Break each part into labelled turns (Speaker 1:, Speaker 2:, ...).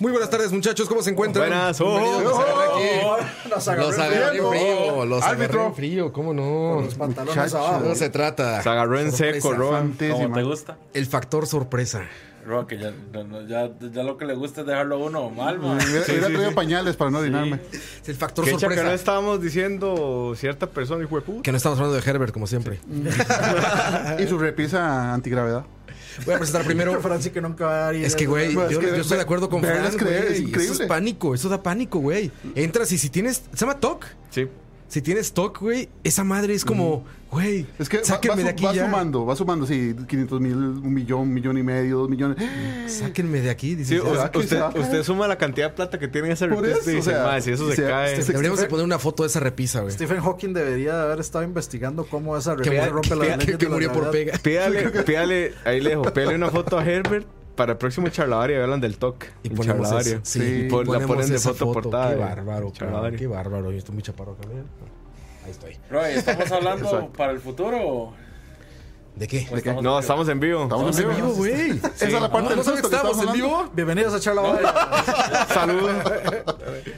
Speaker 1: Muy buenas tardes, muchachos. ¿Cómo se encuentran?
Speaker 2: Buenas. Oh,
Speaker 1: Bienvenidos, los agarré
Speaker 3: Oh,
Speaker 1: aquí.
Speaker 4: Los
Speaker 1: Los agarré en frío. Los agarré
Speaker 4: Árbitro.
Speaker 1: en frío. ¿Cómo no?
Speaker 4: Los pantalones
Speaker 1: Muchachos.
Speaker 4: abajo.
Speaker 1: No se trata.
Speaker 2: Se agarró en
Speaker 1: Sorpresa.
Speaker 2: seco, Ron.
Speaker 5: Como te gusta.
Speaker 1: El factor sorpresa.
Speaker 5: Roa, que ya, no, ya, ya lo que le gusta es dejarlo a uno mal, man.
Speaker 4: Hubiera, hubiera traído pañales para no orinarme.
Speaker 1: Es el factor
Speaker 2: Que echa que
Speaker 1: sorpresa.
Speaker 2: no estábamos diciendo cierta persona, hijo de puta.
Speaker 1: Que no estamos hablando de Herbert, como siempre.
Speaker 4: Y su repisa antigravedad.
Speaker 1: Voy a presentar primero.
Speaker 3: Franci que nunca va a ir.
Speaker 1: Es que, güey, yo,
Speaker 4: Es que
Speaker 1: yo estoy
Speaker 4: ver-
Speaker 1: de acuerdo con
Speaker 4: verles
Speaker 1: Fran,
Speaker 4: creer
Speaker 1: güey.
Speaker 4: es
Speaker 1: Eso es
Speaker 4: increíble.
Speaker 1: pánico, eso da pánico, güey. Entras y si tienes... ¿Se llama TOC?
Speaker 2: Sí.
Speaker 1: Si tienes TOC, güey, esa madre es como... Güey,
Speaker 4: Es que va- va,
Speaker 1: sáquenme
Speaker 4: su-
Speaker 1: de aquí
Speaker 4: va
Speaker 1: ya.
Speaker 4: sumando, va sumando, sí, 500 mil, un millón, un millón y medio, dos millones.
Speaker 1: Sáquenme de aquí, dices.
Speaker 2: Sí,
Speaker 1: ya.
Speaker 4: ¿Será
Speaker 2: usted,
Speaker 4: que se
Speaker 2: usted,
Speaker 4: va a caer?
Speaker 2: usted suma la cantidad de plata que tiene ese
Speaker 4: Por
Speaker 2: artista y
Speaker 4: eso,
Speaker 2: dice,
Speaker 4: o sea,
Speaker 2: "Ma, si eso se
Speaker 4: o sea,
Speaker 2: cae.
Speaker 4: este-
Speaker 1: Deberíamos de poner una foto de esa repisa, güey.
Speaker 3: Stephen Hawking debería de haber estado investigando cómo esa
Speaker 1: Que,
Speaker 3: revista
Speaker 1: mu-
Speaker 3: rompe
Speaker 1: que-
Speaker 3: las
Speaker 1: que-
Speaker 3: leyes
Speaker 1: que
Speaker 3: de la
Speaker 1: murió por
Speaker 3: gravedad.
Speaker 1: pega.
Speaker 2: Pídale, pídale, ahí le dejo, pídale una foto a Herbert para el próximo charlavario y hablan del toque.
Speaker 1: Y
Speaker 2: El
Speaker 1: ponemos
Speaker 2: charlavario.
Speaker 1: eso, sí,
Speaker 2: Y
Speaker 1: y
Speaker 2: pon- la
Speaker 1: ponemos
Speaker 2: ponen de
Speaker 1: esa
Speaker 2: foto, portada.
Speaker 1: Qué
Speaker 2: eh,
Speaker 1: bárbaro, cabrón,
Speaker 2: charlavario.
Speaker 1: qué bárbaro. Yo estoy muy chaparro acá, mira. Ahí estoy.
Speaker 5: Roa, ¿y ¿estamos hablando
Speaker 2: Exacto.
Speaker 5: para el futuro? o-
Speaker 1: ¿De qué?
Speaker 5: o
Speaker 2: No, estamos en vivo.
Speaker 4: Estamos en vivo.
Speaker 1: güey.
Speaker 4: Esa es la parte
Speaker 1: ¿No
Speaker 4: del
Speaker 1: sabes que
Speaker 4: susto que
Speaker 1: estábamos en
Speaker 4: estamos
Speaker 1: vivo?
Speaker 3: Bienvenidos a Charla Varia.
Speaker 2: Saludos.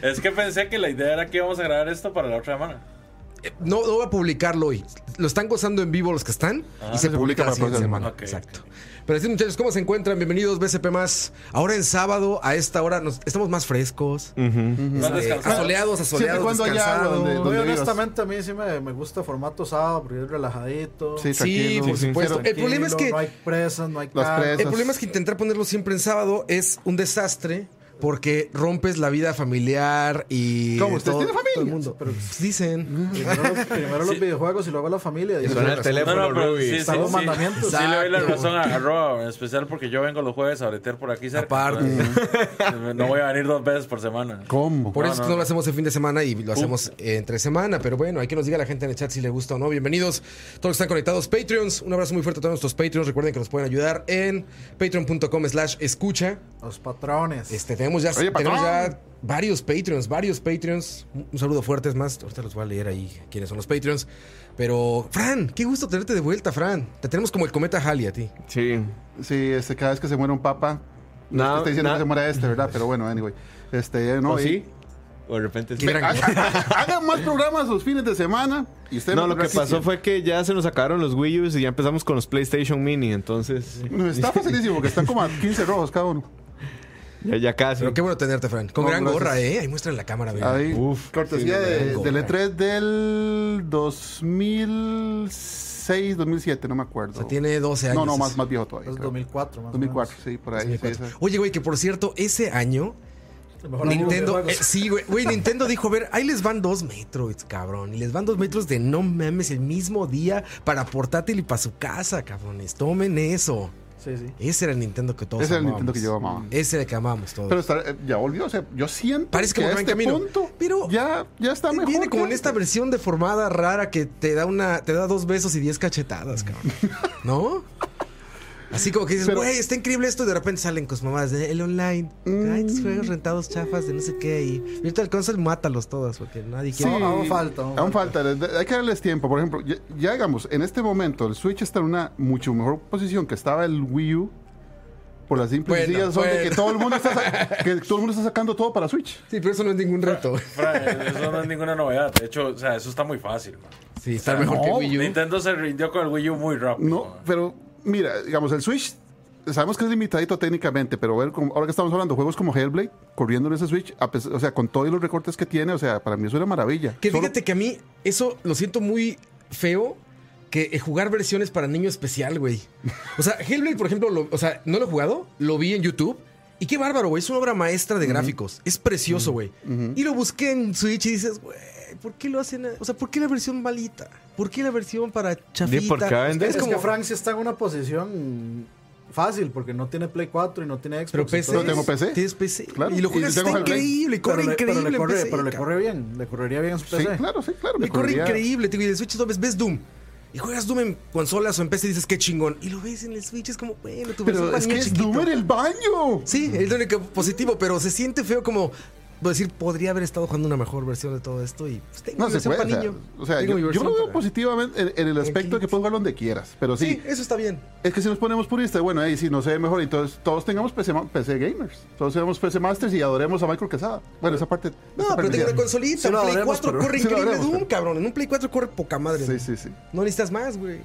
Speaker 5: Es que pensé que la idea era que íbamos a grabar esto para la otra semana.
Speaker 1: Eh, No, no voy a publicarlo hoy. Lo están gozando en vivo los que están y se,
Speaker 4: se
Speaker 1: publica
Speaker 4: publica
Speaker 1: la
Speaker 4: para
Speaker 1: siguiente
Speaker 4: próxima.
Speaker 1: semana.
Speaker 5: Ok.
Speaker 1: Exacto. Pero así, muchachos, ¿cómo se encuentran? Bienvenidos, BCP más. Ahora en sábado, a esta hora, nos, estamos más frescos.
Speaker 5: Más
Speaker 1: eh,
Speaker 5: descansados.
Speaker 1: asoleados, asoleados,
Speaker 4: Siempre y cuando haya agua
Speaker 1: descansados.
Speaker 4: donde-
Speaker 3: Muy
Speaker 4: donde vivas.
Speaker 3: honestamente, a mí sí me, me gusta formato sábado porque es relajadito. pues,
Speaker 4: Sí,
Speaker 1: Sí,
Speaker 4: tranquilo,
Speaker 1: por supuesto.
Speaker 4: sincero.
Speaker 1: El problema es que
Speaker 3: No hay presas, no hay
Speaker 4: Las
Speaker 3: carros.
Speaker 4: presas.
Speaker 1: El problema es que intentar ponerlo siempre en sábado es un desastre porque rompes la vida familiar y.
Speaker 4: ¿Cómo? ¿Ustedes tienen familia?
Speaker 1: todo el mundo. Pero dicen.
Speaker 3: Primero, los- primero los videojuegos y luego la familia. dice.
Speaker 2: Suena el teléfono,
Speaker 5: No, no, pero
Speaker 2: Ruby.
Speaker 5: sí, sí,
Speaker 3: Están los
Speaker 5: sí.
Speaker 3: mandamientos.
Speaker 5: Sí, le doy la
Speaker 1: Exacto.
Speaker 5: razón a, a Roa, en especial porque yo vengo los jueves a bretear por aquí cerca.
Speaker 1: Aparte.
Speaker 5: Entonces, No voy a venir dos veces por semana.
Speaker 4: ¿Cómo?
Speaker 1: Por eso es que no lo hacemos el fin de semana y lo hacemos eh, entre semana. Pero bueno, hay que nos diga la gente en el chat si le gusta o no. Bienvenidos, todos los que están conectados. Patreons, un abrazo muy fuerte a todos nuestros Patreons. Recuerden que nos pueden ayudar en patreon.com/slash escucha.
Speaker 3: Los patrones.
Speaker 1: Este, tenemos ya,
Speaker 4: Oye,
Speaker 1: tenemos
Speaker 4: patrón.
Speaker 1: ya varios Patreons, varios Patreons. Un un saludo fuerte, es más, ahorita los voy a leer ahí quiénes son los Patreons. Pero, Fran, qué gusto tenerte de vuelta, Fran. Te tenemos como el cometa Halley a ti.
Speaker 2: Sí.
Speaker 4: Sí, este, cada vez que se muere un papa, no es
Speaker 2: Nada-
Speaker 4: que está diciendo
Speaker 2: nada-
Speaker 4: que se muera este, ¿verdad? Pero bueno, anyway. Este, eh, no,
Speaker 2: ¿O
Speaker 4: y-
Speaker 2: sí? O de repente sí.
Speaker 1: Qué gran-
Speaker 4: Hagan más programas los fines de semana. Y usted
Speaker 2: No,
Speaker 4: me
Speaker 2: lo que
Speaker 4: tendrá
Speaker 2: pasó
Speaker 4: aquí.
Speaker 2: fue que ya se nos sacaron los Wii U's y ya empezamos con los PlayStation Mini, entonces
Speaker 4: No, está facilísimo, porque están como a 15 rojos cada uno.
Speaker 2: ya, ya casi.
Speaker 1: Pero qué bueno tenerte, Fran. Con
Speaker 4: No,
Speaker 1: gran
Speaker 4: gracias.
Speaker 1: gorra, ¿eh? Ahí muestran la cámara, mira.
Speaker 4: Ahí,
Speaker 2: Uf,
Speaker 4: cortesía
Speaker 2: sí,
Speaker 4: de,
Speaker 1: vengo,
Speaker 4: del
Speaker 1: cara.
Speaker 4: E3 del 2006, 2007, no me acuerdo.
Speaker 1: O sea, tiene 12 años.
Speaker 4: No, no, más, más viejo todavía.
Speaker 3: Es
Speaker 4: creo.
Speaker 3: 2004 más o
Speaker 4: 2004, sí, por ahí. sí,
Speaker 1: 2004.
Speaker 4: esa.
Speaker 1: Oye, güey, que por cierto, ese año
Speaker 3: menos. El mejor amigo de
Speaker 1: Nintendo, eh,
Speaker 3: videojuegos.
Speaker 1: sí, güey, güey, Nintendo dijo, a ver, ahí les van dos Metroids, cabrón, y les van dos Metroids de no mames el mismo día para portátil y para su casa, cabrones, tomen eso.
Speaker 3: Sí, sí.
Speaker 1: Ese era el Nintendo que todos
Speaker 4: Ese era el
Speaker 1: amábamos. Mm.
Speaker 4: Nintendo que yo amaba.
Speaker 1: Ese era el que amamos todos.
Speaker 4: Pero está- eh, ya volvió, o sea, yo siento
Speaker 1: Parece que
Speaker 4: que a
Speaker 1: volvió en
Speaker 4: este
Speaker 1: camino,
Speaker 4: punto
Speaker 1: pero-
Speaker 4: ya, ya está mejor.
Speaker 1: Viene como
Speaker 4: que este.
Speaker 1: en esta
Speaker 4: antes.
Speaker 1: versión deformada rara que te da una, te da dos besos y diez cachetadas, cabrón. ¿No? Así como que dices,
Speaker 4: Pero-
Speaker 1: güey, está increíble esto, y de repente salen con sus mamadas de el online.
Speaker 4: Mm.
Speaker 1: Ay, tus juegos rentados chafas de no sé qué. Y Virtual Console, mátalos todos, porque nadie
Speaker 4: Sí,
Speaker 1: quiere.
Speaker 3: Aún- aún falta, aún
Speaker 4: Aún falta. les- Hay que darles tiempo. Por ejemplo, ya, ya digamos, en este momento el Switch está en una mucho mejor posición que estaba el Wii U. Por las simples y
Speaker 1: Bueno,
Speaker 4: sencillas razón de
Speaker 1: bueno.
Speaker 4: que todo, el mundo está sa- que todo el mundo está sacando todo para Switch.
Speaker 1: Sí, pero eso no es ningún reto.
Speaker 5: Fran, eso no es ninguna novedad. De hecho, o sea, eso está muy fácil. man.
Speaker 1: Sí, está mejor que
Speaker 4: no,
Speaker 1: Wii U.
Speaker 5: Nintendo se rindió con el Wii U muy rápido.
Speaker 4: No,
Speaker 5: man.
Speaker 4: pero mira, digamos, el Switch sabemos que es limitadito técnicamente, pero ver como- ahora que estamos hablando de juegos como Hellblade, corriendo en ese Switch, a pesar- o sea, con todos los recortes que tiene, o sea, para mí es una maravilla.
Speaker 1: Que
Speaker 4: Solo-
Speaker 1: fíjate que a mí eso lo siento muy feo. Que eh, jugar versiones para niño especial, güey. O sea, Hellblade, por ejemplo, lo- o sea, no lo he jugado, lo vi en YouTube. Y qué bárbaro, güey. Es una obra maestra de gráficos. Es precioso, güey. Y lo busqué en Switch y dices, güey, ¿por qué lo hacen? a- O sea, ¿por qué la versión malita? ¿Por qué la versión para chafita?
Speaker 2: por qué va a vender?
Speaker 1: Es
Speaker 3: Es
Speaker 1: como
Speaker 3: que Frank sí está en una posición fácil porque no tiene Play 4 y no tiene Xbox.
Speaker 1: Pero PC.
Speaker 4: No tengo PC.
Speaker 1: Tienes PC.
Speaker 4: Claro.
Speaker 1: Y lo
Speaker 4: Y
Speaker 1: juegas
Speaker 4: tengo
Speaker 1: está
Speaker 4: Hellblade.
Speaker 1: increíble. Y
Speaker 3: pero
Speaker 1: corre
Speaker 3: le- pero
Speaker 1: increíble.
Speaker 3: le
Speaker 1: en
Speaker 3: corre,
Speaker 1: PC,
Speaker 3: pero le
Speaker 1: cabrón.
Speaker 3: corre bien, le correría bien en su
Speaker 4: Sí,
Speaker 3: PC.
Speaker 4: claro, sí, claro.
Speaker 1: Me corre
Speaker 4: correría-
Speaker 1: increíble, te digo, y el Switch dos veces ves Doom. Y juegas Doom en consolas o en PC y dices, qué chingón. Y lo ves en el Switch, es como, bueno, tu versión
Speaker 4: Pero
Speaker 1: para
Speaker 4: es que
Speaker 1: niño
Speaker 4: es
Speaker 1: chiquito.
Speaker 4: Doom en el baño.
Speaker 1: Sí, es lo único positivo, pero se siente feo como, pues, decir, podría haber estado jugando una mejor versión de todo esto y pues, tengo
Speaker 4: No
Speaker 1: mi
Speaker 4: se
Speaker 1: versión
Speaker 4: puede. O
Speaker 1: para
Speaker 4: sea,
Speaker 1: niño.
Speaker 4: o sea,
Speaker 1: Tengo
Speaker 4: yo,
Speaker 1: mi
Speaker 4: yo
Speaker 1: versión
Speaker 4: lo veo
Speaker 1: para-
Speaker 4: positivamente en, en el aspecto de que puedes jugar donde quieras. Pero sí,
Speaker 1: Sí, eso está bien.
Speaker 4: es que si nos ponemos puristas, bueno, ahí sí no se ve mejor. Entonces, todos tengamos PC, ma- PC gamers. Todos seamos PC masters y adoremos a Michael Quesada. Bueno, esa parte.
Speaker 1: No, pero
Speaker 4: esa parte
Speaker 1: tengo
Speaker 4: sí.
Speaker 1: una consolita.
Speaker 3: Sí
Speaker 1: un
Speaker 3: lo
Speaker 1: Play
Speaker 3: habremos,
Speaker 1: 4
Speaker 3: pero-
Speaker 1: corre
Speaker 4: sí lo
Speaker 1: increíble
Speaker 4: habremos,
Speaker 1: Doom,
Speaker 4: pero-
Speaker 1: cabrón. En un Play 4 corre poca madre.
Speaker 4: Sí, sí, sí.
Speaker 1: No necesitas más, güey.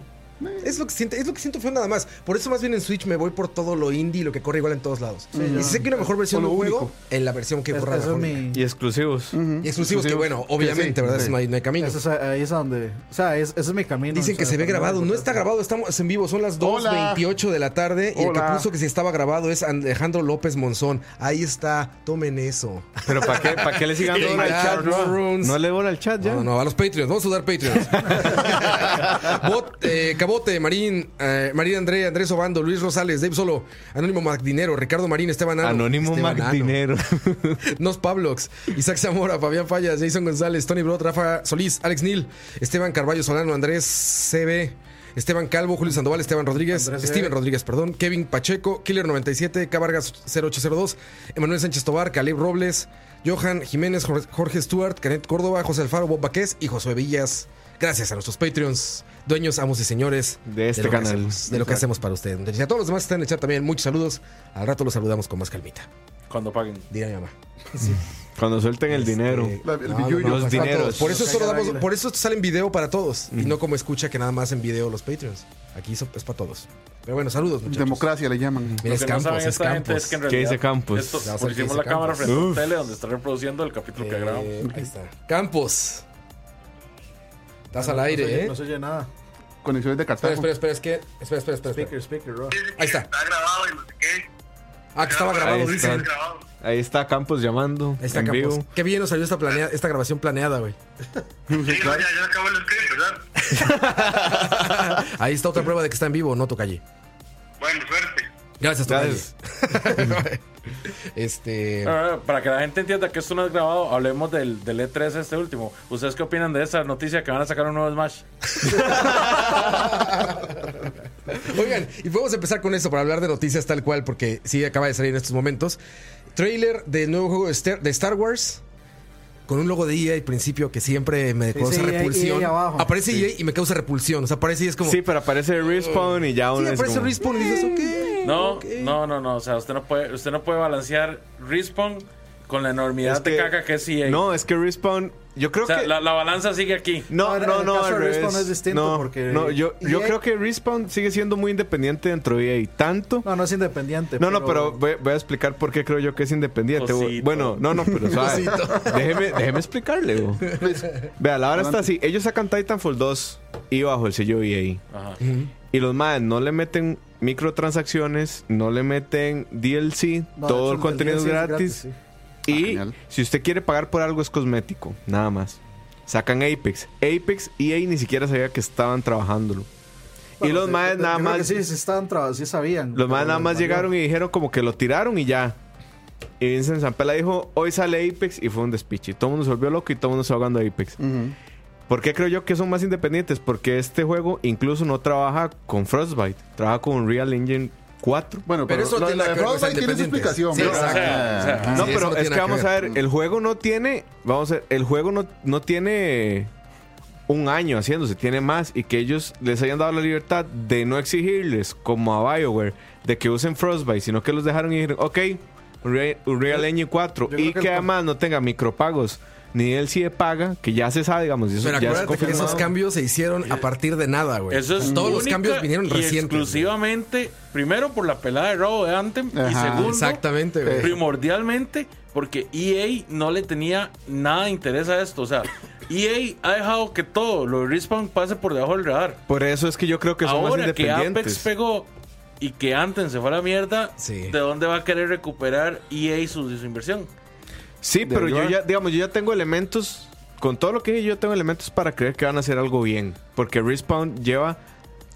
Speaker 1: Es lo, que siento, es lo que siento feo nada más. Por eso más bien en Switch me voy por todo lo indie y lo que corre igual en todos lados. y si sé que una mejor versión
Speaker 4: Por
Speaker 1: de
Speaker 4: lo
Speaker 1: un juego,
Speaker 4: único.
Speaker 1: en la versión que
Speaker 3: Es-
Speaker 1: corra
Speaker 3: eso
Speaker 1: mejor.
Speaker 3: es mi.
Speaker 2: Y exclusivos.
Speaker 4: Mm.
Speaker 1: Y exclusivos, que bueno,
Speaker 4: Que
Speaker 1: obviamente,
Speaker 4: sí,
Speaker 1: ¿verdad?
Speaker 4: sí.
Speaker 1: Eso no hay, no hay camino.
Speaker 3: eso es- ahí es a donde. O sea, es- ese es mi camino.
Speaker 1: Dicen
Speaker 3: o
Speaker 1: que
Speaker 3: sea,
Speaker 1: se ve
Speaker 3: para mí
Speaker 1: grabado. No está grabado, estamos en vivo. Son las
Speaker 4: Hola.
Speaker 1: 2.28 de la tarde. Y el que
Speaker 4: Hola.
Speaker 1: puso que si estaba grabado es Alejandro López Monzón. Ahí está, tomen eso.
Speaker 2: Pero ¿para qué, ¿para qué le sigan
Speaker 1: Hey,
Speaker 2: dando al
Speaker 1: Dad,
Speaker 2: chat?
Speaker 1: no
Speaker 2: No,
Speaker 1: runes.
Speaker 2: no le bola al chat ya.
Speaker 1: No, no, a los Patreons. Vamos a dar Patreons. Bot, eh, Cabote, Marín, eh, Marín André, Andrés Obando, Luis Rosales, Dave Solo, Anónimo Macdinero, Ricardo Marín, Esteban Ano,
Speaker 2: Anónimo
Speaker 1: Esteban Ano,
Speaker 2: Macdinero.
Speaker 1: Nos Pablox, Isaac Zamora, Fabián Fallas, Jason González, Tony Brot, Rafa Solís, Alex Nil, Esteban Carballo Solano, Andrés CB, Esteban Calvo, Julio Sandoval, Esteban Rodríguez,
Speaker 3: Andrés
Speaker 1: Steven
Speaker 3: CB.
Speaker 1: Rodríguez, perdón, Kevin Pacheco, Killer97, Cabargas 0802, Emanuel Sánchez Tobar, Caleb Robles, Johan Jiménez, Jor- Jorge Stewart, Canet Córdoba, José Alfaro, Bob Baquez y Josué Villas. Gracias a nuestros Patreons, dueños, amos y señores
Speaker 2: De este
Speaker 1: lo que
Speaker 2: canal.
Speaker 1: hacemos, de lo que hacemos para ustedes. muchachos. Y a todos los demás que están en el chat también, muchos saludos. Al rato los saludamos con más calmita.
Speaker 5: Cuando paguen.
Speaker 1: Dirá mi mamá.
Speaker 2: Cuando suelten el dinero.
Speaker 1: Eh,
Speaker 4: La- el
Speaker 1: no,
Speaker 4: billuyo.
Speaker 1: no, no,
Speaker 2: Los
Speaker 1: para
Speaker 2: dineros.
Speaker 1: todos. Por eso,
Speaker 3: Los
Speaker 1: solo damos-
Speaker 3: águila.
Speaker 1: por eso sale en video para todos. Y no como escucha que nada más en video los Patreons. Aquí so- es para todos. Pero bueno, saludos, muchachos.
Speaker 4: Democracia le llaman.
Speaker 1: Mira,
Speaker 5: Lo
Speaker 1: es
Speaker 5: que
Speaker 1: Campos,
Speaker 5: no saben
Speaker 1: es
Speaker 5: esta gente es
Speaker 1: Campos.
Speaker 5: que en
Speaker 2: ¿Qué
Speaker 5: realidad.
Speaker 2: dice Campos?
Speaker 5: Esto,
Speaker 1: Ya sé qué
Speaker 5: pusimos
Speaker 1: dice
Speaker 5: la cámara
Speaker 1: Campos.
Speaker 5: frente a
Speaker 2: Uf.
Speaker 5: la tele donde está reproduciendo el capítulo que grabamos.
Speaker 1: Eh, ahí está. Campos. Estás al
Speaker 3: Ah, No se
Speaker 1: aire,
Speaker 3: oye-
Speaker 1: ¿eh?
Speaker 3: No se oye nada.
Speaker 4: Conexiones de
Speaker 1: Espera,
Speaker 4: Cartago.
Speaker 1: espera, espera, es que. Espera, espera, espera. espera.
Speaker 3: Speaker, speaker, bro.
Speaker 1: Ahí está.
Speaker 6: Está grabado y no sé qué.
Speaker 1: Ah, que estaba grabado,
Speaker 2: Ahí está.
Speaker 1: dicen.
Speaker 6: Grabado.
Speaker 2: Ahí está Campos llamando.
Speaker 1: Ahí está
Speaker 2: en
Speaker 1: Campos.
Speaker 2: vivo.
Speaker 1: Qué bien nos salió esta, planea- esta grabación planeada, güey.
Speaker 6: Sí, no, ya, ya acabo el script, ¿verdad?
Speaker 1: Ahí está otra prueba de que está en vivo, no tocalle.
Speaker 6: Bueno, suerte.
Speaker 1: Gracias, tocalle.
Speaker 2: Gracias.
Speaker 1: este.
Speaker 5: Ah, Para que la gente entienda que esto no es grabado, hablemos del, del E3 este último. ¿Ustedes qué opinan de esa noticia que van a sacar un nuevo Smash?
Speaker 1: Oigan, y podemos empezar con esto para hablar de noticias tal cual, porque sí acaba de salir en estos momentos. Trailer del nuevo juego de Star, de Star Wars. Con un logo de EA al principio que siempre me causa
Speaker 3: EA
Speaker 1: repulsión.
Speaker 3: E abajo.
Speaker 1: aparece EA y me causa repulsión. O sea, aparece y es como.
Speaker 2: Sí, pero aparece Respawn y ya
Speaker 1: Sí,
Speaker 2: uno es
Speaker 1: aparece
Speaker 2: como-
Speaker 1: Respawn y dices, ok.
Speaker 5: No,
Speaker 1: ok.
Speaker 5: no, no, no. O sea, usted no puede, usted no puede balancear Respawn con la enormidad
Speaker 2: Es
Speaker 5: de caca que es EA.
Speaker 2: No, es que Respawn. Yo creo
Speaker 5: o sea,
Speaker 2: que.
Speaker 5: la, la balanza sigue aquí.
Speaker 2: No,
Speaker 3: No, en
Speaker 2: no,
Speaker 3: el
Speaker 2: no,
Speaker 3: caso
Speaker 2: al
Speaker 3: de Respawn
Speaker 2: revés.
Speaker 3: es distinto
Speaker 2: no,
Speaker 3: porque
Speaker 2: no, yo, yo
Speaker 3: EA
Speaker 2: creo que Respawn sigue siendo muy independiente dentro de EA. Tanto.
Speaker 3: No, no es independiente.
Speaker 2: No, no, pero voy, voy a explicar por qué creo yo que es independiente.
Speaker 5: Cosito.
Speaker 2: Bueno, no, no, pero suave. déjeme, déjeme explicarle. bo. Vea, la hora está así. Ellos sacan Titanfall 2 y bajo el sello EA.
Speaker 5: Ajá.
Speaker 2: Y los madres no le meten microtransacciones, no le meten DLC,
Speaker 3: No, de
Speaker 2: todo
Speaker 3: hecho,
Speaker 2: el contenido
Speaker 3: DLC
Speaker 2: es gratis.
Speaker 3: sí.
Speaker 4: Ah,
Speaker 2: Y
Speaker 4: genial.
Speaker 2: si usted quiere pagar por algo es cosmético, nada más. Sacan Apex. Apex EA ni siquiera sabía que estaban trabajándolo.
Speaker 3: Bueno,
Speaker 2: y los
Speaker 3: de-
Speaker 2: madres
Speaker 3: de-
Speaker 2: nada
Speaker 3: yo creo que
Speaker 2: más...
Speaker 3: Sí, sí, estaban trabajando, sí sabían.
Speaker 2: Los más nada más llegaron
Speaker 3: y.
Speaker 2: y dijeron como que lo tiraron y ya. Y Vincent Zampella dijo, hoy sale Apex y fue un despiche. Y Todo el mundo se volvió loco y todo el mundo está jugando Apex.
Speaker 4: Ujú.
Speaker 2: ¿Por qué creo yo que son más independientes? Porque este juego incluso no trabaja con Frostbite, trabaja con Real Engine 4.
Speaker 4: Bueno,
Speaker 1: Pero
Speaker 4: pero,
Speaker 1: eso no
Speaker 4: la-
Speaker 1: tiene
Speaker 4: la
Speaker 1: nada
Speaker 4: de
Speaker 1: que ver con
Speaker 4: Frostbite tiene su
Speaker 1: independientes.
Speaker 4: explicación.
Speaker 1: Sí,
Speaker 4: ¿verdad?
Speaker 1: exacto.
Speaker 4: Ah,
Speaker 5: O sea,
Speaker 4: ah.
Speaker 2: No,
Speaker 1: Sí, eso no
Speaker 2: pero es
Speaker 1: tiene
Speaker 2: que
Speaker 1: nada
Speaker 2: vamos
Speaker 1: que
Speaker 2: a
Speaker 1: ver.
Speaker 2: ver, el juego no tiene, vamos a ver, el juego no, no tiene un año haciéndose, tiene más y que ellos les hayan dado la libertad de no exigirles como a BioWare de que usen Frostbite, sino que los dejaron y dijeron, ok, Unreal, Unreal Engine 4
Speaker 3: yo creo
Speaker 2: y
Speaker 3: que
Speaker 2: que,
Speaker 3: el-
Speaker 2: además no tenga micropagos ni DLC de paga, que ya se sabe, digamos, y eso
Speaker 1: Pero
Speaker 2: ya se
Speaker 1: acuérdate que esos
Speaker 2: confirmó.
Speaker 1: cambios se hicieron a partir de nada, güey.
Speaker 5: Eso es
Speaker 1: Todos los
Speaker 5: única
Speaker 1: cambios vinieron
Speaker 5: y
Speaker 1: recientes. güey.
Speaker 5: Exclusivamente, primero por la pelada de robo de Anthem y
Speaker 4: Ajá.
Speaker 5: segundo,
Speaker 1: Exactamente, güey.
Speaker 5: primordialmente porque EA no le tenía nada de interés a esto. O sea, EA ha dejado que todo lo de Respawn pase por debajo del radar.
Speaker 2: Por eso es que yo creo que son más
Speaker 5: Ahora que Apex
Speaker 2: independientes.
Speaker 5: pegó y que Anthem se fue a la mierda,
Speaker 1: Sí.
Speaker 5: ¿de dónde va a querer recuperar EA su, su inversión?
Speaker 2: Sí, pero yo
Speaker 4: verdad.
Speaker 2: ya, digamos, yo ya tengo elementos. Con todo lo que dije, yo tengo elementos para creer que van a hacer algo bien. Porque Respawn lleva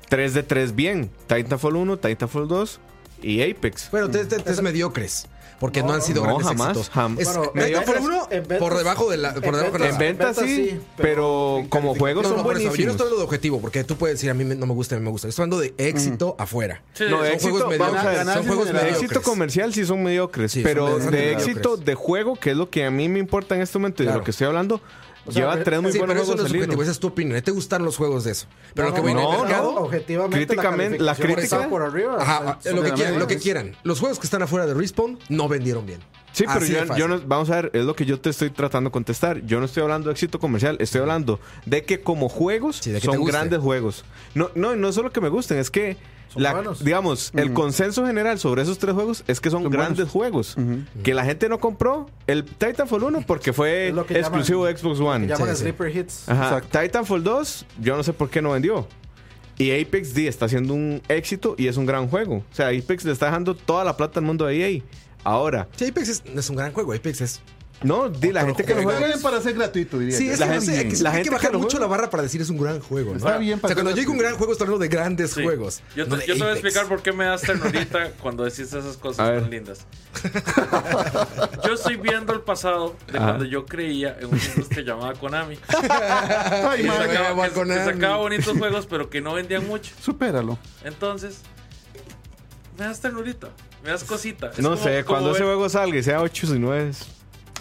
Speaker 2: 3 de 3 bien. Titanfall 1, Titanfall 2 y
Speaker 1: Pues,
Speaker 2: Apex.
Speaker 1: Pero te, te- te- es mediocres. porque no, han sido
Speaker 2: No,
Speaker 1: grandes
Speaker 2: jamás,
Speaker 1: éxitos.
Speaker 2: jam-
Speaker 1: Es
Speaker 2: Bueno,
Speaker 1: Metal
Speaker 2: en
Speaker 1: Gear
Speaker 3: ventas-
Speaker 1: uno
Speaker 3: en
Speaker 1: por
Speaker 3: ventas-
Speaker 1: debajo de la por
Speaker 3: en
Speaker 1: debajo de la
Speaker 2: En
Speaker 3: ventas-
Speaker 2: venta
Speaker 3: ventas
Speaker 2: sí,
Speaker 3: sí,
Speaker 2: pero,
Speaker 3: pero
Speaker 2: como
Speaker 3: en
Speaker 2: juegos
Speaker 1: por eso,
Speaker 2: son
Speaker 3: calificación-
Speaker 1: Yo no pues,
Speaker 2: buenísimos.
Speaker 1: estoy hablando de objetivo, porque tú puedes decir a mí me- no me gusta, a mí me gusta. Estoy hablando de éxito
Speaker 2: Mm.
Speaker 1: afuera.
Speaker 5: Sí,
Speaker 2: No,
Speaker 5: son
Speaker 2: de
Speaker 1: son
Speaker 2: éxito,
Speaker 1: juegos
Speaker 2: vamos a
Speaker 1: mediocres.
Speaker 2: ver,
Speaker 3: ganar-
Speaker 1: Son juegos
Speaker 3: de
Speaker 2: de
Speaker 1: mediocres.
Speaker 2: éxito comercial sí son mediocres,
Speaker 1: Sí, son
Speaker 2: pero
Speaker 1: mediocres.
Speaker 2: de
Speaker 1: Mediocres.
Speaker 2: éxito de juego, que es lo que a mí me importa en este momento y de
Speaker 1: Claro.
Speaker 2: lo que estoy hablando,
Speaker 3: O sea,
Speaker 2: lleva tres muy
Speaker 1: Sí,
Speaker 2: buenos
Speaker 1: pero eso no es
Speaker 2: juegos al hilo.
Speaker 1: subjetivo, esa es tu opinión. A ti te gustaron los juegos de eso. Pero lo que viene
Speaker 2: no,
Speaker 1: en el
Speaker 2: no.
Speaker 1: mercado.
Speaker 3: objetivamente
Speaker 2: Críticamente, la
Speaker 3: calificación
Speaker 2: crítica-
Speaker 3: está por arriba.
Speaker 1: Ajá,
Speaker 3: Está-
Speaker 1: lo que,
Speaker 4: la
Speaker 1: quieran,
Speaker 4: media.
Speaker 1: lo que quieran. Los juegos que están afuera de Respawn no vendieron bien.
Speaker 2: Sí, pero
Speaker 1: Así de
Speaker 2: yo,
Speaker 1: fácil.
Speaker 2: yo no, vamos a ver, es lo que yo te estoy tratando de contestar. Yo no estoy hablando de éxito comercial, estoy hablando de que como juegos
Speaker 1: Sí, de que te
Speaker 2: son
Speaker 1: guste.
Speaker 2: grandes juegos. No, no, y no solo que me gusten, es que
Speaker 3: Son
Speaker 2: la-
Speaker 3: buenos.
Speaker 2: digamos, el consenso general sobre esos tres juegos es que son, grandes juegos. Que la gente no compró el Titanfall 1 porque fue
Speaker 3: Es lo que llaman-
Speaker 2: exclusivo de Xbox One.
Speaker 3: Llaman
Speaker 1: Sí, sí.
Speaker 3: sleeper hits.
Speaker 2: Ajá.
Speaker 4: Exacto.
Speaker 2: Titanfall 2, yo no sé por qué no vendió. Y Apex D está haciendo un éxito y es un gran juego. O sea, Apex le está dejando toda la plata al mundo E a EA. Ahora,
Speaker 1: Sí, Apex es, no es un gran juego, Apex es.
Speaker 2: no, di, la gente que no
Speaker 1: juego.
Speaker 2: juega.
Speaker 4: Jueguen para ser gratuito, diría
Speaker 1: Sí,
Speaker 4: yo.
Speaker 1: es
Speaker 2: la
Speaker 1: que no
Speaker 2: gente-
Speaker 1: sé, hay que,
Speaker 2: la
Speaker 1: hay que
Speaker 2: gente que
Speaker 1: bajar
Speaker 2: lo
Speaker 1: mucho
Speaker 2: juega-
Speaker 1: la barra para decir es un gran juego. ¿no?
Speaker 4: Está bien
Speaker 1: o sea,
Speaker 4: para
Speaker 1: cuando
Speaker 4: hacer-
Speaker 1: yo digo un gran juego, estoy hablando de grandes
Speaker 5: Sí.
Speaker 1: juegos.
Speaker 5: Yo,
Speaker 1: no
Speaker 5: te,
Speaker 1: de
Speaker 5: yo te voy a
Speaker 1: Apex.
Speaker 5: explicar por qué me das ternurita cuando decís esas
Speaker 2: A
Speaker 5: cosas
Speaker 2: ver.
Speaker 5: tan lindas. Yo estoy viendo el pasado de
Speaker 2: Ajá.
Speaker 5: cuando yo creía en una industria llamada Konami.
Speaker 4: Ay,
Speaker 1: madre,
Speaker 5: Que
Speaker 4: madre,
Speaker 5: sacaba,
Speaker 1: llamaba
Speaker 5: que- que
Speaker 1: Konami.
Speaker 5: sacaba bonitos juegos, pero que no vendían mucho.
Speaker 4: supéralo.
Speaker 5: Entonces, me das ternurita, me das cosita. Es
Speaker 2: No
Speaker 5: como-
Speaker 2: sé,
Speaker 5: como
Speaker 2: cuando ese
Speaker 5: ver-
Speaker 2: juego salga y sea 8 y 9.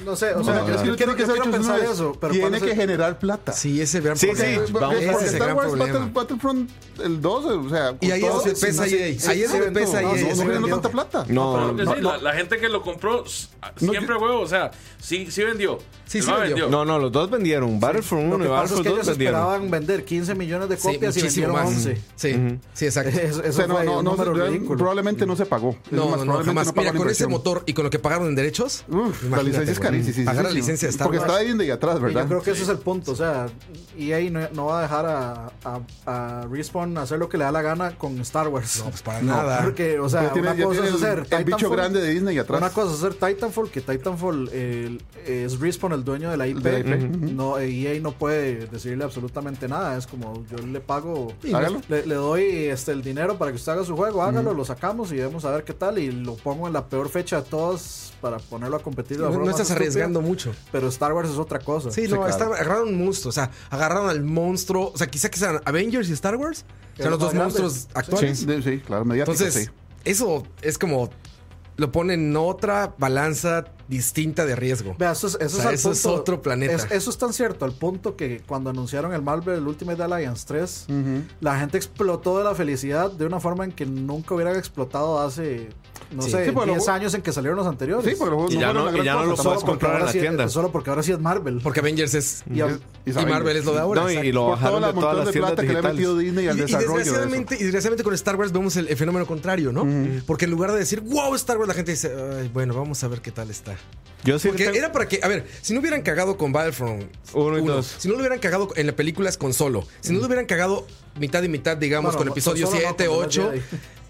Speaker 3: No sé, o
Speaker 4: No,
Speaker 3: sea,
Speaker 4: es que
Speaker 3: yo quiero
Speaker 4: no tiene que ser hecho
Speaker 3: pensar
Speaker 4: una vez.
Speaker 3: eso, pero
Speaker 4: Tiene
Speaker 3: cuando
Speaker 4: que
Speaker 3: se-
Speaker 4: generar plata.
Speaker 1: Sí, ese gran
Speaker 2: Sí,
Speaker 1: problema.
Speaker 2: sí,
Speaker 4: Ve-
Speaker 2: vamos a-
Speaker 4: ve-
Speaker 1: ese
Speaker 4: porque
Speaker 1: es el
Speaker 4: Star
Speaker 1: gran
Speaker 4: Wars
Speaker 1: problema.
Speaker 4: Battle- Battlefront el 2, o sea,
Speaker 1: Y ahí es
Speaker 4: todo-
Speaker 1: donde pesa
Speaker 4: sí,
Speaker 1: EA.
Speaker 4: sí,
Speaker 1: Ahí es
Speaker 4: sí,
Speaker 1: donde
Speaker 4: no,
Speaker 1: pesa
Speaker 4: no,
Speaker 1: EA.
Speaker 4: No generó tanta plata.
Speaker 2: No,
Speaker 5: Claro que
Speaker 2: no,
Speaker 5: sí,
Speaker 2: no.
Speaker 5: la, la gente que lo compró s-
Speaker 4: No,
Speaker 5: siempre
Speaker 4: yo-
Speaker 5: huevo, o sea, sí, sí vendió.
Speaker 1: Sí,
Speaker 5: El
Speaker 1: sí
Speaker 5: man
Speaker 1: vendió.
Speaker 2: No, no, los dos vendieron. Battlefront
Speaker 3: Lo
Speaker 2: 1
Speaker 3: que
Speaker 2: y
Speaker 3: pasa es
Speaker 2: Battlefront
Speaker 3: que
Speaker 2: 2
Speaker 3: ellos
Speaker 2: vendieron.
Speaker 3: esperaban vender 15 millones de
Speaker 1: Sí,
Speaker 3: copias y
Speaker 1: muchísimo
Speaker 3: vendieron
Speaker 1: más.
Speaker 3: 11.
Speaker 1: Sí, sí, exacto.
Speaker 3: Eso,
Speaker 4: O
Speaker 3: eso
Speaker 4: sea, no,
Speaker 3: fue
Speaker 4: no,
Speaker 3: un
Speaker 4: no,
Speaker 3: número
Speaker 4: yo-
Speaker 3: ridículo.
Speaker 4: probablemente no se pagó. Es
Speaker 1: No, no,
Speaker 4: más,
Speaker 1: no,
Speaker 4: probablemente
Speaker 1: jamás.
Speaker 4: no pagó
Speaker 1: Mira,
Speaker 4: la
Speaker 1: con ese
Speaker 4: inversión.
Speaker 1: motor y con lo que pagaron en derechos.
Speaker 4: Uf, la
Speaker 1: imagínate,
Speaker 4: licencia es
Speaker 1: güey.
Speaker 4: carísima. sí, sí,
Speaker 1: Pagar la
Speaker 4: sí.
Speaker 1: licencia de Star
Speaker 4: Porque
Speaker 1: Wars.
Speaker 4: está Disney atrás,
Speaker 3: Y
Speaker 4: ¿verdad?
Speaker 3: yo creo que ese es el punto, o sea, y ahí no, no va a dejar a, a, a Respawn hacer lo que le da la gana con Star Wars.
Speaker 1: No, pues para nada.
Speaker 3: Porque, o sea,
Speaker 4: Ya tiene-
Speaker 3: una
Speaker 4: ya
Speaker 3: cosa es
Speaker 4: tiene
Speaker 3: hacer
Speaker 4: el- el bicho
Speaker 3: Titanfall-
Speaker 4: grande de Disney atrás.
Speaker 3: Una cosa es hacer Titanfall, que Titanfall el- es Respawn el dueño de la IP.
Speaker 4: De la IP, ujú.
Speaker 3: No, EA no puede decirle absolutamente nada. Es como yo le pago,
Speaker 4: Hágalo.
Speaker 3: le, le doy este el dinero para que usted haga su juego, hágalo, lo sacamos y vemos a ver qué tal. Y lo pongo en la peor fecha de todas para ponerlo a competir. de la
Speaker 1: No,
Speaker 3: forma
Speaker 1: no
Speaker 3: más
Speaker 1: estás
Speaker 3: estúpida.
Speaker 1: arriesgando mucho.
Speaker 3: Pero Star Wars es otra cosa.
Speaker 1: Sí, no, está- agarraron un monstruo, o sea, agarraron al monstruo, o sea, quizá que sean Avengers y Star Wars,
Speaker 3: Que
Speaker 1: son los
Speaker 3: los
Speaker 1: dos
Speaker 3: más
Speaker 1: monstruos
Speaker 3: grandes.
Speaker 1: actuales.
Speaker 4: Sí, sí, claro, mediático,
Speaker 1: Entonces,
Speaker 4: sí.
Speaker 1: eso es como lo pone en otra balanza distinta de riesgo.
Speaker 3: Vea, eso es, eso
Speaker 1: O sea,
Speaker 3: es al
Speaker 1: eso es
Speaker 3: punto-
Speaker 1: otro planeta.
Speaker 3: es- eso es tan cierto, al punto que cuando anunciaron el Marvel Ultimate Alliance 3, la gente explotó de la felicidad de una forma en que nunca hubieran explotado hace, no
Speaker 1: Sí.
Speaker 3: sé,
Speaker 4: Sí, porque
Speaker 3: 10
Speaker 4: lo-
Speaker 3: años en que salieron los anteriores.
Speaker 4: Sí, porque los juegos
Speaker 2: Y ya
Speaker 4: fueron
Speaker 2: no-
Speaker 4: la gran
Speaker 2: y ya no
Speaker 4: cosa,
Speaker 2: lo
Speaker 4: tampoco.
Speaker 2: puedes
Speaker 3: Porque
Speaker 2: comprar en
Speaker 3: ahora
Speaker 2: la
Speaker 3: sí-
Speaker 2: tienda.
Speaker 3: Solo porque ahora sí es Marvel.
Speaker 1: Porque Avengers es...
Speaker 3: Y a-
Speaker 4: Y
Speaker 1: Y
Speaker 4: saben-
Speaker 1: Marvel es lo de ahora.
Speaker 2: No, y,
Speaker 1: exacto.
Speaker 2: y lo
Speaker 4: Por todo
Speaker 2: bajaron
Speaker 4: el
Speaker 2: de todas
Speaker 4: montón
Speaker 2: las
Speaker 4: de
Speaker 2: tiendas
Speaker 4: plata que le ha metido
Speaker 2: digitales.
Speaker 4: Disney al
Speaker 1: Y- y
Speaker 4: desarrollo de eso.
Speaker 1: desgraciadamente, y desgraciadamente con Star Wars vemos el, el fenómeno contrario, ¿no? Porque en lugar de decir, wow, Star Wars, la gente dice, "Ay, bueno, vamos a ver qué tal está.
Speaker 2: Yo sí
Speaker 1: Porque
Speaker 2: tengo-
Speaker 1: era para que, a ver, si no hubieran cagado con Battlefront
Speaker 2: Uno y
Speaker 1: uno,
Speaker 2: dos.
Speaker 1: si no lo hubieran cagado en las películas con solo, si no lo hubieran cagado mitad y mitad, digamos,
Speaker 3: Bueno,
Speaker 1: con episodio
Speaker 3: con Solo no,
Speaker 1: 7,
Speaker 3: con
Speaker 1: 8,
Speaker 3: Jedi.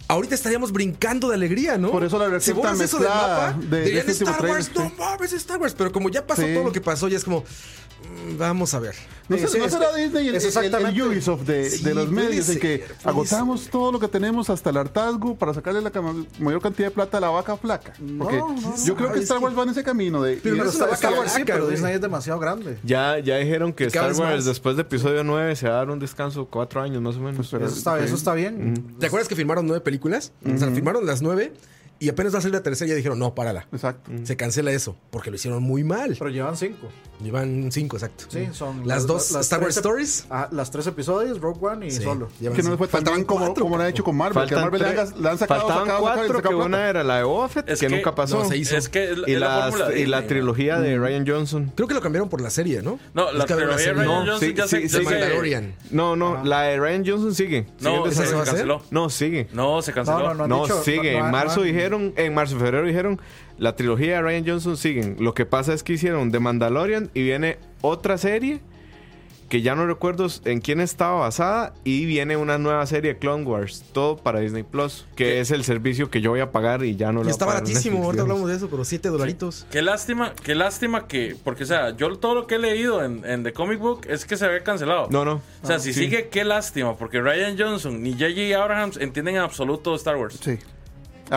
Speaker 1: ahorita estaríamos brincando de alegría, ¿no?
Speaker 4: Por eso la
Speaker 1: si
Speaker 4: versión
Speaker 1: borras
Speaker 4: tan
Speaker 1: eso del
Speaker 4: mezclada
Speaker 1: mapa,
Speaker 4: de- de
Speaker 1: dirían
Speaker 4: este último
Speaker 1: Star Wars, no
Speaker 4: trailer,
Speaker 1: mames, Star Wars, pero como ya pasó
Speaker 4: Sí.
Speaker 1: todo lo que pasó, ya es como, mm, vamos a ver.
Speaker 4: No,
Speaker 3: Sí,
Speaker 4: sé-
Speaker 3: sí,
Speaker 4: no
Speaker 3: es
Speaker 4: será
Speaker 3: que-
Speaker 4: Disney el,
Speaker 3: es
Speaker 4: el- el
Speaker 3: exactamente-
Speaker 4: Ubisoft de,
Speaker 1: Sí,
Speaker 4: de los
Speaker 1: puede
Speaker 4: medios en que
Speaker 1: ser, puede
Speaker 4: agotamos todo lo que tenemos hasta el hartazgo para sacarle la cam- mayor cantidad de plata a la vaca flaca.
Speaker 3: No,
Speaker 4: Porque
Speaker 3: no, no,
Speaker 4: yo creo que
Speaker 3: es
Speaker 4: Star
Speaker 3: que-
Speaker 4: Wars va en ese camino de...
Speaker 1: Pero
Speaker 4: y
Speaker 1: no
Speaker 3: Pero
Speaker 1: es
Speaker 4: eso-
Speaker 1: una
Speaker 3: Star- Star
Speaker 1: vaca
Speaker 3: Wars sí,
Speaker 1: blanca,
Speaker 3: pero
Speaker 1: güey.
Speaker 3: Disney es demasiado grande.
Speaker 2: Ya, ya dijeron
Speaker 1: Y
Speaker 2: que
Speaker 1: cada
Speaker 2: Star
Speaker 1: vez
Speaker 2: Wars
Speaker 1: más.
Speaker 2: después de episodio 9 se va a dar un descanso de 4 años más o menos.
Speaker 4: Pues,
Speaker 3: Eso está,
Speaker 4: sí.
Speaker 3: eso está bien.
Speaker 1: ¿Te acuerdas que firmaron nueve películas? O sea, firmaron las nueve y apenas va a salir la tercera y ya dijeron, no, párala.
Speaker 4: Exacto.
Speaker 1: Se cancela eso, porque lo hicieron muy mal.
Speaker 3: Pero llevan cinco.
Speaker 1: Llevan cinco, exacto.
Speaker 3: Sí, son
Speaker 1: las dos Star Wars
Speaker 3: tres ep-
Speaker 1: Stories.
Speaker 3: Ah, las tres episodios, Rogue One y
Speaker 1: Sí,
Speaker 3: solo.
Speaker 1: llevan
Speaker 4: Que no le fue
Speaker 1: cinco.
Speaker 4: tan bien como,
Speaker 1: cuatro,
Speaker 4: como lo han hecho con Marvel. que a
Speaker 2: Faltan
Speaker 4: Marvel le
Speaker 2: tres-
Speaker 4: han, le han sacado,
Speaker 2: faltan
Speaker 4: sacado,
Speaker 2: cuatro,
Speaker 4: sacado, y sacado
Speaker 2: que
Speaker 4: plata.
Speaker 2: una era la de Boba Fett,
Speaker 5: Es
Speaker 2: que,
Speaker 5: que-
Speaker 2: nunca pasó.
Speaker 1: no, se hizo.
Speaker 5: Es que es la-
Speaker 2: y,
Speaker 5: es la
Speaker 2: las-
Speaker 5: fórmula de
Speaker 2: y la
Speaker 5: Disney, Mm.
Speaker 2: trilogía de Ryan Johnson.
Speaker 1: Creo que lo cambiaron por la serie, ¿no?
Speaker 5: No,
Speaker 1: Es
Speaker 5: la
Speaker 1: que había una
Speaker 5: trilogía de
Speaker 1: serie.
Speaker 5: Ryan
Speaker 2: No,
Speaker 5: Johnson
Speaker 2: sí,
Speaker 5: ya
Speaker 2: sí,
Speaker 5: se
Speaker 2: sí,
Speaker 5: ya se-
Speaker 1: Mandalorian.
Speaker 2: No, no, la de Ryan Johnson sigue. Sigue en
Speaker 5: No, esa
Speaker 1: se
Speaker 2: desarrollo.
Speaker 1: va
Speaker 5: se
Speaker 1: a hacer?
Speaker 5: canceló.
Speaker 2: no, sigue.
Speaker 5: No, se canceló.
Speaker 3: No, no, han
Speaker 2: No,
Speaker 3: dicho-
Speaker 2: sigue.
Speaker 3: no- no
Speaker 2: en
Speaker 3: han-
Speaker 2: marzo
Speaker 3: no han-
Speaker 2: dijeron, en marzo, febrero dijeron, la trilogía de Ryan Johnson siguen. Lo que pasa es que hicieron The Mandalorian y viene otra serie que ya no recuerdo en quién estaba basada y viene una nueva serie Clone Wars, todo para Disney Plus, que es el servicio que yo voy a pagar y ya no
Speaker 1: Y
Speaker 2: lo
Speaker 1: está
Speaker 2: voy a pagar en
Speaker 1: baratísimo, ahorita
Speaker 2: Netflix,
Speaker 1: hablamos de eso, pero 7 dolaritos.
Speaker 5: Qué lástima, qué lástima que, porque o sea, yo todo lo que he leído en, en The Comic Book es que se había cancelado.
Speaker 2: No, no.
Speaker 1: Ah,
Speaker 5: O sea, si
Speaker 2: Sí.
Speaker 5: sigue, qué lástima, porque Ryan Johnson ni J.J. Abrams entienden en absoluto Star Wars.
Speaker 4: Sí.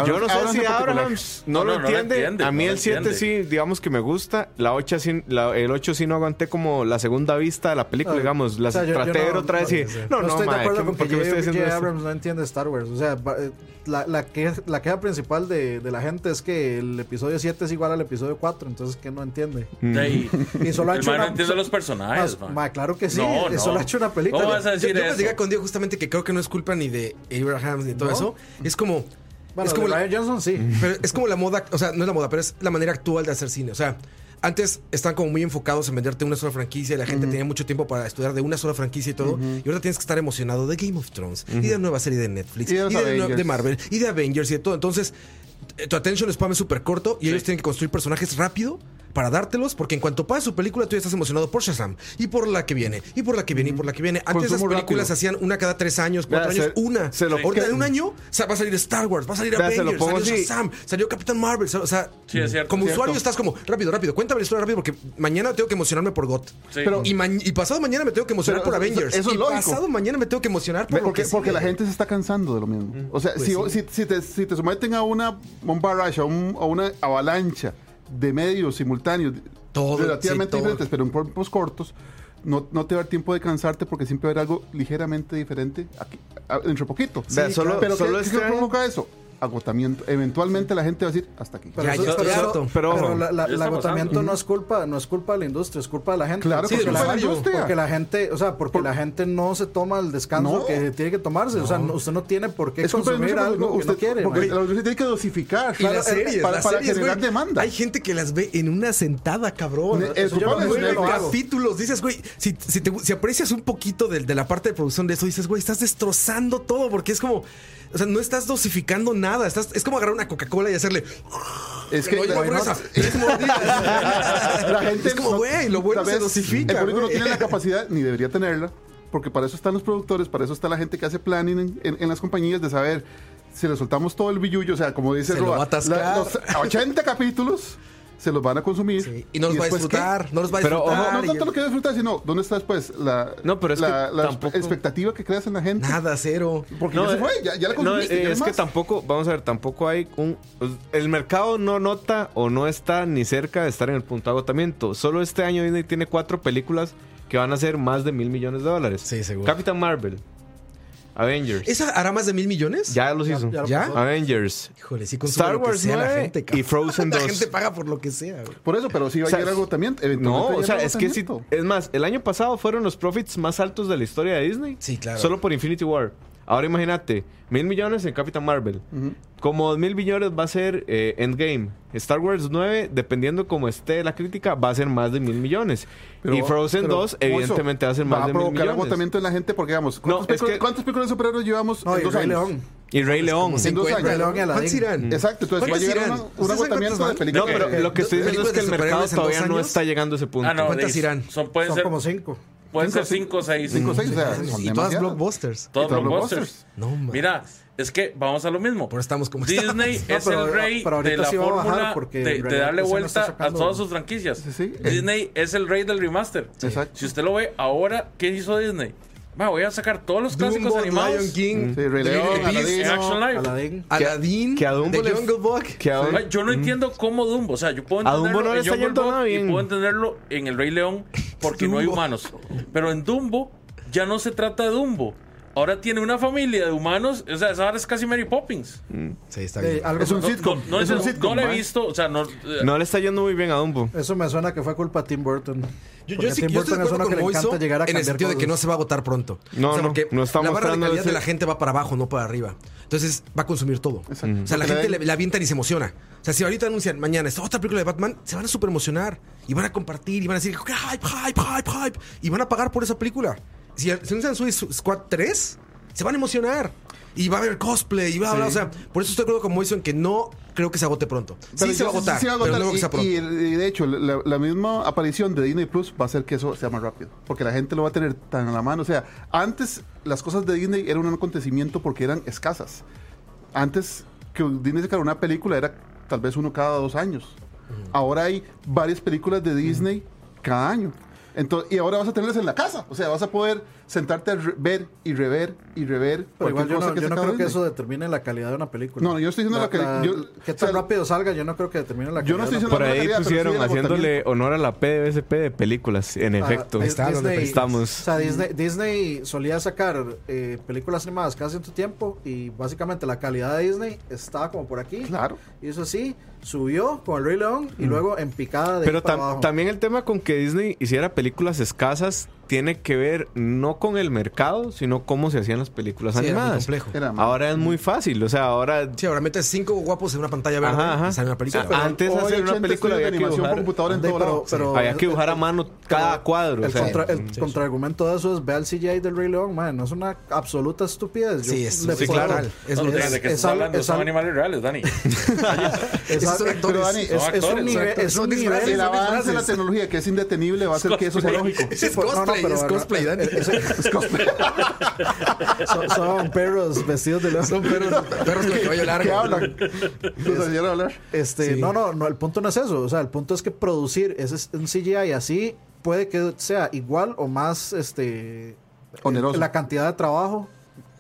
Speaker 2: Yo no sé
Speaker 4: Abrams en
Speaker 2: si
Speaker 4: particular.
Speaker 2: Abrams no,
Speaker 5: No,
Speaker 2: lo
Speaker 5: no, no lo
Speaker 2: entiende.
Speaker 5: entiende,
Speaker 2: A mí
Speaker 5: no lo
Speaker 2: el 7 sí,
Speaker 5: entiende.
Speaker 2: digamos que me gusta. La 8 sí, la- el 8 sí no aguanté como la segunda vista de la película,
Speaker 3: Ah,
Speaker 2: digamos. La
Speaker 3: o sea, yo- yo
Speaker 2: traté de ver
Speaker 3: no-
Speaker 2: otra vez y.
Speaker 3: no,
Speaker 2: No, no,
Speaker 3: estoy
Speaker 2: mae,
Speaker 3: de acuerdo
Speaker 2: ¿qué-
Speaker 3: con
Speaker 2: ¿por
Speaker 3: que
Speaker 2: qué me estoy
Speaker 3: J.J.
Speaker 2: diciendo esto?
Speaker 3: Abrams no entiende Star Wars. O sea, va- eh, la, la, que, la queja principal de, de la gente es que el episodio 7 es igual al episodio 4, entonces que no entiende.
Speaker 5: Ey,
Speaker 3: Mm. Y solo ha
Speaker 5: el
Speaker 3: hecho
Speaker 5: man no
Speaker 3: una-
Speaker 5: entiende los personajes,
Speaker 3: Más-
Speaker 5: man.
Speaker 3: ma, claro que sí,
Speaker 5: No,
Speaker 3: eh,
Speaker 5: no.
Speaker 3: solo ha hecho una película.
Speaker 5: ¿Cómo vas a
Speaker 1: Yo,
Speaker 5: decir
Speaker 1: yo
Speaker 5: eso?
Speaker 1: platicaba con Diego justamente que creo que no es culpa ni de Abraham ni de todo
Speaker 3: No.
Speaker 1: eso. Es como.
Speaker 3: Bueno,
Speaker 1: es como
Speaker 3: de
Speaker 1: la-
Speaker 3: Ryan Johnson sí.
Speaker 1: Pero es como la moda, o sea, no es la moda, pero es la manera actual de hacer cine. O sea, antes están como muy enfocados en venderte una sola franquicia y la gente tenía mucho tiempo para estudiar de una sola franquicia y todo. Y ahorita tienes que estar emocionado de Game of Thrones y de la nueva serie de Netflix
Speaker 4: Y
Speaker 1: y, de,
Speaker 4: de los
Speaker 1: la nueva-
Speaker 4: Avengers.
Speaker 1: de Marvel y de Avengers y de todo. Entonces, eh, tu attention spam es súper corto y ellos tienen que construir personajes rápido. Para dártelos, porque en cuanto pasa su película, tú ya estás emocionado por Shazam y por la que viene, y por la que viene, y por la que viene. Antes
Speaker 4: Consumo
Speaker 1: esas películas
Speaker 4: rápido.
Speaker 1: hacían una cada tres años, cuatro
Speaker 2: Vea,
Speaker 1: años,
Speaker 2: se-
Speaker 1: una.
Speaker 2: se lo-
Speaker 1: Ahorita en un año o sea, va a salir Star Wars, va a salir
Speaker 2: Ya, se lo
Speaker 1: Avengers,
Speaker 2: pongo
Speaker 1: salió
Speaker 2: así.
Speaker 1: Shazam, salió Capitán Marvel. sal- O sea,
Speaker 5: Sí, es cierto,
Speaker 1: como
Speaker 5: es
Speaker 1: usuario estás como, rápido, rápido, cuéntame la historia rápido porque mañana tengo que emocionarme por GOT.
Speaker 5: Sí.
Speaker 4: Pero-
Speaker 1: y, ma- y pasado mañana me tengo que emocionar
Speaker 4: Pero
Speaker 1: por
Speaker 4: eso-
Speaker 1: Avengers.
Speaker 4: eso es
Speaker 1: y
Speaker 4: lógico.
Speaker 1: pasado mañana me tengo que emocionar por
Speaker 4: Ve,
Speaker 1: lo
Speaker 4: Porque,
Speaker 1: que
Speaker 4: porque
Speaker 1: sigue.
Speaker 4: la gente se está cansando de lo mismo. O sea,
Speaker 1: eh, Pues
Speaker 4: si,
Speaker 1: sí.
Speaker 4: si, si te, si te someten a una bombarrage, a, un- a una avalancha de medios simultáneos,
Speaker 1: Todo,
Speaker 4: relativamente
Speaker 1: sí, todo.
Speaker 4: diferentes, pero en tiempos cortos, no, no te va a dar tiempo de cansarte porque siempre va a haber algo ligeramente diferente aquí, a- dentro de poquito.
Speaker 2: Vea, solo-
Speaker 4: pero ¿qué-
Speaker 2: solo
Speaker 4: ¿qué,
Speaker 2: este
Speaker 4: qué
Speaker 2: año-
Speaker 4: provoca eso? Agotamiento. Eventualmente la gente va a decir, hasta aquí.
Speaker 3: Pero
Speaker 1: Ya,
Speaker 3: eso-
Speaker 1: ya estoy
Speaker 3: pero-
Speaker 1: harto.
Speaker 2: Pero ojo,
Speaker 3: pero la- la-
Speaker 5: ya
Speaker 3: el
Speaker 5: está
Speaker 3: agotamiento
Speaker 5: pasando.
Speaker 3: no es culpa, no es culpa de la industria, es culpa de la gente.
Speaker 4: Claro,
Speaker 1: Sí,
Speaker 3: porque,
Speaker 1: es
Speaker 3: la,
Speaker 1: culpa de la
Speaker 4: industria.
Speaker 3: porque la gente, o sea, porque la gente no se toma el descanso
Speaker 4: No.
Speaker 3: que tiene que tomarse. O sea, no- usted no tiene por qué
Speaker 4: Es culpa de la
Speaker 3: consumir
Speaker 4: industria,
Speaker 3: algo
Speaker 4: no,
Speaker 3: que no
Speaker 4: usted-
Speaker 3: quiere.
Speaker 4: Porque
Speaker 3: man.
Speaker 4: la industria tiene que dosificar
Speaker 1: Y las
Speaker 4: eh,
Speaker 1: series,
Speaker 4: para,
Speaker 1: las
Speaker 4: para
Speaker 1: series,
Speaker 4: generar
Speaker 1: güey.
Speaker 4: demanda. Eh,
Speaker 1: Hay gente que las ve en una sentada, cabrón.
Speaker 4: Ne- el
Speaker 1: Eso yo
Speaker 4: culpable
Speaker 1: lo
Speaker 4: es
Speaker 1: veo en
Speaker 4: Nelo, hago.
Speaker 1: capítulos. Dices, güey, si, si te- si aprecias un poquito de, de la parte de producción de eso, dices, güey, estás destrozando todo porque es como. O sea, no estás dosificando nada. Estás, es como agarrar una Coca-Cola y hacerle.
Speaker 4: Es
Speaker 1: No, yo por esa. Es mordida.
Speaker 4: la gente
Speaker 1: Es como, güey, lo bueno
Speaker 4: tal
Speaker 1: se
Speaker 4: vez
Speaker 1: dosifica,
Speaker 4: El público
Speaker 1: güey.
Speaker 4: no tiene la capacidad, ni debería tenerla, porque para eso están los productores, para eso está la gente que hace planning en, en- en las compañías de saber si le soltamos todo el billullo, o sea, como dice
Speaker 1: Se lo
Speaker 4: Roa,
Speaker 1: va a atascar.
Speaker 4: los 80 capítulos se los van a consumir.
Speaker 1: Sí, y no los va a
Speaker 4: después, ¿qué?
Speaker 1: disfrutar. No los va a
Speaker 2: Pero,
Speaker 1: disfrutar.
Speaker 2: ojo,
Speaker 4: No, no
Speaker 1: y-
Speaker 4: tanto lo que disfrutar, sino dónde está después la,
Speaker 2: No, pero es
Speaker 4: la,
Speaker 2: que
Speaker 4: la
Speaker 2: tampoco-
Speaker 4: expectativa que creas en la gente.
Speaker 1: Nada, cero.
Speaker 4: Porque ya se
Speaker 2: eh,
Speaker 4: fue, ya, ya la
Speaker 2: no,
Speaker 4: consumiste.
Speaker 2: eh,
Speaker 4: ya no
Speaker 2: es que
Speaker 4: más.
Speaker 2: tampoco, vamos a ver, tampoco hay un. El mercado no nota o no está ni cerca de estar en el punto de agotamiento. Solo este año Disney tiene cuatro películas que van a ser más de mil millones de dólares.
Speaker 1: Sí, seguro.
Speaker 2: Capitán Marvel, Avengers.
Speaker 1: ¿Esa hará más de mil millones?
Speaker 2: Ya los hizo.
Speaker 3: ya lo
Speaker 1: ¿Ya? pasó.
Speaker 2: Avengers.
Speaker 1: Híjole, sí, consume
Speaker 2: Star
Speaker 1: lo que
Speaker 2: Wars
Speaker 1: sea
Speaker 2: 9
Speaker 1: la gente,
Speaker 2: y
Speaker 1: cabrón.
Speaker 2: Frozen
Speaker 1: La gente
Speaker 2: 2.
Speaker 1: paga por lo que sea, güey.
Speaker 4: Por eso, pero sí va
Speaker 2: O sea,
Speaker 4: a llegar agotamiento.
Speaker 2: No,
Speaker 4: eventualmente
Speaker 2: o sea,
Speaker 4: llega
Speaker 2: es que sí.
Speaker 4: agotamiento.
Speaker 2: Es más, el año pasado fueron los profits más altos de la historia de Disney.
Speaker 1: Sí, claro.
Speaker 2: Solo por Infinity War. Ahora imagínate, mil millones en Capitán Marvel. Como dos mil millones va a ser eh, Endgame. Star Wars 9, dependiendo ccomo esté la crítica, va a ser más de mil millones.
Speaker 4: Pero-
Speaker 2: y Frozen
Speaker 4: pero,
Speaker 2: 2,
Speaker 4: Monzo,
Speaker 2: evidentemente, va a ser más de
Speaker 4: va a
Speaker 2: mil
Speaker 4: provocar
Speaker 2: millones.
Speaker 4: agotamiento en la gente porque, digamos, ¿cuántos,
Speaker 2: No, es
Speaker 4: películas,
Speaker 2: que-
Speaker 4: cuántos películas de superhéroes llevamos
Speaker 3: No,
Speaker 4: en
Speaker 3: y
Speaker 4: dos
Speaker 3: Rey
Speaker 4: años?
Speaker 3: León.
Speaker 2: Y Rey León.
Speaker 4: En dos
Speaker 1: 50,
Speaker 4: años.
Speaker 1: ¿no? ¿Cuántos irán?
Speaker 4: Exacto, entonces va a
Speaker 1: ¿Cuántas
Speaker 4: llegar
Speaker 1: irán?
Speaker 4: una- un
Speaker 1: ¿Ustedes saben
Speaker 4: agotamiento de
Speaker 1: cuántas van?
Speaker 2: Mm. No,
Speaker 4: películas.
Speaker 2: pero
Speaker 4: que-
Speaker 2: lo que estoy diciendo es
Speaker 1: ¿Películas
Speaker 2: que el
Speaker 1: de
Speaker 2: mercado
Speaker 1: superhéroes en dos
Speaker 2: todavía no
Speaker 1: años?
Speaker 2: está llegando a ese punto.
Speaker 5: Ah, no,
Speaker 1: ¿Cuántas
Speaker 5: de-
Speaker 1: irán?
Speaker 5: Son, pueden
Speaker 3: Son
Speaker 5: ser,
Speaker 3: como cinco.
Speaker 5: pueden ser 5 o 6.
Speaker 4: Cinco, seis, o sea,
Speaker 2: Mm.
Speaker 4: son
Speaker 1: Y todas
Speaker 4: demasiadas.
Speaker 1: blockbusters.
Speaker 5: Todos
Speaker 4: Y todos
Speaker 5: blockbusters.
Speaker 1: No, man.
Speaker 5: Mira, es que vamos a lo mismo.
Speaker 1: Por eso estamos como
Speaker 5: Disney
Speaker 1: estamos.
Speaker 3: No,
Speaker 5: es
Speaker 3: pero-
Speaker 5: el rey
Speaker 3: pero ahorita
Speaker 5: de la
Speaker 3: sí va a bajar
Speaker 5: fórmula
Speaker 3: porque en
Speaker 5: de, de
Speaker 3: realidad
Speaker 5: darle
Speaker 3: Disney no está
Speaker 5: vuelta a
Speaker 3: sacando-
Speaker 5: todas sus franquicias.
Speaker 4: Sí, sí.
Speaker 5: Disney es el rey del remaster.
Speaker 4: Exacto.
Speaker 5: Si usted lo ve ahora, ¿qué hizo Disney? Va, voy a sacar todos los clásicos
Speaker 1: Dumbo,
Speaker 5: animados.
Speaker 1: Lion King,
Speaker 4: Sí, Rey
Speaker 1: The
Speaker 4: León,
Speaker 1: Beauty and the
Speaker 5: en
Speaker 1: Beast,
Speaker 5: Action Live.
Speaker 3: Aladdin.
Speaker 1: Aladdin,
Speaker 2: que a Dumbo
Speaker 1: The
Speaker 2: les-
Speaker 1: Jungle Book.
Speaker 2: Que a-
Speaker 5: Ma,
Speaker 1: Mm.
Speaker 5: yo no entiendo cómo Dumbo, o sea, yo puedo
Speaker 2: A Dumbo
Speaker 5: entenderlo
Speaker 2: no le
Speaker 5: en
Speaker 2: está
Speaker 5: Jungle
Speaker 2: yendo
Speaker 5: Book
Speaker 2: nada bien.
Speaker 5: y puedo entenderlo en El Rey León porque no hay
Speaker 1: Dumbo.
Speaker 5: humanos. Pero en Dumbo ya no se trata de Dumbo. Ahora tiene una familia de humanos, o sea, esa ahora es casi Mary Poppins.
Speaker 1: Sí, está
Speaker 3: Eh,
Speaker 1: bien.
Speaker 3: algo-
Speaker 4: Es un
Speaker 5: No,
Speaker 4: sitcom.
Speaker 5: no, no,
Speaker 4: es
Speaker 5: no-
Speaker 4: un sitcom.
Speaker 5: no la
Speaker 4: man.
Speaker 5: he visto, o sea, no, eh,
Speaker 2: no le está yendo muy bien a Dumbo.
Speaker 3: Eso me suena que fue culpa de Tim Burton.
Speaker 1: Yo, yo
Speaker 3: Porque
Speaker 1: sí,
Speaker 3: Tim
Speaker 1: yo estoy de
Speaker 3: Burton es
Speaker 1: acuerdo
Speaker 3: uno que
Speaker 1: con
Speaker 3: le
Speaker 1: Moiso
Speaker 3: encanta llegar a
Speaker 1: en el
Speaker 3: cambiar
Speaker 1: sentido de que no
Speaker 3: cosas.
Speaker 1: se va a agotar pronto.
Speaker 2: No, no,
Speaker 1: porque
Speaker 2: no está
Speaker 1: la barra de
Speaker 2: mostrando
Speaker 1: calidad
Speaker 2: ese-
Speaker 1: de la gente va para abajo, no para arriba. Entonces va a consumir todo.
Speaker 4: Exacto.
Speaker 1: O sea, la
Speaker 4: Porque
Speaker 1: gente
Speaker 4: le-
Speaker 1: le, le avientan y se emociona. O sea, si ahorita anuncian mañana esta otra película de Batman, se van a super emocionar y van a compartir y van a decir hype, hype, hype, hype y van a pagar por esa película. Si, si anuncian Suicide Squad 3, se van a emocionar y va a haber cosplay y va a hablar. O sea, por eso estoy de acuerdo con Moiso en que no creo que se agote pronto.
Speaker 4: Pero
Speaker 1: sí se
Speaker 4: yo
Speaker 1: va a
Speaker 4: sé-
Speaker 1: agotar,
Speaker 4: sí se va a
Speaker 1: pero no creo que sea
Speaker 4: agotar.
Speaker 1: pronto.
Speaker 4: Y, y- y de hecho, la, la misma aparición de Disney Plus va a hacer que eso sea más rápido. Porque la gente lo va a tener tan a la mano. O sea, antes las cosas de Disney eran un acontecimiento porque eran escasas. Antes que Disney sacara una película era tal vez uno cada dos años. Ahora hay varias películas de Disney cada año. Entonces, y ahora vas a tenerlas en la casa. O sea, vas a poder sentarte a re- ver y rever y rever
Speaker 3: Pero igual
Speaker 4: cualquier
Speaker 3: yo
Speaker 4: cosa
Speaker 3: no, yo no
Speaker 4: saca
Speaker 3: creo que eso
Speaker 4: Disney.
Speaker 3: determine la calidad de una película.
Speaker 4: No, yo estoy diciendo la cali- yo-
Speaker 3: que
Speaker 4: o
Speaker 3: tan
Speaker 4: sea,
Speaker 3: rápido salga, yo no creo que determine la calidad.
Speaker 4: Yo no estoy
Speaker 3: de una
Speaker 4: diciendo
Speaker 2: Por
Speaker 4: no,
Speaker 2: ahí
Speaker 4: no, no, no,
Speaker 2: pusieron
Speaker 4: no, no, no,
Speaker 2: haciéndole honor a la PDSP de películas, en
Speaker 3: Ah,
Speaker 2: efecto.
Speaker 3: Dis-
Speaker 1: Está donde
Speaker 2: estamos.
Speaker 3: O sea, Disney, Disney solía sacar eh, películas animadas cada cierto tiempo y básicamente la calidad de Disney estaba como por aquí.
Speaker 4: Claro.
Speaker 3: Y eso sí, subió con el Rey León
Speaker 4: Mm.
Speaker 3: y luego en picada de
Speaker 2: Pero
Speaker 3: ahí para
Speaker 2: tam-
Speaker 3: abajo.
Speaker 2: también el tema con que Disney hiciera películas escasas tiene que ver no con el mercado, sino cómo se hacían las películas
Speaker 1: Sí, era muy
Speaker 2: animadas.
Speaker 1: complejo.
Speaker 4: Era más.
Speaker 2: ahora es muy fácil, o sea, ahora...
Speaker 1: Sí, ahora metes cinco guapos en una pantalla verde
Speaker 2: Ajá, ajá.
Speaker 1: y sale una película.
Speaker 2: Ah, antes de
Speaker 4: Hoy
Speaker 2: hacer una
Speaker 4: 80
Speaker 2: película
Speaker 4: estudios de
Speaker 2: había que
Speaker 4: animación por
Speaker 2: dibujar,
Speaker 4: computadora en
Speaker 3: De-
Speaker 4: todo
Speaker 3: pero-
Speaker 4: lado.
Speaker 3: pero-
Speaker 2: había que dibujar a mano cada cuadro. o
Speaker 3: El,
Speaker 2: sea,
Speaker 3: contra- el
Speaker 1: sí, sí.
Speaker 3: contraargumento de eso es ve al CGI del Rey León, man, no es una absoluta estupidez. Yo
Speaker 1: Sí, es-
Speaker 3: le
Speaker 1: sí,
Speaker 3: puedo-
Speaker 1: claro. Es
Speaker 5: No, de,
Speaker 1: brutal.
Speaker 5: de que
Speaker 3: es
Speaker 5: estás
Speaker 3: algo-
Speaker 5: hablando,
Speaker 3: es
Speaker 5: son
Speaker 3: algo-
Speaker 5: animales reales, Dani.
Speaker 3: es-
Speaker 1: Esos son
Speaker 3: es-
Speaker 1: actores.
Speaker 4: Pero Dani,
Speaker 3: es- es un
Speaker 5: actores,
Speaker 3: nivel,
Speaker 1: actores,
Speaker 3: es
Speaker 1: son
Speaker 3: un
Speaker 1: disfraces,
Speaker 3: nivel-
Speaker 4: el
Speaker 1: son
Speaker 4: avance de la
Speaker 1: disfraces.
Speaker 4: tecnología que es indetenible va a hacer que eso sea lógico.
Speaker 1: Ese es
Speaker 3: por- no, no,
Speaker 1: cosplay,
Speaker 3: pero
Speaker 1: es
Speaker 3: ahora-
Speaker 1: cosplay, Dani.
Speaker 3: son, son perros vestidos de león.
Speaker 1: Son perros, perros con cabello largo.
Speaker 4: ¿Qué hablan? Nos oyeron hablar.
Speaker 3: Este,
Speaker 1: Sí.
Speaker 3: no, no, no, el punto no es eso. O sea, el punto es que producir ese es un CGI así puede que sea igual o más este
Speaker 4: Oneroso.
Speaker 3: la cantidad de trabajo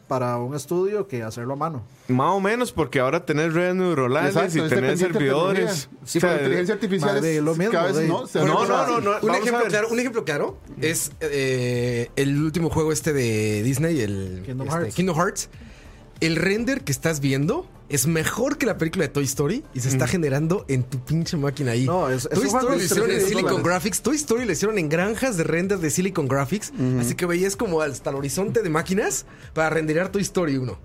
Speaker 3: para un estudio que hacerlo a mano.
Speaker 2: Más o menos porque ahora tenés redes neurales
Speaker 4: Exacto,
Speaker 2: y
Speaker 4: es
Speaker 2: tenés
Speaker 4: dependiente de
Speaker 2: servidores.
Speaker 4: tecnología.
Speaker 2: O
Speaker 4: Sí, pero
Speaker 2: sea,
Speaker 4: la inteligencia artificial
Speaker 3: madre,
Speaker 4: es
Speaker 3: lo mismo,
Speaker 4: cada vez
Speaker 3: güey.
Speaker 4: no. se
Speaker 2: No,
Speaker 4: avanza.
Speaker 2: no, no, no.
Speaker 1: Un
Speaker 2: Vamos a
Speaker 1: ejemplo,
Speaker 2: ver.
Speaker 1: claro, un ejemplo claro es eh, el último juego este de Disney, el
Speaker 3: Kingdom
Speaker 1: este,
Speaker 3: Hearts.
Speaker 1: Kingdom Hearts. El render que estás viendo es mejor que la película de Toy Story y se está generando en tu pinche máquina ahí.
Speaker 3: No, es-
Speaker 1: Toy
Speaker 3: eso fue
Speaker 1: Story lo
Speaker 3: antes de
Speaker 1: hicieron en
Speaker 3: 300
Speaker 1: Silicon
Speaker 3: dólares.
Speaker 1: Graphics, Toy Story lo hicieron en granjas de render de Silicon Graphics, así que veías como hasta el horizonte de máquinas para renderar Toy Story 1.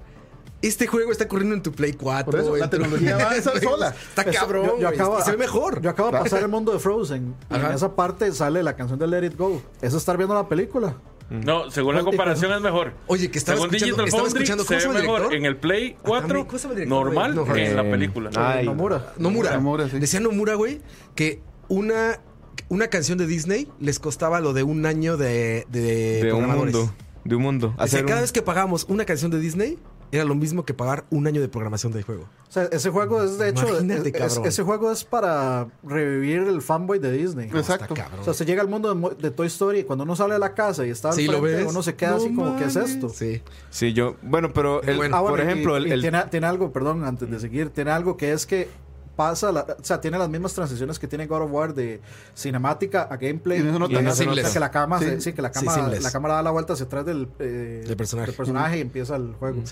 Speaker 1: Este juego está ocurriendo en tu Play 4.
Speaker 4: Por eso, la
Speaker 1: en tu-
Speaker 4: tecnología avanza sola.
Speaker 1: Está
Speaker 3: Eso-
Speaker 1: cabrón.
Speaker 3: yo- yo
Speaker 1: güey,
Speaker 3: acabo-
Speaker 1: y se ve mejor.
Speaker 3: Yo acabo de pasar el mundo de Frozen y en
Speaker 1: Ajá.
Speaker 3: esa parte sale la canción de Let It Go. Eso es estar viendo la película.
Speaker 5: No, según la comparación es mejor.
Speaker 1: Oye, que estaba
Speaker 5: Según
Speaker 1: escuchando-
Speaker 5: Digital
Speaker 1: estaba
Speaker 5: Foundry,
Speaker 1: escuchando, ¿cómo
Speaker 5: se
Speaker 1: se
Speaker 5: ve
Speaker 1: llama el
Speaker 5: mejor
Speaker 1: director?
Speaker 5: en el Play
Speaker 1: Ah, también,
Speaker 5: 4
Speaker 1: ¿cómo se llama el director,
Speaker 5: normal
Speaker 1: güey? No,
Speaker 5: que en la
Speaker 2: eh,
Speaker 5: película.
Speaker 2: ay.
Speaker 3: Nomura.
Speaker 1: Nomura.
Speaker 4: Nomura, sí.
Speaker 1: Decía Nomura, güey, que una, una canción de Disney les costaba lo de un año de, de,
Speaker 2: de un
Speaker 1: programadores.
Speaker 2: mundo. De un mundo.
Speaker 1: Decía,
Speaker 2: Hacer
Speaker 1: cada
Speaker 2: un-
Speaker 1: vez que pagamos una canción de Disney, era lo mismo que pagar un año de programación del juego.
Speaker 3: O sea, ese juego es de hecho
Speaker 1: Imagínate,
Speaker 3: es- es-
Speaker 1: cabrón.
Speaker 3: ese juego es para revivir el fanboy de Disney.
Speaker 4: Exacto.
Speaker 1: Está cabrón.
Speaker 3: O sea, se llega al mundo de, Mo- de Toy Story y cuando uno sale de la casa y está al
Speaker 1: Sí, lo
Speaker 3: frente,
Speaker 1: ves.
Speaker 3: uno se queda así
Speaker 1: No
Speaker 3: como, ¿qué es
Speaker 1: mames.
Speaker 3: esto?
Speaker 1: Sí.
Speaker 2: Sí, yo... Bueno, pero, el-
Speaker 1: Bueno.
Speaker 3: Ah,
Speaker 2: por
Speaker 3: bueno, y-
Speaker 2: ejemplo, el-
Speaker 3: y
Speaker 2: el-
Speaker 3: tiene, tiene algo, perdón, antes de seguir, tiene algo que es que pasa, la- o sea, tiene las mismas transiciones que tiene God of War de cinemática a gameplay.
Speaker 4: Y en eso no
Speaker 3: Y en
Speaker 4: tan-
Speaker 3: eso no- o sea,
Speaker 1: seamless.
Speaker 3: que la cámara,
Speaker 4: Sí.
Speaker 3: se- sí, que la
Speaker 1: Sí,
Speaker 3: cámara,
Speaker 1: seamless.
Speaker 3: la cámara da la vuelta hacia atrás del, eh,
Speaker 1: Del personaje.
Speaker 3: del personaje y empieza el juego.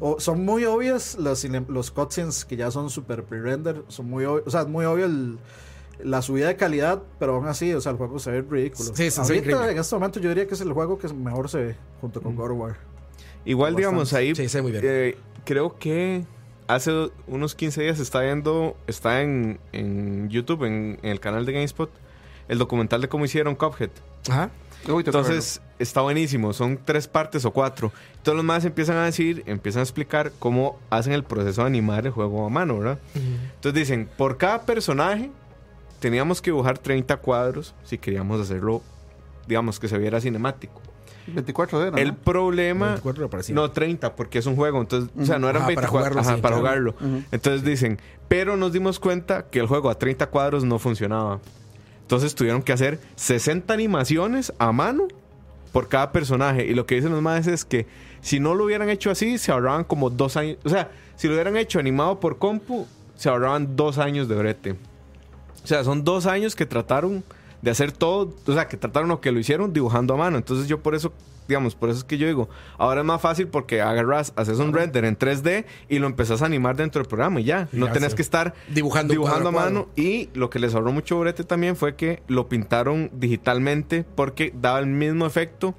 Speaker 3: O, son muy obvias las cine- los cutscenes que ya son super pre-render, son muy obvios, o sea, es muy obvio el- la subida de calidad, pero aún así, o sea, el juego se ve ridículo.
Speaker 1: Sí, sí, se ve
Speaker 3: Ahorita,
Speaker 1: increíble.
Speaker 3: en este momento, yo diría que es el juego que mejor se ve junto con God of War.
Speaker 2: Igual,
Speaker 3: Bastante.
Speaker 2: digamos, ahí.
Speaker 1: Sí, se ve muy bien.
Speaker 2: eh, creo que hace unos 15 días está viendo. Está en, en YouTube, en, en el canal de GameSpot. El documental de cómo hicieron Cuphead.
Speaker 1: Ajá.
Speaker 4: Uy, tengo que
Speaker 2: Entonces, está buenísimo. Son tres partes o cuatro. Todos los más empiezan a decir, empiezan a explicar cómo hacen el proceso de animar el juego a mano, ¿verdad? Entonces dicen, por cada personaje teníamos que dibujar 30 cuadros si queríamos hacerlo, digamos, que se viera cinemático.
Speaker 4: verlo. 24 de
Speaker 2: El problema...
Speaker 1: 24 lo parecía.
Speaker 2: No, 30, porque es un juego. Entonces, o sea, no eran
Speaker 1: Ajá, para
Speaker 2: 24
Speaker 1: jugarlo,
Speaker 2: ajá,
Speaker 1: sí,
Speaker 2: para
Speaker 1: claro.
Speaker 2: jugarlo. Entonces dicen, pero nos dimos cuenta que el juego a 30 cuadros no funcionaba. Entonces tuvieron que hacer 60 animaciones a mano por cada personaje. Y lo que dicen los más es que si no lo hubieran hecho así, se ahorraban como dos años. O sea, si lo hubieran hecho animado por compu, se ahorraban dos años de brete. O sea, son dos años que trataron de hacer todo, o sea, que trataron o que lo hicieron dibujando a mano. Entonces yo por eso, digamos, por eso es que yo digo, ahora es más fácil porque agarras, haces un render en 3D y lo empezás a animar dentro del programa y ya. No
Speaker 1: Ya
Speaker 2: tenés
Speaker 1: sé.
Speaker 2: que estar
Speaker 1: Dibujando
Speaker 2: dibujando a
Speaker 1: cuadro a
Speaker 2: mano. Y lo que les ahorró mucho brete también fue que lo pintaron digitalmente porque daba el mismo efecto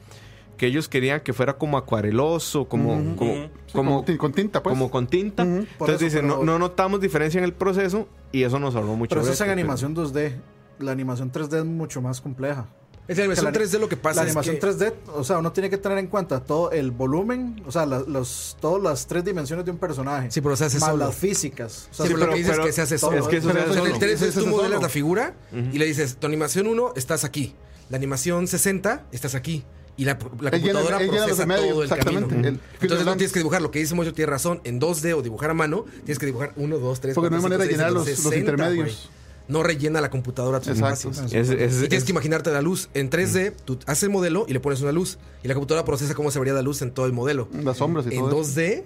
Speaker 2: que ellos querían que fuera como acuareloso, como... como,
Speaker 5: Ujú.
Speaker 2: como
Speaker 4: Como, tin- con tinta, pues.
Speaker 2: como con tinta.
Speaker 4: Ujú.
Speaker 3: Por
Speaker 2: Entonces
Speaker 3: eso,
Speaker 2: dicen, no,
Speaker 3: pero-
Speaker 2: no notamos diferencia en el proceso y eso nos ahorró mucho.
Speaker 3: Pero eso es
Speaker 2: brete,
Speaker 3: en
Speaker 2: pero-
Speaker 3: animación 2D. La animación 3D es mucho más compleja.
Speaker 1: Es la animación
Speaker 3: Que la-
Speaker 1: 3D lo que pasa es
Speaker 3: la animación
Speaker 1: que-
Speaker 3: 3D, o sea, uno tiene que tener en cuenta todo el volumen, o sea, la- los, todas las tres dimensiones de un personaje.
Speaker 1: Sí, pero se hace
Speaker 3: más
Speaker 1: solo.
Speaker 3: las físicas. O sea,
Speaker 1: Sí, pero,
Speaker 2: pero-
Speaker 1: lo que dices
Speaker 2: pero-
Speaker 1: es que se hace
Speaker 3: todo,
Speaker 1: solo.
Speaker 3: es que eso
Speaker 1: Pero
Speaker 3: se hace
Speaker 1: en el
Speaker 3: solo.
Speaker 1: 3D
Speaker 4: Eso
Speaker 1: tú
Speaker 4: se hace
Speaker 1: modelas
Speaker 4: solo.
Speaker 1: la figura y le dices, tu animación 1 estás aquí, la animación 60 estás aquí. Y la, la
Speaker 4: Él llena-
Speaker 1: computadora
Speaker 4: él llena los
Speaker 1: procesa
Speaker 4: de medio,
Speaker 1: todo el camino.
Speaker 4: exactamente. El-
Speaker 1: Entonces no
Speaker 4: Finland-
Speaker 1: tienes que dibujar lo que dice Mocho, tiene razón. En 2D o dibujar a mano, tienes que dibujar 1, 2, 3,
Speaker 4: Porque no hay manera de llenar los, los
Speaker 1: 60,
Speaker 4: intermedios.
Speaker 1: güey. no rellena la computadora tus
Speaker 4: Exacto.
Speaker 1: espacios.
Speaker 2: Es- es-
Speaker 1: Y tienes
Speaker 2: es-
Speaker 1: que imaginarte la luz. En 3D, tú haces el modelo y le pones una luz. Y la computadora procesa cómo se vería la luz en todo el modelo.
Speaker 4: Las sombras y
Speaker 1: En
Speaker 4: todo. eso.
Speaker 1: 2D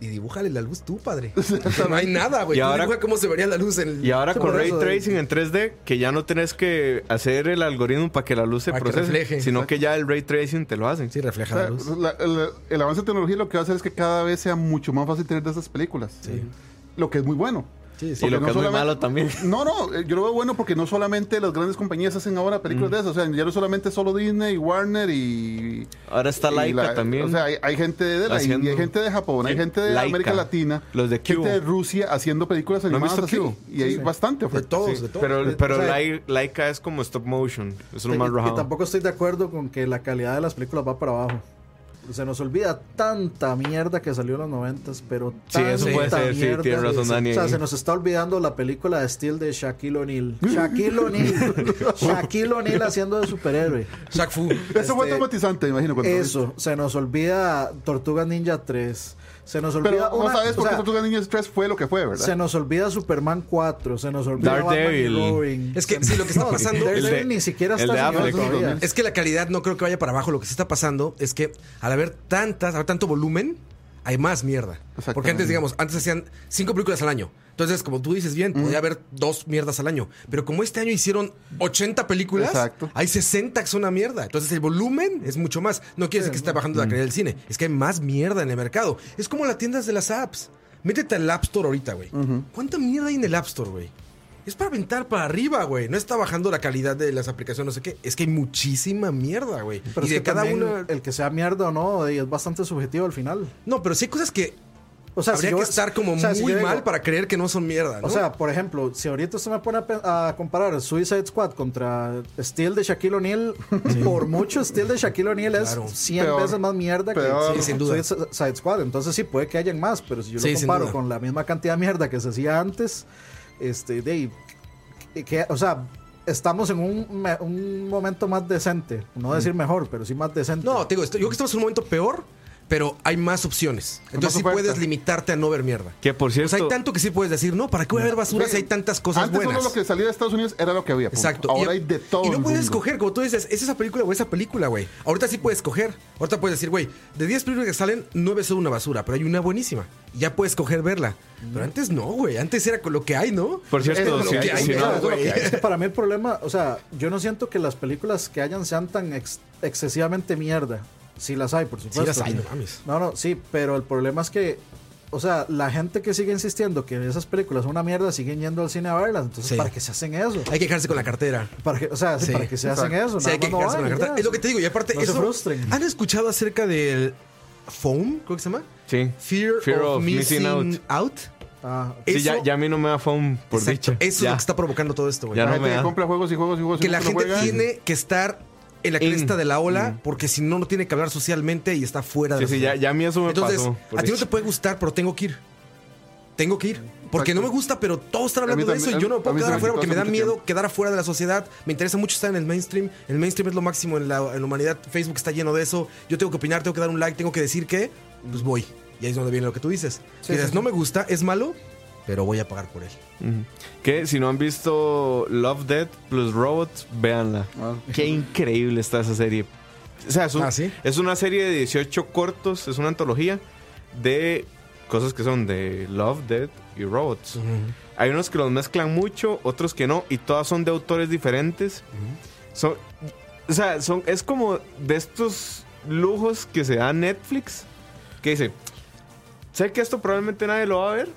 Speaker 1: y dibújale la luz tú, padre. No hay nada, güey.
Speaker 2: Y
Speaker 1: Tú
Speaker 2: ahora-
Speaker 1: dibuja cómo se vería la luz en el.
Speaker 2: Y ahora
Speaker 3: Sí,
Speaker 2: con
Speaker 3: por
Speaker 2: ray
Speaker 3: eso,
Speaker 2: tracing en 3D, que ya no tenés que hacer el algoritmo para que la luz se
Speaker 1: Para que
Speaker 2: procese,
Speaker 1: refleje.
Speaker 2: sino que ya el ray tracing te lo hacen.
Speaker 1: Sí, refleja la
Speaker 4: O
Speaker 1: luz.
Speaker 4: sea, la- el, el avance de tecnología lo que va a hacer es que cada vez sea mucho más fácil tener de esas películas. Lo que es muy bueno.
Speaker 1: Sí,
Speaker 2: y lo que
Speaker 4: no
Speaker 2: es muy
Speaker 4: solamente-
Speaker 2: malo también.
Speaker 4: No, no, eh, yo lo veo bueno porque no solamente las grandes compañías hacen ahora
Speaker 2: Mm.
Speaker 4: películas de esas. O sea, ya no solamente solo Disney, Warner y.
Speaker 2: Ahora está
Speaker 4: y
Speaker 2: Laika
Speaker 4: la-
Speaker 2: también.
Speaker 4: O sea, hay, hay gente de la
Speaker 2: Haciendo-
Speaker 4: India, hay gente de Japón, hay
Speaker 2: Sí,
Speaker 4: gente de
Speaker 2: Laika.
Speaker 4: América Latina,
Speaker 2: Los de
Speaker 4: gente
Speaker 2: Cubo.
Speaker 4: de Rusia haciendo películas
Speaker 2: han
Speaker 4: animadas
Speaker 2: visto
Speaker 4: así.
Speaker 2: Cubo?
Speaker 4: Y hay bastante pues.
Speaker 1: De
Speaker 4: oferta.
Speaker 1: todos,
Speaker 2: Sí,
Speaker 1: de Eh, todos.
Speaker 2: pero pero
Speaker 3: O sea,
Speaker 2: Lai- Laika es como stop motion. Es lo
Speaker 3: Y-
Speaker 2: más
Speaker 3: y
Speaker 2: rajado.
Speaker 3: tampoco estoy de acuerdo con que la calidad de las películas va para abajo. Se nos olvida tanta mierda que salió en los noventas, pero
Speaker 2: Sí, eso puede
Speaker 3: tanta
Speaker 2: ser, sí,
Speaker 3: mierda.
Speaker 2: tienes razón,
Speaker 3: Sí, sí.
Speaker 2: Dani.
Speaker 3: O sea, se nos está olvidando la película de Steel de Shaquille O'Neal. Shaquille O'Neal. Shaquille O'Neal haciendo de superhéroe.
Speaker 1: Shaq Fu.
Speaker 4: Eso fue
Speaker 3: Este,
Speaker 4: traumatizante, me imagino. cuando lo vi.
Speaker 3: Eso, se nos olvida Tortuga Ninja 3. Se nos olvida.
Speaker 4: Pero no
Speaker 3: una-
Speaker 4: sabes
Speaker 3: o
Speaker 4: por qué
Speaker 3: sea,
Speaker 4: Tortuga Ninja 3 fue lo que fue, ¿verdad?
Speaker 3: se nos olvida Superman 4, se nos olvida Batman y
Speaker 2: Daredevil.
Speaker 3: Robin.
Speaker 1: Es que
Speaker 3: Se-
Speaker 1: sí, lo que está pasando.
Speaker 2: El de-
Speaker 3: Daredevil ni siquiera
Speaker 2: el
Speaker 3: está
Speaker 2: de
Speaker 3: en
Speaker 2: Affleck.
Speaker 3: nivel todavía.
Speaker 1: Es que la calidad no creo que vaya para abajo. Lo que sí está pasando es que al haber tantas, al haber tanto volumen, hay más mierda.
Speaker 4: Exactamente.
Speaker 1: Porque antes, digamos, antes hacían cinco películas al año. Entonces, como tú dices bien, podía haber dos mierdas al año. Pero como este año hicieron 80 películas,
Speaker 4: Exacto.
Speaker 1: hay 60 que son una mierda. Entonces, el volumen es mucho más. No quiere decir que esté bajando la calidad del cine. Es que hay más mierda en el mercado. Es como las tiendas de las apps. Métete al App Store ahorita, güey. ¿Cuánta mierda hay en el App Store, güey? Es para aventar para arriba, güey. No está bajando la calidad de las aplicaciones, no sé qué. Es que hay muchísima mierda, güey.
Speaker 3: Pero
Speaker 1: y
Speaker 3: es
Speaker 1: de
Speaker 3: que
Speaker 1: cada
Speaker 3: también
Speaker 1: uno.
Speaker 3: el que sea mierda o no, y es bastante subjetivo al final.
Speaker 1: No, pero sí hay cosas que
Speaker 3: O sea, si
Speaker 1: habría
Speaker 3: yo-
Speaker 1: que estar como
Speaker 3: o sea, si
Speaker 1: muy
Speaker 3: yo digo-
Speaker 1: mal para creer que no son mierda, ¿no?
Speaker 3: O sea, por ejemplo, si ahorita usted me pone a, pe- a comparar Suicide Squad contra Steel de Shaquille O'Neal, por mucho Steel de Shaquille O'Neal
Speaker 1: Claro.
Speaker 3: es 100
Speaker 4: Peor.
Speaker 3: veces más mierda
Speaker 4: Peor.
Speaker 3: que
Speaker 1: Sí, sin duda.
Speaker 3: Suicide Squad. Entonces sí puede que hayan más, pero si yo
Speaker 1: Sí,
Speaker 3: lo
Speaker 1: sin
Speaker 3: comparo
Speaker 1: duda.
Speaker 3: con la misma cantidad de mierda que se hacía antes, este, de, ahí, que- que- o sea, estamos en un, me- un momento más decente. No decir mejor, pero sí más decente.
Speaker 1: Mm. no, te digo, esto- yo creo que estamos en un momento peor, pero hay más opciones. Entonces sí
Speaker 4: oferta.
Speaker 1: puedes limitarte a no ver mierda.
Speaker 2: que por
Speaker 1: O
Speaker 2: cierto,
Speaker 1: sea, hay tanto que sí puedes decir, no, ¿para qué voy a ver basura si hay tantas cosas
Speaker 4: Antes
Speaker 1: buenas?
Speaker 4: solo lo que salía de Estados Unidos era lo que había. punto.
Speaker 1: Exacto.
Speaker 4: Ahora
Speaker 1: Y-
Speaker 4: hay de todo.
Speaker 1: Y no
Speaker 4: el
Speaker 1: puedes
Speaker 4: mundo.
Speaker 1: escoger, como tú dices, es esa película o esa película, güey. Ahorita sí puedes escoger. Ahorita puedes decir, güey, de 10 películas que salen, 9 son una basura, pero hay una buenísima. Ya puedes escoger verla. Pero antes no, güey. Antes era con lo que hay, ¿no?
Speaker 2: por cierto,
Speaker 4: Eso es lo
Speaker 2: si,
Speaker 1: que hay,
Speaker 2: si
Speaker 1: eso
Speaker 2: no-
Speaker 1: es lo que hay.
Speaker 3: Es que para mí el problema, o sea, yo no siento que las películas que hayan sean tan ex- excesivamente mierda. Sí las hay, por supuesto.
Speaker 1: las hay, no mames.
Speaker 3: No, no, sí, pero el problema es que, o sea, la gente que sigue insistiendo que esas películas son una mierda siguen yendo al cine a verlas. Entonces,
Speaker 1: Sí.
Speaker 3: ¿para qué se hacen eso?
Speaker 1: Hay que quejarse con la cartera.
Speaker 3: ¿Para qué- o sea, sí,
Speaker 1: Sí,
Speaker 3: ¿para qué se hacen eso?
Speaker 1: Sí, hay
Speaker 3: Nada
Speaker 1: que
Speaker 3: más
Speaker 1: quejarse con
Speaker 3: no
Speaker 1: la
Speaker 3: vayan,
Speaker 1: cartera.
Speaker 3: ya.
Speaker 1: Es lo que te digo. Y aparte,
Speaker 3: No
Speaker 1: eso,
Speaker 3: se frustren.
Speaker 1: ¿han escuchado acerca del foam? ¿Cómo que se llama?
Speaker 2: sí.
Speaker 1: Fear, of, Missing, Out.
Speaker 3: Ah,
Speaker 2: Sí,
Speaker 1: Eso-
Speaker 2: ya, ya a mí no me da phone, por
Speaker 1: Exacto,
Speaker 2: dicha.
Speaker 1: Eso
Speaker 2: Ya.
Speaker 1: es lo que está provocando todo esto, güey.
Speaker 2: Ya
Speaker 4: La
Speaker 2: no
Speaker 4: gente
Speaker 2: me da.
Speaker 4: que compra juegos y juegos y juegos. y
Speaker 1: que la
Speaker 4: nunca
Speaker 1: gente
Speaker 4: juega.
Speaker 1: tiene que estar en la
Speaker 2: En. Mm.
Speaker 1: cresta de la ola porque si no, no tiene que hablar socialmente y está fuera de
Speaker 2: Sí,
Speaker 1: la
Speaker 2: sí, ya,
Speaker 1: sociedad.
Speaker 2: ya a mí eso me
Speaker 1: Entonces,
Speaker 2: pasó. por
Speaker 1: a ti no
Speaker 2: dicha.
Speaker 1: te puede gustar, pero tengo que ir. Tengo que ir. Porque no me gusta, pero todos están hablando de
Speaker 4: también-
Speaker 1: eso y yo no
Speaker 4: a
Speaker 1: me puedo
Speaker 4: mí se
Speaker 1: quedar
Speaker 4: me
Speaker 1: afuera
Speaker 4: quitó
Speaker 1: porque me
Speaker 4: hace
Speaker 1: da
Speaker 4: mucho
Speaker 1: miedo
Speaker 4: tiempo.
Speaker 1: quedar afuera de la sociedad. Me interesa mucho estar en el mainstream. El mainstream es lo máximo en la, en la humanidad. Facebook está lleno de eso. Yo tengo que opinar, tengo que dar un like, tengo que decir que, pues voy. Y ahí es donde viene lo que tú dices.
Speaker 3: Sí,
Speaker 1: Y dices,
Speaker 3: sí, sí.
Speaker 1: no me gusta, es malo, pero voy a pagar por él.
Speaker 2: Ujú. Que si no han visto Love, Dead plus Robots, véanla.
Speaker 4: Ah.
Speaker 2: Qué increíble está esa serie. O sea, es, un-
Speaker 1: Ah, ¿sí?
Speaker 2: es una serie de 18 cortos, es una antología de cosas que son de Love, Dead y Robots. Hay unos que los mezclan mucho, otros que no, y todas son de autores diferentes. Son, o sea, son, es como de estos lujos que se da Netflix, que dice, sé que esto probablemente nadie lo va a ver,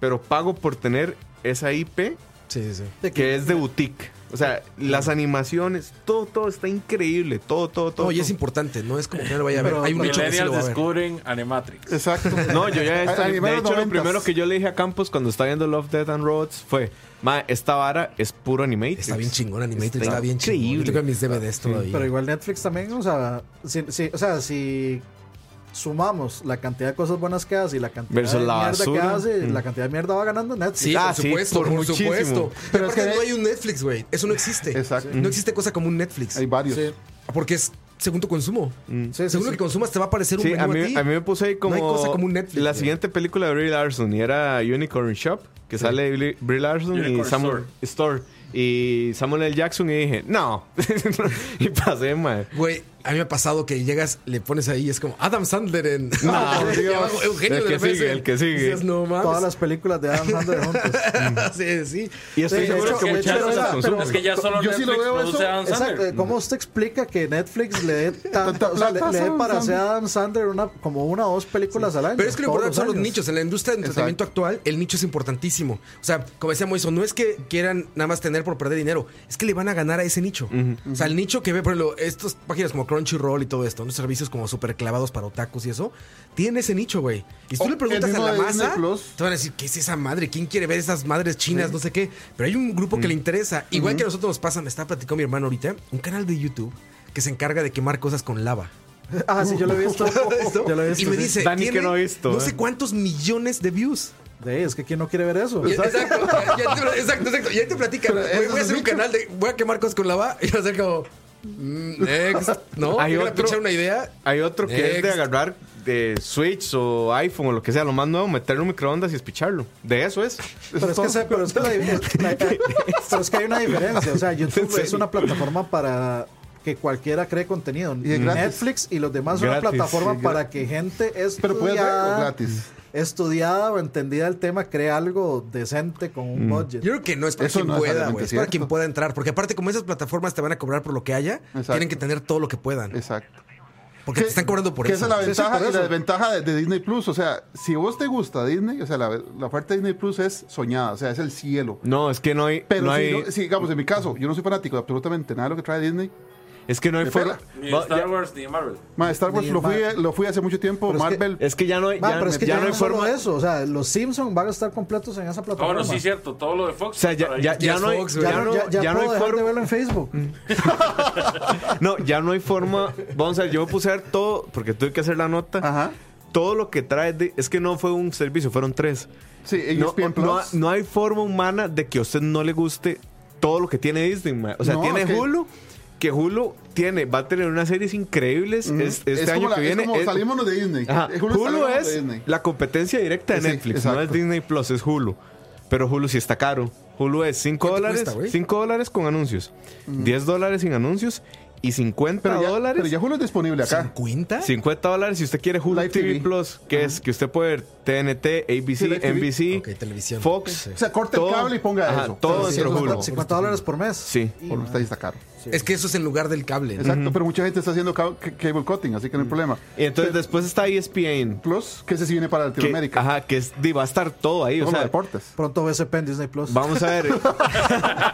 Speaker 2: pero pago por tener esa IP
Speaker 1: Sí, sí, sí.
Speaker 3: de
Speaker 2: que es de boutique. O sea, las animaciones, todo, todo está increíble, todo, todo, todo.
Speaker 1: No, y es
Speaker 2: todo.
Speaker 1: importante, no es como que no lo vaya a ver.
Speaker 3: Pero
Speaker 1: Hay un nicho que sí lo
Speaker 5: Millennials
Speaker 1: va a ver.
Speaker 5: descubren Animatrix.
Speaker 4: Exacto.
Speaker 2: No, yo ya estoy-
Speaker 4: Animé
Speaker 2: De
Speaker 4: los
Speaker 2: hecho, lo
Speaker 4: noventas.
Speaker 2: primero que yo le dije a Campos cuando estaba viendo Love, Death and Robots fue: Ma, esta vara es puro animatrix.
Speaker 1: Está bien chingón Animatrix,
Speaker 2: Está
Speaker 1: está bien chingón.
Speaker 2: increíble.
Speaker 1: Yo tengo mis DVDs todavía.
Speaker 3: Pero igual Netflix también, o sea, si, si- o sea, si sumamos la cantidad de cosas buenas que hace y la cantidad
Speaker 2: Versus
Speaker 3: de
Speaker 2: la
Speaker 3: mierda que
Speaker 2: basura.
Speaker 3: hace,
Speaker 2: Mm.
Speaker 3: la cantidad de mierda va ganando Netflix.
Speaker 1: Sí,
Speaker 2: Ah,
Speaker 1: por
Speaker 2: sí,
Speaker 1: supuesto,
Speaker 2: por
Speaker 1: por,
Speaker 2: muchísimo.
Speaker 1: supuesto.
Speaker 4: Pero
Speaker 1: Pero
Speaker 4: es
Speaker 1: aparte
Speaker 4: que-
Speaker 1: no hay un Netflix, güey. Eso no existe.
Speaker 4: Exacto.
Speaker 1: No existe cosa como un Netflix.
Speaker 4: Hay varios.
Speaker 3: Sí.
Speaker 1: Porque es según tu consumo.
Speaker 3: Sí, sí,
Speaker 1: según lo
Speaker 3: sí.
Speaker 1: que consumas, te va a aparecer un
Speaker 2: Mm. Sí,
Speaker 1: menú
Speaker 2: a mí,
Speaker 1: ti.
Speaker 2: a mí me puse ahí como,
Speaker 1: No hay cosa como un Netflix,
Speaker 2: la
Speaker 1: güey.
Speaker 2: siguiente película de Brie Larson y era Unicorn Shop, que sale Brie, Brie Larson y
Speaker 5: Unicorn
Speaker 2: Samuel Store. y Samuel L. Jackson y dije, "No." y pasé, mae.
Speaker 1: Güey, a mí me ha pasado que llegas, le pones ahí y es como Adam Sandler en.
Speaker 2: No,
Speaker 1: por
Speaker 4: Dios.
Speaker 1: Eugenio
Speaker 2: El que
Speaker 1: Derbez
Speaker 2: sigue,
Speaker 1: en-
Speaker 2: el que sigue.
Speaker 1: y dices, no mames.
Speaker 3: Todas las películas de Adam Sandler juntos.
Speaker 1: sí, sí.
Speaker 2: Y estoy
Speaker 3: Sí, de
Speaker 2: seguro
Speaker 3: hecho-
Speaker 2: que
Speaker 3: de
Speaker 2: muchas
Speaker 3: hecho,
Speaker 2: veces
Speaker 3: era-
Speaker 2: las consumen.
Speaker 5: Es que ya solo
Speaker 4: Yo sí
Speaker 5: Netflix
Speaker 4: lo veo
Speaker 5: produce
Speaker 4: eso.
Speaker 5: a Adam Sandler.
Speaker 3: Exacto, ¿Cómo usted explica que Netflix le dé tanta, o sea, le,
Speaker 4: plata a
Speaker 3: le dé
Speaker 4: Adam
Speaker 3: para hacer
Speaker 4: Sandler.
Speaker 3: a Adam Sandler una, como una o dos películas al año?
Speaker 1: Pero es que lo
Speaker 3: todos
Speaker 1: importante son los
Speaker 3: años.
Speaker 1: nichos. En la industria del entretenimiento actual, el nicho es importantísimo. O sea, como decíamos eso, no es que quieran nada más tener por perder dinero, es que le van a ganar a ese nicho. O sea, el nicho que ve, por ejemplo, estas páginas como Crunchyroll y todo esto, unos servicios como súper clavados para otakus y eso, tiene ese nicho, güey. Y si tú
Speaker 4: O
Speaker 1: le preguntas
Speaker 4: el
Speaker 1: a
Speaker 4: mismo
Speaker 1: la
Speaker 4: de Disney
Speaker 1: masa,
Speaker 4: Plus.
Speaker 1: te van a decir, ¿qué es esa madre? ¿Quién quiere ver esas madres chinas? No sé qué. Pero hay un grupo que le interesa. Igual que a nosotros nos pasa, me estaba platicando mi hermano ahorita, un canal de YouTube que se encarga de quemar cosas con lava.
Speaker 3: Ah, sí, yo lo he visto. yo lo he visto.
Speaker 1: Y me
Speaker 3: sí.
Speaker 1: dice,
Speaker 2: Dani, que
Speaker 1: tiene
Speaker 2: no ha visto,
Speaker 1: no
Speaker 2: ¿eh?
Speaker 1: sé cuántos millones de views.
Speaker 3: De, es que quién no quiere ver eso.
Speaker 1: Y- Exacto, ya- ya te- exacto, exacto. Y ahí te platican.
Speaker 4: Pero
Speaker 1: "Güey,
Speaker 4: eso
Speaker 1: Voy a
Speaker 4: es
Speaker 1: hacer un
Speaker 4: mucho.
Speaker 1: canal de. Voy a quemar cosas con lava y va a ser como. mm, Next. ¿No?
Speaker 2: Hay
Speaker 1: Hay
Speaker 2: otro-
Speaker 1: otro. una idea.
Speaker 2: Hay otro que es de
Speaker 1: Next.
Speaker 2: agarrar de Switch o iPhone o lo que sea, lo más nuevo, meterlo en un microondas y espicharlo. De eso es.
Speaker 3: Pero es, que se- pero es que la- la- pero es que hay una diferencia. O sea, YouTube es una plataforma para que cualquiera cree contenido.
Speaker 4: Y es gratis.
Speaker 3: Netflix y los demás son
Speaker 2: Gratis,
Speaker 3: una plataforma
Speaker 4: sí, gra-
Speaker 3: para que gente
Speaker 4: Pero puedes verlo
Speaker 3: estudiada,
Speaker 4: gratis.
Speaker 3: estudiada o entendida el tema cree algo decente con
Speaker 4: Mm.
Speaker 3: un budget.
Speaker 1: Yo creo que no es para
Speaker 4: Eso
Speaker 1: quien
Speaker 4: no es
Speaker 1: pueda,
Speaker 4: realmente
Speaker 1: güey. Es para
Speaker 4: cierto.
Speaker 1: quien pueda entrar. Porque aparte, como esas plataformas te van a cobrar por lo que haya,
Speaker 4: Exacto.
Speaker 1: tienen que tener todo lo que puedan.
Speaker 4: Exacto.
Speaker 1: Porque te están cobrando por
Speaker 4: que
Speaker 1: eso.
Speaker 4: Esa es
Speaker 3: Sí,
Speaker 4: la
Speaker 3: sí,
Speaker 4: ventaja
Speaker 3: por
Speaker 4: y la
Speaker 3: eso.
Speaker 4: desventaja de, de Disney Plus. O sea, si vos te gusta Disney, o sea, la, la parte de Disney Plus es soñada, o sea, es el cielo.
Speaker 2: No, es que no hay.
Speaker 4: Pero
Speaker 2: no
Speaker 4: si,
Speaker 2: hay
Speaker 4: no- si, digamos, en mi caso, yo no soy fanático de absolutamente nada de lo que trae Disney.
Speaker 2: es que no hay
Speaker 4: Me
Speaker 2: forma.
Speaker 4: pela.
Speaker 5: Ni
Speaker 2: Va-
Speaker 5: Star
Speaker 2: ya-
Speaker 5: Wars ni Marvel.
Speaker 4: Ma, Star Wars
Speaker 3: Ni
Speaker 4: lo fui,
Speaker 3: Mar-
Speaker 4: lo fui hace mucho tiempo,
Speaker 3: Pero es que-
Speaker 4: Marvel.
Speaker 2: es que ya no hay.
Speaker 3: Ma,
Speaker 2: ya,
Speaker 3: pero es que
Speaker 2: ya
Speaker 3: ya,
Speaker 2: no hay
Speaker 3: solo
Speaker 2: forma.
Speaker 3: eso. O sea, los Simpsons van a estar completos en esa
Speaker 5: Ah,
Speaker 3: plataforma.
Speaker 5: bueno, sí, cierto. Todo lo de Fox.
Speaker 2: O sea, ya,
Speaker 5: por ahí.
Speaker 2: ya, ya
Speaker 1: es
Speaker 2: no hay,
Speaker 1: Fox,
Speaker 2: ya,
Speaker 1: güey.
Speaker 3: ya,
Speaker 2: no,
Speaker 3: no, ya, ya
Speaker 2: ya no
Speaker 3: puedo
Speaker 2: hay
Speaker 3: dejar de
Speaker 2: forma.
Speaker 3: verlo en Facebook.
Speaker 2: No, ya no hay forma. Vamos a ver, yo me puse a ver todo, porque tuve que hacer la nota.
Speaker 4: Ajá.
Speaker 2: Todo lo que trae. de- es que no fue un servicio, fueron tres.
Speaker 4: Sí,
Speaker 2: No,
Speaker 4: ESPN Plus.
Speaker 2: no, no hay forma humana de que a usted no le guste todo lo que tiene Disney. ma. O sea,
Speaker 4: No,
Speaker 2: tiene
Speaker 4: es que-
Speaker 2: Hulu, que Hulu tiene, va a tener unas series increíbles
Speaker 4: Ujú.
Speaker 2: es- este
Speaker 4: Es como
Speaker 2: año
Speaker 4: la-
Speaker 2: que
Speaker 4: es
Speaker 2: viene.
Speaker 4: como
Speaker 2: es-
Speaker 4: salimos de Disney.
Speaker 2: Ajá.
Speaker 4: Es
Speaker 2: Hulu,
Speaker 4: salimos de
Speaker 2: es
Speaker 4: Disney.
Speaker 2: la competencia directa de
Speaker 4: Sí,
Speaker 2: Netflix, no es
Speaker 4: exacto.
Speaker 2: Disney Plus, es Hulu. Pero Hulu sí está caro. Hulu es 5
Speaker 1: ¿Cuánto
Speaker 2: dólares,
Speaker 1: cuesta, güey?
Speaker 2: 5 dólares con anuncios, 10 dólares sin anuncios y 50
Speaker 4: Mm. Pero ya,
Speaker 2: dólares.
Speaker 4: pero ya Hulu es disponible acá.
Speaker 1: ¿50?
Speaker 2: 50 dólares si usted quiere Hulu
Speaker 4: Live
Speaker 2: TV,
Speaker 4: TV.
Speaker 2: Plus, que es que usted puede ver TNT,
Speaker 4: Sí,
Speaker 2: ABC,
Speaker 4: Live TV.
Speaker 2: NBC,
Speaker 1: Ok, televisión.
Speaker 2: Fox.
Speaker 1: Sí.
Speaker 4: O sea, corte
Speaker 2: todo-
Speaker 4: el cable y ponga
Speaker 2: ajá,
Speaker 4: eso.
Speaker 2: todo
Speaker 4: Sí,
Speaker 2: dentro
Speaker 4: eso
Speaker 2: de
Speaker 4: está-
Speaker 2: Hulu.
Speaker 3: 50 dólares por mes.
Speaker 2: Sí.
Speaker 4: Por- está, ahí está caro.
Speaker 1: Es que eso es en lugar del cable. ¿no?
Speaker 4: Exacto, pero mucha gente está haciendo ca- ca- cable cutting, así que no hay problema.
Speaker 2: Y entonces después está E ESPN.
Speaker 4: Plus, que ese sí viene para
Speaker 2: Que,
Speaker 4: Latinoamérica.
Speaker 2: ajá, que es, di, va a estar todo ahí.
Speaker 4: Todos
Speaker 2: O
Speaker 4: los
Speaker 2: sea,
Speaker 4: deportes.
Speaker 3: Pronto VSP en Disney Plus.
Speaker 2: vamos a ver.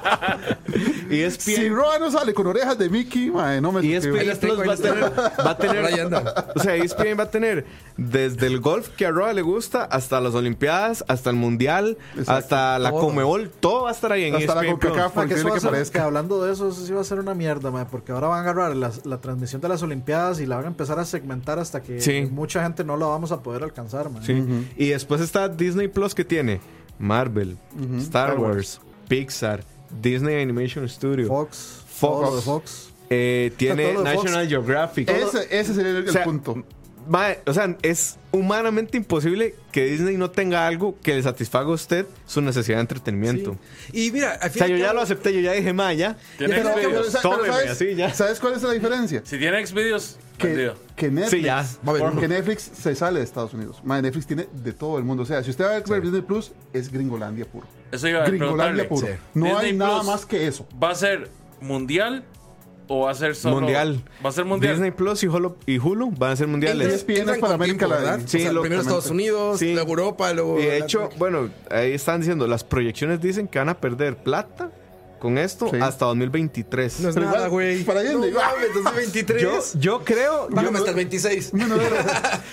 Speaker 2: E ESPN.
Speaker 4: Si Roa no sale con orejas de Mickey, mae, no me
Speaker 2: Y E
Speaker 1: Ahí
Speaker 2: ESPN
Speaker 1: las
Speaker 2: Plus
Speaker 1: tengo, ahí
Speaker 2: va a
Speaker 1: las
Speaker 2: tener, va a tener-
Speaker 1: Ahora ya anda.
Speaker 2: o sea, E ESPN va a tener desde el golf que a Roa le gusta hasta las Olimpiadas, hasta el Mundial,
Speaker 4: Exacto.
Speaker 2: hasta la
Speaker 1: Todo.
Speaker 2: Comebol, todo va a estar ahí en E
Speaker 4: Hasta la
Speaker 2: ESPN Plus.
Speaker 4: CONCACAF.
Speaker 3: Ma, que
Speaker 4: Por
Speaker 3: eso va
Speaker 4: increíble
Speaker 3: a
Speaker 4: que
Speaker 3: ser-
Speaker 4: parezca.
Speaker 3: que hablando de eso, eso sí va a ser una mierda, ma, porque ahora van a agarrar las- la transmisión de las Olimpiadas y la van a empezar a segmentar hasta que
Speaker 2: Sí.
Speaker 3: mucha gente no la vamos a poder alcanzar, ma.
Speaker 2: Sí. Y después está Disney Plus que tiene Marvel, Star Wars, Pixar, Disney Animation Studio,
Speaker 3: Fox,
Speaker 2: Fox.
Speaker 3: todo lo de Fox.
Speaker 2: eh, tiene
Speaker 3: Todo lo de Fox.
Speaker 2: National Geographic.
Speaker 4: Ese, ese sería el, el
Speaker 2: O sea,
Speaker 4: punto.
Speaker 2: Mae, o sea, es humanamente imposible que Disney no tenga algo que le satisfaga a usted su necesidad de entretenimiento.
Speaker 1: Y mira, al
Speaker 2: O sea,
Speaker 1: final.
Speaker 2: yo ya lo acepté, yo ya dije, ma, ya.
Speaker 5: Tiene
Speaker 4: Pero- pero,
Speaker 5: Xvideos.
Speaker 4: o sea, pero
Speaker 2: Tómeme,
Speaker 4: ¿sabes,
Speaker 2: así ya.
Speaker 4: ¿Sabes cuál es la diferencia?
Speaker 5: Si tiene Xvideos,
Speaker 4: Que,
Speaker 5: vendido.
Speaker 4: que Netflix.
Speaker 2: Sí, ya.
Speaker 1: Va a haber
Speaker 4: Que Netflix se sale de Estados Unidos. Mae, Netflix tiene de todo el mundo. O sea, si usted va a ver Disney Plus, es Gringolandia puro.
Speaker 5: Eso iba a preguntarle.
Speaker 4: Gringolandia puro.
Speaker 1: Sí.
Speaker 4: No
Speaker 5: Disney
Speaker 4: hay nada
Speaker 5: Plus.
Speaker 4: más que eso.
Speaker 5: ¿Va a ser mundial o va a ser solo.
Speaker 2: Mundial.
Speaker 5: Va a ser mundial.
Speaker 2: Disney Plus y Hulu, y Hulu van a ser mundiales.
Speaker 4: Entonces- ESPN es
Speaker 1: Entran
Speaker 4: para
Speaker 1: con
Speaker 4: América
Speaker 1: tiempo,
Speaker 4: Latina.
Speaker 1: ¿verdad?
Speaker 2: Sí,
Speaker 1: O sea,
Speaker 2: lo-
Speaker 1: primero Estados Unidos,
Speaker 2: Sí.
Speaker 1: luego Europa, luego.
Speaker 2: Y de hecho, bueno, ahí están diciendo, las proyecciones dicen que van a perder plata con esto
Speaker 4: Sí.
Speaker 2: hasta 2023.
Speaker 1: No es
Speaker 4: Pero
Speaker 1: nada,
Speaker 4: igual,
Speaker 1: güey.
Speaker 4: para allá
Speaker 1: no,
Speaker 4: donde-
Speaker 1: mames, 2023.
Speaker 2: yo, yo creo... yo-
Speaker 1: Págame hasta el 26.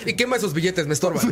Speaker 1: y quema esos billetes, me estorban.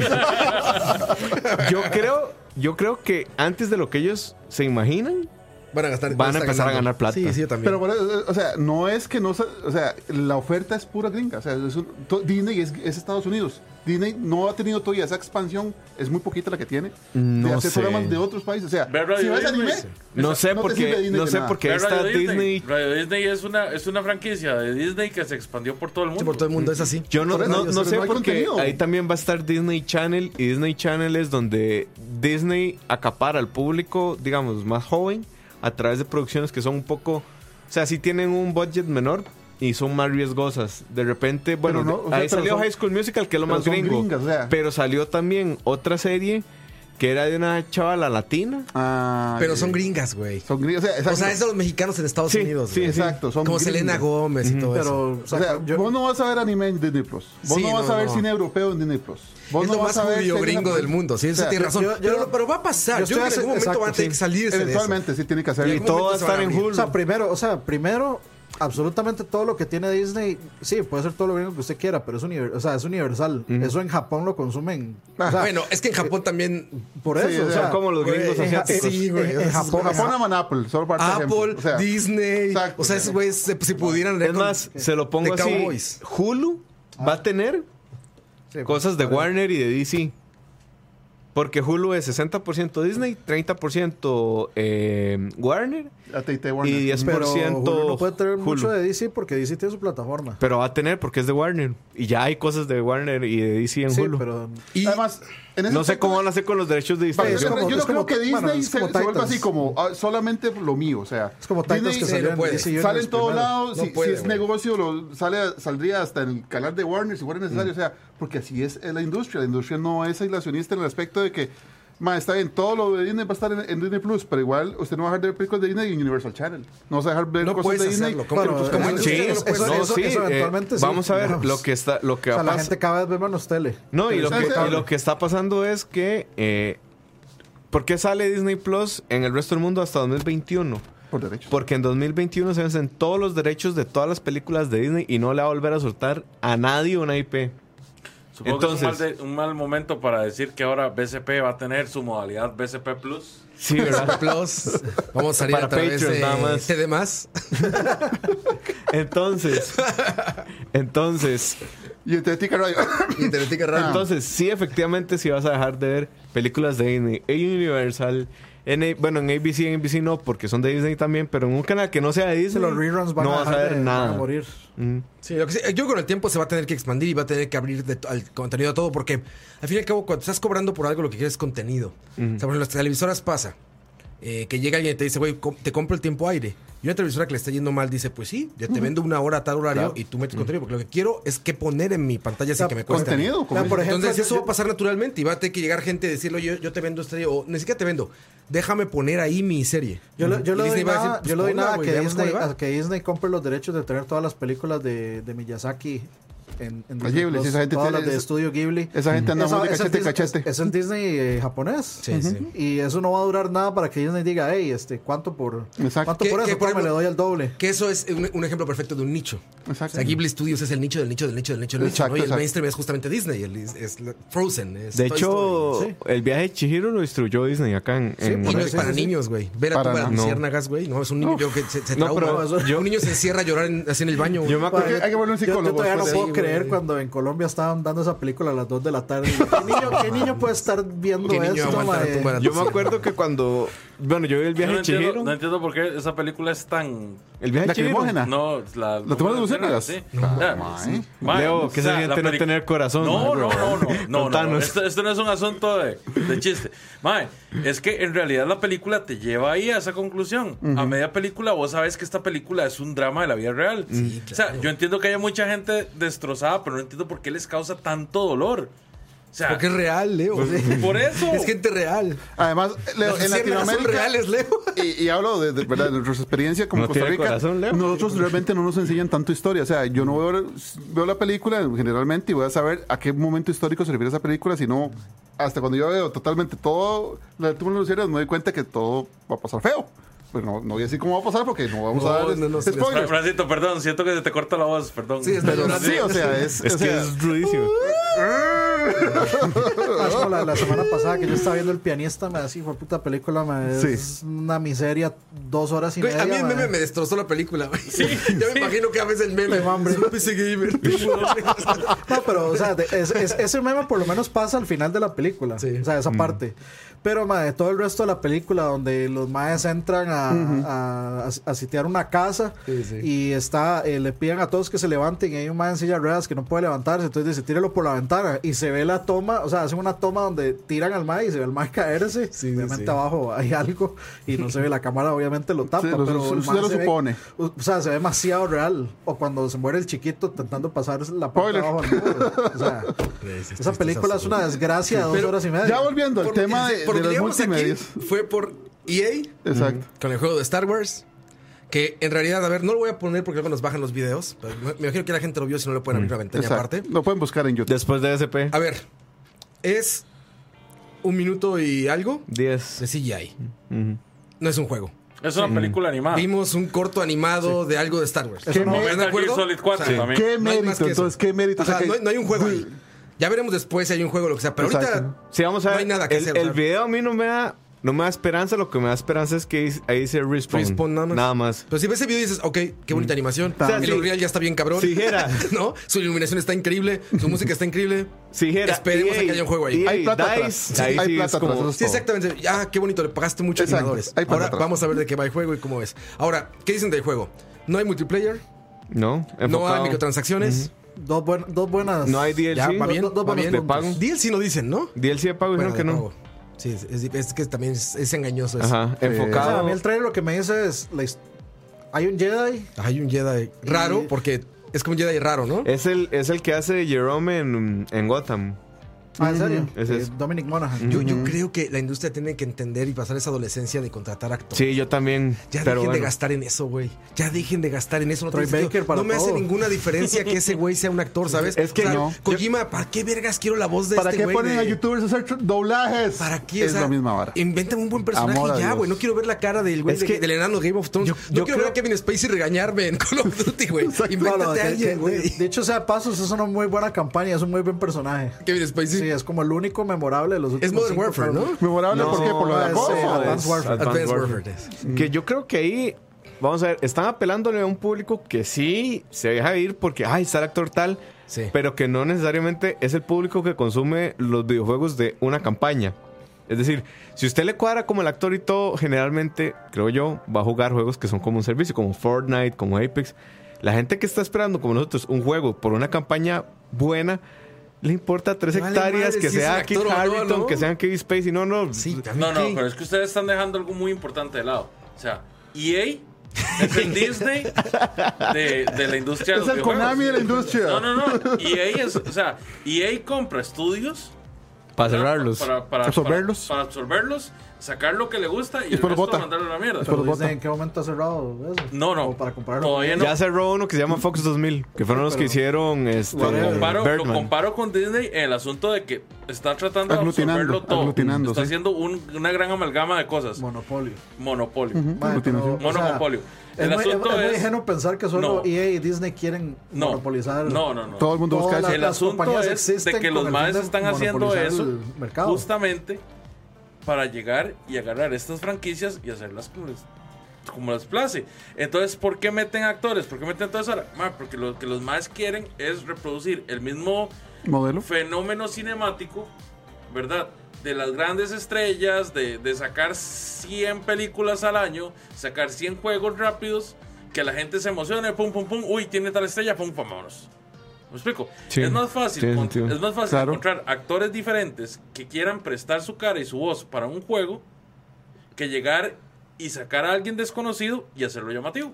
Speaker 2: yo creo yo creo que antes de lo que ellos se imaginan
Speaker 1: Van a gastar.
Speaker 2: Van a
Speaker 1: estar
Speaker 2: empezar a
Speaker 1: ganando.
Speaker 2: ganar plata.
Speaker 1: Sí, sí, yo también.
Speaker 4: Pero bueno, eh, o sea, no es que no se- o sea, la oferta es pura gringa, o sea, es un- to- Disney es, es Estados Unidos. Disney no ha tenido todavía esa expansión, es muy poquita la que tiene.
Speaker 2: No
Speaker 4: de hacer
Speaker 2: sé.
Speaker 4: programas de otros países, o sea,
Speaker 5: Ve Radio
Speaker 4: si ves
Speaker 5: Disney.
Speaker 4: anime,
Speaker 2: No sé
Speaker 4: no te
Speaker 2: por
Speaker 4: sirve
Speaker 2: qué,
Speaker 4: Disney
Speaker 2: no
Speaker 4: de
Speaker 2: sé
Speaker 4: nada.
Speaker 2: por qué
Speaker 5: Ve
Speaker 2: está
Speaker 5: Radio
Speaker 2: Disney.
Speaker 5: Radio Disney es una, es una franquicia de Disney que se expandió por todo el mundo.
Speaker 1: Sí, por todo el mundo es así.
Speaker 2: Yo no,
Speaker 4: Por eso,
Speaker 2: no,
Speaker 4: yo
Speaker 2: no
Speaker 4: solo
Speaker 2: sé
Speaker 4: no hay
Speaker 2: por qué
Speaker 4: contenido.
Speaker 2: ahí también va a estar Disney Channel y Disney Channel es donde Disney acapara al público, digamos, más joven a través de producciones que son un poco, o sea, sí tienen un budget menor y son más riesgosas. De repente, bueno,
Speaker 4: no, o sea,
Speaker 2: ahí
Speaker 4: pero
Speaker 2: salió
Speaker 4: son-
Speaker 2: High School Musical que es lo
Speaker 4: pero
Speaker 2: más
Speaker 4: son
Speaker 2: gringo,
Speaker 4: gringas, o sea.
Speaker 2: pero salió también otra serie que era de una chavala latina.
Speaker 4: Ah,
Speaker 1: Pero
Speaker 4: eh,
Speaker 1: son gringas, güey.
Speaker 4: Son gringas, o sea,
Speaker 1: O
Speaker 4: exacto.
Speaker 1: sea, es de los mexicanos en Estados
Speaker 2: Sí,
Speaker 1: Unidos.
Speaker 2: sí,
Speaker 1: güey.
Speaker 4: exacto, son
Speaker 1: Como
Speaker 4: gringas.
Speaker 1: Selena Gómez y todo eso.
Speaker 3: Pero, o
Speaker 4: O
Speaker 3: sea,
Speaker 4: sea,
Speaker 3: yo-
Speaker 4: vos no vas a ver anime en Disney Plus. Vos
Speaker 1: Sí,
Speaker 4: no vas
Speaker 1: no,
Speaker 4: a ver
Speaker 1: no.
Speaker 4: cine europeo en Disney Plus. Vos
Speaker 1: es
Speaker 4: no
Speaker 1: lo
Speaker 4: vas
Speaker 1: más
Speaker 4: a ver
Speaker 1: judío
Speaker 4: series
Speaker 1: gringo
Speaker 4: japonesas.
Speaker 1: del mundo. Sí,
Speaker 4: O
Speaker 1: eso
Speaker 4: sea,
Speaker 1: tiene razón.
Speaker 3: yo- yo-
Speaker 1: pero, pero va a pasar.
Speaker 3: yo
Speaker 1: Yo, creo que en
Speaker 3: estoy-
Speaker 1: algún momento
Speaker 3: exacto,
Speaker 1: van a tener
Speaker 3: sí.
Speaker 1: que salirse de eso.
Speaker 4: Eventualmente sí tiene que
Speaker 1: Y
Speaker 4: hacer.
Speaker 1: algún
Speaker 2: todo va a
Speaker 1: momento se van
Speaker 2: estar en
Speaker 1: abrir.
Speaker 2: Hulu.
Speaker 3: O sea, primero, o sea, primero, absolutamente todo lo que tiene Disney, sí, puede ser todo lo gringo que usted quiera, pero es, univer- o sea, es universal. Eso en Japón lo consumen. o sea,
Speaker 1: Bueno, es que en Japón también
Speaker 3: por
Speaker 4: Ah, sí,
Speaker 3: eso.
Speaker 4: o
Speaker 3: o
Speaker 4: sea, eh,
Speaker 3: sea,
Speaker 2: como los
Speaker 1: güey,
Speaker 2: gringos
Speaker 1: en-
Speaker 2: asiáticos.
Speaker 1: sí, güey.
Speaker 3: En- en Japón-
Speaker 4: Japón aman Apple, solo para este
Speaker 1: Apple,
Speaker 4: ejemplo. O sea,
Speaker 1: Disney.
Speaker 4: exacto,
Speaker 1: o sea, esos güeyes, se- si pudieran.
Speaker 2: Es más,
Speaker 4: eh,
Speaker 2: se lo pongo
Speaker 1: The
Speaker 2: así.
Speaker 1: Cowboys.
Speaker 2: Hulu
Speaker 4: Ah.
Speaker 2: va a tener
Speaker 3: sí,
Speaker 2: cosas de Warner y de DC. Porque Hulu es 60% Disney, 30% eh, Warner
Speaker 4: AT&T
Speaker 2: y
Speaker 4: Warner.
Speaker 2: 10%
Speaker 3: Pero Hulu no puede tener
Speaker 2: Hulu.
Speaker 3: mucho de DC porque DC tiene su plataforma.
Speaker 2: Pero va a tener porque es de Warner. Y ya hay cosas de Warner y de DC en
Speaker 3: sí,
Speaker 2: Hulu.
Speaker 3: pero
Speaker 1: Y
Speaker 4: Además, en ese
Speaker 2: no sé
Speaker 4: aspecto-
Speaker 2: cómo van a hacer con los derechos de
Speaker 4: Vale,
Speaker 3: Es
Speaker 4: yo,
Speaker 2: distribución.
Speaker 3: como-
Speaker 4: yo no
Speaker 3: es
Speaker 4: creo
Speaker 3: como-
Speaker 4: que Disney
Speaker 3: bueno, es
Speaker 4: se,
Speaker 3: como
Speaker 4: se vuelva
Speaker 3: Titans.
Speaker 4: así como ah, solamente lo mío, o sea,
Speaker 3: es como Titans
Speaker 4: Disney
Speaker 3: que
Speaker 1: sí,
Speaker 3: salió
Speaker 1: no
Speaker 3: en
Speaker 1: puede.
Speaker 3: DC Universe
Speaker 4: sale en todo
Speaker 3: primero.
Speaker 4: lado,
Speaker 1: No
Speaker 4: si,
Speaker 1: puede,
Speaker 4: si es
Speaker 1: güey.
Speaker 4: negocio lo sale, a- saldría hasta en el canal de Warner si fuera necesario, o sea, porque así es la industria, la industria no es aislacionista en el aspecto de que Ma, está bien, todo lo de Disney va a estar en, en Disney Plus, pero igual usted no va a dejar de ver películas de Disney en Universal Channel. No vas a dejar ver
Speaker 1: No
Speaker 4: cosas
Speaker 1: puedes
Speaker 4: de Disney.
Speaker 1: hacerlo,
Speaker 4: pero
Speaker 1: como-
Speaker 4: tus
Speaker 1: como
Speaker 4: canales-
Speaker 1: Sí,
Speaker 2: Sí,
Speaker 1: eso-
Speaker 2: eso,
Speaker 1: eso-
Speaker 2: no,
Speaker 3: eso-
Speaker 2: sí,
Speaker 3: eso
Speaker 2: eh,
Speaker 3: eventualmente sí,
Speaker 2: Vamos a ver
Speaker 3: digamos.
Speaker 2: lo que está, lo que va
Speaker 3: O sea,
Speaker 2: a
Speaker 3: la
Speaker 2: pas-
Speaker 3: gente cada vez ve menos tele.
Speaker 2: No, y lo, que,
Speaker 4: Interesante.
Speaker 2: y lo que está pasando es que. eh, ¿Por qué sale Disney Plus en el resto del mundo hasta 2021?
Speaker 4: Por derechos.
Speaker 2: Porque en 2021 se vencen todos los derechos de todas las películas de Disney y no le va a volver a soltar a nadie una IP.
Speaker 5: Supongo que es un
Speaker 2: Entonces-
Speaker 5: mal, de- un mal momento para decir que ahora BCP va a tener su modalidad BCP Plus.
Speaker 2: Sí, ¿verdad?
Speaker 1: Plus, vamos a salir
Speaker 2: Para
Speaker 1: a través
Speaker 2: Patreon,
Speaker 1: de
Speaker 2: nada más.
Speaker 1: TD más.
Speaker 2: entonces, entonces,
Speaker 4: Y en Tetica Radio.
Speaker 1: y Teletica Radio.
Speaker 4: Ah,
Speaker 2: entonces, sí, efectivamente, sí vas a dejar de ver películas de Disney en Universal. En, A- bueno, en ABC, en ABC no, porque son de Disney también, pero en un canal que no sea de Disney,
Speaker 3: Los reruns van
Speaker 2: no
Speaker 3: a,
Speaker 2: vas a
Speaker 3: dejar
Speaker 2: ver
Speaker 3: de- van
Speaker 2: nada.
Speaker 3: a morir.
Speaker 2: Mm.
Speaker 1: Sí, lo que sí- yo con el tiempo se va a tener que expandir y va a tener que abrir de to- al contenido a todo, porque al fin y al cabo, cuando estás cobrando por algo, lo que quieres es contenido. O sea, por ejemplo, las televisoras pasa eh, que llega alguien y te dice, güey, com- te compro el tiempo aire. Y una televisora que le está yendo mal dice, pues sí, ya te vendo una hora a tal horario y tú metes contenido, porque lo que quiero es que poner en mi pantalla sin
Speaker 3: sea,
Speaker 1: que me cueste. a mí.
Speaker 4: Contenido,
Speaker 3: O sea, por
Speaker 4: como-
Speaker 3: ejemplo,
Speaker 1: Entonces
Speaker 3: yo-
Speaker 1: eso va a pasar naturalmente y va a tener que llegar gente a decirle, oye, yo te vendo este, o ni siquiera te vendo, déjame poner ahí mi serie.
Speaker 3: Yo, le- yo
Speaker 1: Y
Speaker 3: le doy
Speaker 1: Disney va a
Speaker 3: nada,
Speaker 1: decir, pues,
Speaker 3: yo le doy
Speaker 1: ponla,
Speaker 3: nada
Speaker 1: güey,
Speaker 3: que,
Speaker 1: veamos cómo le
Speaker 3: Disney,
Speaker 1: va.
Speaker 3: a que Disney compre los derechos de tener todas las películas de, de Miyazaki en, en
Speaker 4: Los Ghiblis,
Speaker 3: Plus,
Speaker 4: esa gente
Speaker 3: todas
Speaker 4: tiene-
Speaker 3: las de Estudio Ghibli.
Speaker 4: Esa gente anda
Speaker 3: Esa-
Speaker 4: muy de
Speaker 3: esa
Speaker 4: cachete,
Speaker 3: es Dis-
Speaker 4: cachete.
Speaker 3: Es el Disney eh, japonés.
Speaker 1: Sí, sí.
Speaker 3: Y eso no va a durar nada para que Disney diga, hey, este, ¿cuánto por,
Speaker 4: Exacto.
Speaker 3: ¿cuánto
Speaker 1: Que-
Speaker 3: por
Speaker 1: que,
Speaker 3: eso?
Speaker 1: por
Speaker 3: Toma,
Speaker 1: ejemplo-
Speaker 3: le doy el doble.
Speaker 1: Que eso es un, un ejemplo perfecto de un nicho. O
Speaker 4: Exacto.
Speaker 1: sea, Ghibli Studios es el nicho del nicho del nicho del nicho del nicho.
Speaker 4: Exacto,
Speaker 1: ¿no? Y el
Speaker 4: exacto.
Speaker 1: mainstream es justamente Disney. el- es, es la- Frozen. es
Speaker 2: De
Speaker 1: Toy
Speaker 2: hecho,
Speaker 1: Story.
Speaker 2: el viaje de Chihiro lo destruyó Disney acá en... en-
Speaker 1: Y no es para niños, güey. Ver a tu
Speaker 4: Para
Speaker 1: para
Speaker 4: nada.
Speaker 1: luciérnagas, güey. No, es un niño yo que se, se
Speaker 2: No,
Speaker 1: trauma.
Speaker 2: pero
Speaker 1: Un
Speaker 2: yo-
Speaker 1: niño se encierra a llorar en, así en el baño. güey.
Speaker 2: Yo me acuerdo...
Speaker 4: Hay Ah, que- hay que volver a un
Speaker 3: Yo- Yo,
Speaker 4: psicólogo pues.
Speaker 3: todavía no
Speaker 4: después de
Speaker 3: puedo
Speaker 1: ahí,
Speaker 3: creer
Speaker 1: güey.
Speaker 3: cuando en Colombia estaban dando esa película a las 2 de la tarde. ¿Qué niño, qué niño puede estar viendo
Speaker 1: ¿Qué niño
Speaker 3: esto,
Speaker 1: aguanta la
Speaker 3: mae?
Speaker 1: tumba de-
Speaker 2: Yo me acuerdo que cuando. Bueno, yo vi el
Speaker 5: Yo
Speaker 2: viaje
Speaker 5: no,
Speaker 2: de
Speaker 5: entiendo,
Speaker 2: Chihiro.
Speaker 5: no entiendo por qué esa película es tan...
Speaker 2: El viaje de Chihiro.
Speaker 4: Lacrimógena.
Speaker 5: No, la...
Speaker 4: ¿La tumba de luciérnagas?
Speaker 5: Sí.
Speaker 4: No,
Speaker 5: O sea,
Speaker 4: mae.
Speaker 5: mae,
Speaker 2: Leo, que
Speaker 5: o sea,
Speaker 2: esa
Speaker 5: la
Speaker 2: gente no
Speaker 5: peli-
Speaker 2: tener corazón.
Speaker 5: No,
Speaker 2: bro.
Speaker 5: no, no, no, no, no, no.
Speaker 2: Contanos.
Speaker 5: Esto, esto no es un asunto de, de chiste. Mae, es que en realidad la película te lleva ahí a esa conclusión. A media película vos sabes que esta película es un drama de la vida real. O sea, yo entiendo que haya mucha gente destrozada, pero no entiendo por qué les causa tanto dolor. O sea,
Speaker 1: Porque es real, Leo.
Speaker 5: por eso.
Speaker 1: Es gente real.
Speaker 4: Además, Leo,
Speaker 1: Las
Speaker 4: en
Speaker 1: luciérnagas son
Speaker 4: Latinoamérica.
Speaker 1: reales, Leo.
Speaker 4: Y, y hablo de, de- ¿verdad? de nuestra experiencia como
Speaker 2: No
Speaker 4: Costa
Speaker 2: tiene
Speaker 4: Rica.
Speaker 2: corazón, Leo.
Speaker 4: Nosotros realmente no nos enseñan tanto historia. O sea, yo no veo, veo la película generalmente y voy a saber a qué momento histórico se refiere esa película, sino hasta cuando yo veo totalmente todo la tumba de Lucero, me doy cuenta que todo va a pasar feo. Pero no, no voy a decir cómo va a pasar porque no vamos
Speaker 1: No,
Speaker 4: a dar
Speaker 1: no, no,
Speaker 5: Fra-
Speaker 4: spoilers.
Speaker 5: Francito, perdón, siento que se te corta la voz, perdón.
Speaker 1: Sí, está
Speaker 4: Pero sí, o sea, es,
Speaker 2: Es uh.
Speaker 4: o
Speaker 2: que
Speaker 4: sea,
Speaker 2: es rudísimo.
Speaker 3: Ah, es como la, la semana pasada que yo estaba viendo El Pianista, me así, fue puta película, me es una miseria, dos horas y
Speaker 1: Güey,
Speaker 3: media.
Speaker 1: a mí el
Speaker 3: mae.
Speaker 1: meme me destrozó la película, güey. ya me imagino que a veces el meme.
Speaker 3: Tengo hambre.
Speaker 1: Yo pensé que divertido.
Speaker 3: No, pero, o sea, de- es- es- ese meme por lo menos pasa al final de la película.
Speaker 1: Sí.
Speaker 3: O sea,
Speaker 4: Mm.
Speaker 3: esa parte. Pero, madre, todo el resto de la película, donde los maes entran a, a- a- a sitiar una casa
Speaker 1: Sí, sí.
Speaker 3: y está eh, le piden a todos que se levanten y hay un mae en silla de ruedas que no puede levantarse, entonces dice, tírelo por la ventana. Y se ve la toma, o sea, hacen una toma donde tiran al mae y se ve al mae caerse.
Speaker 1: Sí, sí,
Speaker 3: obviamente
Speaker 1: sí.
Speaker 3: abajo hay algo y no se ve la cámara, obviamente lo tapa.
Speaker 4: Sí, lo-
Speaker 3: pero el
Speaker 4: usted
Speaker 3: mae
Speaker 4: lo
Speaker 3: se ve-
Speaker 4: supone.
Speaker 3: o o sea, se ve demasiado real. O cuando se muere el chiquito intentando pasar la parte de
Speaker 4: Spoiler.
Speaker 3: abajo del muro. O sea, esa película es una desgracia de dos horas y media.
Speaker 4: Ya volviendo al tema de,
Speaker 1: Por
Speaker 4: de
Speaker 1: lo que
Speaker 4: los
Speaker 1: llegamos aquí
Speaker 4: multimedios.
Speaker 1: fue por EA
Speaker 4: Exacto.
Speaker 1: con el juego de Star Wars. Que en realidad, a ver, no lo voy a poner porque luego nos bajan los videos. pero me me imagino que la gente lo vio si no le pueden abrir la ventana
Speaker 4: Mm, Exacto.
Speaker 1: aparte.
Speaker 4: Lo pueden buscar en YouTube.
Speaker 2: Después de SP,
Speaker 1: A ver, es un minuto y algo
Speaker 2: 10.
Speaker 1: de CGI. No es un juego.
Speaker 5: Es una película animada.
Speaker 1: Vimos un corto animado de algo de Star Wars.
Speaker 3: Eso
Speaker 1: ¿Están
Speaker 3: no-
Speaker 1: de
Speaker 5: Metal Gear
Speaker 1: acuerdo?
Speaker 5: Solid 4
Speaker 1: Sí.
Speaker 5: también.
Speaker 4: ¿Qué
Speaker 1: No hay más
Speaker 4: mérito?
Speaker 1: que eso.
Speaker 4: entonces, ¿qué mérito? O sea,
Speaker 1: Ajá,
Speaker 4: que-
Speaker 1: no, hay, no hay un juego ahí. Ya veremos después si hay un juego o lo que sea. Pero ahorita.
Speaker 4: Exacto.
Speaker 2: Sí, vamos a
Speaker 1: No
Speaker 2: ver.
Speaker 1: hay nada que
Speaker 2: el,
Speaker 1: hacer,
Speaker 2: el
Speaker 1: o sea.
Speaker 2: video a mí no me da. No me da esperanza, lo que me da esperanza es que ahí- ahí dice respawn.
Speaker 1: Respawn nada más.
Speaker 2: Nada más. Mm.
Speaker 1: Pero si ves ese video y dices, ok, qué bonita animación.
Speaker 2: sea,
Speaker 1: el
Speaker 2: sí.
Speaker 1: Unreal ya está bien cabrón.
Speaker 2: Si dijera-
Speaker 1: ¿No? Su iluminación está increíble. Su música está increíble.
Speaker 2: Si dijera,
Speaker 1: Esperemos a
Speaker 2: EA,
Speaker 1: que haya un juego ahí.
Speaker 2: EA
Speaker 4: Hay plata
Speaker 2: Dice,
Speaker 4: atrás.
Speaker 2: ahí
Speaker 4: Hay
Speaker 2: sí
Speaker 4: plata
Speaker 2: es como-
Speaker 4: atrás, eso
Speaker 1: Sí, exactamente. Ah, qué bonito. Le pagaste mucho a
Speaker 4: Exacto.
Speaker 1: animadores.
Speaker 4: Ahí para
Speaker 1: Ahora
Speaker 4: atrás.
Speaker 1: vamos a ver de qué va el juego y cómo es. Ahora, ¿qué dicen del juego? No hay multiplayer.
Speaker 2: No,
Speaker 1: No hay
Speaker 2: enfocado.
Speaker 1: microtransacciones.
Speaker 3: Dos, buen- dos buenas.
Speaker 2: No hay DLC.
Speaker 1: Ya, va bien.
Speaker 3: Dos- dos
Speaker 1: va
Speaker 3: buenos
Speaker 1: bien.
Speaker 2: de pago.
Speaker 1: DLC no dicen, ¿no?
Speaker 2: DLC de pago,
Speaker 1: Bueno,
Speaker 2: dijeron que
Speaker 1: de
Speaker 2: no.
Speaker 1: pago. Sí, es, es- es que también es, es engañoso eso.
Speaker 2: Ajá,
Speaker 3: O sea, a
Speaker 2: enfocado.
Speaker 3: mí el trailer lo que me dice es: la his- hay un Jedi.
Speaker 1: Hay un Jedi raro, porque es como un Jedi raro, ¿no?
Speaker 2: Es el, es el que hace Jerome en, en Gotham.
Speaker 3: Ah, en
Speaker 1: Mm,
Speaker 3: serio.
Speaker 2: Ese es.
Speaker 3: Eh, Dominic Monaghan.
Speaker 1: Yo, yo creo que la industria tiene que entender y pasar esa adolescencia de contratar actores.
Speaker 2: Sí, yo también.
Speaker 1: Ya
Speaker 2: pero
Speaker 1: dejen de
Speaker 2: bueno.
Speaker 1: gastar en eso, güey. Ya dejen de gastar en eso. No,
Speaker 3: Troy
Speaker 1: tiene sentido.
Speaker 3: Baker para
Speaker 1: No me hace
Speaker 3: todo.
Speaker 1: ninguna diferencia que ese güey sea un actor, ¿sabes?
Speaker 2: Es que no.
Speaker 1: Kojima, ¿para qué vergas quiero la voz de
Speaker 4: ¿Para
Speaker 1: este
Speaker 4: qué
Speaker 1: güey?
Speaker 4: ponen
Speaker 1: de-
Speaker 4: a youtubers a hacer tr- doblajes?
Speaker 1: ¿Para qué? O
Speaker 4: Es
Speaker 1: sea,
Speaker 4: la misma vara.
Speaker 1: Invéntame un buen personaje
Speaker 4: Amor a
Speaker 1: ya,
Speaker 4: Dios.
Speaker 1: güey. No quiero ver la cara del güey
Speaker 2: Es
Speaker 1: de-
Speaker 2: que-
Speaker 1: del enano de Game of Thrones.
Speaker 2: Yo-
Speaker 1: no
Speaker 2: yo
Speaker 1: quiero ver a
Speaker 2: creo-
Speaker 1: Kevin Spacey regañarme en Call of Duty, güey.
Speaker 3: No, no,
Speaker 1: Invéntate
Speaker 3: que-
Speaker 1: a
Speaker 3: que-
Speaker 1: alguien,
Speaker 3: de,
Speaker 1: güey.
Speaker 3: de hecho, sea de pasos, es una muy buena campaña, es un muy buen personaje.
Speaker 1: Kevin Spacey.
Speaker 3: Sí, es como el único memorable de los últimos.
Speaker 1: Es Modern
Speaker 3: cinco
Speaker 1: Warfare,
Speaker 3: Star
Speaker 1: ¿no?
Speaker 3: Wars.
Speaker 4: Memorable
Speaker 2: No,
Speaker 4: porque por lo de Mm. la
Speaker 3: es,
Speaker 4: cosa.
Speaker 3: eh, Advanced
Speaker 2: es
Speaker 3: Warfare.
Speaker 1: Advanced Warfare.
Speaker 2: Warfare. Que yo creo que ahí, vamos a ver, están apelándole a un público que sí se deja ir porque, ay, está el actor tal,
Speaker 1: Sí.
Speaker 2: pero que no necesariamente es el público que consume los videojuegos de una campaña. Es decir, si usted le cuadra como el actor y todo, generalmente, creo yo, va a jugar juegos que son como un servicio, como Fortnite, como Apex. La gente que está esperando, como nosotros, un juego por una campaña buena, le importa tres
Speaker 1: Le vale
Speaker 2: hectáreas
Speaker 1: madre
Speaker 2: que
Speaker 1: si es un
Speaker 2: sea Kit
Speaker 1: actor o no,
Speaker 2: Harington,
Speaker 1: ¿no?
Speaker 2: que sean Kevin Spacey. No, no.
Speaker 1: Sí, a mí
Speaker 5: No, no,
Speaker 1: qué.
Speaker 5: pero es que ustedes están dejando algo muy importante de lado. O sea, EA es el Disney de, de la industria de
Speaker 4: Es
Speaker 5: los
Speaker 4: el
Speaker 5: videojuegos.
Speaker 4: Konami de la industria.
Speaker 5: No, no, no. EA es, o sea, EA compra estudios
Speaker 2: Para
Speaker 5: ¿verdad?
Speaker 2: cerrarlos.
Speaker 5: Para, para-
Speaker 4: Absorberlos.
Speaker 5: Para, para absorberlos, sacar lo que le gusta y, el
Speaker 4: por
Speaker 5: resto
Speaker 4: bota.
Speaker 5: mandarlo a la mierda.
Speaker 3: Pero
Speaker 4: Pero
Speaker 3: Disney,
Speaker 4: bota.
Speaker 3: ¿en qué momento ha cerrado eso?
Speaker 5: No, no.
Speaker 3: O para comprarlo.
Speaker 5: Todavía no.
Speaker 2: Ya cerró uno que se llama Fox 2000, que fueron los que hicieron este,
Speaker 5: Lo comparo, lo
Speaker 2: Birdman.
Speaker 5: comparo con Disney en el asunto de que está tratando de
Speaker 4: Aglutinando,
Speaker 5: absorberlo todo.
Speaker 4: aglutinando,
Speaker 5: está
Speaker 4: sí.
Speaker 5: haciendo un- una gran amalgama de cosas.
Speaker 3: Monopolio.
Speaker 5: Monopolio.
Speaker 3: Mae, pero,
Speaker 4: Monopolio.
Speaker 3: o sea,
Speaker 5: Monopolio.
Speaker 3: Es,
Speaker 5: El
Speaker 3: muy,
Speaker 5: asunto
Speaker 3: es muy
Speaker 5: es-
Speaker 3: ingenuo pensar que solo
Speaker 5: No.
Speaker 3: EA y Disney quieren
Speaker 5: No.
Speaker 3: monopolizar.
Speaker 5: No, no, no.
Speaker 4: Todo el mundo
Speaker 3: Todas
Speaker 4: busca
Speaker 3: las-
Speaker 4: eso.
Speaker 5: el asunto
Speaker 3: compañías
Speaker 5: es
Speaker 3: existen
Speaker 5: de que
Speaker 3: con
Speaker 5: los
Speaker 3: el
Speaker 5: maes
Speaker 3: fin de
Speaker 5: están haciendo
Speaker 3: monopolizar
Speaker 5: eso
Speaker 3: el mercado.
Speaker 5: justamente para llegar y agarrar estas franquicias y hacerlas como les, como les place. Entonces, ¿por qué meten actores? ¿Por qué meten todo eso ahora? Ma, porque lo que los maes quieren es reproducir el mismo
Speaker 4: Modelo.
Speaker 5: fenómeno cinemático, ¿verdad? De las grandes estrellas, de, de sacar 100 películas al año, sacar 100 juegos rápidos, que la gente se emocione, pum, pum, pum, uy, tiene tal estrella, pum, pum, vámonos. ¿Me explico?
Speaker 2: Sí,
Speaker 5: es más fácil,
Speaker 2: tiene
Speaker 5: con-
Speaker 2: sentido.
Speaker 5: es más fácil
Speaker 4: Claro.
Speaker 5: encontrar actores diferentes que quieran prestar su cara y su voz para un juego que llegar y sacar a alguien desconocido y hacerlo llamativo.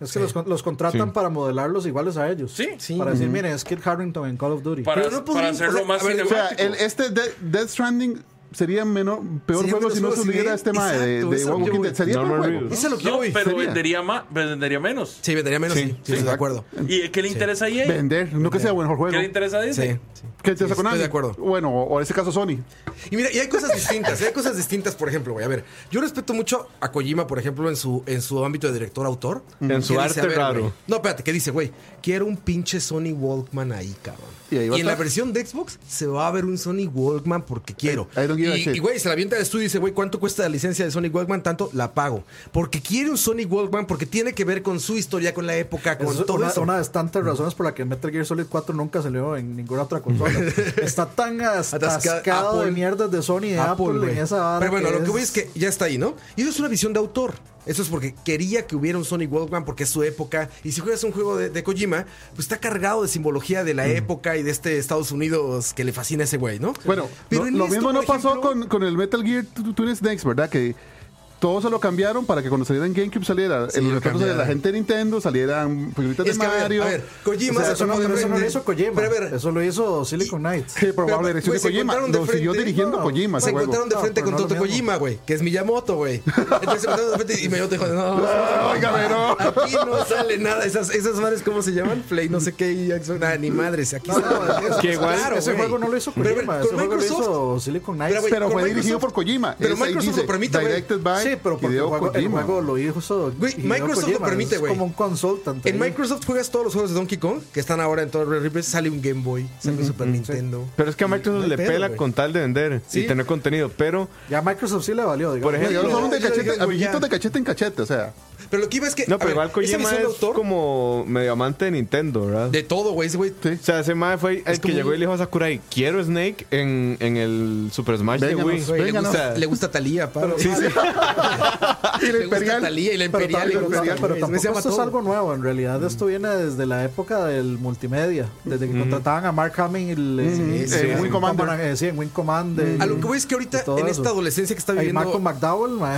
Speaker 3: Es que los, con- los contratan
Speaker 2: Sí.
Speaker 3: para modelarlos iguales a ellos.
Speaker 5: Sí.
Speaker 1: Sí.
Speaker 3: Para decir, miren, es Kid Harrington en Call of Duty.
Speaker 5: Para,
Speaker 1: Pero no
Speaker 5: para
Speaker 1: podrían-
Speaker 5: hacerlo
Speaker 1: o sea,
Speaker 5: más
Speaker 1: a ver,
Speaker 4: O sea,
Speaker 5: cinemático.
Speaker 4: el, este de- Death Stranding sería menor, peor
Speaker 1: Sería
Speaker 4: juego
Speaker 1: menos
Speaker 4: si no
Speaker 1: juego
Speaker 4: se
Speaker 1: si
Speaker 4: hubiera
Speaker 1: bien-
Speaker 4: este mae de,
Speaker 1: exacto,
Speaker 4: de
Speaker 1: eso es lo
Speaker 4: Walking
Speaker 1: que
Speaker 4: Dead.
Speaker 1: voy.
Speaker 4: Sería
Speaker 2: Norman
Speaker 4: buen juego.
Speaker 2: Reedus.
Speaker 1: Eso es lo que
Speaker 5: No,
Speaker 1: yo voy.
Speaker 5: pero
Speaker 4: sería.
Speaker 5: vendería, más, vendería menos.
Speaker 1: Sí, vendería menos, sí.
Speaker 2: Sí,
Speaker 1: Sí, estoy de
Speaker 4: exacto.
Speaker 1: acuerdo.
Speaker 5: ¿Y qué le interesa ahí? EA?
Speaker 4: Vender, no que sea buen juego.
Speaker 5: ¿Qué le interesa a Disney?
Speaker 1: Sí, sí.
Speaker 4: ¿Qué interesa
Speaker 1: Sí,
Speaker 4: Konami?
Speaker 1: Estoy de acuerdo.
Speaker 4: Bueno, o, o en ese caso Sony.
Speaker 1: Y mira, y hay cosas distintas, hay cosas distintas, por ejemplo, güey. A ver, yo respeto mucho a Kojima, por ejemplo, en su, en su ámbito de director-autor.
Speaker 2: En su
Speaker 1: Que
Speaker 2: arte
Speaker 1: "A ver,
Speaker 2: raro".
Speaker 1: güey, No, espérate, ¿qué dice, güey? Quiero un pinche Sony Walkman ahí, cabrón.
Speaker 4: Y
Speaker 1: Y,
Speaker 4: ahí va a
Speaker 1: en la
Speaker 4: estar.
Speaker 1: versión de Xbox se va a ver un Sony Walkman porque quiero.
Speaker 4: I don't give a
Speaker 1: y,
Speaker 4: shit.
Speaker 1: y, güey, se la avienta al estudio y dice, güey, ¿cuánto cuesta la licencia de Sony Walkman? Tanto, la pago. Porque quiere un Sony Walkman porque tiene que ver con su historia, con la época, con
Speaker 3: Eso es
Speaker 1: todo
Speaker 3: una,
Speaker 1: eso.
Speaker 3: una de las tantas razones por la que Metal Gear Solid 4 nunca salió en ninguna otra consola. Está tan
Speaker 1: Atasca-
Speaker 3: atascado
Speaker 1: Apple.
Speaker 3: de mierdas de Sony y de Apple,
Speaker 1: güey.
Speaker 3: en esa vara
Speaker 1: Pero bueno, lo que
Speaker 3: es-
Speaker 1: voy es que ya está ahí, ¿no? Y eso es una visión de autor. Eso es porque quería que hubiera un Sonic Walkman porque es su época. Y si juegas un juego de, de Kojima, pues está cargado de simbología de la
Speaker 4: Mm.
Speaker 1: época y de este Estados Unidos que le fascina a ese güey, ¿no?
Speaker 4: Bueno,
Speaker 1: Pero
Speaker 4: lo,
Speaker 1: en
Speaker 4: lo
Speaker 1: esto,
Speaker 4: mismo no
Speaker 1: por
Speaker 4: pasó
Speaker 1: ejemplo,
Speaker 4: con, con el Metal Gear Tw- Twin Snakes, ¿verdad? Que todo se lo cambiaron para que cuando saliera en GameCube saliera
Speaker 1: Sí,
Speaker 4: el
Speaker 1: lo
Speaker 4: retrato de la
Speaker 1: cambiaron.
Speaker 4: gente de Nintendo, salieran figuritas de
Speaker 1: Es que, a ver,
Speaker 4: Mario.
Speaker 1: a ver, Kojima
Speaker 3: O sea,
Speaker 1: se
Speaker 3: eso, no,
Speaker 1: tomó de
Speaker 3: pero eso no lo
Speaker 1: frente.
Speaker 3: hizo Kojima.
Speaker 1: Pero a ver,
Speaker 3: eso lo hizo Silicon Knights.
Speaker 4: Que por
Speaker 1: Pero,
Speaker 4: la dirección
Speaker 1: güey,
Speaker 4: de
Speaker 1: se
Speaker 4: Kojima.
Speaker 1: encontraron de
Speaker 4: Lo siguió
Speaker 1: frente.
Speaker 4: dirigiendo
Speaker 3: No,
Speaker 4: Kojima ese
Speaker 1: se
Speaker 4: juego.
Speaker 1: encontraron de
Speaker 3: No,
Speaker 1: frente
Speaker 3: pero
Speaker 1: con
Speaker 3: no es lo
Speaker 1: Toto
Speaker 3: mismo.
Speaker 1: Kojima, güey, que es Miyamoto, güey. Entonces se encontraron de frente y Miyamoto dijo, no,
Speaker 4: Óigame, no.
Speaker 1: aquí no sale nada. Esas, esas madres, ¿cómo se llaman? Play, no sé qué, y Jackson, nada, ni madres. Aquí sale.
Speaker 2: que igual-
Speaker 3: ese
Speaker 1: güey.
Speaker 3: juego no lo hizo
Speaker 1: Pero,
Speaker 3: Kojima.
Speaker 1: pero,
Speaker 3: ese
Speaker 1: con
Speaker 3: juego lo
Speaker 1: Microsoft.
Speaker 3: hizo Silicon Knights.
Speaker 1: güey,
Speaker 4: Pero
Speaker 1: con
Speaker 4: fue
Speaker 1: Microsoft-
Speaker 4: dirigido por Kojima.
Speaker 1: pero
Speaker 4: Es ahí
Speaker 1: Microsoft
Speaker 4: dice,
Speaker 1: lo permite, güey.
Speaker 4: Directed by
Speaker 3: sí, pero porque el
Speaker 4: Hideo
Speaker 3: juego, el
Speaker 4: Kojima.
Speaker 3: juego lo hizo
Speaker 1: Güey,
Speaker 3: Hideo
Speaker 1: Microsoft lo
Speaker 3: Kojima,
Speaker 1: permite, güey.
Speaker 3: Es como un consultant.
Speaker 1: En
Speaker 3: ahí.
Speaker 1: Microsoft juegas todos los juegos de Donkey Kong, que están ahora en todo el River, sale un Game Boy, sale un Super Nintendo.
Speaker 2: Pero es que a Microsoft
Speaker 1: No hay
Speaker 2: le
Speaker 1: pedo,
Speaker 2: pela
Speaker 1: güey.
Speaker 2: con tal de vender
Speaker 1: Sí.
Speaker 2: y tener contenido. Pero,
Speaker 3: Ya Microsoft sí le valió, digamos.
Speaker 2: Por
Speaker 4: Oye, ahora
Speaker 2: ejemplo,
Speaker 4: son de
Speaker 1: Ya, ya,
Speaker 4: cachete,
Speaker 1: ya.
Speaker 4: amiguitos de cachete en cachete, o sea.
Speaker 1: Pero lo que iba es que.
Speaker 2: no,
Speaker 1: Eh, a
Speaker 2: pero
Speaker 1: ver,
Speaker 2: igual
Speaker 1: esa
Speaker 2: Kojima
Speaker 1: visión
Speaker 2: es
Speaker 1: de autor
Speaker 2: como medio amante de Nintendo, ¿verdad?
Speaker 1: de todo, güey. Ese güey.
Speaker 4: Sí.
Speaker 2: O sea, ese mae fue el que
Speaker 1: como-
Speaker 2: llegó y le dijo a Sakurai, quiero Snake en, en el Super Smash de
Speaker 4: Vénganos,
Speaker 2: Wii.
Speaker 1: güey, le,
Speaker 4: Venga, no.
Speaker 1: gusta, le gusta Talía, Pablo.
Speaker 3: Sí, sí.
Speaker 4: Y
Speaker 1: Le
Speaker 4: el
Speaker 1: gusta
Speaker 4: Imperial.
Speaker 1: Talía y la Imperial. le gusta,
Speaker 3: Pero, tam- pero tam- pero
Speaker 1: güey, se
Speaker 3: tampoco
Speaker 1: llama
Speaker 3: esto es
Speaker 1: todo. Mm.
Speaker 3: algo nuevo. En realidad, esto viene desde la época del multimedia. Desde que contrataban a Mark Hamill eh, el,
Speaker 4: Mm, sí, Wing Commander.
Speaker 3: eh, sí, en Wing Commander.
Speaker 1: A lo que voy es que ahorita,
Speaker 3: y todo
Speaker 1: en
Speaker 3: eso.
Speaker 1: esta adolescencia que está
Speaker 3: Ahí
Speaker 1: viviendo.
Speaker 3: Marco McDowell, ma,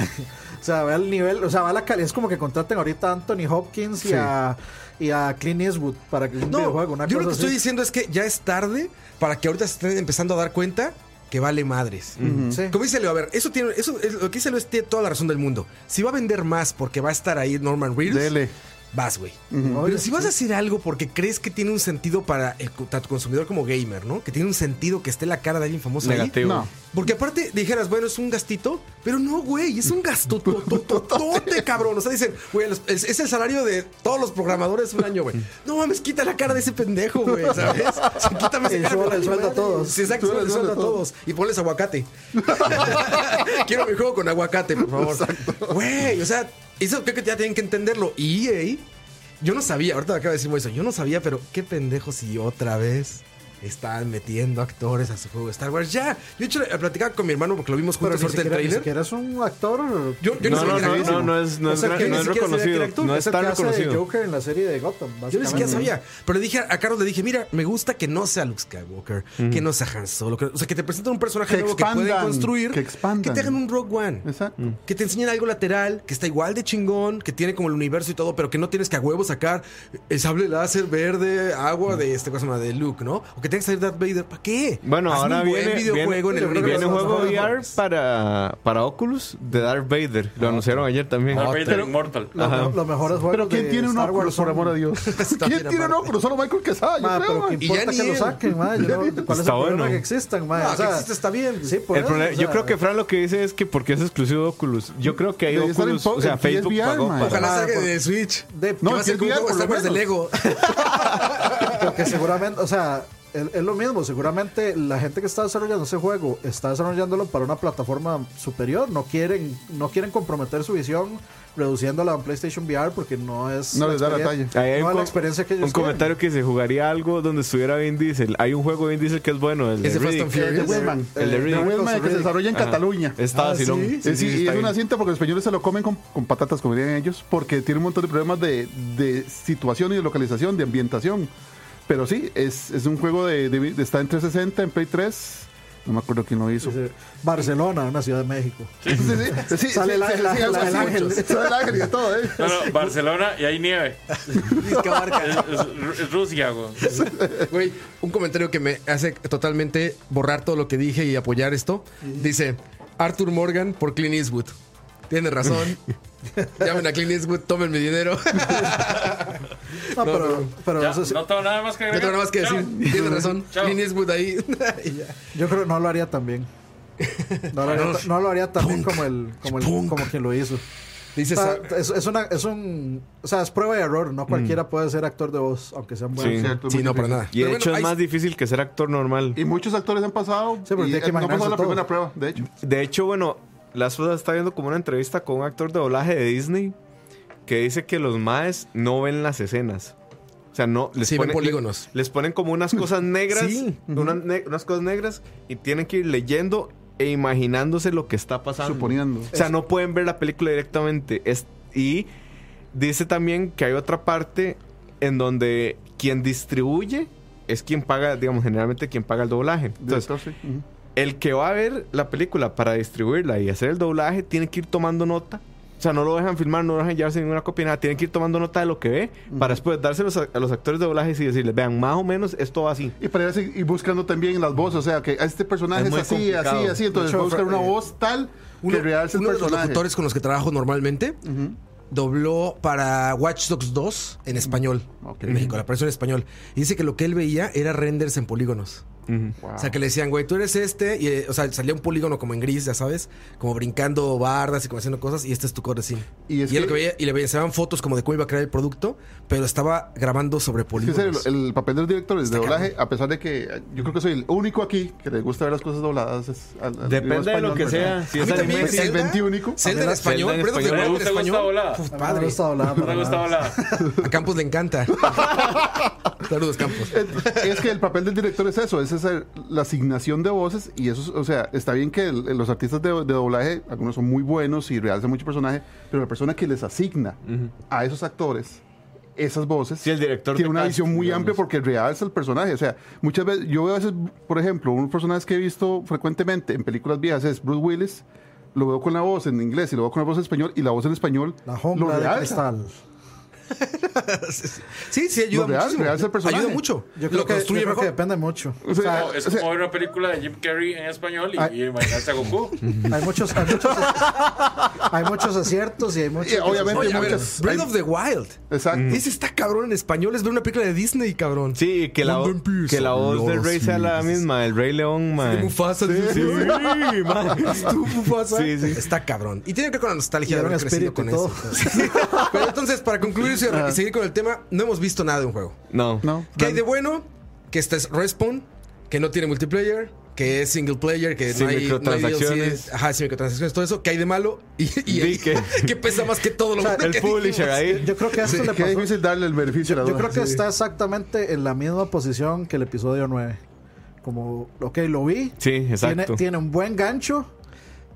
Speaker 3: o sea, ve el nivel, o sea, va la calidad. Es como que contraten ahorita a Anthony Hopkins y,
Speaker 4: Sí.
Speaker 3: a, y a Clint Eastwood para que un
Speaker 1: No,
Speaker 3: videojuego, una
Speaker 1: yo
Speaker 3: cosa
Speaker 1: lo que
Speaker 3: así.
Speaker 1: estoy diciendo es que ya es tarde para que ahorita se estén empezando a dar cuenta que vale madres.
Speaker 3: Sí.
Speaker 1: Como dice Leo, a ver, eso tiene, eso es, lo que dice Leo es, tiene toda la razón del mundo. Si va a vender más porque va a estar ahí Norman Reedus,
Speaker 4: Dele.
Speaker 1: vas, güey.
Speaker 3: Oye,
Speaker 1: Pero si vas a hacer algo porque crees que tiene un sentido para el co- tanto consumidor como gamer, ¿no? Que tiene un sentido que esté la cara de alguien famoso ahí.
Speaker 2: Negativo.
Speaker 4: No.
Speaker 1: Porque aparte dijeras, bueno, es un gastito, pero no, güey, es un gastotototote, cabrón. O sea, dicen, güey, los- es, es el salario de todos los programadores un año, güey. No mames, quita la cara de ese pendejo, güey, ¿sabes? O sea, quítame ese
Speaker 3: Y
Speaker 1: cara,
Speaker 3: sube
Speaker 1: güey,
Speaker 3: el sueldo a
Speaker 1: madre.
Speaker 3: todos.
Speaker 1: Sí, exacto, sube el sueldo a todos. Y ponles aguacate. Quiero mi juego con aguacate, por favor. Güey, o sea, eso creo que ya tienen que entenderlo. Y EA, yo no sabía, ahorita me acaba de decir eso, yo no sabía, pero qué pendejos y otra vez están metiendo actores a su juego de Star Wars. Ya, yo he hecho, platicaba con mi hermano porque lo vimos
Speaker 3: pero
Speaker 1: juntos
Speaker 3: ni
Speaker 1: ahorita en
Speaker 3: siquiera, ni
Speaker 1: trailer.
Speaker 3: siquiera es un actor.
Speaker 1: Yo, yo ni
Speaker 2: No,
Speaker 1: siquiera
Speaker 2: no,
Speaker 1: era
Speaker 2: no,
Speaker 1: actor.
Speaker 2: no, no es, no es,
Speaker 3: el
Speaker 2: gra-
Speaker 3: que
Speaker 2: no
Speaker 3: ni
Speaker 2: es
Speaker 1: siquiera sabía que era
Speaker 2: reconocido.
Speaker 1: actor,
Speaker 2: No
Speaker 3: es
Speaker 2: es
Speaker 3: el que
Speaker 2: tan
Speaker 3: hace de
Speaker 2: reconocido.
Speaker 3: Joker en la serie de Gotham.
Speaker 1: Yo ni siquiera
Speaker 3: básicamente.
Speaker 1: sabía. Pero le dije a Carlos, le dije, mira, me gusta que no sea Luke Skywalker, que no sea Han Solo. que- o sea, que te presenten un personaje
Speaker 4: Que
Speaker 1: nuevo que pueden
Speaker 4: expandan,
Speaker 1: construir.
Speaker 4: que expandan.
Speaker 1: te hagan un Rogue One.
Speaker 4: Exacto.
Speaker 1: Que te enseñen algo lateral, que está igual de chingón, que tiene como el universo y todo, pero que no tienes que a huevo sacar el sable láser verde, agua de este cosa se llama? de Luke, ¿no? O que tengas que salir Darth Vader. ¿Para qué?
Speaker 2: Bueno,
Speaker 1: Hazme
Speaker 2: ahora
Speaker 1: un buen
Speaker 2: viene,
Speaker 1: videojuego
Speaker 2: viene,
Speaker 1: en el
Speaker 3: creo que
Speaker 2: viene
Speaker 1: universo.
Speaker 2: un
Speaker 3: los
Speaker 2: juego
Speaker 3: vamos a
Speaker 2: VR
Speaker 3: jugar.
Speaker 2: para, para Oculus de Darth Vader.
Speaker 1: Ah,
Speaker 2: Lo anunciaron ayer también.
Speaker 5: Darth Vader Immortal.
Speaker 3: Los,
Speaker 2: Ajá.
Speaker 3: los mejores juegos.
Speaker 4: Pero ¿quién
Speaker 3: de
Speaker 4: tiene un
Speaker 3: Star Wars
Speaker 4: óculos, por
Speaker 3: son-
Speaker 4: amor a Dios? ¿Quién
Speaker 1: también
Speaker 4: tiene un
Speaker 1: aparte.
Speaker 4: óculos? Solo Michael
Speaker 3: Ma,
Speaker 4: Quesada, yo creo,
Speaker 3: pero
Speaker 4: man.
Speaker 3: que
Speaker 1: Y ya
Speaker 3: importa
Speaker 1: ni
Speaker 3: que lo
Speaker 1: él.
Speaker 3: saquen, ma, yo no- ¿Cuál es el
Speaker 2: Está
Speaker 3: problema
Speaker 2: bueno.
Speaker 3: que existan, ma?
Speaker 1: No,
Speaker 3: O sea,
Speaker 1: que existe está bien.
Speaker 3: Sí, por
Speaker 2: El
Speaker 3: eso,
Speaker 2: problema-
Speaker 3: o
Speaker 2: yo
Speaker 3: sea,
Speaker 2: creo que Fran lo que dice es que porque es exclusivo de Oculus. Yo creo que hay
Speaker 4: Debería estar en
Speaker 2: Oculus,
Speaker 4: po-
Speaker 2: o sea,
Speaker 4: en
Speaker 2: Facebook
Speaker 4: PSVR,
Speaker 2: pagó
Speaker 4: man.
Speaker 2: para.
Speaker 1: Ojalá
Speaker 3: Ah,
Speaker 1: salga
Speaker 3: por-
Speaker 1: de Switch.
Speaker 3: de-
Speaker 1: No,
Speaker 4: No,
Speaker 1: va a
Speaker 4: si
Speaker 1: ser
Speaker 4: es
Speaker 1: como un
Speaker 4: VR,
Speaker 1: juego de
Speaker 4: por lo
Speaker 1: Star Wars de Lego.
Speaker 3: Porque seguramente, o sea, es, es lo mismo. Seguramente la gente que está desarrollando ese juego está desarrollándolo para una plataforma superior. No quieren, no quieren comprometer su visión reduciéndola a un PlayStation VR porque no es.
Speaker 4: No les da la
Speaker 3: experien-
Speaker 4: talla.
Speaker 2: Ahí hay
Speaker 3: no es
Speaker 2: com-
Speaker 3: la experiencia que ellos
Speaker 2: un comentario que se jugaría algo donde estuviera Vin Diesel. Hay un juego de Vin Diesel que es bueno, el de
Speaker 1: Ese Fast and
Speaker 2: Riddick.
Speaker 1: Furious.
Speaker 4: El de Wellman.
Speaker 2: El de
Speaker 4: El de
Speaker 2: Riddick.
Speaker 4: Wellman que se desarrolla en
Speaker 2: Ajá.
Speaker 4: Cataluña.
Speaker 2: Está
Speaker 3: Ah,
Speaker 2: vacilón.
Speaker 3: ¿sí?
Speaker 4: Sí, sí, y
Speaker 2: está
Speaker 4: es una
Speaker 2: bien.
Speaker 4: cinta porque los españoles se lo comen con, con patatas, como dirían ellos, porque tiene un montón de problemas de, de situación y de localización, de ambientación. Pero sí, es, es un juego de, de- de- está en 360, en Play 3, No me acuerdo quién lo hizo.
Speaker 3: Dice, Barcelona, una ciudad de México.
Speaker 4: Sí, sí, sí, sí,
Speaker 3: Sale la-
Speaker 4: sí,
Speaker 3: la-
Speaker 4: sí,
Speaker 3: la-
Speaker 4: algo
Speaker 3: la- el
Speaker 4: así.
Speaker 3: ángel.
Speaker 4: Sale el ángel y todo, ¿eh?
Speaker 5: No, no, Barcelona y hay nieve.
Speaker 7: Disque abarca.
Speaker 5: Es, es- es Rusia, güey.
Speaker 1: Güey, un comentario que me hace totalmente borrar todo lo que dije y apoyar esto. Dice Arthur Morgan por Clint Eastwood. Tiene razón. Llamen a Clint Eastwood, tomen mi dinero.
Speaker 3: No, pero, pero
Speaker 5: Ya,
Speaker 3: eso sí,
Speaker 5: No tengo nada más que
Speaker 1: No tengo
Speaker 5: agregar.
Speaker 1: nada más que
Speaker 5: Chao.
Speaker 1: decir. Tiene razón.
Speaker 5: Chao.
Speaker 1: Clint Eastwood ahí. Y ya.
Speaker 3: yo creo que no lo haría tan bien. No lo haría, ta- no lo haría tan bien como, el, como, el, como quien lo hizo.
Speaker 1: Dice
Speaker 3: O sea,
Speaker 1: Sa-
Speaker 2: ah,
Speaker 3: es, es una, es un, o sea, es prueba y error. No cualquiera puede ser actor de voz, aunque sea un buen
Speaker 2: Mm. Sí.
Speaker 3: actor.
Speaker 4: Cierto,
Speaker 1: Sí,
Speaker 4: muy
Speaker 1: no, para
Speaker 4: difícil.
Speaker 1: nada.
Speaker 2: Y de
Speaker 1: Pero
Speaker 2: hecho
Speaker 1: bueno,
Speaker 2: es
Speaker 1: ahí-
Speaker 2: más difícil que ser actor normal.
Speaker 4: Y muchos actores han pasado.
Speaker 3: Sí, pero
Speaker 4: y,
Speaker 3: tiene que
Speaker 4: eh, no pasó
Speaker 3: imaginarse
Speaker 4: la
Speaker 3: todo.
Speaker 4: primera prueba, de hecho.
Speaker 2: De hecho, bueno, la Suda está viendo como una entrevista con un actor de doblaje de Disney que dice que los maes no ven las escenas. O sea, no les
Speaker 1: Sí, ven
Speaker 2: ponen
Speaker 1: polígonos.
Speaker 2: Les ponen como unas cosas negras,
Speaker 1: Sí.
Speaker 2: una ne- unas cosas negras y tienen que ir leyendo e imaginándose lo que está pasando.
Speaker 4: Suponiendo.
Speaker 2: O sea, no pueden ver la película directamente. Es, y dice también que hay otra parte en donde quien distribuye es quien paga, digamos, generalmente quien paga el doblaje. Entonces,
Speaker 4: Director, sí. Ujú.
Speaker 2: el que va a ver la película para distribuirla y hacer el doblaje tiene que ir tomando nota. O sea, no lo dejan filmar, no lo dejan llevarse ninguna copia, nada. Tienen que ir tomando nota de lo que ve para después dárselos a, a los actores de doblajes y decirles, vean, más o menos esto va así.
Speaker 4: Y para ir así- y buscando también las voces, o sea, que a este personaje
Speaker 2: Es
Speaker 4: es,
Speaker 2: muy
Speaker 4: así,
Speaker 2: complicado.
Speaker 4: así, así, entonces
Speaker 3: De hecho,
Speaker 4: va a buscar una
Speaker 3: eh,
Speaker 4: voz tal
Speaker 1: uno,
Speaker 4: que realce el
Speaker 1: uno de los
Speaker 4: personaje.
Speaker 1: locutores con los que trabajo normalmente dobló para Watch Dogs 2 en español.
Speaker 4: Ok.
Speaker 1: En México, la apareció en español. Y dice que lo que él veía era renders en polígonos.
Speaker 4: Ah.
Speaker 1: O sea, que le decían, güey, tú eres este. Y, eh, o sea, salía un polígono como en gris, ya sabes, como brincando bardas y como haciendo cosas. Y este es tu core scene.
Speaker 4: Y
Speaker 1: Y,
Speaker 4: es
Speaker 1: él
Speaker 4: que-
Speaker 1: lo que veía, y le veía, se daban fotos como de cómo iba a crear el producto, pero estaba grabando sobre
Speaker 4: Es que en
Speaker 1: polígonos.
Speaker 4: serio, el, papel de los directores
Speaker 1: Este
Speaker 4: de doblaje, a pesar de que eh, yo creo que soy el único aquí que le gusta ver las cosas dobladas, es al- al-
Speaker 2: Depende
Speaker 4: idioma
Speaker 2: de lo
Speaker 4: español,
Speaker 2: que
Speaker 4: ¿verdad?
Speaker 2: sea. Si
Speaker 1: A
Speaker 2: es
Speaker 1: mí
Speaker 2: anime,
Speaker 1: también,
Speaker 4: El
Speaker 2: sí.
Speaker 1: Zelda.
Speaker 4: 21.
Speaker 1: Zelda en
Speaker 2: Zelda en
Speaker 1: español, Breath of the Wild
Speaker 2: español.
Speaker 5: ¿Te
Speaker 1: en
Speaker 5: gusta- gusta
Speaker 1: español.
Speaker 5: volar?
Speaker 1: Puf,
Speaker 3: No Ah, me
Speaker 1: padre.
Speaker 3: gusta hablar,
Speaker 5: No te
Speaker 3: pero
Speaker 5: gusta
Speaker 3: nada.
Speaker 5: hablar.
Speaker 1: A Campos le encanta. Saludos, Campos.
Speaker 4: es que el papel del director es eso, es esa, la asignación de voces y eso, es- o sea, está bien que el- los artistas de, de doblaje, algunos son muy buenos y realzan mucho personaje, pero la persona que les asigna a esos actores esas voces
Speaker 2: Sí, el director
Speaker 4: tiene
Speaker 2: de
Speaker 4: una
Speaker 2: casting,
Speaker 4: visión muy
Speaker 2: digamos.
Speaker 4: amplia porque realza el personaje. O sea, muchas veces, yo veo a veces, por ejemplo, un personaje que he visto frecuentemente en películas viejas es Bruce Willis. Lo veo con la voz en inglés y lo veo con la voz en español y la voz en español
Speaker 3: La
Speaker 4: lo
Speaker 3: jungla de
Speaker 4: realza.
Speaker 3: cristal.
Speaker 1: Sí, sí, ayuda
Speaker 4: Lo real-
Speaker 1: muchísimo.
Speaker 4: realza el personaje.
Speaker 1: Ayuda mucho.
Speaker 3: Yo creo,
Speaker 1: lo
Speaker 3: que, yo
Speaker 1: construye
Speaker 3: creo que
Speaker 1: mejor.
Speaker 3: depende mucho.
Speaker 4: O sea,
Speaker 5: No, es
Speaker 4: o sea,
Speaker 5: como ver una película de Jim Carrey en español y,
Speaker 3: Ay.
Speaker 5: y imaginarse a Goku.
Speaker 3: Hay muchos, hay muchos, hay muchos aciertos y hay muchos.
Speaker 4: y obviamente
Speaker 1: Oye, a ver,
Speaker 4: muchas-
Speaker 1: Breath
Speaker 4: hay-
Speaker 1: of the Wild.
Speaker 4: Exacto.
Speaker 1: Ese está cabrón en español. Es ver una película de Disney, cabrón.
Speaker 2: Sí, y que la,
Speaker 1: One Piece,
Speaker 2: que la voz del
Speaker 1: los
Speaker 2: rey sea la
Speaker 1: Smiths.
Speaker 2: misma, el Rey León,
Speaker 1: De
Speaker 2: man.
Speaker 1: Mufasa. Sí, sí,
Speaker 2: Sí, man.
Speaker 1: Tú, Mufasa.
Speaker 2: Sí, sí.
Speaker 1: Está cabrón. Y tiene que ver con la nostalgia
Speaker 3: Y
Speaker 1: de haber
Speaker 3: Dragon
Speaker 1: crecido
Speaker 3: Spirit
Speaker 1: con
Speaker 3: y
Speaker 1: eso. Pero entonces, para concluir y cerrar- y seguir con el tema, no hemos visto nada de un juego.
Speaker 2: No.
Speaker 4: No.
Speaker 1: ¿Qué hay de bueno? Que este es Respawn, que no tiene multiplayer, que es single player, que
Speaker 2: Sin
Speaker 1: no hay No hay
Speaker 2: microtransacciones.
Speaker 1: DLC, ajá, sin microtransacciones, todo eso. ¿Qué hay de malo? Y, y-
Speaker 2: Vi que-
Speaker 1: que pesa más que todo lo que
Speaker 2: El
Speaker 1: dijimos.
Speaker 2: publisher ahí.
Speaker 3: Yo creo que a esto le
Speaker 4: Qué
Speaker 3: pasó.
Speaker 4: difícil darle el beneficio a la
Speaker 3: Yo
Speaker 4: duda.
Speaker 3: creo que
Speaker 4: Sí.
Speaker 3: está exactamente en la misma posición que el episodio 9. Como, ok, lo vi.
Speaker 2: Sí, exacto.
Speaker 3: Tiene, tiene un buen gancho,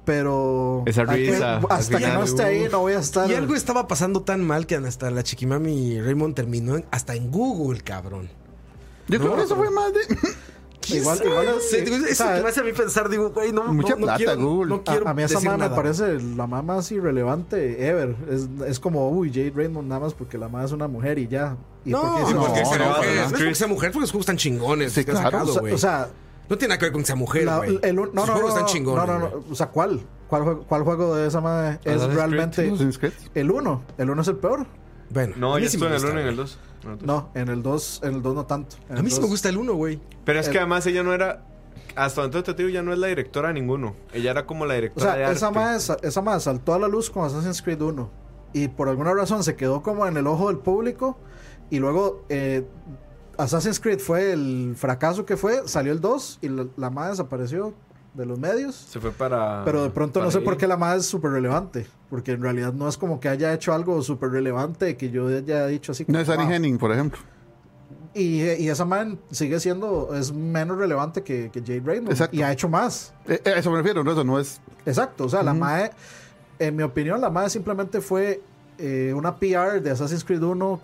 Speaker 3: pero.
Speaker 2: Esa
Speaker 3: hay que-
Speaker 2: risa, al
Speaker 3: hasta que
Speaker 2: final,
Speaker 3: no esté ahí,
Speaker 2: uf.
Speaker 3: no voy a estar.
Speaker 1: Y algo estaba pasando tan mal que hasta la chiquimami Raymond terminó en- hasta en Google, cabrón.
Speaker 4: Yo creo que eso fue más de.
Speaker 3: Igual-
Speaker 1: ¿Quién
Speaker 3: igual
Speaker 1: sabe?
Speaker 3: es-
Speaker 1: Sí, digo, eso
Speaker 3: ¿sabes?
Speaker 1: que me hace a mí pensar, digo, güey, no,
Speaker 4: Mucha
Speaker 1: no, no
Speaker 4: plata,
Speaker 1: quiero,
Speaker 4: Google.
Speaker 1: No quiero
Speaker 3: Ah, A, a mí esa
Speaker 1: decir
Speaker 3: mamá me
Speaker 1: nada.
Speaker 3: parece la mamá más irrelevante ever. Es, es como, uy, Jade Raymond, nada más porque la mamá es una mujer y ya. Y
Speaker 1: No,
Speaker 3: porque es
Speaker 1: no,
Speaker 3: una
Speaker 1: porque
Speaker 3: mujer.
Speaker 1: sea
Speaker 2: no,
Speaker 1: mujer,
Speaker 2: no.
Speaker 1: no es porque sea mujer, porque los juegos están chingones.
Speaker 4: Sí,
Speaker 1: que han
Speaker 4: claro.
Speaker 1: sacado,
Speaker 3: O sea-
Speaker 1: güey.
Speaker 3: o sea,
Speaker 1: no tiene nada que ver con que sea mujer,
Speaker 3: La-
Speaker 1: güey.
Speaker 3: el- no, no,
Speaker 1: Los
Speaker 3: no,
Speaker 1: juegos
Speaker 3: no,
Speaker 1: están chingones.
Speaker 3: no, no,
Speaker 1: güey.
Speaker 3: o sea, ¿cuál? ¿Cuál juego, cuál juego de esa madre es
Speaker 2: Assassin's Creed,
Speaker 3: realmente
Speaker 4: Assassin's Creed.
Speaker 3: el 1? El 1 es el peor.
Speaker 1: Bueno,
Speaker 2: No,
Speaker 1: a mí
Speaker 2: yo
Speaker 1: sí me
Speaker 2: estuve en el
Speaker 1: gusta,
Speaker 2: 1 y en el
Speaker 1: güey.
Speaker 2: 2.
Speaker 3: No, en el 2, en el 2 no tanto. En
Speaker 1: A
Speaker 3: el
Speaker 1: mí sí me
Speaker 3: dos-
Speaker 1: gusta el 1, güey.
Speaker 2: Pero es que
Speaker 3: El-
Speaker 2: además ella no era. Hasta donde te digo, ya no es la directora de ninguno. Ella era como la
Speaker 3: O
Speaker 2: directora de
Speaker 3: sea, esa
Speaker 2: arte.
Speaker 3: madre, sa- esa madre saltó a la luz con Assassin's Creed 1 y por alguna razón se quedó como en el ojo del público y luego eh, Assassin's Creed fue el fracaso que fue, salió el 2 y la, la madre desapareció de los medios.
Speaker 2: Se fue
Speaker 4: Ah,
Speaker 2: para.
Speaker 3: Pero de pronto no
Speaker 2: para
Speaker 3: sé
Speaker 2: ahí.
Speaker 3: por qué la madre es súper relevante. Porque en realidad no es como que haya hecho algo súper relevante que yo haya dicho así. como,
Speaker 4: No es Annie
Speaker 3: "Wow".
Speaker 4: Henning, por ejemplo.
Speaker 3: Y, eh, y esa madre sigue siendo, es menos relevante que, que Jade Raymond.
Speaker 4: Exacto.
Speaker 3: Y ha hecho más.
Speaker 4: Eh, eh, a eso me refiero, no, eso no es.
Speaker 3: Exacto. O sea, la madre, en mi opinión, la madre simplemente fue eh, una PR de Assassin's Creed 1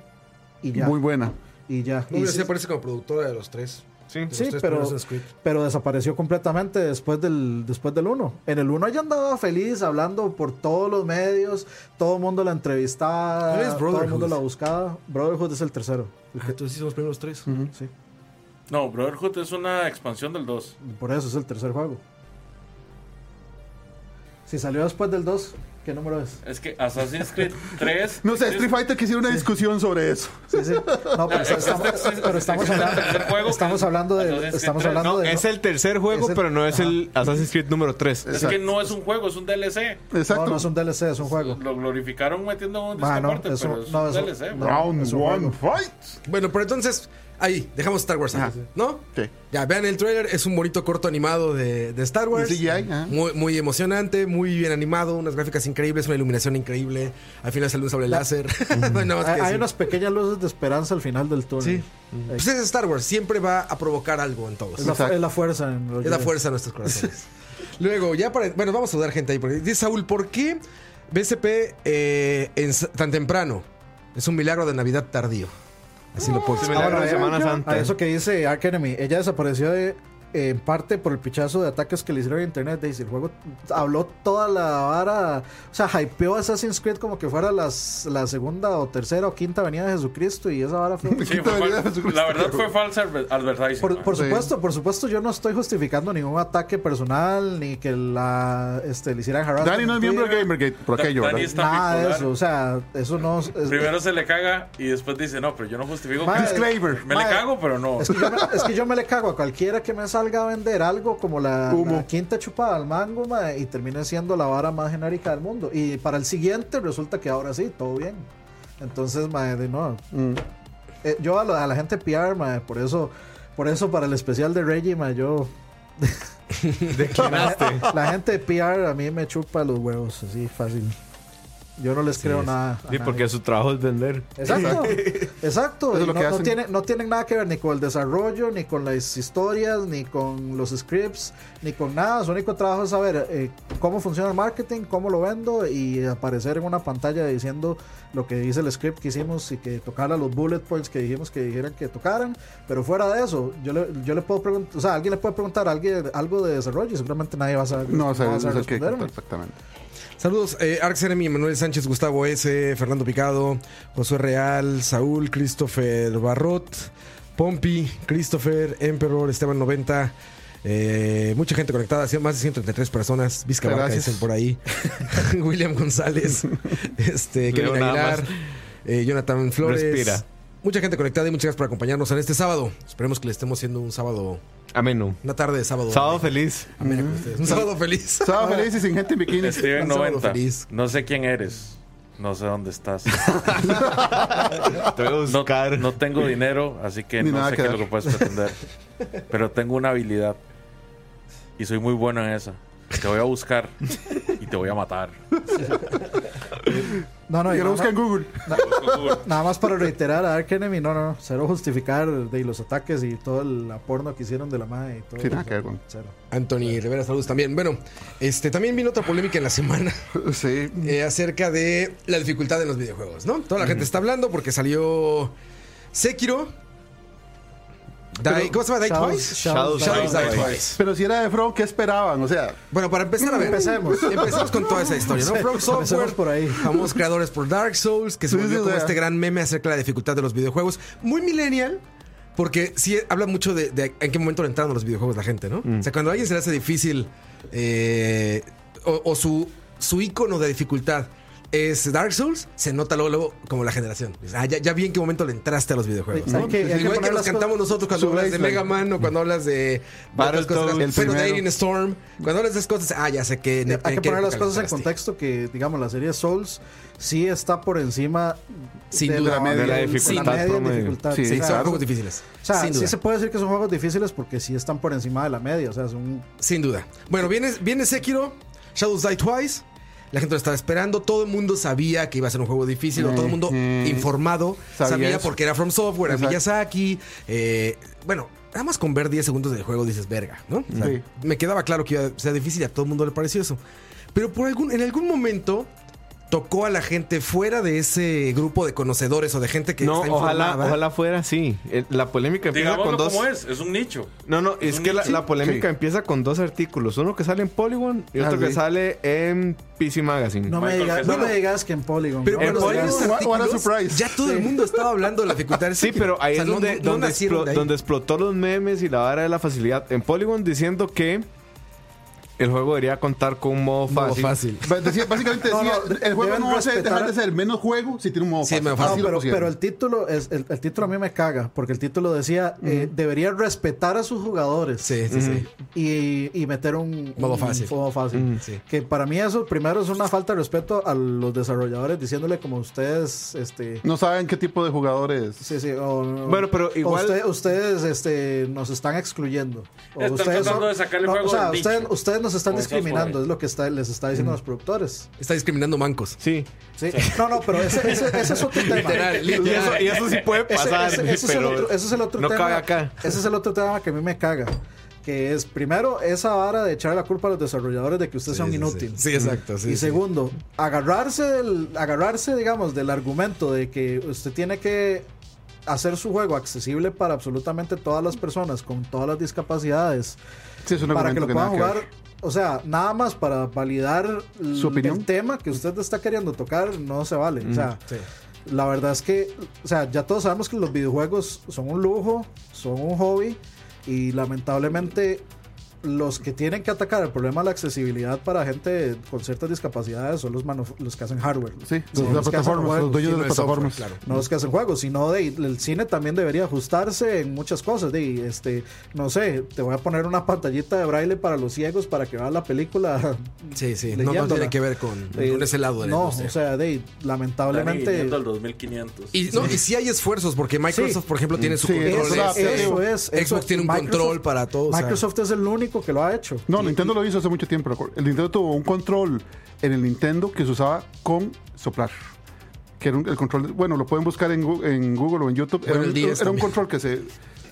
Speaker 3: y ya.
Speaker 4: Muy buena.
Speaker 3: Y ya.
Speaker 1: No,
Speaker 3: Y
Speaker 1: pero sí
Speaker 3: sí-
Speaker 1: aparece como productora de los tres.
Speaker 2: Sí.
Speaker 3: Sí,
Speaker 7: Ustedes
Speaker 3: pero,
Speaker 7: ponen ese script.
Speaker 1: Ah,
Speaker 3: pero desapareció completamente después del, después del 1. En el 1 ella andaba feliz hablando por todos los medios, todo el mundo la entrevistaba,
Speaker 1: ¿Cuál es
Speaker 3: todo el mundo
Speaker 1: Brotherhood?
Speaker 3: la buscaba. Brotherhood es el tercero. el
Speaker 7: Ah,
Speaker 3: que-
Speaker 7: entonces sí son los primeros tres.
Speaker 3: sí,
Speaker 5: No, Brotherhood es una expansión del 2.
Speaker 3: por eso es el tercer juego. Si salió después del 2, ¿qué número es?
Speaker 5: Es que Assassin's Creed 3.
Speaker 4: No sé, Street Fighter quisiera una discusión sobre eso.
Speaker 3: Sí, sí. No, pero, está- estamos, pero estamos hablando,
Speaker 5: tercer juego.
Speaker 3: estamos hablando de...
Speaker 5: Entonces,
Speaker 3: Estamos
Speaker 5: ¿qué tres?
Speaker 3: hablando
Speaker 2: No,
Speaker 3: de
Speaker 2: es el tercer juego,
Speaker 3: Es el-
Speaker 2: pero no es el Assassin's Creed número 3.
Speaker 5: Es que no es un juego, es un DLC.
Speaker 3: no,
Speaker 4: Exacto.
Speaker 3: no es un DLC, es un juego.
Speaker 5: Lo glorificaron metiendo un
Speaker 3: Ah,
Speaker 5: disco
Speaker 3: no,
Speaker 5: aparte,
Speaker 3: eso-
Speaker 5: pero es
Speaker 3: no,
Speaker 5: un
Speaker 3: eso-
Speaker 5: DLC.
Speaker 3: no.
Speaker 5: bro.
Speaker 4: Round
Speaker 3: es un
Speaker 4: one,
Speaker 3: juego.
Speaker 4: fight.
Speaker 1: Bueno, pero entonces, ahí, dejamos Star Wars ahí,
Speaker 4: Ajá.
Speaker 1: ¿no?
Speaker 4: Sí.
Speaker 1: Ya, vean el trailer, es un bonito corto animado de, de Star Wars.
Speaker 4: De CGI, ajá.
Speaker 1: muy, muy emocionante, muy bien animado, unas gráficas increíbles, una iluminación increíble. Al final sale un sable láser. no hay nada más que
Speaker 3: Hay, hay
Speaker 1: decir.
Speaker 3: unas pequeñas luces de esperanza al final del túnel. Eh,
Speaker 1: Pues es Star Wars, siempre va a provocar algo en todos.
Speaker 3: Es, la,
Speaker 4: Exacto.
Speaker 3: es la fuerza. en los
Speaker 1: Es la
Speaker 3: Jedi.
Speaker 1: fuerza de nuestros corazones. Luego, ya para. Bueno, vamos a dar gente ahí. Porque dice Saúl, ¿por qué BCP eh, en s- tan temprano? Es un milagro de Navidad tardío. Así lo puedo
Speaker 2: Es
Speaker 1: explicar.
Speaker 2: milagro
Speaker 3: Ahora,
Speaker 2: de Semana
Speaker 3: A
Speaker 2: Santa.
Speaker 3: Ah, eso que dice Ark Enemy, ella desapareció de- eh, en parte por el pichazo de ataques que le hicieron en internet. Daisy, el juego habló toda la vara, o sea, hypeó Assassin's Creed como que fuera las, la segunda o tercera o quinta venida de Jesucristo y esa vara fue.
Speaker 5: Sí,
Speaker 4: Quita
Speaker 5: fue
Speaker 4: la vida
Speaker 5: fal-
Speaker 4: de Jesucristo.
Speaker 5: la verdad fue falsa adver- advertising.
Speaker 3: Por,
Speaker 5: man.
Speaker 3: por
Speaker 4: Sí.
Speaker 3: supuesto, por supuesto, yo no estoy justificando ningún ataque personal ni que la este, le hicieran harassment.
Speaker 4: Dani no es
Speaker 3: en
Speaker 4: miembro de
Speaker 3: Twitter,
Speaker 4: Gamergate, por
Speaker 5: Da-
Speaker 4: aquello,
Speaker 5: Dani
Speaker 4: ¿verdad?
Speaker 5: está
Speaker 3: Nada de
Speaker 5: bipolar.
Speaker 3: eso, o sea, eso no. es-
Speaker 5: Primero se le caga y después dice, no, pero yo no justifico.
Speaker 3: Madre-
Speaker 5: que-
Speaker 4: Disclaimer.
Speaker 5: Me le
Speaker 3: madre.
Speaker 5: cago, pero no.
Speaker 3: Es que, yo me, es que yo me le cago a cualquiera que me salga a vender algo como la,
Speaker 4: Humo.
Speaker 3: la quinta chupada al mango mae, y termine siendo la vara más genérica del mundo. Y para el siguiente resulta que ahora sí, todo bien. Entonces, mae, de no. Eh, yo a, la- a la gente PR, mae, por eso, por eso para el especial de Reggie, mae, yo. la, la gente de PR a mí me chupa los huevos, así fácil. Yo no les creo nada. a
Speaker 2: Sí,
Speaker 3: nadie.
Speaker 2: porque su trabajo es vender.
Speaker 3: Exacto, exacto.
Speaker 4: Eso es
Speaker 3: Y
Speaker 4: lo
Speaker 3: no,
Speaker 4: que
Speaker 3: no
Speaker 4: hacen.
Speaker 3: tiene- no tienen nada que ver ni con el desarrollo, ni con las historias, ni con los scripts, ni con nada. Su único trabajo es saber eh, cómo funciona el marketing, cómo lo vendo y aparecer en una pantalla diciendo lo que dice el script que hicimos y que tocara los bullet points que dijimos que dijeran que tocaran. Pero fuera de eso, yo le, yo le puedo preguntar, o sea, alguien le puede preguntar a alguien algo de desarrollo y seguramente nadie va a saber.
Speaker 4: No, o sea,
Speaker 3: va a
Speaker 4: no sé
Speaker 3: saber
Speaker 4: qué-
Speaker 3: responderme.
Speaker 4: exactamente.
Speaker 1: Saludos, eh, Arx Enemy, Manuel Sánchez, Gustavo S., Fernando Picado, Josué Real, Saúl, Christopher Barrot, Pompi, Christopher, Emperor, Esteban 90. eh, mucha gente conectada, cien- más de 133 personas. Vizca Barca,
Speaker 4: Gracias.
Speaker 1: dicen por ahí. William González, este,
Speaker 2: Leo
Speaker 1: Kevin
Speaker 2: nada
Speaker 1: Aguilar,
Speaker 2: más.
Speaker 1: eh, Jonathan Flores.
Speaker 2: Respira.
Speaker 1: Mucha gente conectada y muchas gracias por acompañarnos en este sábado. Esperemos que le estemos siendo un sábado,
Speaker 2: Ameno.
Speaker 1: una tarde de sábado.
Speaker 2: Sábado feliz.
Speaker 1: Amena con ustedes. Un sábado feliz.
Speaker 4: Estaba feliz y sin gente en bikini.
Speaker 5: Steven
Speaker 1: Lanzado
Speaker 5: 90.
Speaker 1: feliz.
Speaker 5: No sé quién eres. No sé dónde estás.
Speaker 2: Te voy a
Speaker 5: No,
Speaker 2: buscar.
Speaker 5: no tengo dinero, así que
Speaker 4: Ni
Speaker 5: no
Speaker 4: nada
Speaker 5: sé
Speaker 4: que
Speaker 5: qué es
Speaker 4: dar.
Speaker 5: lo que puedes pretender. Pero tengo una habilidad. Y soy muy bueno en esa. Te voy a buscar y te voy a matar.
Speaker 3: No, no,
Speaker 4: Y
Speaker 3: y
Speaker 4: lo
Speaker 3: no, no.
Speaker 4: busca en Google.
Speaker 3: Nada más para reiterar a Ark Enemy, no, no, no, cero justificar de los ataques y todo el la porno que hicieron de la madre y todo.
Speaker 4: Sí, nada que ver con-
Speaker 3: Cero.
Speaker 1: Anthony Rivera, saludos también. Bueno, este también vino otra polémica en la semana
Speaker 4: Sí.
Speaker 1: eh, acerca de la dificultad en los videojuegos, ¿no? Toda la gente está hablando porque salió Sekiro. Die-
Speaker 4: Pero-
Speaker 1: ¿Cómo se llama? Die
Speaker 3: Shadows-
Speaker 1: Twice.
Speaker 3: Shadows Die
Speaker 1: Shadows Die
Speaker 2: Twice.
Speaker 1: Twice.
Speaker 4: Pero si era de Frog, ¿qué esperaban? O sea,
Speaker 1: Bueno, para empezar, a ver.
Speaker 3: Empecemos.
Speaker 1: Empecemos con toda esa historia, ¿no? From
Speaker 3: Empecemos
Speaker 1: Software.
Speaker 3: por ahí.
Speaker 1: Famosos creadores por Dark Souls, que se
Speaker 4: Sí, sí,
Speaker 1: volvió como
Speaker 4: sí.
Speaker 1: este gran meme acerca de la dificultad de los videojuegos. Muy millennial, porque sí habla mucho de, de en qué momento le entraron a los videojuegos la gente, ¿no?
Speaker 3: Mm.
Speaker 1: O sea, cuando a alguien se le hace difícil eh, o, o su, su icono de dificultad es Dark Souls, se nota luego, luego como la generación. Dices, Ah, ya, ya vi en qué momento le entraste a los videojuegos.
Speaker 3: Hay-
Speaker 1: ¿no?
Speaker 3: hay que- hay que
Speaker 1: Igual que
Speaker 3: poner
Speaker 1: nos
Speaker 3: las
Speaker 1: cantamos
Speaker 3: cosas- ¿eh?
Speaker 1: nosotros cuando
Speaker 4: su
Speaker 1: hablas de
Speaker 4: baseline.
Speaker 1: Mega Man o cuando hablas de.
Speaker 2: Battletoads,
Speaker 1: de
Speaker 4: el
Speaker 1: pero de
Speaker 4: primero.
Speaker 1: Alien Storm. Cuando hablas de esas cosas, ah, ya sé que. en-
Speaker 3: Hay
Speaker 1: en
Speaker 3: que
Speaker 1: qué
Speaker 3: poner las
Speaker 1: época
Speaker 3: cosas en
Speaker 1: entraste.
Speaker 3: contexto que, digamos, la serie Souls sí está por encima
Speaker 1: Sin duda,
Speaker 4: de la
Speaker 3: del-
Speaker 4: media
Speaker 3: la
Speaker 2: dificultad
Speaker 3: media
Speaker 2: promedio.
Speaker 3: dificultad.
Speaker 4: Sí,
Speaker 1: Sí,
Speaker 3: o sea,
Speaker 1: son juegos difíciles.
Speaker 3: O sea,
Speaker 1: sin
Speaker 3: sí
Speaker 1: duda.
Speaker 3: se puede decir que son juegos difíciles porque sí están por encima de la media. O sea, son
Speaker 1: Sin duda. Bueno, viene, viene Sekiro, Shadows Die Twice. La gente lo estaba esperando. Todo el mundo sabía que iba a ser un juego difícil. o todo el mundo
Speaker 4: Ujú.
Speaker 1: informado sabía,
Speaker 4: Sabía eso.
Speaker 1: porque era From Software, era
Speaker 4: Exacto.
Speaker 1: Miyazaki. eh, bueno, nada más con ver 10 segundos del juego dices verga, ¿no? O sea,
Speaker 4: Sí.
Speaker 1: Me quedaba claro que iba a ser difícil y a todo el mundo le pareció eso. Pero por algún, en algún momento tocó a la gente fuera de ese grupo de conocedores o de gente que
Speaker 2: No,
Speaker 1: está
Speaker 2: ojalá,
Speaker 1: informada.
Speaker 2: ojalá fuera así. El- La polémica empieza
Speaker 5: Digámoslo
Speaker 2: con dos.
Speaker 5: como es, es un nicho.
Speaker 2: No, no, es
Speaker 5: un
Speaker 2: que la,
Speaker 5: nicho.
Speaker 2: la polémica
Speaker 4: Sí.
Speaker 2: empieza con dos artículos. Uno que sale en Polygon y
Speaker 4: Ah,
Speaker 2: otro que
Speaker 4: sí.
Speaker 2: sale en PC Magazine.
Speaker 3: No, me
Speaker 5: Michael,
Speaker 3: digas,
Speaker 5: que
Speaker 3: no
Speaker 5: solo-
Speaker 3: me digas que en Polygon.
Speaker 1: Pero
Speaker 3: no
Speaker 2: En
Speaker 3: me
Speaker 1: cuando
Speaker 2: Polygon-
Speaker 1: salieron los
Speaker 4: What- what a
Speaker 1: artículos,
Speaker 4: surprise.
Speaker 1: ya todo el mundo estaba hablando de la dificultad del
Speaker 2: Sí,
Speaker 1: sitio.
Speaker 2: pero ahí
Speaker 1: O sea,
Speaker 2: es
Speaker 1: no-
Speaker 2: donde,
Speaker 1: no
Speaker 2: donde,
Speaker 1: nacieron
Speaker 2: explo-
Speaker 1: de ahí.
Speaker 2: donde explotó los memes y la vara de la facilidad. En Polygon diciendo que el juego debería contar con un modo
Speaker 1: Modo
Speaker 2: fácil.
Speaker 1: fácil.
Speaker 4: Ba- decía- básicamente
Speaker 3: No, no,
Speaker 4: decía,
Speaker 3: de-
Speaker 4: el juego
Speaker 3: deben
Speaker 4: no va a ser- dejar
Speaker 3: respetar- Ah,
Speaker 4: de ser el menos juego si tiene un modo
Speaker 1: Sí,
Speaker 4: fácil.
Speaker 1: menos fácil.
Speaker 4: Así lo
Speaker 3: pero,
Speaker 4: pusieron.
Speaker 3: pero el título es el, el título a mí me caga porque el título decía eh, debería respetar a sus jugadores
Speaker 1: Sí, sí, sí.
Speaker 3: y, y meter un
Speaker 1: Modo
Speaker 3: un
Speaker 1: fácil. Mm,
Speaker 3: modo fácil.
Speaker 1: sí.
Speaker 3: Que para mí eso primero es una falta de respeto a los desarrolladores diciéndole como ustedes este
Speaker 4: No saben qué tipo de jugadores.
Speaker 3: sí, sí, o-
Speaker 2: Bueno, pero
Speaker 3: o
Speaker 2: igual-
Speaker 3: usted- ustedes este nos están excluyendo. O
Speaker 5: Están tratando de sacarle juego
Speaker 3: o sea,
Speaker 5: del
Speaker 3: ustedes,
Speaker 5: nicho.
Speaker 3: ustedes nos están
Speaker 5: Como estás por
Speaker 3: discriminando,
Speaker 5: ahí.
Speaker 3: es lo que está, les está
Speaker 2: Mm.
Speaker 3: diciendo a los productores.
Speaker 1: Está discriminando mancos.
Speaker 2: Sí.
Speaker 3: Sí. No, no, pero ese, ese- ese es otro tema.
Speaker 1: Literal,
Speaker 2: Y
Speaker 1: literal.
Speaker 2: eso, y eso sí puede
Speaker 3: Ese-
Speaker 2: pasar.
Speaker 3: ese- ese es el
Speaker 2: pero
Speaker 3: otro- ese es el otro
Speaker 2: no
Speaker 3: tema.
Speaker 2: cabe acá.
Speaker 3: Ese es el otro tema que a mí me caga. Que es, primero, esa vara de echar la culpa a los desarrolladores de que ustedes son
Speaker 1: Sí, sí,
Speaker 3: inútiles.
Speaker 1: Sí, Sí, exacto. sí,
Speaker 3: y
Speaker 1: sí.
Speaker 3: segundo, agarrarse, del, agarrarse, digamos, del argumento de que usted tiene que hacer su juego accesible para absolutamente todas las personas con todas las discapacidades
Speaker 4: Sí, es un
Speaker 3: para que
Speaker 4: argumento
Speaker 3: lo
Speaker 4: que,
Speaker 3: puedan
Speaker 4: nada que ver.
Speaker 3: jugar. O sea, nada más para validar el-
Speaker 4: ¿Su opinión? Mm,
Speaker 3: el tema que usted está queriendo tocar, no se vale. O sea,
Speaker 1: Sí.
Speaker 3: la verdad es que, o sea, ya todos sabemos que los videojuegos son un lujo, son un hobby y lamentablemente los que tienen que atacar el problema de la accesibilidad para gente con ciertas discapacidades son los, manu- los que hacen hardware. No
Speaker 4: Sí, los, las
Speaker 3: que hacen
Speaker 4: plataformas, los
Speaker 3: juegos,
Speaker 1: Sí,
Speaker 4: dueños de
Speaker 1: no
Speaker 4: las
Speaker 1: es software,
Speaker 4: plataformas.
Speaker 1: claro.
Speaker 3: no los que hacen juegos, sino de, el cine también debería ajustarse en muchas cosas. De, este, no sé, te voy a poner una pantallita de braille para los ciegos para que vean la película.
Speaker 1: Sí, sí. No, no
Speaker 3: leyéndola.
Speaker 1: tiene que ver con,
Speaker 3: Eh,
Speaker 1: con ese lado de la
Speaker 3: No, o
Speaker 1: industria.
Speaker 3: sea, de,
Speaker 5: Lamentablemente.
Speaker 3: lamentablemente.
Speaker 5: al 2500.
Speaker 1: y, no, y sí hay esfuerzos, porque Microsoft, por ejemplo, tiene su
Speaker 4: Sí,
Speaker 1: control.
Speaker 4: es
Speaker 1: de-
Speaker 4: una-
Speaker 3: Eso,
Speaker 4: es-
Speaker 3: eso es. eso
Speaker 1: Xbox
Speaker 3: es.
Speaker 1: tiene un
Speaker 3: Microsoft-
Speaker 1: control para todo, o sea.
Speaker 3: Microsoft es el único que lo ha hecho.
Speaker 4: No, Nintendo lo hizo hace mucho tiempo. recuerdo. El Nintendo tuvo un control en el Nintendo que se usaba con soplar. Que era un- el control. Bueno, lo pueden buscar en Google, en Google o en YouTube.
Speaker 1: Bueno,
Speaker 4: era,
Speaker 1: el
Speaker 4: un-
Speaker 1: 10
Speaker 4: era un
Speaker 1: también.
Speaker 4: control que se.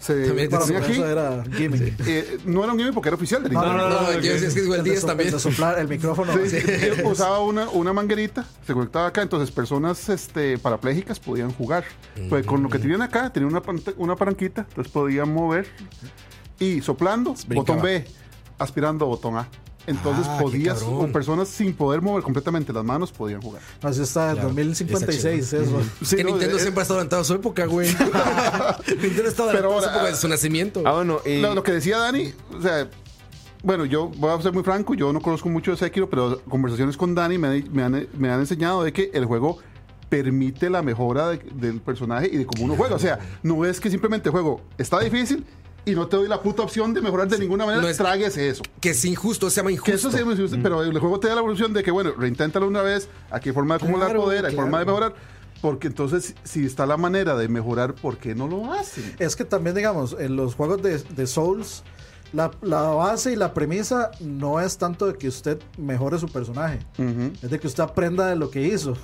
Speaker 4: se
Speaker 1: También
Speaker 3: Bueno,
Speaker 1: Sí,
Speaker 3: pero
Speaker 4: ponía aquí.
Speaker 3: eso era gaming.
Speaker 4: Eh, no era un game porque era oficial de
Speaker 3: Ah, No,
Speaker 4: Nintendo.
Speaker 1: No,
Speaker 2: no, no,
Speaker 1: yo-
Speaker 2: que-
Speaker 1: es que digo el 10
Speaker 3: de so-
Speaker 1: también.
Speaker 3: de soplar el micrófono.
Speaker 4: Sí, él usaba una, una manguerita, se conectaba acá, entonces personas este, parapléjicas podían jugar. Pues con lo que tenían acá, tenían una, pant- una palanquita, entonces podían mover y soplando,
Speaker 1: Brincaba.
Speaker 4: botón B, aspirando botón A. Entonces
Speaker 1: Ah, qué
Speaker 4: podías,
Speaker 1: cabrón.
Speaker 4: con personas sin poder mover completamente las manos, podían jugar.
Speaker 3: Así está, el
Speaker 1: Claro,
Speaker 3: 2056. Eso.
Speaker 4: Sí,
Speaker 1: que
Speaker 4: no,
Speaker 1: Nintendo
Speaker 4: eh,
Speaker 1: siempre ha estado adelantado a su época, güey. Nintendo ha estado
Speaker 4: Pero
Speaker 1: adelantado a su
Speaker 4: ahora-
Speaker 1: época de su nacimiento.
Speaker 2: Ah, bueno, y.
Speaker 4: Lo, lo que decía Dani, o sea, bueno, yo voy a ser muy franco, yo no conozco mucho de Sekiro, pero conversaciones con Dani me, han- me han, me han enseñado de que el juego permite la mejora de- del personaje y de cómo uno juega. O sea, no es que simplemente el juego está difícil y no te doy la puta opción de mejorar de ninguna manera,
Speaker 1: No es- Mm.
Speaker 4: tráguese eso.
Speaker 1: que es injusto, se llama injusto.
Speaker 4: Que eso sí, pero el juego te da la opción de que, bueno, reinténtalo una vez, aquí hay forma de acumular
Speaker 3: Claro,
Speaker 4: poder, hay
Speaker 3: claro.
Speaker 4: forma de mejorar, porque entonces si está la manera de mejorar, ¿por qué no lo hacen?
Speaker 3: Es que también, digamos, en los juegos de, de Souls, la, la base y la premisa no es tanto de que usted mejore su personaje,
Speaker 4: Ujú.
Speaker 3: es de que usted aprenda de lo que hizo.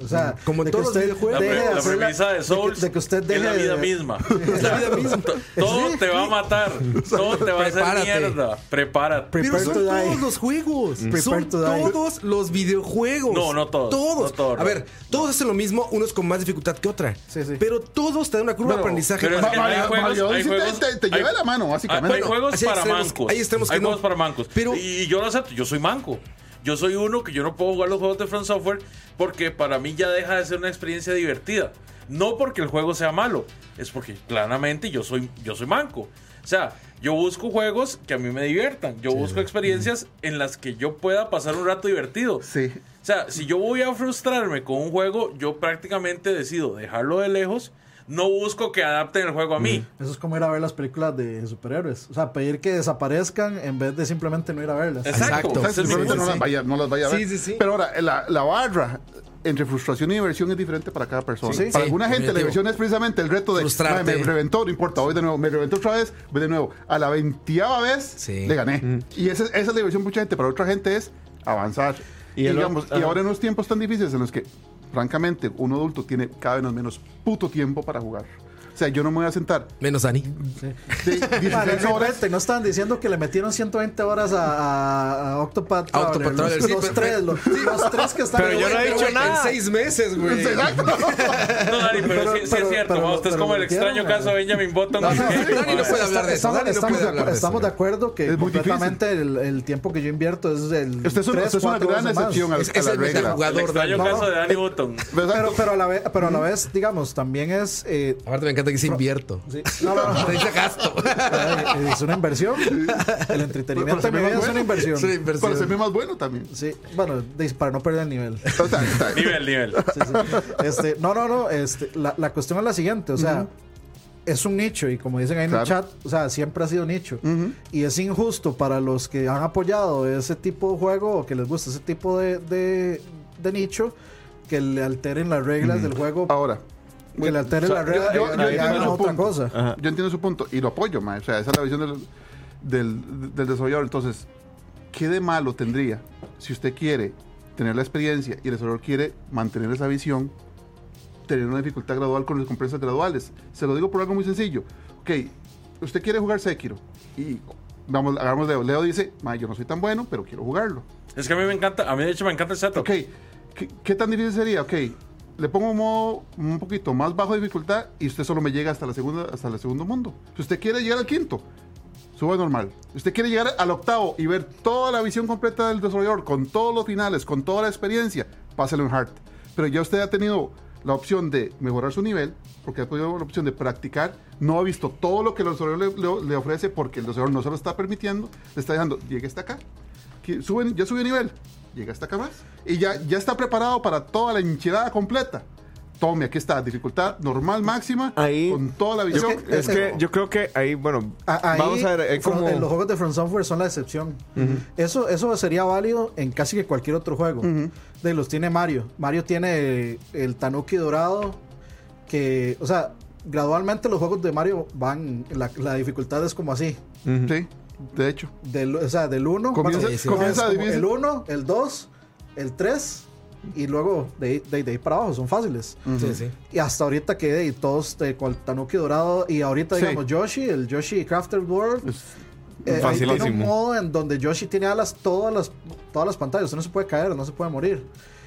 Speaker 3: O sea,
Speaker 1: Como en
Speaker 3: de que
Speaker 1: todos los
Speaker 3: usted
Speaker 1: videojuegos.
Speaker 3: deje
Speaker 5: la,
Speaker 3: de
Speaker 5: pre- la
Speaker 3: hacer la-
Speaker 5: premisa de Souls
Speaker 3: que- de que usted
Speaker 5: es la
Speaker 3: deje
Speaker 5: vida
Speaker 3: de-
Speaker 5: misma.
Speaker 1: es la vida misma.
Speaker 5: Todo
Speaker 3: Sí.
Speaker 5: te va a matar. Todo te va a hacer
Speaker 1: Prepárate.
Speaker 5: mierda. Prepárate.
Speaker 1: Pero
Speaker 3: Prepare
Speaker 1: son
Speaker 3: to die. Mm.
Speaker 1: todos los juegos.
Speaker 3: Prepare
Speaker 1: Son
Speaker 3: to die.
Speaker 1: todos los videojuegos.
Speaker 5: No, no todos,
Speaker 1: Todos.
Speaker 5: no todos,
Speaker 1: a
Speaker 5: no.
Speaker 1: ver, todos hacen lo mismo, unos con más dificultad que otra.
Speaker 3: Sí, sí.
Speaker 1: Pero todos te dan una curva de
Speaker 4: Pero-
Speaker 1: aprendizaje.
Speaker 5: Pero es
Speaker 1: para-
Speaker 5: que
Speaker 4: Mario-
Speaker 5: hay juegos,
Speaker 4: Mario
Speaker 5: hay
Speaker 4: sí te-
Speaker 5: juegos-
Speaker 4: te- te lleva de la mano, básicamente.
Speaker 5: Hay
Speaker 1: Bueno,
Speaker 5: juegos
Speaker 1: así hay
Speaker 5: para
Speaker 1: extremos-
Speaker 5: mancos.
Speaker 1: hay extremos que
Speaker 5: Hay
Speaker 1: no.
Speaker 5: juegos para mancos.
Speaker 1: Pero-
Speaker 5: y, y yo lo acepto, yo soy manco. Yo soy uno que yo no puedo jugar los juegos de Front Software porque para mí ya deja de ser una experiencia divertida. No porque el juego sea malo, es porque claramente yo soy, yo soy manco. O sea, yo busco juegos que a mí me diviertan. Yo busco experiencias en las que yo pueda pasar un rato divertido.
Speaker 4: Sí.
Speaker 5: O sea, si yo voy a frustrarme con un juego, yo prácticamente decido dejarlo de lejos. No busco que adapten el juego a mí.
Speaker 3: Eso es como ir a ver las películas de superhéroes. O sea, pedir que desaparezcan en vez de simplemente no ir a verlas.
Speaker 1: Exacto.
Speaker 5: Exacto. Ese
Speaker 4: Exacto,
Speaker 5: es mi
Speaker 4: simplemente
Speaker 5: punto.
Speaker 4: no, las vaya, no las vaya a ver.
Speaker 1: Sí, sí, sí.
Speaker 4: Pero ahora, la, la barra entre frustración y diversión es diferente para cada persona.
Speaker 3: Sí,
Speaker 1: sí,
Speaker 4: para alguna gente la
Speaker 1: definitivo.
Speaker 4: diversión es precisamente el reto de
Speaker 1: Frustrarte.
Speaker 4: "Mae, me reventó, no importa, voy de nuevo, me reventó otra vez, voy de nuevo. A la veintiava vez
Speaker 1: Sí.
Speaker 4: le gané. Y esa, esa es la diversión para mucha gente, para otra gente es avanzar.
Speaker 2: Y
Speaker 4: Y,
Speaker 2: el-
Speaker 4: digamos, y
Speaker 2: ajá.
Speaker 4: ahora en unos tiempos tan difíciles en los que, francamente, un adulto tiene cada vez menos puto tiempo para jugar. O sea, yo no me voy a sentar
Speaker 1: Menos Dani.
Speaker 4: de 16
Speaker 3: Madre, no,
Speaker 4: horas.
Speaker 3: vete, no estaban diciendo que le metieron 120 horas a, a- a Octopath
Speaker 1: A Octopath
Speaker 3: Traveler. los-
Speaker 1: Traveler, sí,
Speaker 3: los,
Speaker 1: pero-
Speaker 3: tres, los, los tres que están
Speaker 2: Pero yo no he dicho
Speaker 1: güey,
Speaker 2: nada.
Speaker 1: En seis meses, güey.
Speaker 5: No, Dani, pero,
Speaker 3: Pero-
Speaker 5: sí, sí
Speaker 3: pero-
Speaker 5: es cierto.
Speaker 3: pero-
Speaker 5: ma, usted es
Speaker 3: pero
Speaker 5: como
Speaker 3: lo metieron,
Speaker 5: el extraño
Speaker 3: ma.
Speaker 5: caso de Benjamin Button.
Speaker 3: No,
Speaker 5: que-
Speaker 3: no, sí,
Speaker 1: Dani no puede hablar de eso.
Speaker 3: Estamos,
Speaker 1: Dani no
Speaker 3: estamos
Speaker 1: puede
Speaker 3: de,
Speaker 1: hablar de eso.
Speaker 3: estamos de acuerdo que
Speaker 4: Es muy difícil.
Speaker 3: completamente el, el tiempo que yo invierto es del.
Speaker 4: Usted es una,
Speaker 3: tres,
Speaker 4: usted es una
Speaker 3: cuatro
Speaker 4: gran
Speaker 3: veces más.
Speaker 4: excepción a,
Speaker 1: Es,
Speaker 4: a
Speaker 1: es
Speaker 4: la
Speaker 1: el
Speaker 4: regla.
Speaker 5: El
Speaker 1: metajugador, Dani.
Speaker 5: extraño caso de Dani Button.
Speaker 4: ¿Verdad?
Speaker 3: pues, Pero, pero, a la vez, pero a la vez, digamos, también es. eh,
Speaker 1: Aparte, me encanta que se invierto.
Speaker 3: sí, no, no, no,
Speaker 1: Te dice gasto.
Speaker 3: eh, es una inversión. El
Speaker 4: Pero-
Speaker 3: entretenimiento
Speaker 4: pero
Speaker 3: en mi vida es
Speaker 4: bueno.
Speaker 3: una inversión.
Speaker 1: Es una
Speaker 3: Sí,
Speaker 1: inversión.
Speaker 4: para ser más bueno también.
Speaker 3: bueno, dis- para no perder el nivel.
Speaker 4: O sea, está-
Speaker 5: Nivel, nivel.
Speaker 3: Sí, sí. Este, no, no, no. Este, la, la cuestión es la siguiente. O sea, es un nicho y como dicen ahí en el
Speaker 4: Claro.
Speaker 3: chat, o sea, siempre ha sido nicho. Y es injusto para los que han apoyado ese tipo de juego o que les gusta ese tipo de, de- de nicho que le alteren las reglas del juego.
Speaker 4: Ahora.
Speaker 3: que le alteren
Speaker 4: O sea,
Speaker 3: las reglas
Speaker 4: yo- yo-
Speaker 3: y- y
Speaker 4: yo entiendo
Speaker 3: hagan
Speaker 4: su
Speaker 3: otra
Speaker 4: punto.
Speaker 3: cosa.
Speaker 2: Ajá.
Speaker 4: Yo entiendo su punto y lo apoyo, mae. O sea, esa es la visión del, del, del desarrollador. Entonces, ¿qué de malo tendría si usted quiere tener la experiencia y el desarrollador quiere mantener esa visión, tener una dificultad gradual con recompensas graduales? Se lo digo por algo muy sencillo. Ok, usted quiere jugar Sekiro y vamos, hagamos Leo. Leo dice, mae, yo no soy tan bueno, pero quiero jugarlo.
Speaker 5: Es que a mí me encanta, a mí de hecho me encanta el setup.
Speaker 4: Ok, ¿qué, qué tan difícil sería? Ok, le pongo un modo un poquito más bajo de dificultad y usted solo me llega hasta la segunda, hasta el segundo mundo. Si usted quiere llegar al quinto, suba normal. Si usted quiere llegar al octavo y ver toda la visión completa del desarrollador, con todos los finales, con toda la experiencia, páselo en hard. Pero ya usted ha tenido la opción de mejorar su nivel, porque ha tenido la opción de practicar, no ha visto todo lo que el desarrollador le, le- le ofrece porque el desarrollador no se lo está permitiendo, le está dejando, llegue hasta acá, que sube- ya subió nivel, llega hasta acá más, y ya, ya está preparado para toda la enchilada completa. Tome, aquí está, dificultad normal máxima,
Speaker 2: Ahí-
Speaker 4: con toda la
Speaker 2: Es
Speaker 4: visión.
Speaker 2: que, es que yo creo que ahí, bueno,
Speaker 3: A- ahí,
Speaker 2: vamos a ver, es
Speaker 3: From-
Speaker 2: como...
Speaker 3: eh, los juegos de From Software son la excepción. eso, eso sería válido en casi que cualquier otro juego. De los tiene Mario. Mario tiene el Tanuki dorado. Que, o sea, gradualmente los juegos de Mario van. La, la dificultad es como así.
Speaker 4: Sí, de hecho.
Speaker 3: Del, o sea, del 1.
Speaker 4: Comienza- comienza difícil.
Speaker 3: el 1, el 2, el 3. Y luego de, ahí- de, ahí- de ahí para abajo son fáciles.
Speaker 1: Sí, sí.
Speaker 3: Y hasta ahorita que de, y todos de, con el Tanuki dorado. Y ahorita,
Speaker 4: Sí.
Speaker 3: digamos, Yoshi, el Yoshi Crafted World.
Speaker 4: Es-
Speaker 3: Eh, ahí tiene un
Speaker 2: Facilísimo.
Speaker 3: modo en donde Yoshi tiene alas todas las, todas las pantallas. Usted no se puede caer, no se puede morir.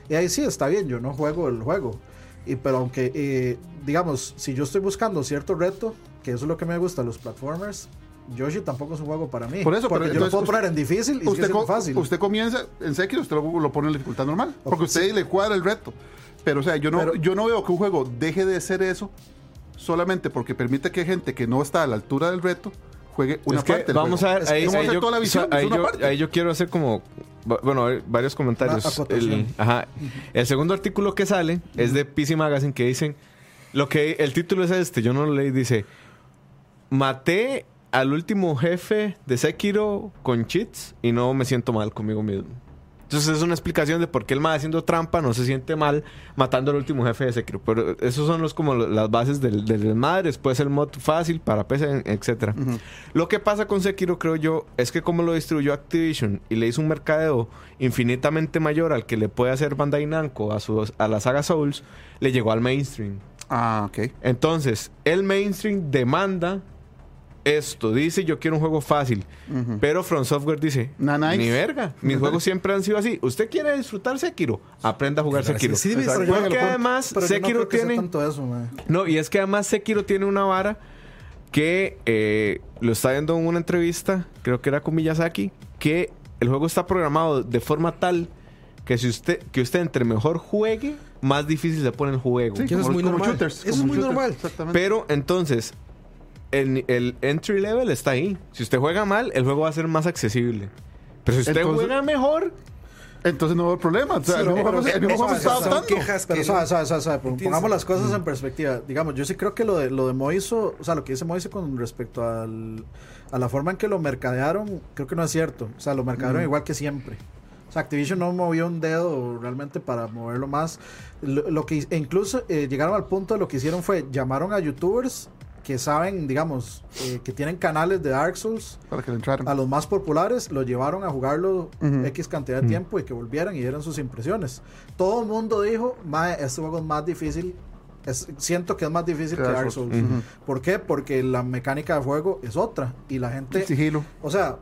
Speaker 3: Y ahí sí está bien, yo no juego el juego. Y, pero aunque, eh, digamos, si yo estoy buscando cierto reto, que eso es lo que me gusta, los platformers, Yoshi tampoco es un juego para mí.
Speaker 4: Por eso,
Speaker 3: porque
Speaker 4: pero
Speaker 3: yo lo
Speaker 4: entonces
Speaker 3: puedo
Speaker 4: usted-
Speaker 3: poner en difícil y sigue
Speaker 4: usted,
Speaker 3: siendo
Speaker 4: co-
Speaker 3: fácil.
Speaker 4: usted comienza en Sekiro, usted lo, lo pone en la dificultad normal, porque usted le cuadra el reto. Pero, o sea, yo no,
Speaker 3: Pero-
Speaker 4: yo no veo que un juego deje de ser eso solamente porque permite que gente que no está a la altura del reto juegue una
Speaker 2: es que
Speaker 4: parte. del
Speaker 2: vamos
Speaker 4: juego.
Speaker 2: a ver,
Speaker 3: Es que
Speaker 2: ahí,
Speaker 4: vamos a
Speaker 2: ahí
Speaker 4: hacer
Speaker 2: yo,
Speaker 4: toda la
Speaker 2: o sea,
Speaker 4: visión, es
Speaker 2: ahí
Speaker 4: una
Speaker 2: yo-
Speaker 4: parte. Ah,
Speaker 2: ahí yo quiero hacer como, va- bueno, hay varios comentarios.
Speaker 3: Una acotación.
Speaker 2: El, ajá. El segundo artículo que sale es de PC Magazine que dicen, lo que el título es este, yo no lo leí, dice, maté al último jefe de Sekiro con cheats y no me siento mal conmigo mismo. Entonces es una explicación de por qué el más haciendo trampa no se siente mal matando al último jefe de Sekiro. Pero esos son los como lo- las bases del, del desmadre. Después el mod fácil para PC, etcétera. Lo que pasa con Sekiro, creo yo, es que como lo distribuyó Activision y le hizo un mercadeo infinitamente mayor al que le puede hacer Bandai Namco a, su, a la saga Souls, le llegó al mainstream.
Speaker 4: Ah, ok.
Speaker 2: Entonces, el mainstream demanda esto. Dice, yo quiero un juego fácil. Pero From Software dice,
Speaker 4: Na- nice.
Speaker 2: ni verga. Mis juegos siempre han sido así. ¿Usted quiere disfrutar Sekiro? Aprenda a jugar
Speaker 1: Claro,
Speaker 2: Sekiro.
Speaker 1: sí, sí,
Speaker 3: Pero yo-
Speaker 2: Porque además,
Speaker 3: pero yo no
Speaker 2: Sekiro
Speaker 3: creo que sea
Speaker 2: tiene...
Speaker 3: tanto eso, man.
Speaker 2: No, y es que además Sekiro tiene una vara que eh, lo está viendo en una entrevista, creo que era con Miyazaki, que el juego está programado de forma tal que si usted, que usted entre mejor juegue, más difícil se pone el juego.
Speaker 4: Sí,
Speaker 1: Que eso es
Speaker 4: como-
Speaker 1: muy
Speaker 4: como
Speaker 1: normal.
Speaker 4: shooters,
Speaker 1: Eso es
Speaker 4: como
Speaker 1: muy
Speaker 4: shooters,
Speaker 1: normal.
Speaker 4: Exactamente.
Speaker 2: Pero entonces, el, el entry level está ahí. Si usted juega mal, el juego va a ser más accesible. Pero si usted
Speaker 4: Entonces-
Speaker 2: juega mejor,
Speaker 4: Entonces no veo problema. O sea,
Speaker 3: Sí,
Speaker 4: el
Speaker 3: no,
Speaker 4: mismo
Speaker 3: pero-
Speaker 4: juego, el mismo
Speaker 3: eh,
Speaker 4: juego se
Speaker 3: o sea,
Speaker 4: está
Speaker 3: son
Speaker 4: adaptando.
Speaker 1: quejas
Speaker 3: Pero
Speaker 1: que
Speaker 3: sabe,
Speaker 1: no-
Speaker 3: sabe, sabe, sabe, pon-
Speaker 1: Entiendo.
Speaker 3: pongamos las cosas
Speaker 1: Mm.
Speaker 3: en perspectiva. Digamos, yo sí creo que lo de, lo de Moiso, o sea, lo que dice Moiso con respecto al, a la forma en que lo mercadearon, creo que no es cierto. O sea, lo
Speaker 1: Mm.
Speaker 3: mercadearon igual que siempre. O sea, Activision no movió un dedo realmente para moverlo más. Lo, lo que, e incluso eh, llegaron al punto de lo que hicieron fue llamaron a youtubers que saben, digamos, eh, que tienen canales de Dark Souls
Speaker 4: Para que le entraran.
Speaker 3: a los más populares los llevaron a jugarlo
Speaker 4: Ujú.
Speaker 3: X cantidad de tiempo y que volvieran y dieran sus impresiones. Todo el mundo dijo, "Mae, este juego es más difícil es- siento que es más difícil que
Speaker 4: Dark
Speaker 3: Dark Souls.
Speaker 4: Souls.
Speaker 3: ¿Por qué? Porque la mecánica de juego es otra y la gente...
Speaker 4: Sigilo.
Speaker 3: O sea,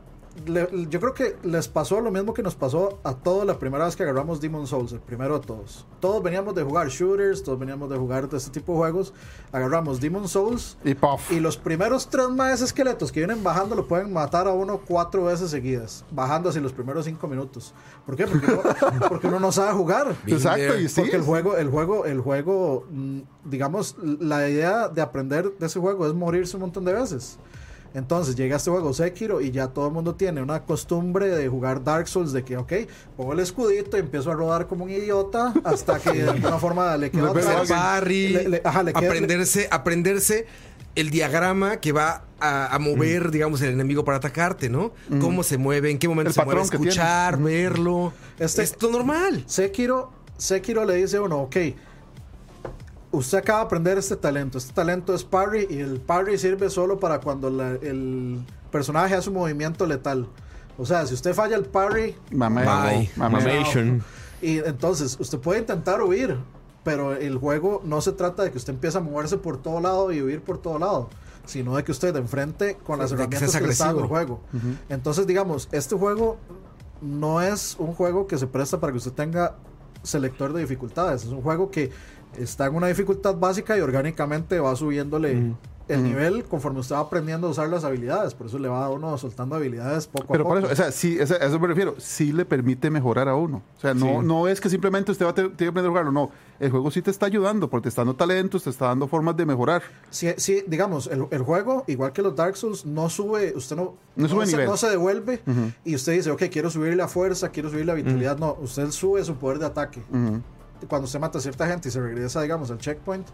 Speaker 3: le- yo creo que les pasó lo mismo que nos pasó a todos la primera vez que agarramos Demon Souls, el primero de todos. Todos veníamos de jugar shooters, todos veníamos de jugar de este tipo de juegos. Agarramos Demon Souls
Speaker 4: Y puff.
Speaker 3: y los primeros tres más esqueletos que vienen bajando lo pueden matar a uno cuatro veces seguidas, bajando así los primeros cinco minutos. ¿Por qué? Porque uno, porque uno no sabe jugar.
Speaker 4: Exacto, y sí.
Speaker 3: Porque el juego, el juego, el juego, mm, digamos, la idea de aprender de ese juego es morirse un montón de veces. Entonces llega este juego Sekiro y ya todo el mundo tiene una costumbre de jugar Dark Souls de que, ok, pongo el escudito y empiezo a rodar como un idiota hasta que de alguna forma le queda
Speaker 4: Reverse
Speaker 3: otra.
Speaker 1: Hacer barry,
Speaker 3: Le- le- ajá, le queda-
Speaker 1: aprenderse, aprenderse el diagrama que va a, a
Speaker 3: Mm.
Speaker 1: mover, digamos, el enemigo para atacarte, ¿no? Cómo se mueve, en qué momento
Speaker 4: El
Speaker 1: se mueve,
Speaker 4: patrón que tiene.
Speaker 1: escuchar, verlo.
Speaker 3: Mm. Este-
Speaker 1: es todo normal.
Speaker 3: Sekiro, Sekiro le dice, bueno, ok, usted acaba de aprender este talento. Este talento es parry y el parry sirve solo para cuando la- el personaje hace un movimiento letal. O sea, si usted falla el parry,
Speaker 4: Mamá.
Speaker 1: Bye.
Speaker 4: Mamá.
Speaker 2: Mamation.
Speaker 3: y entonces usted puede intentar huir, pero el juego no se trata de que usted empiece a moverse por todo lado y huir por todo lado, sino de que usted enfrente con las
Speaker 1: De que
Speaker 3: herramientas
Speaker 1: seas
Speaker 3: que, le está dando el
Speaker 1: agresivo.
Speaker 3: juego. Entonces, digamos, este juego no es un juego que se presta para que usted tenga selector de dificultades, es un juego que está en una dificultad básica y orgánicamente va subiéndole el nivel conforme usted va aprendiendo a usar las habilidades, por eso le va a uno soltando habilidades poco a
Speaker 4: Pero
Speaker 3: poco.
Speaker 4: por eso, o sea, sí, esa- a eso me refiero, sí le permite mejorar a uno. O sea, no, no es que simplemente usted va a te- tiene que aprender a jugarlo, no. El juego sí te está ayudando, porque te está dando talentos, te está dando formas de mejorar.
Speaker 3: Sí, sí, digamos, el, el juego, igual que los Dark Souls, no sube, usted no,
Speaker 4: No sube
Speaker 3: se,
Speaker 4: nivel.
Speaker 3: no se devuelve y usted dice, ok, quiero subir la fuerza, quiero subir la vitalidad. No, usted sube su poder de ataque. Cuando usted mata a cierta gente y se regresa, digamos, al checkpoint,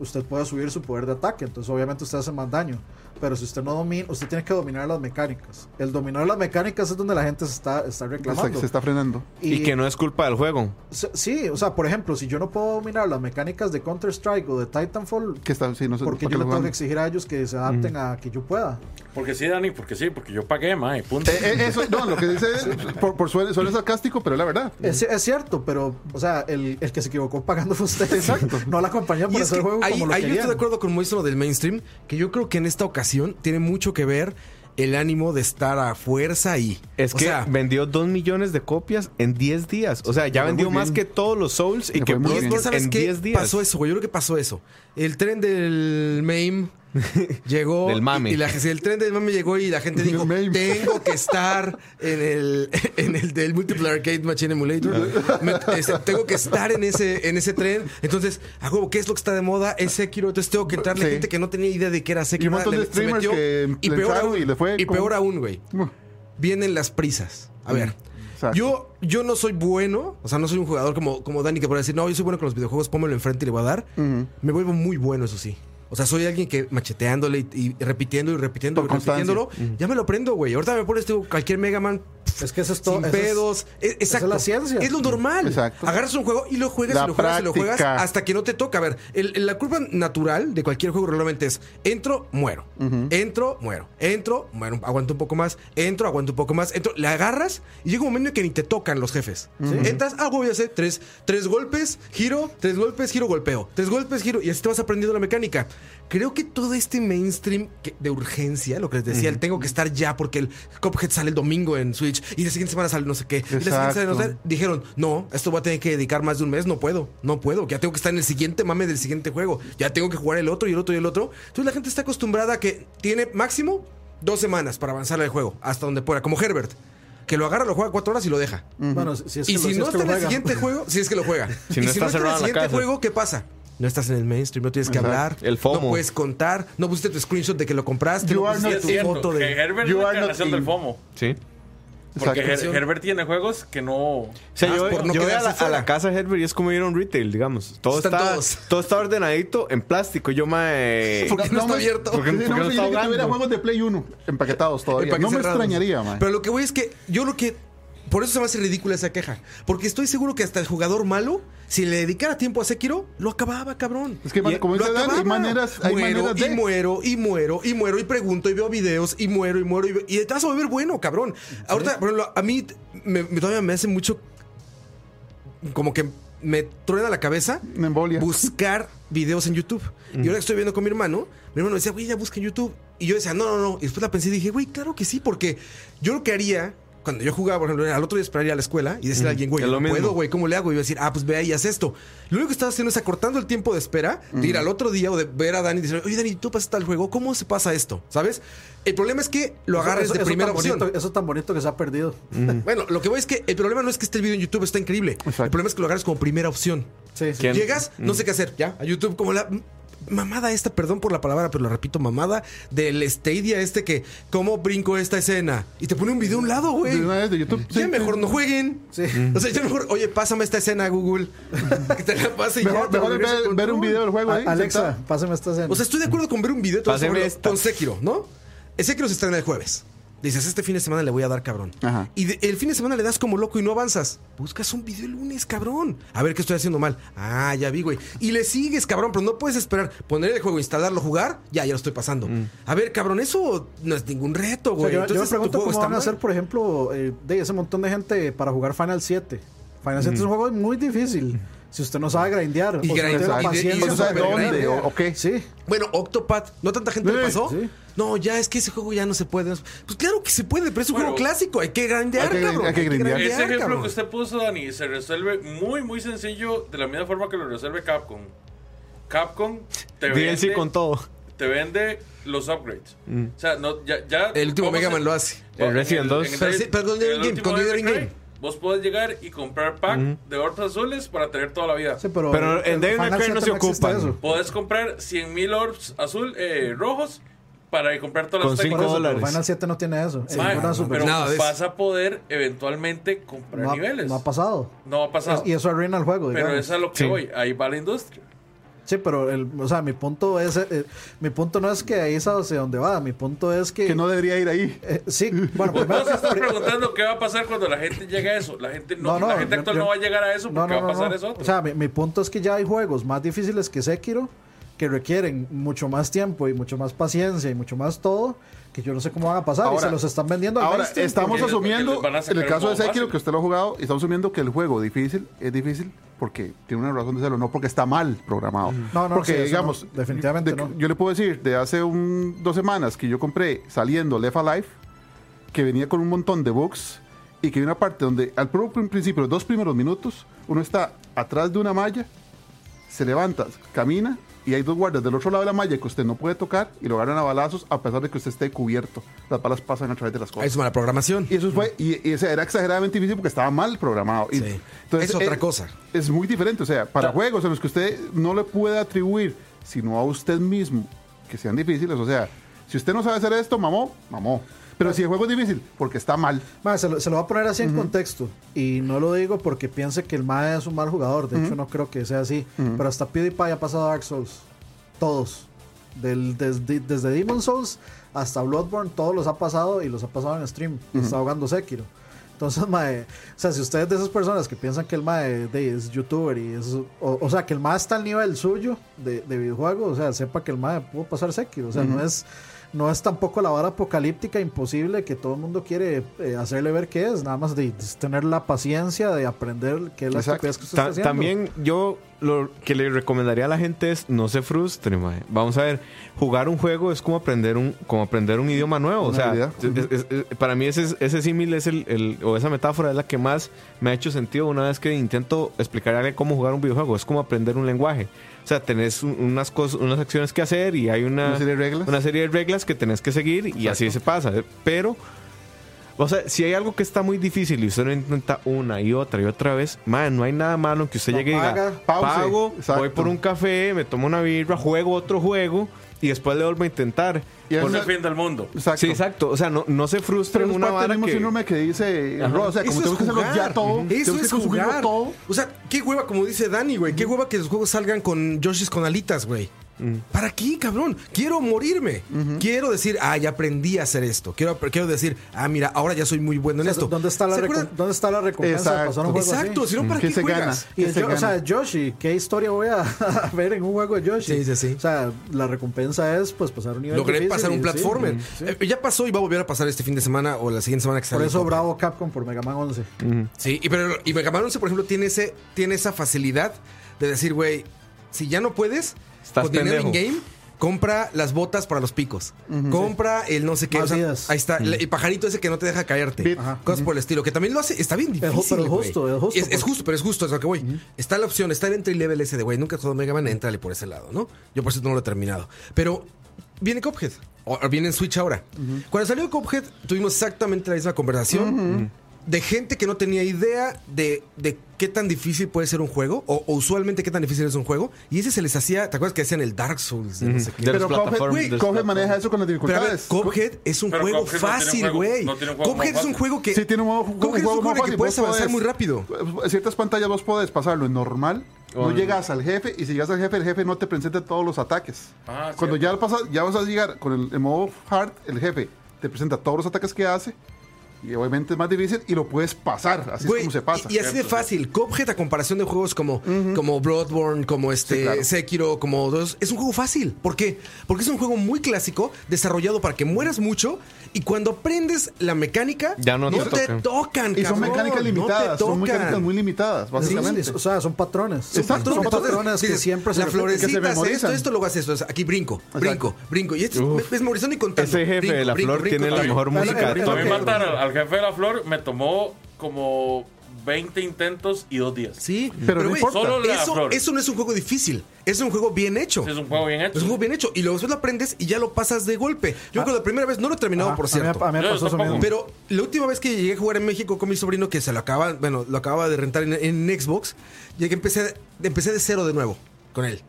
Speaker 3: usted puede subir su poder de ataque. Entonces, obviamente, usted hace más daño. Pero si usted no domina, usted tiene que dominar las mecánicas. El dominar las mecánicas es donde la gente se está, está
Speaker 4: Hasta que
Speaker 3: reclamando.
Speaker 4: se está frenando.
Speaker 2: Y, que no es culpa del juego.
Speaker 3: se- Sí, o sea, por ejemplo, si yo no puedo dominar las mecánicas de Counter-Strike o de Titanfall,
Speaker 4: Que está, sí, no sé,
Speaker 3: porque
Speaker 4: ¿para qué
Speaker 3: yo le
Speaker 4: lo
Speaker 3: tengo que
Speaker 4: juegan?
Speaker 3: exigir a ellos que se adapten a que yo pueda.
Speaker 5: Porque sí, Dani, porque sí, porque yo pagué, mae, punto.
Speaker 4: Eh, eh, eso, no, lo que dice, por, por suele, suele sarcástico, pero es la verdad.
Speaker 3: Es, es cierto, pero, o sea, el, el que se equivocó pagando fue usted.
Speaker 4: Exacto.
Speaker 3: No la compañía
Speaker 1: Y
Speaker 3: por
Speaker 1: es
Speaker 3: hacer
Speaker 1: que
Speaker 3: el juego
Speaker 1: ahí,
Speaker 3: como lo
Speaker 1: ahí yo
Speaker 3: querían.
Speaker 1: estoy de acuerdo con Moiso lo del mainstream, que yo creo que en esta ocasión tiene mucho que ver el ánimo de estar a fuerza y
Speaker 2: Es que vendió 2 millones de copias en 10 días. O sea, ya
Speaker 4: Fue
Speaker 2: vendió
Speaker 4: muy
Speaker 2: más
Speaker 4: bien.
Speaker 2: que todos los Souls y
Speaker 4: Le
Speaker 2: que
Speaker 4: fue muy
Speaker 1: Y es que,
Speaker 2: Bloodborne
Speaker 4: bien.
Speaker 1: ¿sabes
Speaker 2: en
Speaker 1: qué?
Speaker 2: 10 días.
Speaker 1: Pasó eso, güey. Yo creo que pasó eso. El tren del MAME llegó.
Speaker 2: Del mame.
Speaker 1: Y, y la, sí, el tren del mame llegó y la gente dijo:
Speaker 4: mame.
Speaker 1: Tengo que estar en el, en el del Multiple Arcade Machine Emulator. Me- este, tengo que estar en ese, en ese tren. Entonces, a huevo, ¿qué es lo que está de moda? Es Sekiro. Entonces, tengo que entrarle
Speaker 4: Sí.
Speaker 1: gente que no tenía idea de qué era Sekiro.
Speaker 4: Y un montón
Speaker 1: Le-
Speaker 4: de
Speaker 1: se
Speaker 4: streamers
Speaker 1: metió.
Speaker 4: que
Speaker 1: y
Speaker 4: le
Speaker 1: peor
Speaker 4: entraron
Speaker 1: aún,
Speaker 4: y le fue
Speaker 1: y
Speaker 4: como-
Speaker 1: peor aún, güey vienen las prisas. A ver,
Speaker 4: Exacto.
Speaker 1: yo, yo no soy bueno, o sea, no soy un jugador como, como Dani que puede decir, no, yo soy bueno con los videojuegos, pónmelo enfrente y le voy a dar. Me vuelvo muy bueno, eso sí. O sea, soy alguien que macheteándole y, y repitiendo y repitiendo y
Speaker 4: Por constancia.
Speaker 1: repitiéndolo, ya me lo aprendo, güey. Ahorita me pones tú cualquier Mega Man. pff,
Speaker 3: Es que eso es todo-
Speaker 1: Sin
Speaker 3: eso es-
Speaker 1: pedos. E-
Speaker 3: esa es
Speaker 1: exacto.
Speaker 3: la ciencia.
Speaker 1: Es lo normal.
Speaker 4: Exacto.
Speaker 1: Agarras un juego y lo juegas
Speaker 4: La
Speaker 1: y lo juegas y lo juegas
Speaker 4: práctica.
Speaker 1: hasta que no te toca. A ver, el- el- la curva natural de cualquier juego realmente es entro, muero. Entro, muero. Entro, muero. Aguanto un poco más. Entro, aguanto un poco más. Entro, le agarras y llega un momento en que ni te tocan los jefes. Entras, ah, voy a hacer tres, tres golpes, giro, tres golpes, giro, golpeo. Tres golpes, giro. Y así te vas aprendiendo la mecánica. Creo que todo este mainstream que- de urgencia, lo que les decía, el tengo que estar ya porque el Cuphead sale el domingo en Switch y la siguiente semana sale no sé qué. Y la siguiente sale no sé
Speaker 4: Exacto.
Speaker 1: dijeron, no, esto va a tener que dedicar más de un mes, no puedo, no puedo, ya tengo que estar en el siguiente mame del siguiente juego, ya tengo que jugar el otro y el otro y el otro. Entonces la gente está acostumbrada a que tiene máximo dos semanas para avanzar al juego, hasta donde pueda, como Herbert, que lo agarra, lo juega cuatro horas y lo deja.
Speaker 3: Bueno, si, si es que
Speaker 1: Y
Speaker 3: lo-
Speaker 1: si
Speaker 3: si
Speaker 1: no
Speaker 3: es
Speaker 1: está en
Speaker 3: que lo
Speaker 1: el
Speaker 3: juegan.
Speaker 1: siguiente juego, si es que lo juega.
Speaker 2: Si
Speaker 1: y
Speaker 2: no está
Speaker 1: si no está en
Speaker 2: cerrada
Speaker 1: el
Speaker 2: la
Speaker 1: siguiente
Speaker 2: casa.
Speaker 1: juego, ¿qué pasa? No estás en el mainstream, no tienes que
Speaker 4: Exacto.
Speaker 1: hablar.
Speaker 2: El FOMO.
Speaker 1: No puedes contar, no pusiste tu screenshot de que lo compraste,
Speaker 4: You
Speaker 1: no
Speaker 4: are
Speaker 5: Sí,
Speaker 1: pusiste
Speaker 5: es
Speaker 1: tu
Speaker 5: cierto,
Speaker 1: foto
Speaker 5: que
Speaker 1: de...
Speaker 5: Herbert
Speaker 4: You
Speaker 5: es la
Speaker 4: are not
Speaker 5: generación
Speaker 4: in.
Speaker 5: del FOMO.
Speaker 2: Sí.
Speaker 5: Porque Her-
Speaker 4: Exacto.
Speaker 5: Herbert tiene juegos que no...
Speaker 2: O sea,
Speaker 1: Ah,
Speaker 2: yo,
Speaker 1: por no
Speaker 2: yo voy a
Speaker 1: quedarse
Speaker 2: la, a
Speaker 1: fuera.
Speaker 2: la casa de Herbert y es como ir a un retail, digamos. Todo
Speaker 1: Están
Speaker 2: está,
Speaker 1: todos.
Speaker 2: todo está ordenadito en plástico. Yo me.
Speaker 1: ¿Por qué no está abierto?
Speaker 4: ¿Por qué,
Speaker 2: ¿Por qué
Speaker 4: no,
Speaker 2: no
Speaker 4: me
Speaker 2: está
Speaker 4: diría que tuviera
Speaker 2: ahogando?
Speaker 4: juegos de Play 1 empaquetados todavía?
Speaker 1: Empaque
Speaker 4: No me
Speaker 1: cerrado.
Speaker 4: extrañaría, man.
Speaker 1: Pero lo que voy es que yo lo que. Por eso se me hace ridícula esa queja. Porque estoy seguro que hasta el jugador malo, si le dedicara tiempo a Sekiro, lo acababa, cabrón.
Speaker 4: Es que, man,
Speaker 2: Y-
Speaker 4: como
Speaker 1: Lo
Speaker 4: dice Dan, hay
Speaker 1: acababa.
Speaker 4: maneras, hay
Speaker 1: muero,
Speaker 4: maneras
Speaker 1: y
Speaker 4: de...
Speaker 1: muero, y muero, y muero, y pregunto, y veo videos, y muero, y muero, y, veo- y te vas a volver bueno, cabrón. Ahorita, por ejemplo, a mí me- me- todavía me hace mucho. Como que me truena la cabeza
Speaker 4: Una embolia.
Speaker 1: buscar videos en YouTube. Y ahora que estoy viendo con mi hermano, mi hermano decía, güey, ya busca en YouTube. Y yo decía, no, no, no. Y después la pensé y dije, güey, claro que sí, porque yo lo que haría. Cuando yo jugaba, por ejemplo, era al otro día esperaría a la escuela y decirle a alguien, güey,
Speaker 2: Es lo
Speaker 1: no
Speaker 2: mismo.
Speaker 1: puedo, güey, ¿cómo le hago? Y yo decir, ah, pues ve ahí, haz esto. Lo único que estaba haciendo es acortando el tiempo de espera, de ir al otro día o de ver a Dani y decir, oye, Dani, tú pasaste tal juego, ¿cómo se pasa esto? ¿Sabes? El problema es que lo agarres
Speaker 3: Eso-
Speaker 1: de
Speaker 3: eso
Speaker 1: primera
Speaker 3: tan
Speaker 1: opción.
Speaker 3: bonito- eso tan bonito que se ha perdido.
Speaker 1: Bueno, lo que voy es que el problema no es que este video en YouTube está increíble. El problema es que lo agarras como primera opción.
Speaker 3: Sí, sí.
Speaker 2: ¿Quién?
Speaker 1: Llegas, no sé qué hacer, ya, a YouTube, como la m- mamada esta, perdón por la palabra, pero la repito, mamada del Stadia este que, ¿cómo brinco esta escena? Y te pone un video a un lado, güey.
Speaker 4: De una vez de YouTube.
Speaker 1: Ya
Speaker 4: sí.
Speaker 1: mejor no jueguen.
Speaker 3: Sí.
Speaker 1: O sea, ya mejor, oye, pásame esta escena, Google. Que te la pase y ya.
Speaker 4: Mejor,
Speaker 1: te
Speaker 4: mejor
Speaker 1: regresas
Speaker 4: ver,
Speaker 1: con
Speaker 4: ver
Speaker 1: tú.
Speaker 4: un video del juego
Speaker 3: A-
Speaker 4: ahí.
Speaker 3: Alexa,
Speaker 4: sentado.
Speaker 3: pásame este esta escena.
Speaker 1: O sea, estoy de acuerdo con ver un video todo
Speaker 2: Pásame
Speaker 1: sobre-
Speaker 2: esta.
Speaker 1: con Sekiro, ¿no? El Sekiro se estrena el jueves. Dices, este fin de semana le voy a dar cabrón.
Speaker 4: Ajá.
Speaker 1: Y de- el fin de semana le das como loco y no avanzas. Buscas un video el lunes, cabrón. A ver qué estoy haciendo mal. Ah, ya vi, güey. Y le sigues, cabrón, pero no puedes esperar. Poner el juego, instalarlo, jugar. Ya, ya lo estoy pasando.
Speaker 4: Mm.
Speaker 1: A ver, cabrón, eso no es ningún reto,
Speaker 3: O sea,
Speaker 1: güey.
Speaker 3: yo- yo, me
Speaker 1: Entonces, tu
Speaker 3: pregunto
Speaker 1: juego
Speaker 3: cómo
Speaker 1: está
Speaker 3: van a
Speaker 1: mal.
Speaker 3: hacer, por ejemplo, eh, de ese montón de gente para jugar Final 7. Final 7 es un juego muy difícil. Si usted no sabe grindear,
Speaker 1: Mm. Y
Speaker 3: o si no tiene
Speaker 1: grindar,
Speaker 3: la
Speaker 1: y de- y
Speaker 3: paciencia
Speaker 1: eso
Speaker 4: O sea,
Speaker 3: para
Speaker 1: súper grande,
Speaker 4: ¿dónde?
Speaker 3: grindear.
Speaker 4: ¿O o qué?
Speaker 3: Sí.
Speaker 1: Bueno, Octopath, ¿no tanta gente le
Speaker 4: Sí,
Speaker 1: pasó?
Speaker 3: sí.
Speaker 1: No, ya es que ese juego ya no se puede. Pues claro que se puede, pero es un
Speaker 5: Bueno,
Speaker 1: juego clásico. Hay que grandear,
Speaker 4: hay que
Speaker 1: cabrón.
Speaker 4: grindear, hay que grindear.
Speaker 1: grandear,
Speaker 5: Ese ejemplo
Speaker 1: cabrón.
Speaker 5: que usted puso, Dani, se resuelve muy, muy sencillo de la misma forma que lo resuelve Capcom. Capcom te
Speaker 2: DLC
Speaker 5: vende,
Speaker 2: con todo. Mm.
Speaker 5: te vende los upgrades. O sea, no, ya, ya-
Speaker 1: El último
Speaker 5: vamos
Speaker 1: Mega
Speaker 5: a-
Speaker 1: Man lo hace.
Speaker 2: El Resident
Speaker 5: en el-
Speaker 2: 2.
Speaker 5: en el-
Speaker 1: Pero sí, pero con
Speaker 5: en
Speaker 1: Elden
Speaker 5: el
Speaker 1: Ring,
Speaker 5: último
Speaker 1: con
Speaker 5: Elden
Speaker 1: Elden
Speaker 5: Ring,
Speaker 1: Ring.
Speaker 5: Vos podés llegar y comprar pack
Speaker 2: Mm.
Speaker 5: de hortas azules para tener toda la vida.
Speaker 3: Sí, pero,
Speaker 2: Pero en Devil May
Speaker 3: Final
Speaker 2: Cry no
Speaker 3: 7
Speaker 2: se
Speaker 3: existe
Speaker 2: ocupan.
Speaker 3: eso.
Speaker 5: Podés comprar 100.000 orbs azul, eh, rojos para comprar todas
Speaker 2: Con
Speaker 5: las
Speaker 2: cinco
Speaker 3: Por
Speaker 5: técnicas.
Speaker 3: eso, pero
Speaker 2: dólares.
Speaker 3: Final 7 no tiene eso. Eh,
Speaker 5: Mae,
Speaker 3: ninguna super-
Speaker 5: pero
Speaker 1: Nada de eso.
Speaker 5: vas a poder eventualmente comprar
Speaker 3: no, ha,
Speaker 5: niveles.
Speaker 3: no ha pasado.
Speaker 5: No ha pasado.
Speaker 3: Y eso arruina el juego.
Speaker 5: Pero
Speaker 3: digamos.
Speaker 5: es a lo que
Speaker 2: Sí.
Speaker 5: voy. Ahí va la industria.
Speaker 3: Sí, pero el, o sea, mi punto es eh, mi punto no es que ahí es a hacia donde va, mi punto es que,
Speaker 4: Que no debería ir ahí.
Speaker 3: eh, sí, bueno,
Speaker 5: Vos
Speaker 3: primero
Speaker 5: nos estás preguntando qué va a pasar cuando la gente llegue a eso. La gente, no, la gente actual
Speaker 3: yo-
Speaker 5: no va a llegar a eso
Speaker 3: no,
Speaker 5: porque
Speaker 3: no,
Speaker 5: va a
Speaker 3: no,
Speaker 5: pasar
Speaker 3: no.
Speaker 5: eso otro.
Speaker 3: O sea, mi, mi punto es que ya hay juegos más difíciles que Sekiro que requieren mucho más tiempo y mucho más paciencia y mucho más todo que yo no sé cómo van a pasar y
Speaker 4: Ahora-
Speaker 3: se los están vendiendo al
Speaker 4: Ahora,
Speaker 3: mainstream.
Speaker 4: estamos
Speaker 5: porque les-
Speaker 4: asumiendo,
Speaker 5: porque les van a
Speaker 4: en
Speaker 5: sacar
Speaker 4: el caso de
Speaker 5: el juego
Speaker 4: Sekiro,
Speaker 5: fácil.
Speaker 4: que usted lo ha jugado, estamos asumiendo que el juego difícil es difícil porque tiene una razón de serlo, no porque está mal programado.
Speaker 3: No, no,
Speaker 4: porque
Speaker 3: sí, eso
Speaker 4: digamos,
Speaker 3: no, definitivamente
Speaker 4: de-
Speaker 3: no.
Speaker 4: Yo le puedo decir, de hace un, dos semanas que yo compré saliendo Left Alive, que venía con un montón de bugs y que hay una parte donde al puro prin- principio, los dos primeros minutos, uno está atrás de una malla, se levanta, camina y hay dos guardias del otro lado de la malla que usted no puede tocar y lo agarran a balazos a pesar de que usted esté cubierto. Las balas pasan a través de las
Speaker 1: Ah,
Speaker 4: cosas.
Speaker 1: Es mala programación.
Speaker 4: Y eso fue, y, y, o sea, era exageradamente difícil porque estaba mal programado. Y,
Speaker 1: Sí. Es otra cosa.
Speaker 4: Es muy diferente, o sea, para juegos en los que usted no le puede atribuir, sino a usted mismo, que sean difíciles, o sea, si usted no sabe hacer esto, mamó, mamó. Pero si el juego es difícil, porque está mal.
Speaker 3: Mae, se, lo, se lo voy a poner así en contexto. Y no lo digo porque piense que el Mae es un mal jugador. De hecho, no creo que sea así. Pero hasta PewDiePie ha pasado Dark Souls. Todos. Del, desde, desde Demon Souls hasta Bloodborne, todos los ha pasado y los ha pasado en stream. Está jugando Sekiro. Entonces, mae, o sea, si usted es de esas personas que piensan que el mae de- es youtuber y es. O, o sea, que el mae está al nivel suyo de, de videojuego, o sea, sepa que el mae pudo pasar Sekiro. O sea, no es. No es tampoco la vara apocalíptica imposible que todo el mundo quiere eh, hacerle ver que es, nada más de, de tener la paciencia de aprender qué es la
Speaker 4: Exacto.
Speaker 3: estupidez que usted
Speaker 2: Ta-
Speaker 3: está haciendo.
Speaker 2: también yo lo que le recomendaría a la gente es no se frustre, mae. Vamos a ver, jugar un juego es como aprender un como aprender un idioma nuevo, o
Speaker 4: Una
Speaker 2: sea,
Speaker 4: habilidad.
Speaker 2: es- es- es- para mí ese ese símil es el, el- o esa metáfora es la que más me ha hecho sentido una vez que intento explicar a alguien cómo jugar un videojuego, es como aprender un lenguaje. O sea, tenés un- unas cosas, unas acciones que hacer y hay una
Speaker 4: Una serie de reglas.
Speaker 2: una serie de reglas que tenés que seguir y así se pasa, pero o sea, si hay algo que está muy difícil y usted lo intenta una y otra y otra vez, man, no hay nada malo en que usted
Speaker 3: Lo
Speaker 2: llegue y
Speaker 3: paga,
Speaker 2: diga,
Speaker 4: pause,
Speaker 2: pago,
Speaker 4: exacto.
Speaker 2: voy por un café, me tomo una birra, juego otro juego y después le vuelvo a intentar.
Speaker 4: Y es
Speaker 5: No
Speaker 2: Por-
Speaker 5: es el
Speaker 4: una-
Speaker 5: fin del mundo.
Speaker 4: Exacto.
Speaker 2: Sí, exacto. O sea, no, no se frustre
Speaker 4: Pero
Speaker 2: en
Speaker 4: es
Speaker 2: una
Speaker 4: parte del
Speaker 2: vara
Speaker 4: mismo
Speaker 2: que...
Speaker 4: síndrome que dice eh, Ro, o sea, como
Speaker 1: Eso
Speaker 4: tenemos que
Speaker 1: es
Speaker 4: hacerlo
Speaker 1: jugar.
Speaker 4: ya todo,
Speaker 1: Eso
Speaker 4: tenemos que
Speaker 1: es
Speaker 4: consumirlo
Speaker 1: jugar.
Speaker 4: todo.
Speaker 1: O sea, qué hueva, como dice Dani, güey. Qué hueva que los juegos salgan con Yoshis con alitas, güey. ¿Para qué, cabrón? Quiero morirme. Quiero decir, ah, ya aprendí a hacer esto. Quiero, quiero decir, ah, mira, ahora ya soy muy bueno en
Speaker 3: O sea,
Speaker 1: esto.
Speaker 3: ¿Dónde está, la
Speaker 1: ¿Se
Speaker 3: recom-
Speaker 1: acuerdan?
Speaker 3: ¿Dónde está la recompensa de pasar un
Speaker 4: Exacto.
Speaker 3: juego así?
Speaker 1: Exacto, si no, ¿para
Speaker 4: ¿Qué
Speaker 1: qué
Speaker 4: se gana?
Speaker 1: juegas?
Speaker 3: Y
Speaker 4: que
Speaker 3: el
Speaker 4: se
Speaker 3: yo- o sea,
Speaker 4: gana.
Speaker 3: Yoshi, ¿qué historia voy a ver en un juego de Yoshi?
Speaker 1: Sí, sí, sí.
Speaker 3: O sea, la recompensa es pues pasar un nivel
Speaker 1: Logré
Speaker 3: difícil
Speaker 1: pasar
Speaker 3: y-
Speaker 1: un
Speaker 3: sí.
Speaker 1: platformer. Eh, ya pasó y va a volver a pasar este fin de semana o la siguiente semana que
Speaker 3: Por
Speaker 1: sale.
Speaker 3: eso bravo Capcom por Mega Man 11.
Speaker 1: Mm. Sí, y, pero, y Mega Man 11, por ejemplo, tiene, ese, tiene esa facilidad de decir, güey, si ya no puedes,
Speaker 2: Estás
Speaker 1: con dinero
Speaker 2: pendejo.
Speaker 1: in-game, compra las botas para los picos. compra el no sé qué. o sea,
Speaker 3: Adidas.
Speaker 1: ahí está, el- el pajarito ese que no te deja caerte.
Speaker 4: Bit.
Speaker 1: Cosas por el estilo, que también lo hace. Está bien difícil.
Speaker 3: ju- pero es
Speaker 1: güey.
Speaker 3: justo, es justo,
Speaker 1: Es,
Speaker 3: porque-
Speaker 1: justo, pero es justo, es lo que voy. Está la opción, está el entry level ese de, güey, nunca has jugado Mega Man, entrale por ese lado, ¿no? Yo por eso no lo he terminado. Pero viene Cophead. O o viene en Switch ahora. Cuando salió Cophead, tuvimos exactamente la misma conversación
Speaker 5: Mm.
Speaker 1: de gente que no tenía idea de, de qué tan difícil puede ser un juego, o, o usualmente qué tan difícil es un juego. Y ese se les hacía, ¿te acuerdas que hacían el Dark Souls? de no sé qué?
Speaker 2: De las
Speaker 4: Pero
Speaker 2: plataformas, de
Speaker 4: Cophead,
Speaker 2: las
Speaker 4: Cophead
Speaker 2: plataformas.
Speaker 4: maneja eso con las
Speaker 1: Pero a ver,
Speaker 4: dificultades.
Speaker 1: Cophead es un
Speaker 5: Pero
Speaker 1: juego
Speaker 5: Cophead no tiene
Speaker 1: fácil,
Speaker 5: juego-
Speaker 1: güey.
Speaker 5: no tiene un juego
Speaker 1: Cophead
Speaker 5: más
Speaker 1: es un
Speaker 5: fácil.
Speaker 1: juego que.
Speaker 4: Sí, tiene un juego, un
Speaker 1: Cophead es
Speaker 4: juego
Speaker 1: un juego en el
Speaker 4: fácil,
Speaker 1: que puedes
Speaker 4: vos
Speaker 1: avanzar muy rápido.
Speaker 4: En ciertas pantallas vos podés pasarlo en normal. No llegas al jefe y si llegas al jefe, el jefe no te presenta todos los ataques.
Speaker 5: Ah,
Speaker 4: Cuando
Speaker 5: cierto.
Speaker 4: ya, pasas, ya vas a llegar con el, el modo hard, el jefe te presenta todos los ataques que hace y obviamente es más difícil y lo puedes pasar. Así
Speaker 1: Güey,
Speaker 4: es como se pasa.
Speaker 1: Y, y así de fácil. Cophead, a comparación de juegos como, como Bloodborne, como este
Speaker 4: Sí, claro.
Speaker 1: Sekiro, como dos, es un juego fácil. ¿Por qué? Porque es un juego muy clásico, desarrollado para que mueras mucho. Y cuando aprendes la mecánica,
Speaker 2: Ya no te
Speaker 1: te,
Speaker 2: tocan.
Speaker 1: tocan.
Speaker 4: Y son
Speaker 1: cabrón,
Speaker 4: mecánicas
Speaker 1: no te
Speaker 4: limitadas, son
Speaker 1: tocan.
Speaker 4: mecánicas muy limitadas,
Speaker 3: Sí,
Speaker 4: básicamente.
Speaker 3: es- o sea, son patrones. Son,
Speaker 4: Exacto,
Speaker 3: patrones, son
Speaker 1: Entonces,
Speaker 3: patrones que
Speaker 1: dices,
Speaker 3: siempre se
Speaker 1: La
Speaker 3: repiten.
Speaker 1: florecita
Speaker 4: que se
Speaker 1: hace esto,
Speaker 4: memorizan.
Speaker 1: esto, luego hace esto. es Aquí brinco, brinco, brinco. Y esto es, es memorizando y contando.
Speaker 2: Ese jefe
Speaker 1: Brinco,
Speaker 2: de la
Speaker 1: brinco,
Speaker 2: flor
Speaker 1: brinco,
Speaker 2: tiene la
Speaker 1: brinco.
Speaker 2: mejor
Speaker 3: Dale,
Speaker 2: música de
Speaker 3: dale,
Speaker 5: A
Speaker 2: todo.
Speaker 5: mí
Speaker 3: Ok.
Speaker 5: matar al, al jefe de la flor me tomó como 20 intentos y dos días.
Speaker 1: Sí,
Speaker 4: Pero no
Speaker 1: güey,
Speaker 4: importa.
Speaker 5: Solo la
Speaker 1: eso,
Speaker 5: flor.
Speaker 1: eso no es un juego difícil, es un juego bien hecho.
Speaker 5: Es un juego bien hecho.
Speaker 1: Es un juego bien hecho. Y luego después lo aprendes y ya lo pasas de golpe. Yo creo que la primera vez no lo he terminado,
Speaker 3: Ah. Ajá,
Speaker 1: por
Speaker 3: a mí-
Speaker 1: cierto.
Speaker 3: A mí, me
Speaker 5: Yo
Speaker 3: pasó eso
Speaker 5: tampoco.
Speaker 3: mismo.
Speaker 1: Pero la última vez que llegué a jugar en México con mi sobrino, que se lo acaba, bueno, lo acababa de rentar en, en Xbox, llegué, empecé, empecé de cero de nuevo con él.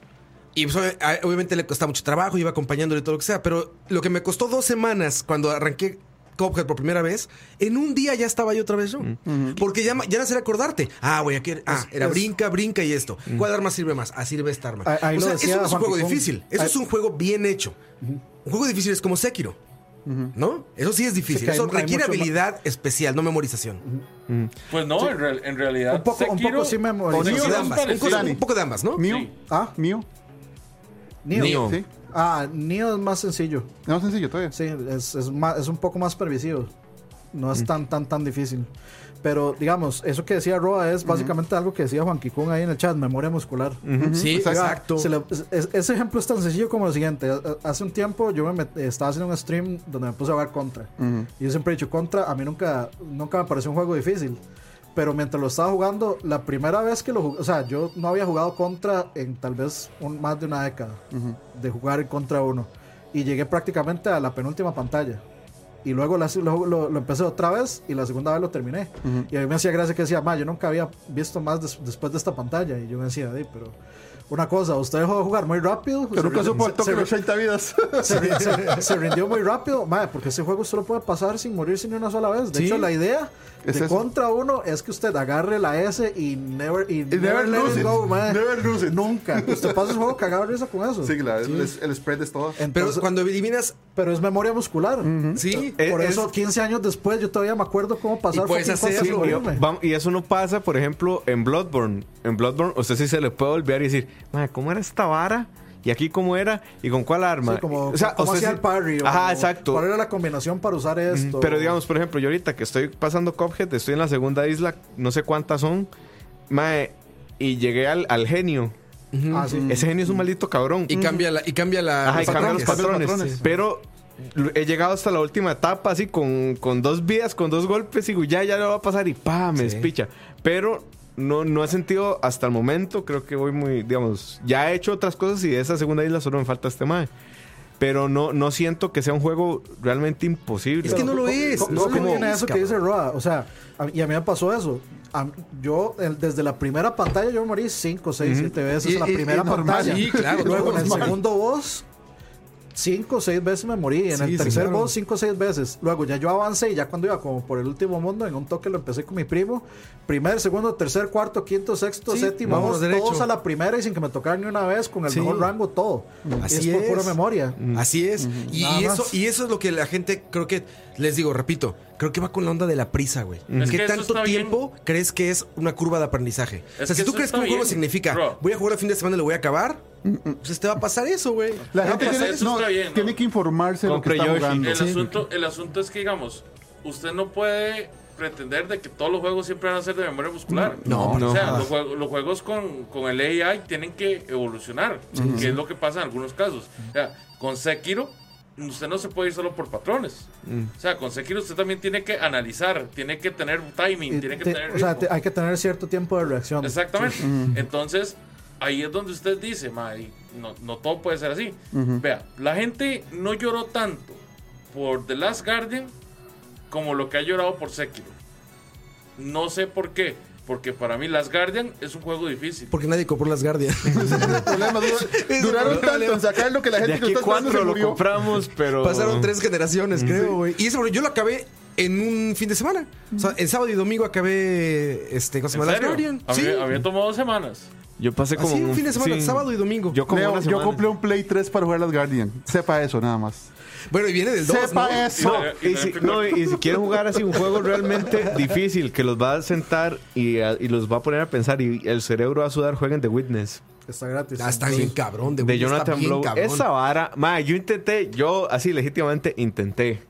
Speaker 1: Y pues, obvia- a- obviamente le costaba mucho trabajo, iba acompañándole y todo lo que sea, pero lo que me costó dos semanas cuando arranqué Cophead por primera vez, en un día ya estaba yo otra vez yo. Porque ya, ma- ya no sé acordarte. Ah, güey, aquí era, ah, era
Speaker 3: es-
Speaker 1: brinca, brinca y esto. ¿Cuál arma sirve más? Ah, sirve esta arma.
Speaker 3: Ahí- ahí
Speaker 1: o
Speaker 3: lo
Speaker 1: sea,
Speaker 3: decía
Speaker 1: eso no es un
Speaker 3: Juan
Speaker 1: juego
Speaker 3: Picón. Ah,
Speaker 1: difícil, eso
Speaker 3: Ahí-
Speaker 1: es un juego bien hecho. Un juego difícil es como Sekiro. ¿No? Eso sí es difícil.
Speaker 3: Sí, que hay-
Speaker 1: Eso
Speaker 3: hay
Speaker 1: requiere
Speaker 3: mucho ma-
Speaker 1: habilidad especial, no memorización.
Speaker 5: Pues no, en, real- en realidad.
Speaker 3: Un poco- un
Speaker 5: Sekiro-
Speaker 3: poco sí me memorizó.
Speaker 1: Sí,
Speaker 4: Neo,
Speaker 1: de
Speaker 5: es
Speaker 1: ambas. Un,
Speaker 5: parecido.
Speaker 1: cosa- un poco de ambas, ¿no?
Speaker 4: Neo,
Speaker 5: Sí.
Speaker 3: Ah,
Speaker 4: Neo,
Speaker 3: Neo.
Speaker 2: Neo.
Speaker 4: sí.
Speaker 3: Ah, Neo es más sencillo.
Speaker 4: No es sencillo todavía.
Speaker 3: Sí, es, es, ma- es un poco más pervisivo. No
Speaker 1: Mm.
Speaker 3: es tan, tan, tan difícil. Pero, digamos, eso que decía Roa es básicamente algo que decía Juan Quicón ahí en el chat, memoria muscular.
Speaker 1: Sí,
Speaker 4: Exacto.
Speaker 1: exacto.
Speaker 3: Se le- es- es- ese ejemplo es tan sencillo como lo siguiente. Ha- ha- Hace un tiempo yo me met- estaba haciendo un stream donde me puse a jugar contra. Y yo siempre he dicho contra, a mí nunca, nunca me pareció un juego difícil. Pero mientras lo estaba jugando, la primera vez que lo jugué, o sea, yo no había jugado contra en tal vez un, más de una década de jugar contra uno. Y llegué prácticamente a la penúltima pantalla. Y luego la- lo, lo- lo empecé otra vez y la segunda vez lo terminé. Y a mí me hacía gracia que decía, ma, yo nunca había visto más des- después de esta pantalla. Y yo me decía, "Di, pero una cosa, usted dejó de jugar muy rápido.
Speaker 1: pues,
Speaker 4: Pero
Speaker 3: se
Speaker 4: nunca
Speaker 3: rindió-
Speaker 4: supo el toque
Speaker 3: se-
Speaker 4: de 80 vidas.
Speaker 3: se, rin- se- se rindió muy rápido, ma, porque ese juego solo puede pasar sin morirse ni una sola vez. De
Speaker 1: Sí.
Speaker 3: hecho, la idea
Speaker 4: Es
Speaker 3: de
Speaker 4: eso.
Speaker 3: contra uno es que usted agarre la S y never, y
Speaker 4: never lose it.
Speaker 3: ma.
Speaker 4: Never lose it.
Speaker 3: Nunca. Usted pasa el juego cagado de risa con eso.
Speaker 4: Sí, claro, el, el spread es todo.
Speaker 1: Pero
Speaker 3: Entonces-
Speaker 1: cuando eliminas,
Speaker 3: Pero es memoria muscular.
Speaker 1: sí.
Speaker 2: Eh,
Speaker 3: Por
Speaker 2: es-
Speaker 3: ¿Mm? E-, eso, 15 años después, yo todavía me acuerdo cómo pasar
Speaker 1: Y puedes
Speaker 3: fucking
Speaker 1: hacer
Speaker 3: cosas
Speaker 1: eso,
Speaker 3: sin
Speaker 2: Y,
Speaker 3: morirme.
Speaker 2: vam- y eso no pasa, por ejemplo, en Bloodborne. En Bloodborne, usted sí se le puede olvidar y decir, "Mae, ¿cómo era esta vara? ¿Y aquí cómo era? ¿Y con cuál arma?
Speaker 3: Sí, como,
Speaker 2: o sea,
Speaker 3: cómo
Speaker 2: usted
Speaker 3: hacía
Speaker 2: sí-
Speaker 3: el parry. o-
Speaker 2: Ajá, exacto.
Speaker 3: ¿Cuál era la combinación para usar esto?
Speaker 2: Pero digamos, por ejemplo, yo ahorita que estoy pasando Cophead, estoy en la segunda isla, no sé cuántas son, mae, y llegué al, al genio.
Speaker 3: Ah, sí.
Speaker 2: Ese genio es un maldito cabrón.
Speaker 1: Y cambia la. Y cambia la
Speaker 2: Ajá, y
Speaker 1: los
Speaker 2: cambia los
Speaker 1: ataques.
Speaker 4: patrones.
Speaker 2: patrones.
Speaker 4: patrones.
Speaker 2: Pero lo- he llegado hasta la última etapa, así, con, con dos vidas, con dos golpes, y digo, ya, ya lo va a pasar, y pa, me despicha. Pero no, no he sentido hasta el momento, creo que voy muy, digamos, ya he hecho otras cosas y de esa segunda isla solo me falta este mae. Pero no, no siento que sea un juego realmente imposible.
Speaker 1: Es que no lo es.
Speaker 3: Co-
Speaker 1: No
Speaker 3: co-
Speaker 1: lo
Speaker 3: tiene
Speaker 1: es,
Speaker 3: eso que
Speaker 1: cabrón.
Speaker 3: dice Roa. O sea, a- y a mí me pasó eso. A- yo, el- desde la primera pantalla, yo me morí 5, 6, 7 veces.
Speaker 4: Y-
Speaker 3: en la
Speaker 4: y- y
Speaker 3: primera
Speaker 4: normal.
Speaker 3: pantalla.
Speaker 1: Sí, claro,
Speaker 3: Luego en el
Speaker 1: normal.
Speaker 3: segundo boss. 5 o 6 veces me morí. En
Speaker 1: Sí, sí,
Speaker 3: el tercer
Speaker 1: claro.
Speaker 3: boss, 5 o 6 veces. Luego ya yo avancé y ya cuando iba como por el último mundo, en un toque lo empecé con mi primo. Primer, segundo, tercer, cuarto, quinto, sexto,
Speaker 1: Sí,
Speaker 3: séptimo.
Speaker 1: vámonos
Speaker 3: boss,
Speaker 1: derecho.
Speaker 3: todos a la primera y sin que me tocaran ni una vez, con el
Speaker 1: Sí.
Speaker 3: mejor rango, todo.
Speaker 1: Así
Speaker 3: es por
Speaker 1: es.
Speaker 3: pura memoria.
Speaker 1: Así es. y,
Speaker 3: Nada
Speaker 1: y eso,
Speaker 3: más.
Speaker 1: y eso es lo que la gente, creo que, les digo, repito, creo que va con la onda de la prisa, güey.
Speaker 5: Es
Speaker 1: ¿Qué
Speaker 5: que eso
Speaker 1: tanto
Speaker 5: está bien.
Speaker 1: tiempo crees que es una curva de aprendizaje? o
Speaker 5: Es
Speaker 1: sea, si
Speaker 5: que
Speaker 1: tú
Speaker 5: eso
Speaker 1: crees que
Speaker 5: está
Speaker 1: un juego
Speaker 5: bien,
Speaker 1: significa,
Speaker 5: bro.
Speaker 1: voy a jugar el fin de semana y lo voy a acabar, pues te va a pasar eso, güey.
Speaker 4: La
Speaker 5: No,
Speaker 4: gente
Speaker 5: pues
Speaker 4: tiene,
Speaker 5: eso
Speaker 4: no,
Speaker 5: está bien, ¿no?
Speaker 4: tiene que informarse de lo
Speaker 2: Compre
Speaker 4: que está
Speaker 2: Yoshi.
Speaker 4: jugando.
Speaker 5: El, asunto, el asunto es que, digamos, usted no puede pretender de que todos los juegos siempre van a ser de memoria muscular.
Speaker 2: No, no.
Speaker 5: O sea,
Speaker 2: jamás.
Speaker 5: los, juego- los juegos con, con el AI tienen que evolucionar, que es lo que pasa en algunos casos. O sea, con Sekiro, usted no se puede ir solo por patrones.
Speaker 3: Mm.
Speaker 5: O sea, con Sekiro usted también tiene que analizar, tiene que tener timing,
Speaker 3: Y
Speaker 5: tiene que
Speaker 3: te-
Speaker 5: tener...
Speaker 3: o sea,
Speaker 5: ritmo.
Speaker 3: te- hay que tener cierto tiempo de reacción.
Speaker 5: Exactamente. Entonces, ahí es donde usted dice, "Ma, y no, no todo puede ser así. Vea, la gente no lloró tanto por The Last Guardian como lo que ha llorado por Sekiro. No sé por qué. Porque para mí Last Guardian es un juego difícil.
Speaker 1: Porque nadie compró las Guardian.
Speaker 4: El problema dura- duraron tanto en sacarlo que la
Speaker 2: De
Speaker 4: gente que
Speaker 2: aquí
Speaker 4: está esperando se
Speaker 2: cuatro lo
Speaker 4: murió.
Speaker 2: compramos, pero.
Speaker 1: Pasaron tres generaciones, creo, güey. Y eso, bueno, yo lo acabé en un fin de semana. O sea, el sábado y domingo acabé, este, ¿cómo se
Speaker 5: ¿En
Speaker 1: llama? Las
Speaker 5: serio?
Speaker 1: Guardian.
Speaker 5: A mí,
Speaker 1: Sí.
Speaker 5: a mí me tomó dos semanas.
Speaker 2: Yo pasé como.
Speaker 1: Así, un fin de semana, sábado y domingo.
Speaker 2: Yo como
Speaker 4: Leo,
Speaker 2: una
Speaker 4: yo
Speaker 2: semana.
Speaker 4: compré un Play 3 para jugar las Guardian. Sepa eso, nada más.
Speaker 1: Bueno, y viene del 2,
Speaker 4: Sepa
Speaker 1: ¿no?
Speaker 4: eso.
Speaker 2: No,
Speaker 5: Y
Speaker 2: y
Speaker 5: no
Speaker 2: si,
Speaker 5: hay
Speaker 2: no, y si quieren jugar así un juego realmente difícil que los va a sentar y, a- y los va a poner a pensar y el cerebro va a sudar, jueguen The Witness
Speaker 3: Está gratis.
Speaker 1: Ah, está bien cabrón, de,
Speaker 2: de
Speaker 1: güey, está
Speaker 2: Jonathan
Speaker 1: bien
Speaker 2: Blow.
Speaker 1: cabrón.
Speaker 2: Esa vara, ma, yo intenté, yo así legítimamente intenté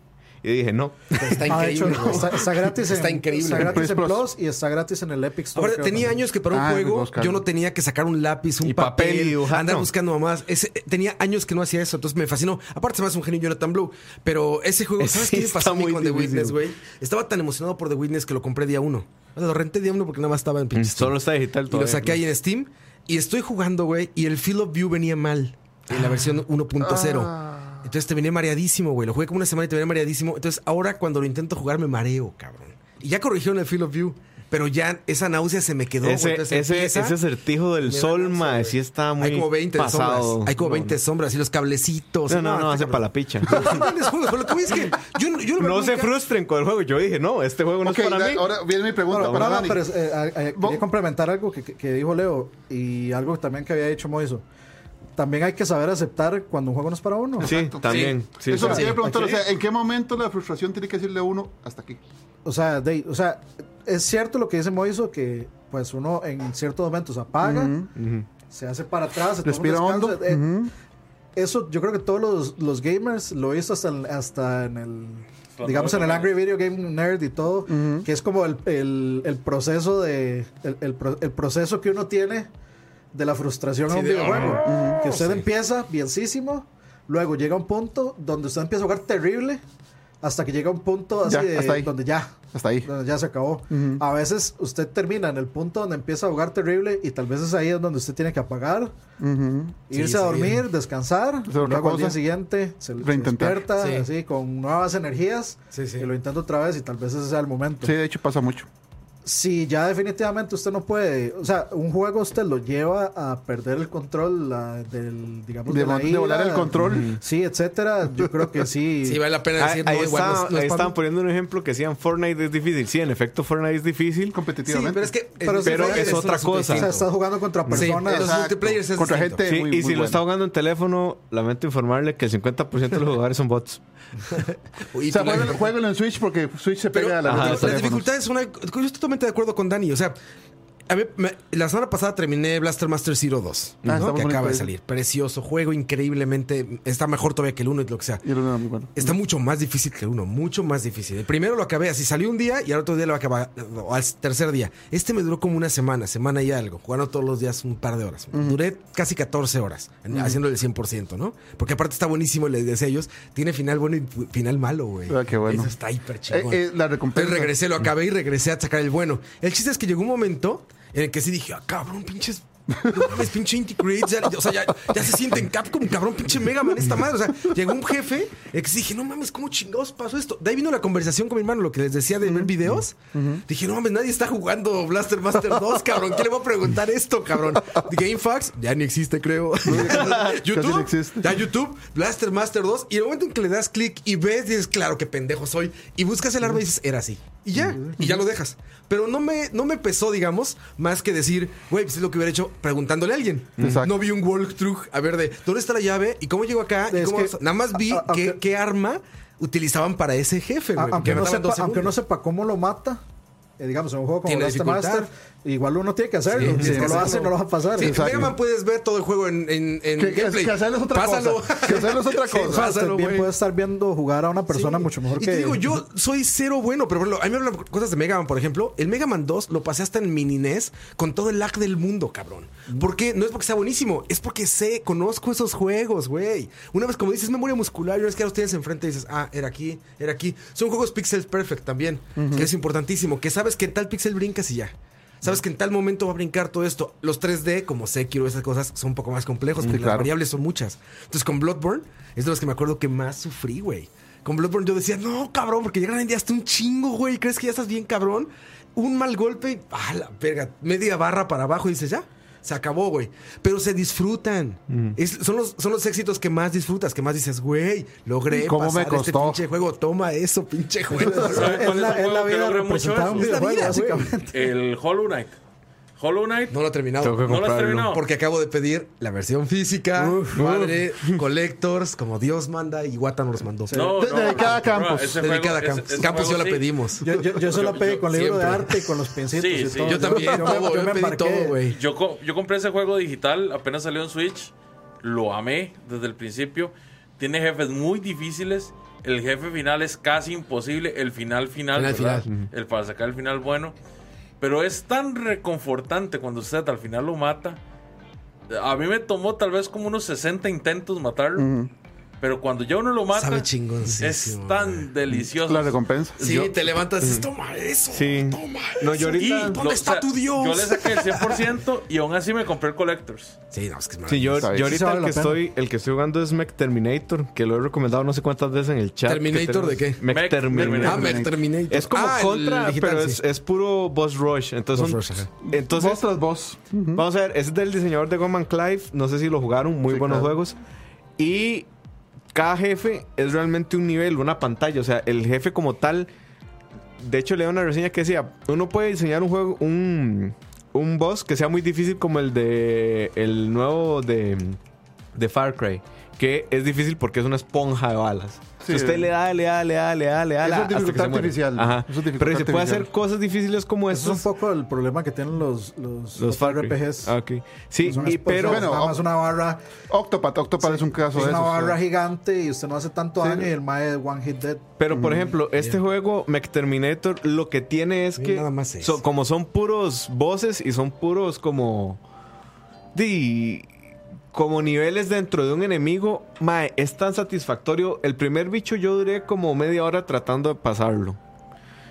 Speaker 2: y dije no.
Speaker 1: Está
Speaker 3: Ah, de hecho,
Speaker 1: increíble. güey.
Speaker 3: está, está gratis en,
Speaker 1: Está increíble.
Speaker 3: Está
Speaker 1: En
Speaker 3: gratis en
Speaker 4: Plus
Speaker 3: Plus,
Speaker 4: Plus.
Speaker 3: y está gratis en el Epic Store.
Speaker 1: Ahora,
Speaker 3: creo
Speaker 1: tenía
Speaker 3: también.
Speaker 1: años que para un
Speaker 4: Ah,
Speaker 1: juego
Speaker 4: buscar.
Speaker 1: yo no tenía que sacar un lápiz, un
Speaker 2: Y papel,
Speaker 1: papel,
Speaker 2: y dibujar,
Speaker 1: andar
Speaker 2: no.
Speaker 1: buscando mamás. Ese- eh, tenía años que no hacía eso, entonces me fascinó. Aparte se me hace un genio Jonathan Blue, pero ese juego,
Speaker 2: Ese
Speaker 1: ¿sabes qué me
Speaker 2: está
Speaker 1: pasó a mí
Speaker 2: muy
Speaker 1: con
Speaker 2: difícil.
Speaker 1: The Witness, güey? Estaba tan emocionado por The Witness que lo compré día uno. O sea, lo renté día uno porque nada más estaba en pinche Steam.
Speaker 2: Solo está
Speaker 1: Y
Speaker 2: digital
Speaker 1: lo
Speaker 2: todavía.
Speaker 1: saqué ahí en Steam y estoy jugando, güey, y el Field of View venía mal en la
Speaker 2: Ah.
Speaker 1: versión 1.0. Entonces te venía mareadísimo, güey. Lo jugué como una semana y te venía mareadísimo. Entonces ahora cuando lo intento jugar me mareo, cabrón. Y ya corrigieron el Field of View, pero ya esa náusea se me quedó. güey.
Speaker 2: Ese,
Speaker 1: Entonces,
Speaker 2: ese,
Speaker 1: empieza-
Speaker 2: ese acertijo
Speaker 1: me
Speaker 2: del
Speaker 1: da
Speaker 2: sol,
Speaker 1: náusea,
Speaker 2: ma,
Speaker 1: güey.
Speaker 2: sí está muy
Speaker 1: Hay como 20 de
Speaker 2: pasado.
Speaker 1: sombras. Hay como
Speaker 2: No,
Speaker 1: 20 sombras y los cablecitos.
Speaker 2: No, no, no,
Speaker 1: está
Speaker 2: hace
Speaker 1: cabrón.
Speaker 2: para la picha.
Speaker 1: Pero son grandes juegos, pero lo que voy es que yo, yo lo
Speaker 2: No
Speaker 1: veo
Speaker 2: se
Speaker 1: nunca-
Speaker 2: frustren con el juego. Yo dije, no, este juego no
Speaker 4: Ok,
Speaker 2: es para
Speaker 4: da-
Speaker 2: mí.
Speaker 4: ahora viene mi pregunta
Speaker 3: Bueno,
Speaker 4: para
Speaker 3: no, no,
Speaker 4: Dani.
Speaker 3: pero, eh, a- a-
Speaker 4: Vos-
Speaker 3: quería complementar algo que, que- que dijo Leo y algo también que había dicho Moiso. También hay que saber aceptar cuando un juego no es para uno.
Speaker 2: Sí, también. Sí,
Speaker 4: Eso
Speaker 2: sí.
Speaker 4: lo quería preguntar, o
Speaker 3: Aquí-
Speaker 4: sea, ¿en qué momento la frustración tiene que decirle a uno hasta aquí?
Speaker 3: O sea, de- o sea, es cierto lo que dice Moiso que pues uno en ciertos momentos apaga,
Speaker 2: Ujú.
Speaker 3: se hace para atrás, se toma un
Speaker 4: Respira hondo.
Speaker 3: descanso, eh,
Speaker 4: Ujú.
Speaker 3: Eso yo creo que todos los, los gamers lo hizo hasta en, hasta en el
Speaker 5: Hasta
Speaker 3: digamos en
Speaker 5: luego,
Speaker 3: el
Speaker 5: ¿no?
Speaker 3: Angry Video Game Nerd y todo, que es como el, el- el proceso de el, el pro- el proceso que uno tiene de la frustración a un videojuego, que usted empieza bienísimo, luego llega un punto donde usted empieza a jugar terrible hasta que llega un punto así
Speaker 4: Ya,
Speaker 3: de-
Speaker 4: hasta ahí.
Speaker 3: donde ya
Speaker 4: Hasta ahí.
Speaker 3: donde ya se acabó. A veces usted termina en el punto donde empieza a jugar terrible y tal vez es ahí es donde usted tiene que apagar, irse
Speaker 1: Sí,
Speaker 3: a
Speaker 1: está
Speaker 3: dormir, descansar,
Speaker 4: Hacer otra
Speaker 3: luego al día
Speaker 4: cosa.
Speaker 3: siguiente se, se
Speaker 4: Reintentar.
Speaker 3: despierta
Speaker 1: Sí.
Speaker 3: así con nuevas energías
Speaker 1: Sí, sí.
Speaker 3: y lo intenta otra vez y tal vez ese sea el momento.
Speaker 4: Sí, de hecho pasa mucho.
Speaker 3: Si ya definitivamente usted no puede, o sea, un juego usted lo lleva a perder el control la- del, digamos,
Speaker 4: De,
Speaker 3: la
Speaker 4: de
Speaker 3: ira,
Speaker 4: volar el control.
Speaker 3: Sí, etcétera. Yo creo que sí.
Speaker 1: Sí, vale la pena
Speaker 2: Ahí,
Speaker 1: decir, no,
Speaker 2: ahí
Speaker 1: igual no
Speaker 2: está-
Speaker 1: es- no es
Speaker 2: ahí
Speaker 1: para
Speaker 2: estaban
Speaker 1: mí.
Speaker 2: poniendo un ejemplo que decían Fortnite es difícil. Sí, en efecto, Fortnite es difícil.
Speaker 1: Sí,
Speaker 4: Competitivamente.
Speaker 1: pero es que
Speaker 3: Pero
Speaker 2: pero es otra cosa.
Speaker 3: o sea, estás jugando contra personas.
Speaker 1: los
Speaker 4: Exacto.
Speaker 1: multiplayers es
Speaker 4: Contra
Speaker 1: distinto.
Speaker 4: gente
Speaker 2: Sí,
Speaker 4: muy,
Speaker 2: y
Speaker 4: muy
Speaker 2: si lo
Speaker 4: buena.
Speaker 2: está jugando en teléfono, lamento informarle que el 50% de los jugadores son bots.
Speaker 1: Uy,
Speaker 4: O sea,
Speaker 1: tú la-
Speaker 4: juégalo, juégalo en Switch porque Switch se pega
Speaker 1: Pero
Speaker 4: a la
Speaker 1: digo,
Speaker 4: red de
Speaker 1: las
Speaker 4: teléfonos.
Speaker 1: dificultades son... algo- Yo estoy totalmente de acuerdo con Dani. O sea, a mí me- la semana pasada terminé Blaster Master Zero 2,
Speaker 4: Ah,
Speaker 1: ¿no?
Speaker 4: está muy
Speaker 1: que
Speaker 4: bonito
Speaker 1: acaba de
Speaker 4: ese.
Speaker 1: salir. Precioso juego, increíblemente. Está mejor todavía que el 1 y lo que sea.
Speaker 4: Y era muy bueno.
Speaker 1: Está mucho más difícil que el uno, mucho más difícil. El primero lo acabé así, salió un día y al otro día lo acabé, o al tercer día. Este me duró como una semana, semana y algo, jugando todos los días un par de horas. Duré casi 14 horas en- haciéndole el 100%, ¿no? Porque aparte está buenísimo, les decía a ellos, tiene final bueno y pu- final malo, güey.
Speaker 4: Ah, qué bueno.
Speaker 1: Eso está hiper
Speaker 4: Eh,
Speaker 1: chingón.
Speaker 4: eh, la
Speaker 1: Entonces
Speaker 4: recompensa.
Speaker 1: regresé, lo acabé y regresé a sacar el bueno. El chiste es que llegó un momento en el que sí dije, ah, cabrón, pinches. No mames, pinche Inti Creates, ya, o sea, ya, ya se sienten Capcom, cabrón, pinche Mega Man, esta madre. O sea, llegó un jefe en el que sí dije, no mames, ¿cómo chingados pasó esto? De ahí vino la conversación con mi hermano, lo que les decía de ver videos. Dije, no mames, nadie está jugando Blaster Master 2, cabrón. ¿Quién le va a preguntar esto, cabrón? GameFAQs, ya ni existe, creo. YouTube,
Speaker 4: no existe.
Speaker 1: ya YouTube, Blaster Master 2, y el momento en que le das clic y ves, dices, claro, qué pendejo soy, y buscas el arma y dices, era así. Y ya, y ya lo dejas. Pero no me, no me pesó, digamos, más que decir, güey, pues es lo que hubiera hecho preguntándole a alguien.
Speaker 4: Exacto.
Speaker 1: No vi un walkthrough, a ver, de dónde está la llave y cómo llego acá. y
Speaker 3: Es
Speaker 1: cómo-
Speaker 3: que-
Speaker 1: nada más vi
Speaker 3: a- a-
Speaker 1: qué,
Speaker 3: aunque-
Speaker 1: qué arma utilizaban para ese jefe,
Speaker 3: A-
Speaker 1: güey.
Speaker 3: aunque,
Speaker 1: que
Speaker 3: no
Speaker 1: mataban
Speaker 3: sepa,
Speaker 1: dos
Speaker 3: aunque no
Speaker 1: segundos.
Speaker 3: sepa cómo lo mata, eh, digamos, en un juego como
Speaker 1: Tiene
Speaker 3: Blaster
Speaker 1: dificultad.
Speaker 3: Master, igual uno tiene que hacerlo.
Speaker 1: Sí,
Speaker 3: si
Speaker 1: sí,
Speaker 3: no
Speaker 1: sí,
Speaker 3: lo
Speaker 1: sí.
Speaker 3: hace, no lo va a pasar.
Speaker 1: Sí, en
Speaker 3: Exacto.
Speaker 1: Mega Man puedes ver todo el juego en, en, en
Speaker 4: Que, que-
Speaker 1: gameplay.
Speaker 4: que hacerlo es otra
Speaker 1: Pásalo.
Speaker 4: cosa. Que hacerlo es otra
Speaker 1: Sí,
Speaker 4: cosa.
Speaker 3: O sea, usted
Speaker 1: Pásalo,
Speaker 3: Este, bien
Speaker 1: güey.
Speaker 3: puede estar viendo jugar a una persona
Speaker 1: Sí.
Speaker 3: mucho mejor
Speaker 1: y
Speaker 3: que
Speaker 1: te digo, yo soy cero bueno, pero por ejemplo, a mí me hablan cosas de Mega Man, por ejemplo. El Mega Man 2 lo pasé hasta en mini NES con todo el lag del mundo, cabrón. Porque no es porque sea buenísimo, es porque sé, conozco esos juegos, güey. Una vez, como dices, memoria muscular, y una vez que ya los tienes enfrente dices, ah, era aquí, era aquí. Son juegos pixels perfect también, que es importantísimo, que sabes que en tal pixel brincas y ya. Sabes que en tal momento va a brincar todo esto. Los 3D, como Sekiro, esas cosas son un poco más
Speaker 3: Mm,
Speaker 1: complejos porque las
Speaker 4: claro.
Speaker 1: variables son muchas. Entonces, con Bloodborne es de los que me acuerdo que más sufrí, güey. Con Bloodborne yo decía, no, cabrón, porque ya hasta un chingo, güey. ¿Crees que ya estás bien, cabrón? Un mal golpe, y, ah, la verga, media barra para abajo y dices, ya, se acabó, güey. Pero se disfrutan. Es- son, los, son los éxitos que más disfrutas, que más dices, güey, logré
Speaker 4: ¿Cómo
Speaker 1: pasar
Speaker 4: me
Speaker 1: este
Speaker 4: costó?
Speaker 1: pinche juego. Toma eso, pinche juego.
Speaker 5: ¿Sabe
Speaker 3: Es
Speaker 5: cuál es
Speaker 3: la,
Speaker 5: un
Speaker 3: es la
Speaker 5: juego que
Speaker 3: vida
Speaker 5: logra mucho
Speaker 3: representada en un
Speaker 1: eso? Es la
Speaker 3: videojuego,
Speaker 1: vida, güey.
Speaker 3: básicamente.
Speaker 5: El Hollow Knight. Hollow Knight.
Speaker 1: No lo he terminado.
Speaker 2: Tengo que
Speaker 5: ¿No lo has
Speaker 2: comprarlo.
Speaker 5: terminado?
Speaker 1: Porque acabo de pedir la versión física, padre, collectors, como Dios manda, y Wata nos los mandó.
Speaker 5: No,
Speaker 4: De-
Speaker 5: no,
Speaker 4: dedicada a
Speaker 5: no,
Speaker 4: Campos.
Speaker 5: ese juego-
Speaker 1: Dedicada a
Speaker 5: ese-
Speaker 1: Campos.
Speaker 5: ese
Speaker 1: Campos
Speaker 5: juego
Speaker 1: yo la
Speaker 5: sí.
Speaker 1: pedimos.
Speaker 3: Yo, yo, yo se la
Speaker 5: Yo-
Speaker 3: pedí
Speaker 5: yo-
Speaker 3: con libro de
Speaker 1: siempre.
Speaker 3: arte y con los pincitos
Speaker 5: Sí,
Speaker 3: y
Speaker 5: sí.
Speaker 3: todo.
Speaker 1: Yo también, todo, yo pedí todo, güey.
Speaker 5: Yo, co- yo compré ese juego digital, apenas salió en Switch, lo amé desde el principio. Tiene jefes muy difíciles, el jefe final es casi imposible, el final final,
Speaker 1: Final,
Speaker 5: ¿verdad?
Speaker 1: final.
Speaker 5: el para sacar el final bueno. Pero es tan reconfortante cuando usted al final lo mata. A mí me tomó tal vez como unos 60 intentos matarlo. Pero cuando ya uno lo mata,
Speaker 1: Sabe
Speaker 5: es
Speaker 1: chingoncísimo,
Speaker 5: tan delicioso.
Speaker 4: La recompensa.
Speaker 1: Sí,
Speaker 2: Yo-
Speaker 1: te levantas y dices, toma eso.
Speaker 2: Sí.
Speaker 1: Toma
Speaker 2: No,
Speaker 1: eso.
Speaker 2: yo ahorita-
Speaker 1: ¿Dónde
Speaker 5: Lo-
Speaker 1: está
Speaker 5: o sea,
Speaker 1: tu Dios?
Speaker 5: Yo le saqué el 100% y aún así me compré el Collectors.
Speaker 1: Sí, no, es que es
Speaker 2: Sí, yo,
Speaker 4: Está
Speaker 2: yo
Speaker 4: bien.
Speaker 3: Sí, se
Speaker 2: ahorita
Speaker 3: vale
Speaker 2: el
Speaker 3: la
Speaker 2: que,
Speaker 3: pena.
Speaker 2: estoy, el que estoy jugando es Mech Terminator, que lo he recomendado no sé cuántas veces en el chat. que
Speaker 1: ¿Terminator de
Speaker 2: tenemos.
Speaker 1: qué?
Speaker 2: Mech
Speaker 5: Mech
Speaker 2: Terminator.
Speaker 1: Ah, me terminé.
Speaker 2: Es como
Speaker 1: Ah, el
Speaker 2: contra,
Speaker 1: digital,
Speaker 2: pero
Speaker 1: sí.
Speaker 2: es, es puro boss rush. Entonces,
Speaker 1: Boss rush, ajá.
Speaker 2: entonces
Speaker 4: Voz tras voz.
Speaker 2: vamos a ver, es del diseñador de Goman Clive. No sé si lo jugaron, muy
Speaker 4: Sí,
Speaker 2: buenos
Speaker 4: claro.
Speaker 2: juegos. Y cada jefe es realmente un nivel, una pantalla. O sea, el jefe como tal. De hecho, leí una reseña que decía: uno puede diseñar un juego, un, un boss que sea muy difícil como el de. El nuevo de, de Far Cry. Que es difícil porque es una esponja de balas.
Speaker 4: Sí.
Speaker 2: Si usted le da, le da, le da, le da, le da.
Speaker 4: Eso es
Speaker 2: hasta que se
Speaker 4: dificultad
Speaker 2: muere.
Speaker 4: artificial.
Speaker 2: Ajá.
Speaker 4: Eso es dificultad
Speaker 2: Pero se puede hacer
Speaker 4: artificial.
Speaker 2: cosas difíciles como
Speaker 3: Eso es
Speaker 2: estas.
Speaker 3: un poco el problema que tienen los, los,
Speaker 2: Los Far Cry.
Speaker 3: RPGs.
Speaker 2: Ah, ok.
Speaker 1: Pues
Speaker 2: Sí,
Speaker 3: Son
Speaker 2: y-
Speaker 3: esposas,
Speaker 2: pero
Speaker 4: Bueno,
Speaker 3: nada más una barra,
Speaker 4: Octopath. Octopath es un caso
Speaker 3: es
Speaker 4: de
Speaker 3: una
Speaker 4: esos, eh,
Speaker 3: barra
Speaker 4: sí.
Speaker 3: gigante y usted no hace tanto
Speaker 4: Sí.
Speaker 3: daño y el mae es One Hit Dead.
Speaker 2: Pero,
Speaker 1: Mm,
Speaker 2: por ejemplo, este juego, Mech Terminator, lo que tiene es
Speaker 1: Mira
Speaker 2: que.
Speaker 1: nada más eso.
Speaker 2: son- como son puros voces y son puros como. Di. Como niveles dentro de un enemigo, mae, es tan satisfactorio. El primer bicho yo duré como media hora tratando de pasarlo.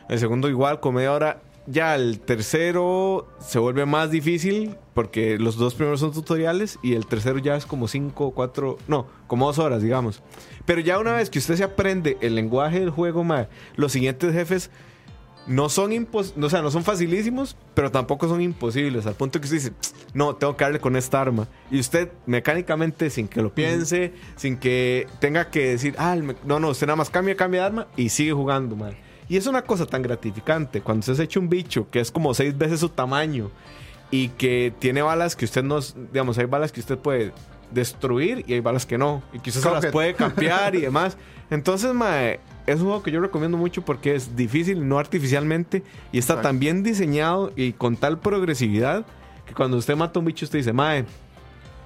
Speaker 2: El segundo igual, con media hora. Ya el tercero se vuelve más difícil porque los dos primeros son tutoriales y el tercero ya es como cinco, cuatro, no, como dos horas, digamos. Pero ya una vez que usted se aprende el lenguaje del juego, mae, los siguientes jefes no son impos o sea, no son facilísimos, pero tampoco son imposibles. Al punto que usted dice, "Tsk, no, tengo que darle con esta arma. Y usted mecánicamente, sin que lo piense, sin que tenga que decir, ah, el me- no, no, usted nada más cambia, cambia de arma y sigue jugando, man. Y es una cosa tan gratificante cuando usted se echa un bicho que es como seis veces su tamaño y que tiene balas que usted no, digamos, hay balas que usted puede destruir y hay balas que no, y que usted se las
Speaker 4: Cuphead.
Speaker 2: puede campear y demás. Entonces, mae, es un juego que yo recomiendo mucho porque es difícil, no artificialmente, y está
Speaker 4: Exacto.
Speaker 2: tan bien diseñado y con tal progresividad que cuando usted mata a un bicho, usted dice, mae,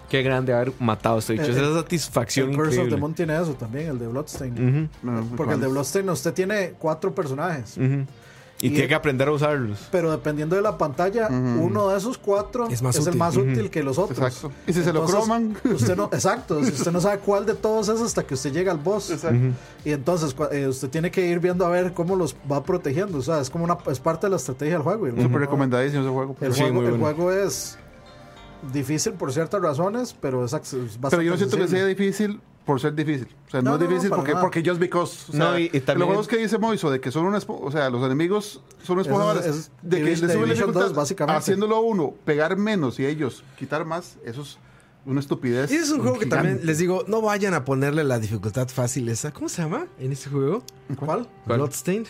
Speaker 2: qué grande haber matado a este bicho.
Speaker 3: Eh,
Speaker 2: Esa
Speaker 3: El
Speaker 2: satisfacción
Speaker 3: Curse of the
Speaker 2: increíble.
Speaker 3: Moon tiene eso también, el de Bloodstained.
Speaker 2: Ujú,
Speaker 4: No, no,
Speaker 3: Porque el de
Speaker 4: no.
Speaker 3: Bloodstained usted tiene cuatro personajes.
Speaker 2: ujú. Y,
Speaker 3: Y-
Speaker 2: tiene que aprender a usarlos.
Speaker 3: Pero dependiendo de la pantalla, uno de esos cuatro
Speaker 1: Es
Speaker 3: es,
Speaker 1: más
Speaker 3: el
Speaker 1: útil.
Speaker 3: más útil que los otros.
Speaker 4: Exacto. Y si se lo croman.
Speaker 3: Usted no, exacto. si usted no sabe cuál de todos es hasta que usted llega al boss. Y entonces cua- eh, usted tiene que ir viendo a ver cómo los va protegiendo. O sea, es como una es parte de la estrategia del juego. y el
Speaker 4: Súper
Speaker 3: juego-
Speaker 4: recomendadísimo ese juego.
Speaker 3: El,
Speaker 2: Sí,
Speaker 3: juego,
Speaker 2: muy
Speaker 3: el
Speaker 2: bueno.
Speaker 3: juego es difícil por ciertas razones, pero es, acce- es bastante
Speaker 4: Pero yo no siento que sea
Speaker 3: accesible.
Speaker 4: difícil por ser difícil. O sea, no,
Speaker 3: No,
Speaker 4: es
Speaker 3: no, no,
Speaker 4: difícil
Speaker 3: para
Speaker 4: porque,
Speaker 3: nada.
Speaker 4: porque just because. O sea,
Speaker 2: No, y- y también-
Speaker 4: Los juegos que dice Moiso de que son una espo- O sea, los enemigos son una esponja de
Speaker 3: Eso
Speaker 4: balas.
Speaker 3: es- es
Speaker 4: de que le
Speaker 3: Division-
Speaker 4: suben la
Speaker 3: Division
Speaker 4: dificultad.
Speaker 3: 2, básicamente.
Speaker 4: Haciéndolo uno, pegar menos y ellos quitar más, eso es una estupidez.
Speaker 1: Y es un juego que
Speaker 4: gigante.
Speaker 1: también les digo, no vayan a ponerle la dificultad fácil esa. ¿Cómo se llama en este juego?
Speaker 3: ¿Cuál?
Speaker 1: Bloodstained.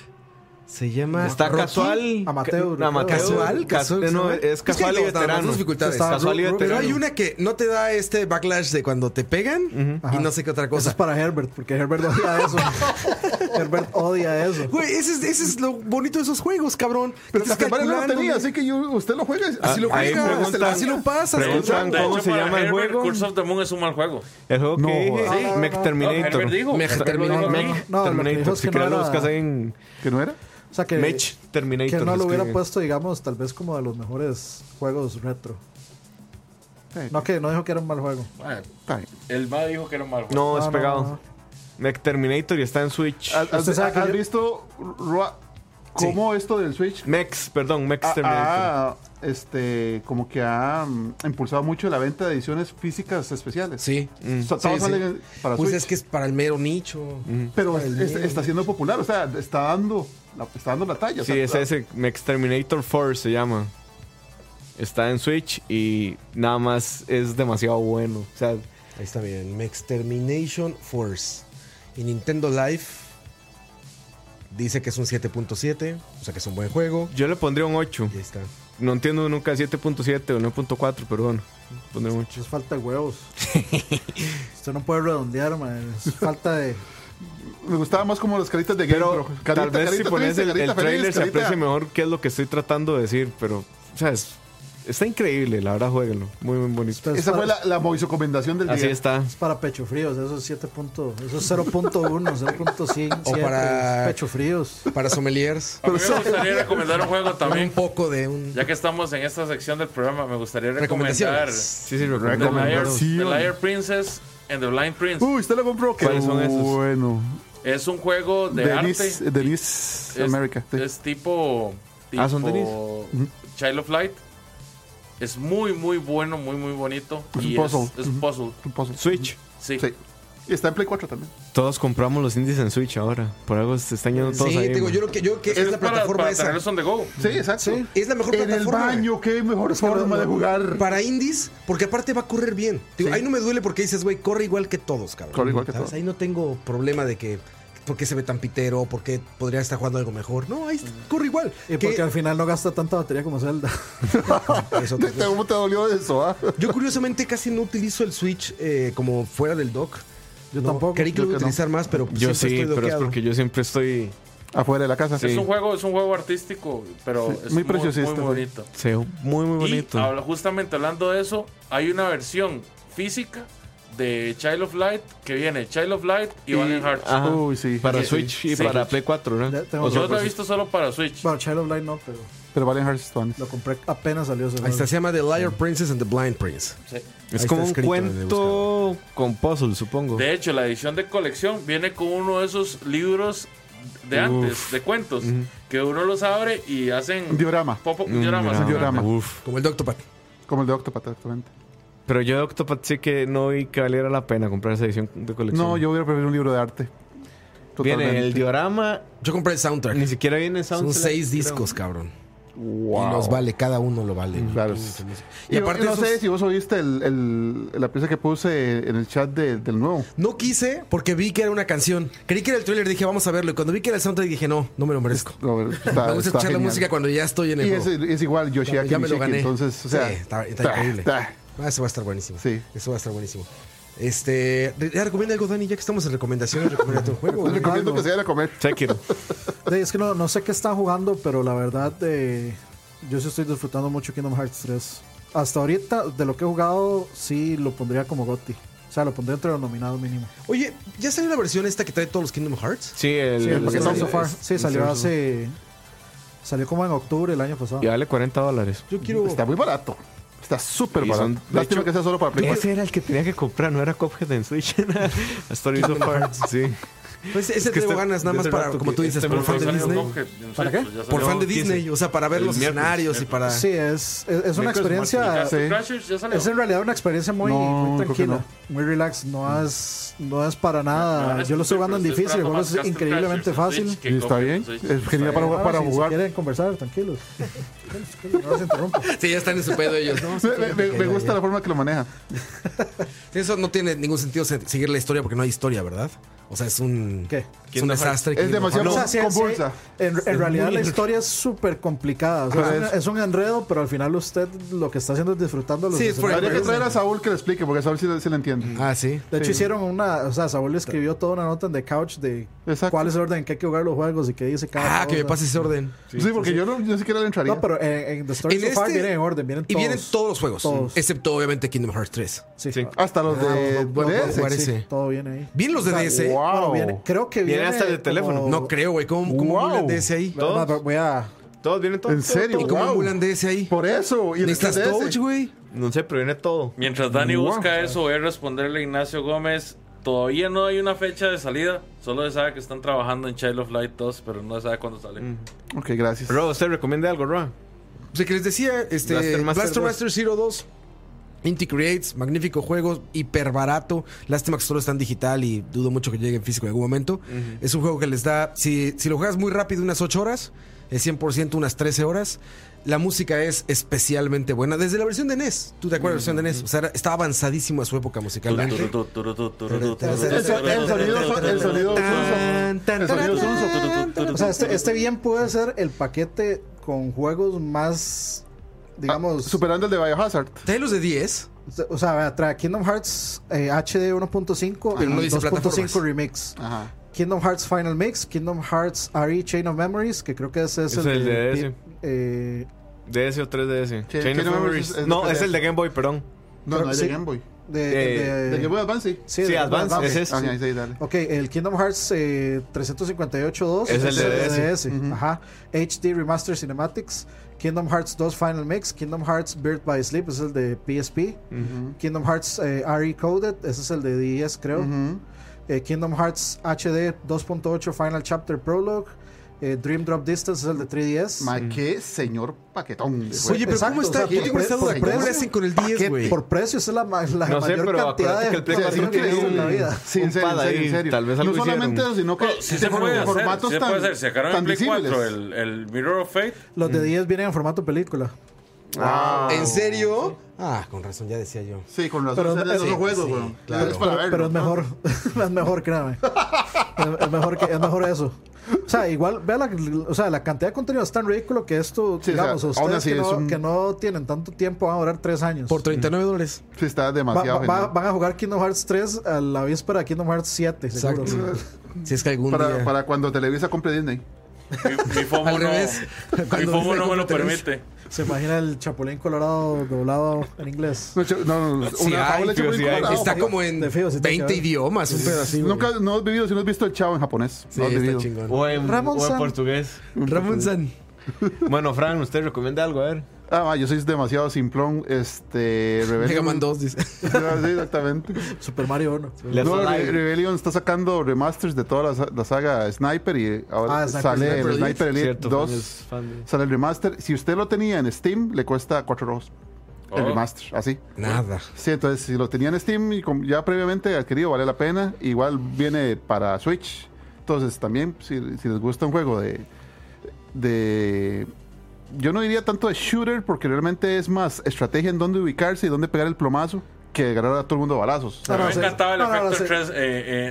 Speaker 1: Se llama.
Speaker 2: Está
Speaker 1: Rocky.
Speaker 2: casual.
Speaker 3: Amateur,
Speaker 2: ca- amateur.
Speaker 1: Casual,
Speaker 2: cas-
Speaker 1: casual,
Speaker 2: no,
Speaker 1: casual.
Speaker 2: es
Speaker 1: Es que hay
Speaker 2: casual y
Speaker 1: dos- dos
Speaker 2: veterano.
Speaker 1: dificultades.
Speaker 3: Está
Speaker 2: Casual y
Speaker 3: Ro- Ro-
Speaker 2: veterano.
Speaker 1: Pero hay una que no te da este backlash de cuando te pegan y
Speaker 3: Ajá.
Speaker 1: no sé qué otra
Speaker 3: Eso Pues es
Speaker 1: cosa.
Speaker 3: para Herbert, porque Herbert odia eso. Herbert odia eso.
Speaker 1: Güey, ese es, ese es lo bonito de esos juegos, cabrón.
Speaker 4: Pero
Speaker 1: Que estás
Speaker 4: este Mario no lo
Speaker 1: calculando,
Speaker 4: tenía,
Speaker 1: güey.
Speaker 4: así que yo- usted lo juega.
Speaker 2: Ah,
Speaker 4: Así lo
Speaker 2: ahí
Speaker 4: juega.
Speaker 2: preguntan-
Speaker 4: usted lo-
Speaker 1: Así lo pasas.
Speaker 2: Preguntan
Speaker 5: De
Speaker 2: cómo
Speaker 5: hecho,
Speaker 2: se
Speaker 5: para
Speaker 2: llama el
Speaker 5: Herbert,
Speaker 2: juego.
Speaker 5: Curse of the Moon es un mal juego.
Speaker 2: El juego
Speaker 3: No,
Speaker 2: que dije,
Speaker 3: joder.
Speaker 2: sí, Mech
Speaker 5: No,
Speaker 2: Terminator.
Speaker 5: Herbert dijo.
Speaker 1: Mech
Speaker 5: Herbert
Speaker 1: Terminator.
Speaker 5: dijo
Speaker 3: Mech.
Speaker 5: aquí.
Speaker 3: No, lo que dijo
Speaker 2: Terminator.
Speaker 3: es
Speaker 2: Si
Speaker 3: que
Speaker 2: quieres
Speaker 3: no
Speaker 2: lo
Speaker 3: era-
Speaker 2: buscas ahí en
Speaker 4: ¿Que no era?
Speaker 3: O sea que,
Speaker 2: Mech Terminator.
Speaker 3: que no lo hubiera
Speaker 2: escriben.
Speaker 3: puesto, digamos, tal vez como de los mejores juegos retro. No, que no dijo que era un mal juego.
Speaker 5: Bueno,
Speaker 4: Está bien.
Speaker 5: El ma dijo que era un mal juego.
Speaker 2: No, es
Speaker 3: No, no,
Speaker 2: pegado.
Speaker 3: no. Ah,
Speaker 2: Mech Terminator y está en Switch.
Speaker 4: ¿Has, has-
Speaker 3: Usted sabe que
Speaker 4: has
Speaker 3: yo-
Speaker 4: visto Roa- cómo esto del Switch
Speaker 2: Mex, perdón,
Speaker 3: ah,
Speaker 2: Mex
Speaker 4: ha,
Speaker 2: Terminator.
Speaker 4: ha, este, como que ha mm, impulsado mucho la venta de ediciones físicas especiales?
Speaker 1: Sí.
Speaker 4: O sea, todas
Speaker 1: Sí, sí.
Speaker 4: salen para
Speaker 1: Pues
Speaker 4: Switch, Mm.
Speaker 1: es que es para el mero nicho.
Speaker 4: pero
Speaker 1: para el
Speaker 4: es-
Speaker 1: mero.
Speaker 4: está siendo popular, o sea, está dando la, está dando la talla. o
Speaker 2: Sí,
Speaker 4: sea,
Speaker 2: es ese. Mex Terminator 4 se llama. Está en Switch y nada más es demasiado bueno. O sea,
Speaker 1: Ahí está bien. Mextermination Force. Y Nintendo Life dice que es un 7.7. O sea que es un buen juego.
Speaker 2: yo le pondría un 8.
Speaker 1: Y ahí está.
Speaker 2: No entiendo nunca 7.7 o 9.4, pero bueno, pondré un 8.
Speaker 3: Es falta de huevos. Usted no puede redondear, man. Es falta de.
Speaker 4: Me gustaba más como las caritas de Game
Speaker 2: Pero
Speaker 4: Pro.
Speaker 2: tal
Speaker 4: Carita-
Speaker 2: vez si
Speaker 4: carita
Speaker 2: pones
Speaker 4: triste,
Speaker 2: el,
Speaker 4: carita
Speaker 2: el trailer
Speaker 4: feliz,
Speaker 2: se
Speaker 4: carita-
Speaker 2: aprecia mejor qué es lo que estoy tratando de decir, pero, o sea, es- está increíble, la verdad, jueguenlo. Muy, muy bonito.
Speaker 3: Pues,
Speaker 4: Esa fue la, la recomendación del
Speaker 2: Así
Speaker 4: día.
Speaker 2: está.
Speaker 3: Es para pecho fríos, eso es 7. punto- Eso es 0.1, 0.100.
Speaker 1: O
Speaker 3: siete,
Speaker 1: para-
Speaker 3: es Pecho fríos.
Speaker 1: Para sommeliers.
Speaker 5: A mí me gustaría recomendar un juego
Speaker 1: un
Speaker 5: también.
Speaker 1: poco de un.
Speaker 5: Ya que estamos en esta sección del programa, me gustaría recomendar
Speaker 1: Recomendaciones.
Speaker 2: Sí, sí,
Speaker 5: The
Speaker 2: recomiendo.
Speaker 5: Liar, The Liar Princess and the Blind Prince.
Speaker 4: Uy, usted lo compró. Qué
Speaker 2: ¿Cuáles son esos?
Speaker 4: Bueno,
Speaker 5: Es un juego de
Speaker 4: Denise,
Speaker 5: arte.
Speaker 4: Denise
Speaker 5: Es-
Speaker 4: America. sí.
Speaker 5: Es tipo,
Speaker 2: Ah, son
Speaker 5: tipo Child of Light. Es muy, muy bueno, muy, muy bonito.
Speaker 4: Es un
Speaker 5: y
Speaker 4: puzzle.
Speaker 5: Es, es un puzzle.
Speaker 4: Un puzzle.
Speaker 2: Switch.
Speaker 5: Sí.
Speaker 4: Sí. Y está en Play 4 también.
Speaker 1: Mm.
Speaker 2: Todos compramos los indies en Switch ahora. Por algo se están yendo todos
Speaker 1: Sí,
Speaker 2: ahí.
Speaker 1: te digo,
Speaker 2: man.
Speaker 1: yo creo que, yo creo que es la
Speaker 5: para-
Speaker 1: plataforma
Speaker 5: para
Speaker 1: esa.
Speaker 5: tenerlos on the go.
Speaker 4: Sí, exacto.
Speaker 3: Sí.
Speaker 1: Es la mejor
Speaker 4: en el
Speaker 1: plataforma. güey.
Speaker 4: baño, qué mejor
Speaker 3: que
Speaker 4: forma
Speaker 3: no-
Speaker 4: de jugar.
Speaker 1: Para indies, porque aparte va a correr bien. Digo,
Speaker 4: Sí.
Speaker 1: Ahí no me duele porque dices, güey, corre igual que todos, cabrón.
Speaker 4: Corre igual que
Speaker 1: ¿Sabes?
Speaker 4: todos.
Speaker 1: Ahí no tengo problema de que. ¿Por qué se ve tan pitero? ¿Por qué podría estar jugando algo mejor? No, ahí corre igual.
Speaker 3: Y
Speaker 1: Que-
Speaker 3: porque al final no gasta tanta batería como Zelda.
Speaker 1: es otra
Speaker 4: Te-
Speaker 1: cosa.
Speaker 4: te- ¿Cómo te dolió eso? ah?
Speaker 1: Yo curiosamente casi no utilizo el Switch eh, como fuera del dock.
Speaker 3: Yo
Speaker 1: No,
Speaker 3: tampoco.
Speaker 1: Creí que
Speaker 3: Yo
Speaker 1: lo iba a
Speaker 3: que no.
Speaker 1: utilizar más, pero siempre
Speaker 2: Yo sí,
Speaker 1: estoy
Speaker 2: pero es
Speaker 1: doqueado.
Speaker 2: porque yo siempre estoy.
Speaker 4: Afuera de la casa.
Speaker 2: Sí.
Speaker 5: Es un juego, es un juego artístico, pero
Speaker 4: Sí,
Speaker 5: es
Speaker 4: muy
Speaker 5: muy,
Speaker 4: preciosista,
Speaker 5: muy
Speaker 4: sí.
Speaker 5: bonito.
Speaker 2: Se ve muy, muy bonito.
Speaker 5: Y habla- justamente hablando de eso, hay una versión física de Child of Light que viene Child of Light y, Valiant Hearts.
Speaker 2: Ajá.
Speaker 4: Uy, sí.
Speaker 2: Para
Speaker 5: Sí,
Speaker 2: Switch y
Speaker 5: sí.
Speaker 2: para Play 4, ¿no?
Speaker 3: Ya tengo
Speaker 2: O sea,
Speaker 5: Yo lo he visto solo para Switch.
Speaker 3: Bueno, Child of Light no, pero
Speaker 4: Pero Valen Hearts Stone.
Speaker 3: lo compré apenas salió ese
Speaker 1: Ahí está,
Speaker 3: juego.
Speaker 1: se llama The Liar Princess and the Blind Prince.
Speaker 5: Sí.
Speaker 2: es
Speaker 1: está
Speaker 2: como un
Speaker 1: escrito en el
Speaker 2: cuento
Speaker 1: buscador.
Speaker 2: con puzzle, supongo.
Speaker 5: De hecho, la edición de colección viene con uno de esos libros de antes, de cuentos, que uno los abre y hacen
Speaker 4: Un diorama.
Speaker 5: pop-up
Speaker 2: Un
Speaker 5: dioramas.
Speaker 2: drama.
Speaker 4: diorama.
Speaker 2: Uf.
Speaker 1: Como el Doctopath.
Speaker 4: Como el de Octopath, exactamente.
Speaker 2: Pero yo de Octopath sí que no vi que valiera la pena comprar esa edición de colección.
Speaker 4: No, yo hubiera preferido un libro de arte.
Speaker 2: Viene el
Speaker 4: Totalmente.
Speaker 2: diorama,
Speaker 1: Yo compré el soundtrack.
Speaker 2: ni siquiera viene sound.
Speaker 1: Son seis
Speaker 2: select,
Speaker 1: discos, cabrón.
Speaker 4: Wow.
Speaker 1: Y los vale, cada uno lo vale. güey.
Speaker 4: Claro.
Speaker 1: Y aparte
Speaker 4: no
Speaker 1: esos-
Speaker 4: sé si vos oíste el, el- la pieza que puse en el chat de- del nuevo.
Speaker 1: No quise porque vi que era una canción. Creí que era el trailer, dije, vamos a verlo. Y cuando vi que era el soundtrack, dije, no, no me lo merezco.
Speaker 4: Lo- está-
Speaker 1: me gusta
Speaker 4: está
Speaker 1: escuchar la
Speaker 4: genial.
Speaker 1: música cuando ya estoy en el
Speaker 4: Y es,
Speaker 1: juego.
Speaker 4: es igual Yoshiaki
Speaker 1: ya me lo
Speaker 4: Mishiki,
Speaker 1: gané.
Speaker 4: entonces, o sea,
Speaker 1: Sí, está, está
Speaker 4: ta,
Speaker 1: increíble.
Speaker 4: ta.
Speaker 1: Ah, eso va a estar buenísimo.
Speaker 4: Sí.
Speaker 1: Eso va a estar buenísimo. Este, re- ya recomienda algo, Dani, ya que estamos en recomendaciones, recomiéndate un juego.
Speaker 4: Les
Speaker 1: güey.
Speaker 4: recomiendo que se vayan a comer.
Speaker 2: Sekiro.
Speaker 3: Sí, es que no, no sé qué está jugando, pero la verdad eh, yo sí estoy disfrutando mucho Kingdom Hearts 3. Hasta ahorita, de lo que he jugado, sí lo pondría como Gotti. O sea, lo pondría entre los nominados mínimo.
Speaker 1: Oye, ¿ya salió la versión esta que trae todos los Kingdom Hearts?
Speaker 2: Sí, el.
Speaker 3: Sí,
Speaker 2: el-
Speaker 3: porque
Speaker 4: Sons
Speaker 3: so
Speaker 4: of
Speaker 3: far.
Speaker 2: es-
Speaker 3: Sí,
Speaker 2: es-
Speaker 3: salió hace. Salió como en octubre el año pasado.
Speaker 2: Y vale 40 dólares.
Speaker 1: Yo quiero.
Speaker 4: Está muy barato. Está súper
Speaker 2: Y
Speaker 4: barato.
Speaker 2: son- de
Speaker 4: Lástima
Speaker 2: hecho-
Speaker 4: que sea solo para Play 4.
Speaker 2: Ese era el que tenía que comprar, no era Cophead en Switch. Story of Hearts, sí.
Speaker 1: Pues ese
Speaker 2: Es que
Speaker 1: tengo
Speaker 2: este-
Speaker 1: ganas nada
Speaker 2: de
Speaker 1: más
Speaker 2: ese
Speaker 1: para,
Speaker 2: rato
Speaker 1: como
Speaker 2: que
Speaker 1: tú dices,
Speaker 2: este
Speaker 1: por
Speaker 2: me
Speaker 1: fan de
Speaker 2: salió
Speaker 1: Disney.
Speaker 5: Cuphead, en
Speaker 3: ¿Para
Speaker 5: Switch,
Speaker 3: qué?
Speaker 5: ya salió.
Speaker 1: Por fan de
Speaker 2: No,
Speaker 1: Disney,
Speaker 2: 15.
Speaker 1: o sea, para ver
Speaker 2: El
Speaker 1: los
Speaker 2: miércoles,
Speaker 1: escenarios y para.
Speaker 3: Sí, es, es, es una
Speaker 5: Ya,
Speaker 3: experiencia.
Speaker 5: Castle Crashers ya salió.
Speaker 3: Es en realidad una experiencia muy,
Speaker 4: No, Mm.
Speaker 3: muy
Speaker 4: creo que
Speaker 3: tranquila, muy relax. No es, no es para nada.
Speaker 5: No, es
Speaker 3: Yo lo estoy
Speaker 5: súper,
Speaker 3: jugando en
Speaker 5: pero estoy
Speaker 3: difícil, el juego es
Speaker 5: esperando más Castle
Speaker 3: increíblemente
Speaker 5: Crashers en
Speaker 3: fácil.
Speaker 5: Switch que
Speaker 4: Y está
Speaker 5: Cophead
Speaker 4: bien.
Speaker 5: en Switch.
Speaker 4: Es genial para,
Speaker 3: Ah,
Speaker 4: para
Speaker 3: si- si
Speaker 4: jugar.
Speaker 3: quieren conversar, tranquilos. No los interrumpo.
Speaker 4: Ah,
Speaker 1: Sí, ya están en su pedo ellos, ¿no? Sí,
Speaker 4: Me, me- me gusta la forma que lo maneja.
Speaker 1: Eso no tiene ningún sentido se- seguir la historia porque no hay historia, ¿verdad? O sea, es un,
Speaker 3: ¿Qué?
Speaker 1: Es un desastre.
Speaker 4: Es
Speaker 1: que-
Speaker 4: demasiado-
Speaker 3: O sea,
Speaker 4: No,
Speaker 3: sí,
Speaker 4: convulsa.
Speaker 3: sí, en, en realidad la historia es súper complicada. o sea,
Speaker 4: Ajá.
Speaker 3: es, un- es un enredo, pero al final usted lo que está haciendo es disfrutando los
Speaker 1: Sí, es por
Speaker 3: escenarios.
Speaker 4: Habría que
Speaker 1: Pero-
Speaker 4: traer a Saúl que le explique, porque Saúl sí, le- sí le entiende.
Speaker 1: Ah, sí.
Speaker 3: De hecho, hicieron una. O sea, Saúl escribió toda una nota en The Couch de
Speaker 4: Exacto.
Speaker 3: cuál es el orden en que hay que jugar los juegos y qué dice cada
Speaker 1: Ah, que me
Speaker 3: cosa.
Speaker 1: pase ese orden.
Speaker 4: Sí, porque yo no yo siquiera le entraría.
Speaker 3: No, pero en, en The Story
Speaker 1: En
Speaker 3: so Far
Speaker 1: este-
Speaker 3: vienen en orden, vienen
Speaker 1: Y
Speaker 3: todos.
Speaker 1: vienen todos los juegos,
Speaker 3: Todos.
Speaker 1: excepto obviamente Kingdom Hearts 3.
Speaker 3: Sí.
Speaker 2: Sí.
Speaker 4: Hasta los de
Speaker 3: Ah,
Speaker 1: bueno,
Speaker 4: DS.
Speaker 1: bueno,
Speaker 3: sí,
Speaker 1: ese.
Speaker 3: todo viene ahí.
Speaker 1: Bien los de DS.
Speaker 4: wow.
Speaker 3: Bueno, viene- creo que
Speaker 2: Viene
Speaker 3: viene.
Speaker 2: hasta de teléfono.
Speaker 3: como-
Speaker 1: No creo, güey. ¿Cómo, cómo
Speaker 4: Wow.
Speaker 1: emulan DS ahí?
Speaker 3: Bueno,
Speaker 2: Todos.
Speaker 3: no, pero voy a.
Speaker 2: Todos vienen todos.
Speaker 4: ¿En
Speaker 2: todos,
Speaker 4: serio?
Speaker 2: todos.
Speaker 1: ¿Cómo
Speaker 4: Wow.
Speaker 1: emulan DS ahí?
Speaker 4: Por eso. Y el
Speaker 1: ¿Necesitas
Speaker 4: 3DS.
Speaker 1: Touch, güey?
Speaker 2: No sé, pero viene todo.
Speaker 5: Mientras Dani busca eso, voy a responderle a Ignacio Gómez. Todavía no hay una fecha de salida. Solo se sabe que están trabajando en Child of Light 2, pero no se sabe cuándo sale.
Speaker 4: Ok, gracias.
Speaker 2: Rob, ¿usted recomienda algo, Rob?
Speaker 1: O sea, que les decía, este,
Speaker 2: Blaster
Speaker 1: Blaster
Speaker 2: Master
Speaker 1: Master,
Speaker 2: 2.
Speaker 1: Zero 2, Inti Creates, magnífico juego, hiper barato. Lástima que solo está en digital y dudo mucho que llegue en físico en algún momento. Es un juego que les da, si, si lo juegas muy rápido, unas 8 horas, el 100% unas 13 horas. La música es especialmente buena. Desde la versión de NES, ¿tú te acuerdas de la versión de NES? O sea, era- estaba avanzadísimo a su época musicalmente.
Speaker 4: El, so- el sonido, su- el sonido
Speaker 1: Tan,
Speaker 4: suso.
Speaker 1: tan,
Speaker 4: El sonido
Speaker 1: tan,
Speaker 4: suso.
Speaker 3: O sea, este, este bien puede ser el paquete con juegos más. Digamos.
Speaker 4: Ah, superando el de Biohazard.
Speaker 1: ¿Trae los de 10?
Speaker 3: O sea, vea, trae Kingdom Hearts eh, HD 1.5
Speaker 1: Pero Ah, no
Speaker 3: y
Speaker 1: dice
Speaker 3: 2.5
Speaker 1: plataformas.
Speaker 3: Remix.
Speaker 4: Ajá.
Speaker 3: Kingdom Hearts Final Mix, Kingdom Hearts RE Chain of Memories, que creo que ese es,
Speaker 2: Es el de ese.
Speaker 3: eh,
Speaker 2: ¿DS o 3DS?
Speaker 4: Sí,
Speaker 2: Chain
Speaker 4: Chain
Speaker 2: of
Speaker 4: of
Speaker 2: Memories.
Speaker 4: Memories es-
Speaker 2: no,
Speaker 4: es-
Speaker 2: es el de Game Boy, perdón.
Speaker 4: No, no, es de
Speaker 3: Sí.
Speaker 4: Game Boy.
Speaker 3: de,
Speaker 2: Eh,
Speaker 3: de-
Speaker 4: De Game Boy Advance, sí.
Speaker 3: Sí,
Speaker 2: Sí,
Speaker 3: de-
Speaker 2: Advance,
Speaker 3: Advance.
Speaker 2: ese es.
Speaker 4: Ah, ahí, sí, dale.
Speaker 3: Ok, el Kingdom Hearts eh, 358.2
Speaker 2: Es el DDS.
Speaker 3: Ajá. HD Remaster Cinematics. Kingdom Hearts 2 Final Mix. Kingdom Hearts Birth by Sleep es el de PSP. Kingdom Hearts eh, RE Coded, ese es el de DS, creo. Eh, Kingdom Hearts HD 2.8 Final Chapter Prologue. Eh, Dream Drop Distance es el de 3DS.
Speaker 4: Ma, qué señor paquetón. de
Speaker 1: Oye,
Speaker 4: juego.
Speaker 1: pero
Speaker 3: Pues, Exacto,
Speaker 1: ¿cómo
Speaker 3: o
Speaker 1: está?
Speaker 3: sea,
Speaker 1: Yo tengo
Speaker 3: por-
Speaker 1: esta
Speaker 3: por
Speaker 1: duda. ¿Cómo
Speaker 3: precio,
Speaker 1: le hacen con el 10, güey?
Speaker 3: Por precio, esa es la, ma- la
Speaker 2: No sé,
Speaker 3: mayor
Speaker 2: pero
Speaker 3: cantidad
Speaker 2: acuérdate
Speaker 3: de
Speaker 2: que el Play
Speaker 3: juegos
Speaker 2: Cuatro
Speaker 3: que he visto en la
Speaker 2: tiene
Speaker 3: vida.
Speaker 4: Sí, en
Speaker 2: Un
Speaker 4: serio, en
Speaker 2: pad ahí,
Speaker 4: serio.
Speaker 2: tal vez algo
Speaker 4: no solamente
Speaker 2: hicieron.
Speaker 4: eso, sino que
Speaker 5: Sí se
Speaker 4: tienen
Speaker 5: puede hacer.
Speaker 4: formatos
Speaker 5: Sí se puede
Speaker 4: tan,
Speaker 5: hacer. Sacaron en
Speaker 4: tan
Speaker 5: Play 4
Speaker 4: visibles.
Speaker 5: el, el Mirror of Fate.
Speaker 3: Los de 10 vienen en formato película.
Speaker 1: ¿En serio? Ah, con razón, ya decía yo.
Speaker 4: Sí, con los
Speaker 3: Pero-
Speaker 4: dos esos
Speaker 1: sí,
Speaker 4: juegos,
Speaker 1: sí,
Speaker 4: weón.
Speaker 1: claro.
Speaker 4: Es para
Speaker 3: pero,
Speaker 4: verlo,
Speaker 3: pero es
Speaker 4: ¿no?
Speaker 3: mejor, es mejor, créame. Es, es mejor que, es mejor eso. O sea, igual, vea la, o sea, la cantidad de contenido es tan ridículo que esto,
Speaker 4: Sí, o sea,
Speaker 3: digamos, a
Speaker 4: aún
Speaker 3: ustedes
Speaker 4: así
Speaker 3: que,
Speaker 4: es
Speaker 3: no,
Speaker 4: un-
Speaker 3: que no tienen tanto tiempo van a durar tres años.
Speaker 1: Por 39 dólares.
Speaker 4: Sí, está
Speaker 3: Va-
Speaker 4: demasiado
Speaker 3: va-
Speaker 4: genial.
Speaker 3: van a jugar Kingdom Hearts 3 a la víspera de Kingdom Hearts 7, seguro.
Speaker 1: Exacto. Si es que algún
Speaker 4: para,
Speaker 1: día...
Speaker 4: para cuando Televisa compre Disney.
Speaker 5: Mi, mi FOMO
Speaker 1: Al
Speaker 5: no,
Speaker 1: revés.
Speaker 5: mi
Speaker 1: Cuando
Speaker 5: FOMO no me lo
Speaker 1: Disney compra
Speaker 5: permite.
Speaker 3: Se imagina el Chapulín Colorado doblado en inglés.
Speaker 4: No, ch- no, no,
Speaker 1: Sí
Speaker 4: una
Speaker 1: hay,
Speaker 4: fábula hecha
Speaker 2: tío,
Speaker 4: por un
Speaker 2: sí hay.
Speaker 4: colorado.
Speaker 1: Está como en
Speaker 3: De feo, sí, tiene que
Speaker 1: 20
Speaker 3: ver.
Speaker 1: idiomas, un pedacito.
Speaker 4: Nunca, no has vivido, si no has visto el chavo en japonés.
Speaker 1: Sí,
Speaker 4: no has
Speaker 1: está
Speaker 4: vivido.
Speaker 1: chingón.
Speaker 2: O en,
Speaker 3: Ramón
Speaker 2: o en
Speaker 3: San.
Speaker 2: portugués.
Speaker 1: Ramón San.
Speaker 2: Bueno, Fran, ¿usted recomienda algo? A ver.
Speaker 4: Ah, ma, yo soy demasiado simplón, este, Rebellion.
Speaker 1: Mega Man 2, dice.
Speaker 4: Sí, exactamente.
Speaker 3: Super Mario 1.
Speaker 2: Let's
Speaker 4: No, Re-
Speaker 2: Alive.
Speaker 4: Rebellion está sacando remasters de toda la, sa- la saga Sniper y ahora
Speaker 3: Ah, Sniper-
Speaker 4: sale
Speaker 3: Sniper
Speaker 4: el
Speaker 3: Elite.
Speaker 4: Sniper Elite
Speaker 2: Cierto, Fran
Speaker 4: 2.
Speaker 2: es fan de-
Speaker 4: Sale el remaster. Si usted lo tenía en Steam, le cuesta 4 euros. El
Speaker 5: Oh.
Speaker 4: remaster, así.
Speaker 1: Nada.
Speaker 4: Sí, entonces si lo tenía en Steam y com- ya previamente adquirido, vale la pena. Igual viene para Switch. Entonces también, si, si les gusta un juego de, de... Yo no diría tanto de shooter porque realmente es más estrategia en dónde ubicarse y dónde pegar el plomazo que agarrar a todo el mundo a balazos.
Speaker 3: Ah,
Speaker 5: A mí
Speaker 3: no,
Speaker 5: me
Speaker 3: sí.
Speaker 5: encantaba el
Speaker 3: No, no,
Speaker 5: efecto
Speaker 3: no, sí.
Speaker 5: tres, eh,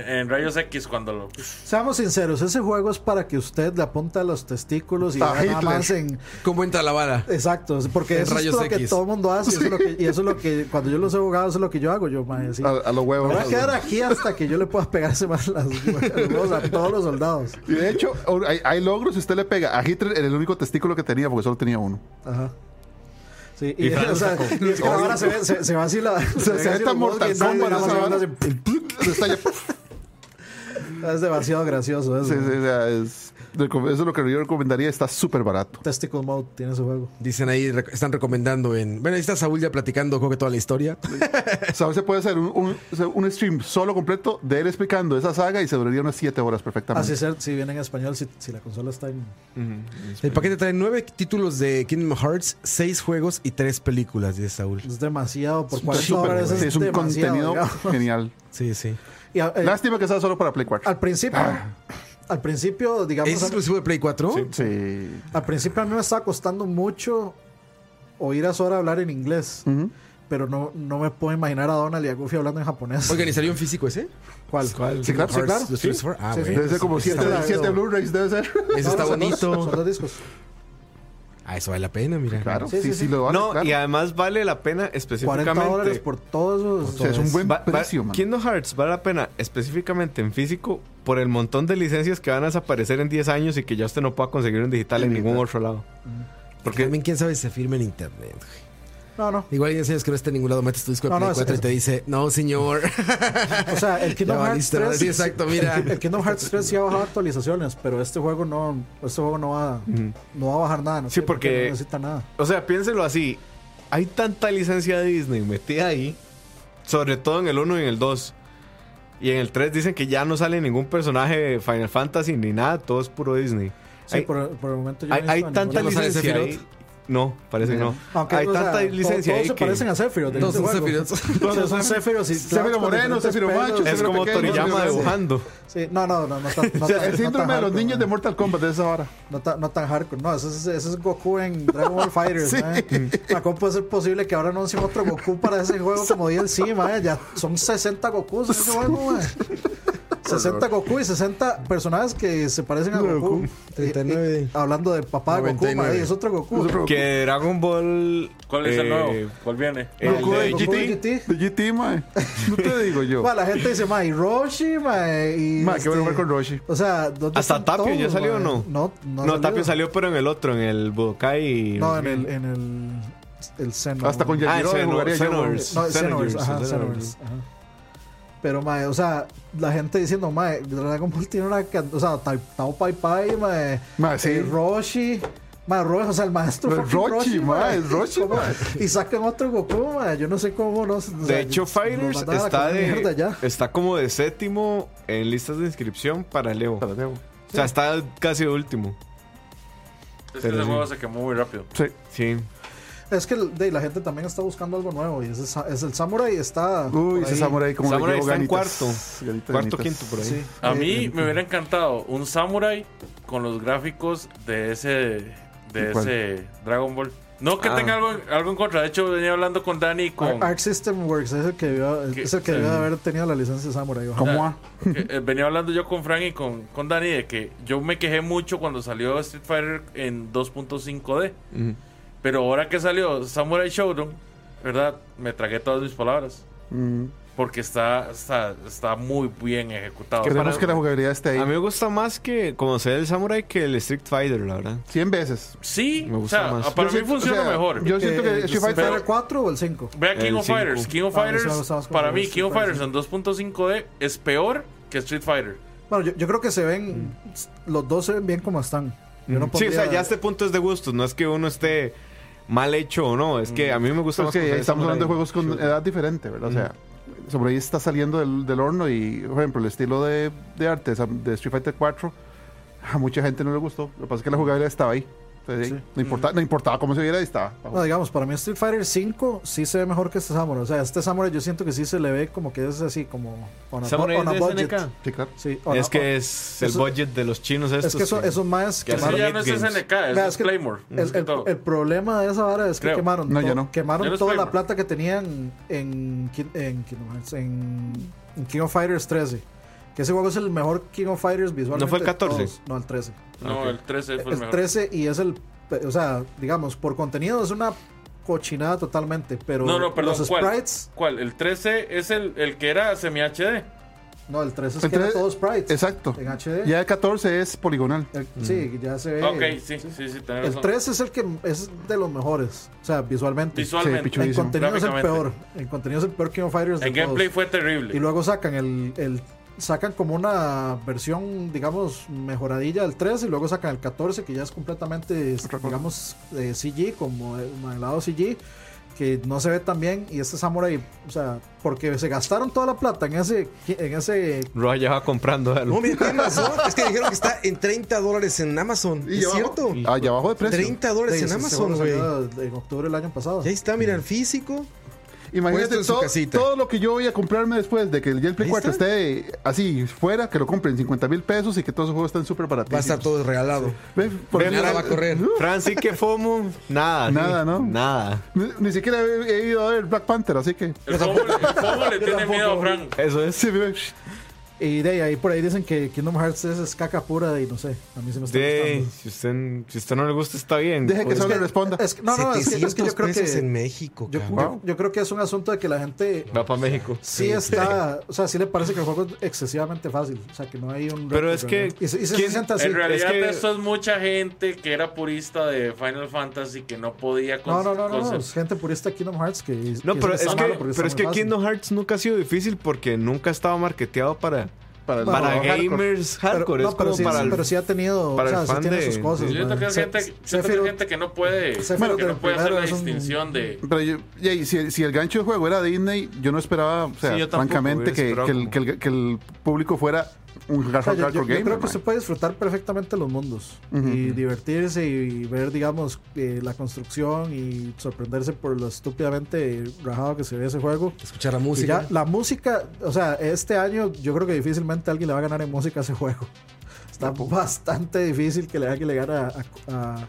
Speaker 5: eh, en Rayos X cuando lo.
Speaker 3: Seamos sinceros, ese juego es para que usted le apunta los testículos y vea
Speaker 4: A
Speaker 3: nada
Speaker 4: Hitler.
Speaker 3: más en,
Speaker 1: ¿Cómo entra la bala?
Speaker 3: Exacto, porque
Speaker 1: En
Speaker 3: eso es
Speaker 1: rayos
Speaker 3: lo que
Speaker 1: X.
Speaker 3: todo el mundo hace. Eso es lo que, y eso es lo que, cuando yo los he jugado, eso es lo que yo hago. Yo, mae, sí.
Speaker 4: A, a los
Speaker 3: Me
Speaker 4: huevos.
Speaker 3: voy a quedar aquí hasta que yo le pueda pegarse más las huevos a todos los soldados.
Speaker 4: Y de hecho, o- hay, hay logros si usted le pega. A Hitler era el único testículo que tenía porque solo tenía uno.
Speaker 3: Ajá. Sí, y,
Speaker 2: Y Fran
Speaker 3: o sea,
Speaker 2: sacó.
Speaker 3: y es que ahora se ve, se, se va así la.
Speaker 4: Se, se
Speaker 3: ve
Speaker 4: ve
Speaker 3: así
Speaker 4: tan
Speaker 3: los huevos
Speaker 4: mortal
Speaker 3: que salen,
Speaker 4: Kombat
Speaker 3: nada más
Speaker 4: esa
Speaker 3: se
Speaker 4: vara.
Speaker 3: ven así.
Speaker 4: Se estalla.
Speaker 3: Es demasiado gracioso eso.
Speaker 4: Sí, sí, o sea, es- eso es lo que yo recomendaría. Está súper barato.
Speaker 3: Testicle Mode tiene ese juego.
Speaker 1: Dicen ahí, rec- están recomendando en... Bueno, ahí está Saúl ya platicando, creo que toda la historia.
Speaker 4: ¿Sabes? Se puede hacer un, un- o sea, un stream solo completo de él explicando esa saga y se duraría unas 7 horas perfectamente.
Speaker 3: Así es, si viene en español, si, si la consola está en.
Speaker 1: El paquete trae nueve títulos de Kingdom Hearts, seis juegos y tres películas, dice Saúl.
Speaker 3: Es demasiado. Por 40
Speaker 4: Súper,
Speaker 3: dólares
Speaker 4: sí,
Speaker 3: es,
Speaker 4: es un
Speaker 3: demasiado,
Speaker 4: contenido
Speaker 3: digamos.
Speaker 4: genial.
Speaker 1: Sí, sí.
Speaker 3: Y, a- eh,
Speaker 4: Lástima que sea solo para Play 4.
Speaker 3: al principio. Al principio, digamos.
Speaker 1: ¿Es
Speaker 3: a mí-
Speaker 1: exclusivo de Play 4?
Speaker 4: Sí. Mm.
Speaker 3: Al principio a mí me estaba costando mucho oír a Sora hablar en inglés. pero no, no me puedo imaginar a Donald y a Goofy hablando en japonés.
Speaker 1: Oigan, ¿y salió en físico ese?
Speaker 3: ¿Cuál?
Speaker 4: Sí, claro, sí, claro.
Speaker 1: Los Furious Four. Ah,
Speaker 3: Sí, sí.
Speaker 1: güey.
Speaker 4: Debe ser como
Speaker 3: Sí, está
Speaker 4: 7
Speaker 3: bueno.
Speaker 4: Blu-rays, debe ser.
Speaker 1: Ese está
Speaker 3: No, son dos,
Speaker 1: bonito.
Speaker 3: Son dos discos.
Speaker 1: Ah, eso vale la pena, mira.
Speaker 4: Claro,
Speaker 3: Sí,
Speaker 4: sí,
Speaker 3: sí,
Speaker 4: sí,
Speaker 3: sí.
Speaker 4: lo vale.
Speaker 2: no,
Speaker 4: claro.
Speaker 2: y además vale la pena
Speaker 3: 40 dólares
Speaker 2: específicamente.
Speaker 3: por todos.
Speaker 4: O sea, es un buen
Speaker 2: Va- va-
Speaker 4: precio, man.
Speaker 2: Kingdom Hearts vale la pena específicamente en físico por el montón de licencias que van a desaparecer en 10 años y que ya usted no pueda conseguir en digital en ningún otro lado.
Speaker 1: Porque también quién sabe si se firma en internet. güey.
Speaker 3: No, no.
Speaker 1: Igual hay enseñas que no está en ningún lado, metes tu disco de
Speaker 3: No,
Speaker 1: Play
Speaker 3: no, es-
Speaker 1: 4 y te dice, no, señor.
Speaker 3: O sea, el Kingdom
Speaker 1: Ya
Speaker 3: Hearts
Speaker 1: valiste,
Speaker 3: 3.
Speaker 1: sí, exacto, mira.
Speaker 3: El, el Kingdom Hearts 3 sí ha bajado actualizaciones, pero este juego no, este juego no va, no va a bajar nada. No
Speaker 2: Sí,
Speaker 3: sé,
Speaker 2: porque-
Speaker 3: no necesita nada.
Speaker 2: O sea, piénselo así. Hay tanta licencia de Disney metida ahí, sobre todo en el 1 y en el 2. Y en el 3 dicen que ya no sale ningún personaje de Final Fantasy ni nada, todo es puro Disney.
Speaker 3: Sí,
Speaker 2: hay
Speaker 3: por, por el momento yo
Speaker 2: hay,
Speaker 3: no he
Speaker 2: hay
Speaker 3: visto a
Speaker 2: tanta
Speaker 3: ninguno.
Speaker 1: ¿No sale
Speaker 2: licencia
Speaker 1: Sephiroth?
Speaker 2: ahí. No, parece que no.
Speaker 3: Aunque,
Speaker 2: hay
Speaker 3: o sea,
Speaker 2: tanta
Speaker 3: to-
Speaker 2: licencia
Speaker 3: todos
Speaker 2: ahí
Speaker 3: se
Speaker 2: que-
Speaker 3: parecen a Sephiroth. de
Speaker 1: Todos
Speaker 3: este
Speaker 1: son
Speaker 3: juego.
Speaker 1: Sephiroth.
Speaker 3: Todos son Sephiroth. y-
Speaker 4: Sephiroth
Speaker 3: con
Speaker 4: moreno,
Speaker 3: diferentes
Speaker 4: Sephiroth
Speaker 3: pelos.
Speaker 4: macho,
Speaker 2: es
Speaker 4: Pero
Speaker 2: como
Speaker 4: pequeño,
Speaker 2: Toriyama
Speaker 4: sí, sí.
Speaker 2: dibujando.
Speaker 3: Sí, no, no, no, no tan, no
Speaker 4: O sea,
Speaker 3: tan-
Speaker 4: el
Speaker 3: no
Speaker 4: síndrome
Speaker 3: tan
Speaker 4: de los
Speaker 3: hardcore,
Speaker 4: niños de Mortal Kombat de esa hora.
Speaker 3: No, tan- no tan hardcore, no, ese es, ese es Goku en Dragon Ball Fighters. ¿Cómo puede ser posible que ahora anuncien otro Goku para ese juego como DLC? mae? Ya son 60 Gokus en ese juego, mae. 60 Goku y 60 personajes que se parecen a Goku. Y- y
Speaker 1: 39.
Speaker 3: hablando de papá Goku,
Speaker 1: 99.
Speaker 3: mae, es otro Goku.
Speaker 2: Que Dragon Ball.
Speaker 5: ¿Cuál es el
Speaker 2: eh,
Speaker 5: nuevo? ¿Cuál viene?
Speaker 2: El
Speaker 3: Goku
Speaker 2: de
Speaker 3: de
Speaker 2: GT.
Speaker 3: GT.
Speaker 4: De GT, mae. No te digo yo.
Speaker 3: Mae, la gente dice, mae, y Roshi, mae. Y
Speaker 4: Mae, qué
Speaker 3: este-
Speaker 4: bueno jugar con Roshi.
Speaker 3: O sea, ¿dónde
Speaker 2: ¿Hasta
Speaker 3: están
Speaker 2: Tapio
Speaker 3: todos,
Speaker 2: ya salió o
Speaker 3: mae?
Speaker 2: no?
Speaker 3: No, no,
Speaker 2: No, Tapio salió, pero en el otro, en el Budokai.
Speaker 3: No, en el, en el, el Xeno.
Speaker 4: Hasta con
Speaker 2: Ah,
Speaker 4: Yajiro
Speaker 2: Xeno-
Speaker 4: jugaría yo.
Speaker 2: Xenoverse.
Speaker 3: No, Xenoverse,
Speaker 2: Xenogears,
Speaker 3: ajá,
Speaker 2: Xenogears.
Speaker 3: Xenoverse, ajá. Pero, mae, o sea, la gente diciendo, mae, Dragon Ball tiene una. can- O sea, Ta- Tao Pai Pai, mae.
Speaker 4: Mae, sí.
Speaker 3: eh, Roshi. Mae, Roshi, o sea, el maestro.
Speaker 4: Pero
Speaker 3: fucking
Speaker 4: Roshi, mae,
Speaker 3: mae.
Speaker 4: Roshi,
Speaker 3: ¿Cómo?
Speaker 4: mae.
Speaker 3: Y sacan otro Goku, mae. Yo no sé cómo los.
Speaker 2: De hecho, Fighters está, de, está como de séptimo en listas de inscripción para Leo.
Speaker 4: Para Leo.
Speaker 2: O sea, está casi de último.
Speaker 5: Es que
Speaker 2: pero
Speaker 5: ese
Speaker 2: sí.
Speaker 5: juego se quemó muy rápido.
Speaker 4: Sí.
Speaker 2: Sí.
Speaker 3: Es que de, la gente también está buscando algo nuevo. Y es el, sa- es el Samurai, está.
Speaker 4: Uy,
Speaker 3: por
Speaker 4: ese
Speaker 3: ahí.
Speaker 4: samurai como le
Speaker 2: Samurai
Speaker 4: llevo
Speaker 2: está en
Speaker 4: ganitas.
Speaker 2: cuarto.
Speaker 4: Ganitas,
Speaker 2: Cuarto,
Speaker 4: ganitas.
Speaker 2: quinto por ahí.
Speaker 3: Sí.
Speaker 5: A
Speaker 3: Eh,
Speaker 5: mí me hubiera encantado un Samurai con los gráficos de ese de
Speaker 4: ¿De cuál?
Speaker 5: ese Dragon Ball. No que
Speaker 2: Ah.
Speaker 5: tenga algo, algo en contra. De hecho, venía hablando con Dani y con.
Speaker 3: Ar-
Speaker 4: Ah,
Speaker 3: Arc System Works es el que debió, es el que debió haber tenido la licencia de Samurai. ojalá.
Speaker 4: ¿Cómo va?
Speaker 5: Eh, eh, venía hablando yo con Frank y con, con Dani de que yo me quejé mucho cuando salió Street Fighter en 2.5D.
Speaker 2: Ujú.
Speaker 5: Pero ahora que salió Samurai Showdown, ¿verdad? Me tragué todas mis palabras.
Speaker 4: Mm.
Speaker 5: Porque está, está, está muy bien ejecutado.
Speaker 4: Queremos que la jugabilidad esté
Speaker 2: A mí
Speaker 4: ahí.
Speaker 2: me gusta más que conocer el Samurai que el Street Fighter, la verdad.
Speaker 4: 100 veces.
Speaker 5: Sí,
Speaker 2: Me gusta
Speaker 5: o sea,
Speaker 2: más.
Speaker 5: para
Speaker 4: Yo
Speaker 5: mí
Speaker 4: siento-
Speaker 5: funciona
Speaker 4: o sea,
Speaker 5: mejor.
Speaker 4: Yo siento que
Speaker 3: Eh,
Speaker 4: Street
Speaker 3: ¿Street
Speaker 4: Fighter.
Speaker 3: Fighter 4 o el 5?
Speaker 5: Vea King
Speaker 2: El
Speaker 5: of
Speaker 2: cinco.
Speaker 5: Fighters. King of
Speaker 3: Ah, eso lo
Speaker 5: Fighters,
Speaker 3: estabas
Speaker 5: para
Speaker 3: contando,
Speaker 5: mí, King
Speaker 3: Street
Speaker 5: of Fighters en 2.5D es peor que Street Fighter.
Speaker 3: Bueno, yo, yo creo que se ven. Los dos se ven bien como están. Yo no
Speaker 2: Mm. Sí, o sea,
Speaker 3: pondría-
Speaker 2: ya este punto es de gustos. No es que uno esté mal hecho o no. Es que a mí me gusta
Speaker 4: Pues
Speaker 2: más
Speaker 4: que
Speaker 2: conocer el
Speaker 4: estamos hablando de
Speaker 2: Samurai. Mm.
Speaker 4: juegos con eh, edad diferente, ¿verdad? O sea, sobre ahí está saliendo del, del horno y, por ejemplo, el estilo de, de arte de Sam- de Street Fighter 4 a mucha gente no le gustó. Lo que pasa es que la jugabilidad estaba ahí. Entonces, ahí, no, importa,
Speaker 2: Mm.
Speaker 4: no importaba cómo se viera, ahí estaba.
Speaker 3: No, digamos, para mí Street Fighter 5 sí se ve mejor que este Samurai. O sea, este Samurai yo siento que sí se le ve como que es así, como. On a,
Speaker 2: Samurai
Speaker 3: on a
Speaker 2: es de
Speaker 3: budget.
Speaker 2: SNK.
Speaker 4: Sí, claro.
Speaker 3: Sí, on
Speaker 2: Es
Speaker 3: a-
Speaker 2: que es el
Speaker 3: Eso-
Speaker 2: budget de los chinos estos.
Speaker 3: Es que eso,
Speaker 2: que-
Speaker 3: esos maes
Speaker 2: que
Speaker 5: Eso
Speaker 2: hacen
Speaker 3: quemaron.
Speaker 5: ya no es
Speaker 2: Games.
Speaker 5: SNK, eso
Speaker 3: Vea,
Speaker 5: es,
Speaker 3: es que
Speaker 5: Claymore.
Speaker 3: El,
Speaker 5: más que
Speaker 3: el-
Speaker 5: todo.
Speaker 3: el problema de esa vara es que
Speaker 5: Creo.
Speaker 3: quemaron,
Speaker 4: No,
Speaker 3: to-
Speaker 4: yo no.
Speaker 3: quemaron
Speaker 5: Yo no
Speaker 3: toda
Speaker 5: estoy,
Speaker 3: la
Speaker 5: bro.
Speaker 3: plata que tenían en, Ki- en, Kingdom Hearts- en, en King of Fighters 13. Que ese juego es el mejor King of Fighters visualmente.
Speaker 2: ¿No fue el
Speaker 3: de
Speaker 2: 14?
Speaker 3: todos. No, el 13.
Speaker 5: no, el 13 fue el,
Speaker 3: El
Speaker 5: mejor.
Speaker 3: 13 y es el. O sea, digamos, por contenido es una cochinada totalmente. Pero
Speaker 5: no, no, perdón.
Speaker 3: los
Speaker 5: ¿cuál?
Speaker 3: sprites.
Speaker 5: ¿Cuál? El 13 es el, el que era semi-HD.
Speaker 3: No, el 13 es
Speaker 4: El
Speaker 3: que era
Speaker 4: 13
Speaker 3: todo sprites.
Speaker 4: Exacto.
Speaker 3: En HD.
Speaker 4: Ya Mm. el 14 es poligonal.
Speaker 3: El- Sí, ya se ve.
Speaker 5: ok, sí, sí, sí, tenés
Speaker 3: El
Speaker 5: razón.
Speaker 3: 3 es el que es de los mejores. O sea, visualmente.
Speaker 5: Visualmente.
Speaker 4: Sí,
Speaker 3: En
Speaker 4: Chulísimo.
Speaker 3: contenido es el peor.
Speaker 5: Gráficamente.
Speaker 3: En contenido es el peor King of Fighters de
Speaker 5: el gameplay
Speaker 3: todos.
Speaker 5: fue terrible.
Speaker 3: Y luego sacan el, el- sacan como una versión, digamos, mejoradilla del 3 y luego sacan el 14 que ya es completamente, digamos, eh, CG, como el modelado CG, que no se ve tan bien y este Samurai, o sea, porque se gastaron toda la plata en ese en ese
Speaker 2: Roa ya va comprando algo.
Speaker 1: No, mira, tiene razón. Es que dijeron que está en 30 dólares en Amazon.
Speaker 4: Y
Speaker 1: ¿Es
Speaker 4: abajo-
Speaker 1: cierto?
Speaker 4: Ah, y abajo de precio.
Speaker 1: 30 dólares en
Speaker 3: ese
Speaker 1: Amazon,
Speaker 3: seguro
Speaker 1: güey.
Speaker 3: salió en octubre del año pasado.
Speaker 1: Y ahí está, mira, en físico. Puesto
Speaker 4: Imagínate
Speaker 1: en su
Speaker 4: todo,
Speaker 1: casita.
Speaker 4: todo lo que yo voy a comprarme después de que el Play
Speaker 1: Ahí
Speaker 4: 4
Speaker 1: está.
Speaker 4: esté así fuera, que lo compren 50 mil pesos y que todos esos juegos estén súper baratísimos.
Speaker 1: Va a estar todo regalado.
Speaker 4: Ve, por
Speaker 2: Ve,
Speaker 4: eso-
Speaker 1: Nada va a correr.
Speaker 2: Fran, sí que FOMO, nada.
Speaker 4: Nada,
Speaker 2: sí,
Speaker 4: ¿no?
Speaker 2: Nada.
Speaker 4: Ni, ni siquiera he, he ido a ver Black Panther, así que.
Speaker 5: El fomo, el fomo le tiene miedo a Fran.
Speaker 2: Eso es.
Speaker 4: Sí, ve,
Speaker 3: Y de ahí por ahí dicen que Kingdom Hearts es, es caca pura y no sé. A mí se me está
Speaker 2: De,
Speaker 3: gustando.
Speaker 2: si, usted, si usted no le gusta, está bien.
Speaker 4: deje que
Speaker 2: Pues,
Speaker 4: solo responda.
Speaker 3: Es que- no, no, es que, es
Speaker 1: 700
Speaker 3: que yo creo
Speaker 1: pesos en
Speaker 3: que.
Speaker 1: México,
Speaker 3: Yo,
Speaker 1: cabrón.
Speaker 3: yo- yo creo que es un asunto de que la gente
Speaker 2: Va para México.
Speaker 3: sí este, está. O sea, sí le parece que el juego es excesivamente fácil. O sea, que no hay un.
Speaker 2: Pero
Speaker 3: reto,
Speaker 2: es que-
Speaker 3: ¿verdad? Y se, y se
Speaker 2: ¿quién-
Speaker 3: sienta así.
Speaker 5: En realidad,
Speaker 2: que-
Speaker 5: esto es mucha gente que era purista de Final Fantasy que no podía
Speaker 3: No,
Speaker 5: con-
Speaker 3: no, no, no, no,
Speaker 5: con-
Speaker 3: es gente purista de Kingdom Hearts que.
Speaker 2: No,
Speaker 3: que
Speaker 2: pero
Speaker 3: está
Speaker 2: es que,
Speaker 3: malo porque está
Speaker 2: pero es
Speaker 3: muy
Speaker 2: que
Speaker 3: fácil.
Speaker 2: Kingdom Hearts nunca ha sido difícil porque nunca estaba marketeado para,
Speaker 4: Para,
Speaker 2: para
Speaker 4: para hardcore.
Speaker 2: gamers
Speaker 3: Pero-
Speaker 2: hardcore.
Speaker 3: no,
Speaker 2: es
Speaker 3: pero
Speaker 2: como
Speaker 3: sí,
Speaker 2: para
Speaker 3: sí,
Speaker 2: el-
Speaker 3: pero sí ha tenido.
Speaker 2: para
Speaker 3: o sea,
Speaker 2: el
Speaker 3: sí
Speaker 2: fan
Speaker 3: tiene
Speaker 2: de-
Speaker 3: sus cosas.
Speaker 5: Yo
Speaker 3: man.
Speaker 5: creo que hay
Speaker 3: Se-
Speaker 5: gente, yo creo que hay
Speaker 3: Sephiroth-
Speaker 5: gente que no puede,
Speaker 3: Sephiroth
Speaker 5: que
Speaker 3: del
Speaker 5: no puede hacer
Speaker 3: primero
Speaker 5: la
Speaker 3: es un-
Speaker 5: distinción de.
Speaker 4: Pero yo- y ahí, si, si el gancho de juego era Disney, yo no esperaba, o sea,
Speaker 2: Sí, yo tampoco
Speaker 4: francamente,
Speaker 2: hubiera
Speaker 4: que,
Speaker 2: esperado
Speaker 4: que el,
Speaker 2: como-
Speaker 4: que, el, que el público fuera un hard-
Speaker 3: O sea, yo- yo,
Speaker 4: hardcore
Speaker 3: yo
Speaker 4: gamer.
Speaker 3: creo que
Speaker 4: man.
Speaker 3: se puede disfrutar perfectamente los mundos y divertirse y ver, digamos, eh, la construcción y sorprenderse por lo estúpidamente rajado que se ve ese juego.
Speaker 1: Escuchar la
Speaker 3: Y
Speaker 1: música.
Speaker 3: ya, la música, o sea, este año yo creo que difícilmente alguien le va a ganar en música a ese juego. Está bastante difícil que le, alguien le gane a, a-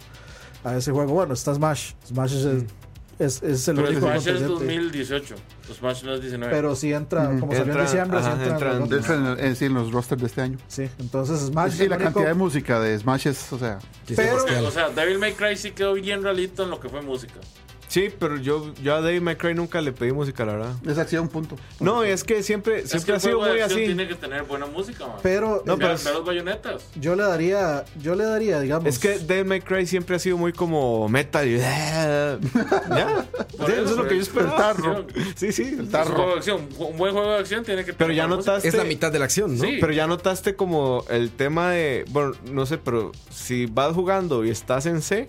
Speaker 3: a ese juego. Bueno, está Smash. Smash es, el- es, es el
Speaker 5: Pero
Speaker 3: único
Speaker 5: Smash es
Speaker 3: contendiente.
Speaker 5: 2018, Smash no es 19.
Speaker 3: Pero si entra, como salió
Speaker 2: Entra-
Speaker 3: en diciembre, sí
Speaker 2: ajá,
Speaker 3: entra. en
Speaker 2: entra
Speaker 3: los
Speaker 2: en-
Speaker 3: dos.
Speaker 4: Entra en, el- en- sí, en los rosters de este año.
Speaker 3: Ah, Sí, entonces Smash.
Speaker 4: Y
Speaker 3: es
Speaker 4: la
Speaker 3: el
Speaker 4: cantidad de
Speaker 3: único-
Speaker 4: música de Smash es, o sea,
Speaker 1: Sí,
Speaker 3: pero-
Speaker 5: Porque,
Speaker 1: Sebastián.
Speaker 5: o sea, Devil May Cry sí quedó bien realito en lo que fue música.
Speaker 2: Sí, pero yo, yo a Dave McCray nunca le pedí música, la verdad.
Speaker 4: es acción, punto.
Speaker 2: No, es que siempre,
Speaker 5: es que
Speaker 2: siempre
Speaker 5: el
Speaker 2: ha sido
Speaker 5: juego de
Speaker 2: muy
Speaker 5: acción
Speaker 2: así.
Speaker 5: tiene que tener buena música, man.
Speaker 3: Pero, eh,
Speaker 2: No,
Speaker 5: Ve-
Speaker 2: pero
Speaker 5: ve
Speaker 2: es-
Speaker 5: los bayonetas.
Speaker 3: Yo le daría, yo le daría, digamos.
Speaker 2: Es que Dave McCray siempre ha sido muy como metal. y- ya.
Speaker 5: Por
Speaker 2: eso es lo que yo esperaba.
Speaker 5: El tarro.
Speaker 2: Sí, sí.
Speaker 5: Es un juego de acción. Un buen juego de acción tiene que
Speaker 2: Pero
Speaker 5: tener
Speaker 2: ya
Speaker 5: buena música.
Speaker 2: notaste.
Speaker 1: Es la
Speaker 3: este
Speaker 1: mitad de la acción, ¿no?
Speaker 5: Sí.
Speaker 2: Pero ya notaste como el tema de. Bueno, no sé, pero si vas jugando y estás en C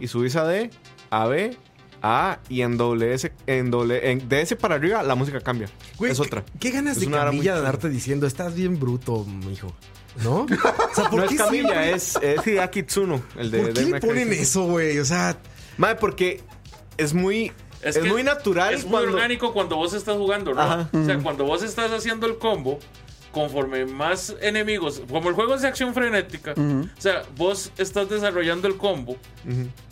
Speaker 2: y subís a D, a B, a A y en doble S, en doble, en de S para arriba, la música cambia.
Speaker 1: Güey,
Speaker 2: es
Speaker 1: ¿qué-
Speaker 2: otra.
Speaker 1: ¿Qué ganas
Speaker 2: Es
Speaker 1: de
Speaker 2: una vara muy
Speaker 1: Camilla de
Speaker 2: chula.
Speaker 1: darte diciendo, estás bien bruto, mijo? ¿No? O sea, ¿por
Speaker 2: No
Speaker 1: qué
Speaker 2: es Camilla,
Speaker 1: siempre-
Speaker 2: es, es Hideaki Tsuno, el de
Speaker 1: ¿Por qué
Speaker 2: Devil
Speaker 1: le
Speaker 2: May Cry
Speaker 1: ponen
Speaker 2: 5.
Speaker 1: eso, güey? O sea,
Speaker 2: Madre, porque es muy. Es,
Speaker 5: que
Speaker 2: muy natural.
Speaker 5: Es muy
Speaker 2: cuando-
Speaker 5: orgánico cuando vos estás jugando, ¿no?
Speaker 2: Ajá.
Speaker 5: O sea, cuando vos estás haciendo el combo, conforme más enemigos, como el juego es de acción frenética, o sea, vos estás desarrollando el combo.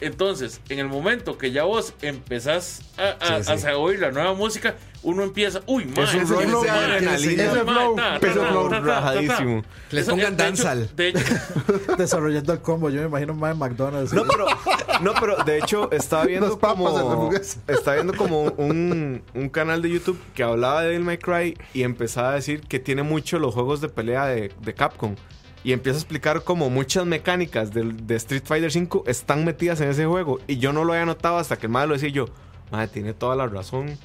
Speaker 5: Entonces, en el momento que ya vos empezás a, a-
Speaker 1: Sí, sí.
Speaker 5: a sa- oír la nueva música, uno empieza, uy, madre,
Speaker 2: un rollo de adrenalina.
Speaker 5: ese
Speaker 4: Ese flow, ese flow
Speaker 2: rajadísimo.
Speaker 1: Le pongan dancehall.
Speaker 5: De hecho,
Speaker 3: desarrollando el combo, yo me imagino más en McDonald's.
Speaker 2: No, pero, no, pero de hecho estaba viendo
Speaker 4: Las papas en la
Speaker 2: como
Speaker 4: hamburguesa.
Speaker 2: estaba viendo como un, un canal de YouTube que hablaba de Devil May Cry y empezaba a decir que tiene mucho los juegos de pelea de, de Capcom y empieza a explicar como muchas mecánicas del- de, Street Fighter V están metidas en ese juego y yo no lo había notado hasta que el madre lo decía y yo, madre, tiene toda la razón.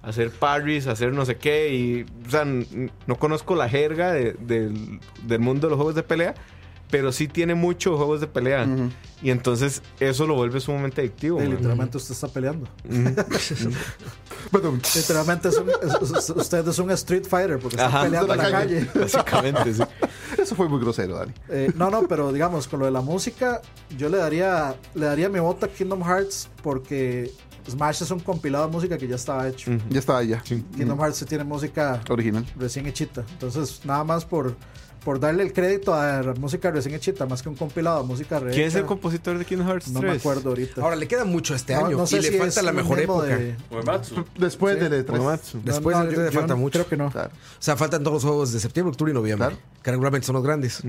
Speaker 2: Hacer parries, hacer no sé qué, y. O sea, n- no conozco la jerga de- del, del mundo de los juegos de pelea, pero sí tiene muchos juegos de pelea. Y entonces eso lo vuelve sumamente adictivo.
Speaker 3: Sí,
Speaker 2: man.
Speaker 3: literalmente usted está peleando.
Speaker 4: Perdón.
Speaker 3: Literalmente es un- es- es- usted es un Street Fighter porque está
Speaker 2: Ajá.
Speaker 3: peleando en la calle.
Speaker 2: Básicamente, sí.
Speaker 4: Eso fue muy grosero, Dani.
Speaker 3: Eh, no, no, pero digamos, con lo de la música, yo le daría, le daría mi voto a Kingdom Hearts porque Smash es un compilado de música que ya estaba hecho.
Speaker 4: Ya estaba ya. Mm,
Speaker 3: Kingdom Hearts sí tiene música
Speaker 4: Original.
Speaker 3: recién hechita. Entonces, nada más por, por darle el crédito a la música recién hechita, más que un compilado de música rehecha.
Speaker 2: ¿Quién es el compositor de Kingdom Hearts 3?
Speaker 3: No me acuerdo ahorita.
Speaker 1: ahora le queda mucho a este
Speaker 3: No-
Speaker 1: año
Speaker 3: no sé
Speaker 1: y le
Speaker 3: si
Speaker 1: falta
Speaker 3: es
Speaker 1: la
Speaker 3: un
Speaker 1: mejor
Speaker 3: demo
Speaker 1: época.
Speaker 3: de-
Speaker 5: Uematsu.
Speaker 4: Después del
Speaker 3: E
Speaker 4: E3.
Speaker 2: Uematsu.
Speaker 1: Después
Speaker 3: No,
Speaker 1: de
Speaker 3: no,
Speaker 1: E3 le
Speaker 3: yo-
Speaker 1: falta
Speaker 3: yo
Speaker 1: mucho. Ah,
Speaker 3: Creo que no.
Speaker 4: Claro.
Speaker 1: O sea, faltan todos los juegos de septiembre, octubre y noviembre.
Speaker 4: Claro.
Speaker 1: Que regularmente son los grandes.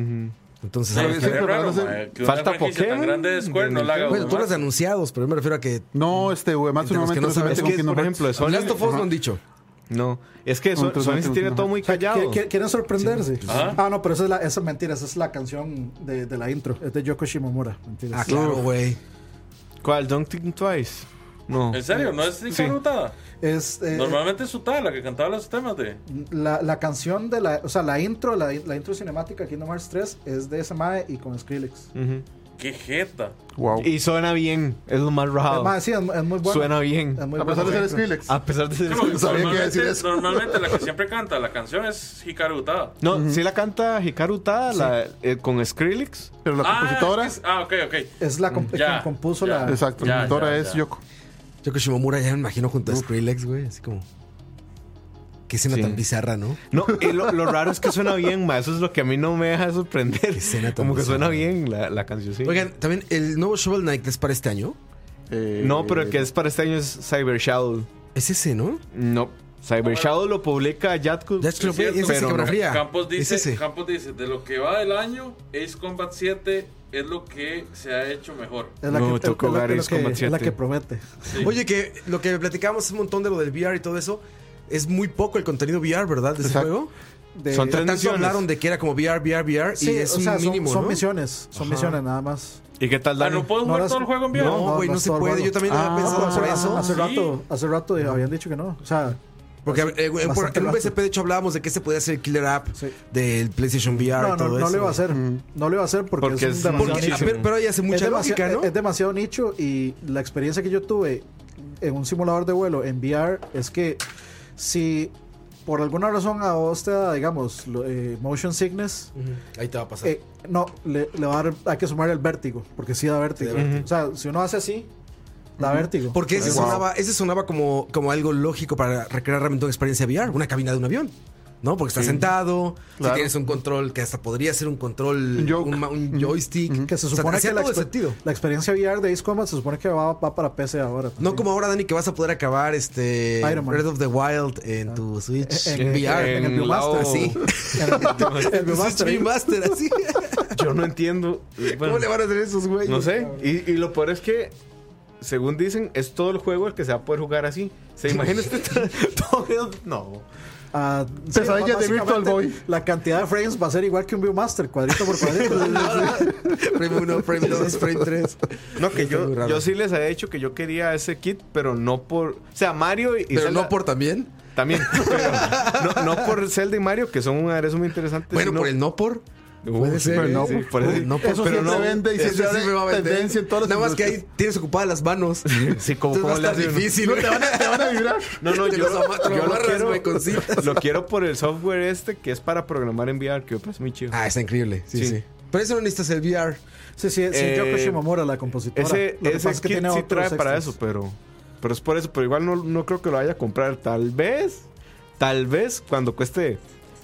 Speaker 1: Entonces, a ver
Speaker 5: Sí,
Speaker 1: qué-
Speaker 5: sería raro,
Speaker 4: parece-
Speaker 5: mae, que una
Speaker 2: Falta
Speaker 5: franquicia tan
Speaker 2: Pokémon,
Speaker 5: grande de Square no la haga
Speaker 1: Bueno, tú
Speaker 5: Uematsu.
Speaker 1: hablas de anunciados, pero yo me refiero a que.
Speaker 4: No, este Uematsu
Speaker 1: Entre los que
Speaker 4: normalmente
Speaker 1: no
Speaker 4: no se
Speaker 1: saben
Speaker 4: mete
Speaker 2: Es
Speaker 4: con
Speaker 2: que,
Speaker 4: Kingdom
Speaker 2: por
Speaker 4: Hearts.
Speaker 2: ejemplo, Sony.
Speaker 1: Last of Us no han dicho.
Speaker 3: Ah,
Speaker 2: No, es que Sony,
Speaker 4: Otros
Speaker 2: Sony sí
Speaker 4: Kingdom
Speaker 2: tiene todo
Speaker 4: Hearts.
Speaker 2: muy
Speaker 3: ¿Qui-
Speaker 1: oh.
Speaker 2: callado.
Speaker 3: qui- ¿Quieren sorprenderse?
Speaker 5: Ajá.
Speaker 3: Ah, no, pero esa es, la, esa es mentira. Esa es la canción de, de la intro. Es de Yoko Shimomura. Mentira.
Speaker 1: Ah, claro, güey.
Speaker 2: ¿Cuál? Don't Think Twice. No.
Speaker 5: ¿En serio? ¿No es Ricardo Tada?
Speaker 3: Es, eh,
Speaker 5: Normalmente es Utada la que cantaba los temas de.
Speaker 3: la, la canción de la. O sea, la intro, la, la intro cinemática de Kingdom Hearts 3 es de ese mae y con Skrillex.
Speaker 1: Mm.
Speaker 2: Ujú.
Speaker 5: ¡Qué jeta!
Speaker 4: Wow.
Speaker 2: Y suena bien. Es lo más rajado.
Speaker 3: El mae, sí, es, es muy bueno.
Speaker 2: suena bien.
Speaker 3: Es muy
Speaker 4: A
Speaker 3: buena
Speaker 4: pesar de ser
Speaker 3: la intro.
Speaker 4: Skrillex.
Speaker 1: Ah,
Speaker 2: A pesar de ser.
Speaker 4: Sabía que iba a decir
Speaker 5: Normalmente-
Speaker 4: eso.
Speaker 5: Normalmente la que siempre canta la canción es Hikaru Utada.
Speaker 2: No, sí la canta Hikaru Utada la- eh, con Skrillex.
Speaker 4: Pero la
Speaker 5: Ah,
Speaker 4: compositora.
Speaker 5: es que es- Ah, ok, ok.
Speaker 3: Es la comp-
Speaker 5: Ya,
Speaker 3: quien compuso
Speaker 5: ya.
Speaker 3: la.
Speaker 4: Exacto,
Speaker 5: Ya,
Speaker 4: la compositora
Speaker 5: ya,
Speaker 4: es
Speaker 5: ya.
Speaker 4: Yoko.
Speaker 1: Yo que Shimomura ya me imagino junto a Skrillex, güey. Así como. Qué escena
Speaker 2: Sí.
Speaker 1: tan bizarra, ¿no?
Speaker 2: No, y lo, lo raro es que suena bien, ma. Eso es lo que a mí no me deja de sorprender.
Speaker 1: Qué escena tan
Speaker 2: Como que suena
Speaker 1: bizarra.
Speaker 2: bien la, la canción, sí.
Speaker 1: Oigan, también el nuevo Shovel Knight es para este año.
Speaker 4: Eh,
Speaker 2: no, pero el que es para este año es Cyber Shadow.
Speaker 1: Es ese, ¿no?
Speaker 2: No. Cyber Shadow lo publica Yatku.
Speaker 1: Ya es que lo-
Speaker 5: Es cierto,
Speaker 1: es ese
Speaker 2: pero
Speaker 1: que me
Speaker 2: no.
Speaker 1: refería.
Speaker 5: Campos dice,
Speaker 1: Es ese.
Speaker 5: Campos dice, de lo que va del año, Ace Combat 7 es lo que se ha hecho mejor.
Speaker 3: Es la,
Speaker 2: No,
Speaker 3: que,
Speaker 2: tocó
Speaker 3: es la- es la
Speaker 2: Gary's
Speaker 3: que-
Speaker 2: Combat
Speaker 3: es la
Speaker 2: 7.
Speaker 3: que promete.
Speaker 5: Sí.
Speaker 1: Oye, que lo que platicábamos un montón de lo del VR y todo eso. Es muy poco el contenido VR, ¿verdad? De ese
Speaker 4: Exacto.
Speaker 1: juego.
Speaker 3: De-
Speaker 2: Son tres
Speaker 1: Tanto
Speaker 2: misiones.
Speaker 1: hablaron de que era como VR, VR, VR.
Speaker 3: Sí,
Speaker 1: y es
Speaker 3: o sea,
Speaker 1: un
Speaker 3: son-
Speaker 1: mínimo,
Speaker 3: son,
Speaker 1: ¿no?
Speaker 3: misiones, son misiones nada más.
Speaker 2: ¿Y qué tal,
Speaker 5: Ah,
Speaker 2: Dani?
Speaker 5: ¿no puedo
Speaker 3: No,
Speaker 5: jugar
Speaker 3: las-
Speaker 5: todo el juego en
Speaker 3: No,
Speaker 1: No,
Speaker 5: vivo?
Speaker 1: güey, no,
Speaker 3: no,
Speaker 1: se
Speaker 3: todo el
Speaker 1: puede.
Speaker 3: juego.
Speaker 1: Yo también había
Speaker 4: Ah,
Speaker 1: pensado
Speaker 3: hace,
Speaker 1: por
Speaker 3: hace-
Speaker 1: eso.
Speaker 3: hace
Speaker 5: Sí.
Speaker 3: rato, hace rato habían dicho que no. O sea, pues,
Speaker 1: Porque eh, güey, por-
Speaker 3: bastante
Speaker 1: en un
Speaker 3: rato.
Speaker 1: BCP, de hecho, hablábamos de que este podía ser el killer app
Speaker 3: Sí.
Speaker 1: del PlayStation VR
Speaker 3: no,
Speaker 1: y
Speaker 3: no,
Speaker 1: todo
Speaker 3: no
Speaker 1: eso.
Speaker 3: lo iba
Speaker 1: güey.
Speaker 3: a hacer. No lo iba a hacer porque,
Speaker 2: Porque
Speaker 3: es,
Speaker 2: es
Speaker 3: un demasiado
Speaker 1: Porque,
Speaker 3: nicho.
Speaker 1: a ver, pero ahí hace mucha
Speaker 3: es,
Speaker 1: lógica,
Speaker 3: demasiado,
Speaker 1: ¿no?
Speaker 3: es demasiado nicho y la experiencia que yo tuve en un simulador de vuelo en VR es que si por alguna razón a vos te da, digamos, lo- eh, motion sickness,
Speaker 1: Ujú. Ahí te va a pasar.
Speaker 3: eh, no, le, le va a dar, hay que sumar el vértigo, porque sí da vértigo.
Speaker 1: Sí da vértigo.
Speaker 3: O sea, si uno hace así, da vértigo.
Speaker 1: Porque ese
Speaker 4: Wow.
Speaker 1: sonaba, ese sonaba como, como algo lógico para recrear realmente una experiencia VR, una cabina de un avión. ¿No? Porque estás sentado, si
Speaker 4: Claro.
Speaker 1: tienes un control que hasta podría ser un control,
Speaker 4: Un yoke.
Speaker 1: un, ma- un joystick.
Speaker 3: que se
Speaker 1: O sea,
Speaker 3: supone
Speaker 1: hacía
Speaker 3: que la,
Speaker 1: todo
Speaker 3: exper-
Speaker 1: sentido.
Speaker 3: la experiencia VR de Ace Combat se supone que va, va para PC ahora. pues,
Speaker 1: No como ahora, Dani, que vas a poder acabar este
Speaker 3: Iron Man.
Speaker 1: Red of the Wild en tu Switch
Speaker 3: En- en-
Speaker 1: VR.
Speaker 3: en el Viewmaster.
Speaker 1: Así. En
Speaker 3: el,
Speaker 1: tu Switch
Speaker 3: remaster.
Speaker 1: Viewmaster, así.
Speaker 2: pues, Yo no entiendo. Bueno,
Speaker 1: ¿Cómo le van a hacer esos güeyes?
Speaker 2: no sé. Y, y lo peor es que, según dicen, es todo el juego el que se va a poder jugar así. ¿Se imagina este usted todo- todo- No.
Speaker 3: Ah, sí,
Speaker 4: Pesadilla de Virtual
Speaker 3: básicamente,
Speaker 4: Boy.
Speaker 3: La cantidad de frames va a ser igual que un Viewmaster, cuadrito por cuadrito.
Speaker 1: Frame 1, frame 2, frame 3.
Speaker 2: No, que
Speaker 1: Está muy
Speaker 2: yo,
Speaker 1: raro.
Speaker 2: yo sí les había dicho que yo quería ese kit, pero no por. O sea, Mario y. y
Speaker 1: Pero
Speaker 2: Zelda-
Speaker 1: no por también.
Speaker 2: También. pero no, no por Zelda y Mario, que son un aderezo muy interesante.
Speaker 1: Bueno,
Speaker 2: sino-
Speaker 1: por el no por.
Speaker 2: Uh,
Speaker 1: Puede ser.
Speaker 2: pero
Speaker 1: ¿eh?
Speaker 2: no,
Speaker 1: Sí,
Speaker 2: por eso-
Speaker 1: no por.
Speaker 4: Eso
Speaker 1: pero
Speaker 4: siempre
Speaker 1: no.
Speaker 4: vende y
Speaker 1: eso
Speaker 4: siempre
Speaker 1: siempre va a
Speaker 4: vender.
Speaker 1: vender.
Speaker 4: en todas las
Speaker 1: Nada más que ahí
Speaker 4: industrias.
Speaker 1: tienes ocupadas las manos.
Speaker 2: Sí, como
Speaker 1: Entonces va a
Speaker 2: cómo le
Speaker 1: estar
Speaker 2: hace uno.
Speaker 1: difícil. No, te van a,
Speaker 4: Te van a vibrar.
Speaker 2: No, no,
Speaker 1: Te
Speaker 2: yo,
Speaker 1: los ama- te los
Speaker 2: yo lo,
Speaker 1: amarras,
Speaker 2: quiero,
Speaker 1: güey, con cintas.
Speaker 2: lo quiero por el software este que es para programar en VR, que me parece muy chido.
Speaker 1: Ah, está increíble. Sí,
Speaker 2: Sí.
Speaker 1: sí, Pero eso no necesitas el VR.
Speaker 3: sí, sí, sí,
Speaker 2: Eh,
Speaker 3: Yoko Shimomura, la compositora.
Speaker 2: ese
Speaker 3: Lo que
Speaker 2: ese
Speaker 3: pasa es que
Speaker 2: kit
Speaker 3: tiene
Speaker 2: sí
Speaker 3: otros
Speaker 2: trae para
Speaker 3: extras.
Speaker 2: eso, pero, pero es por eso. Pero igual no, no creo que lo vaya a comprar. Tal vez, tal vez cuando cueste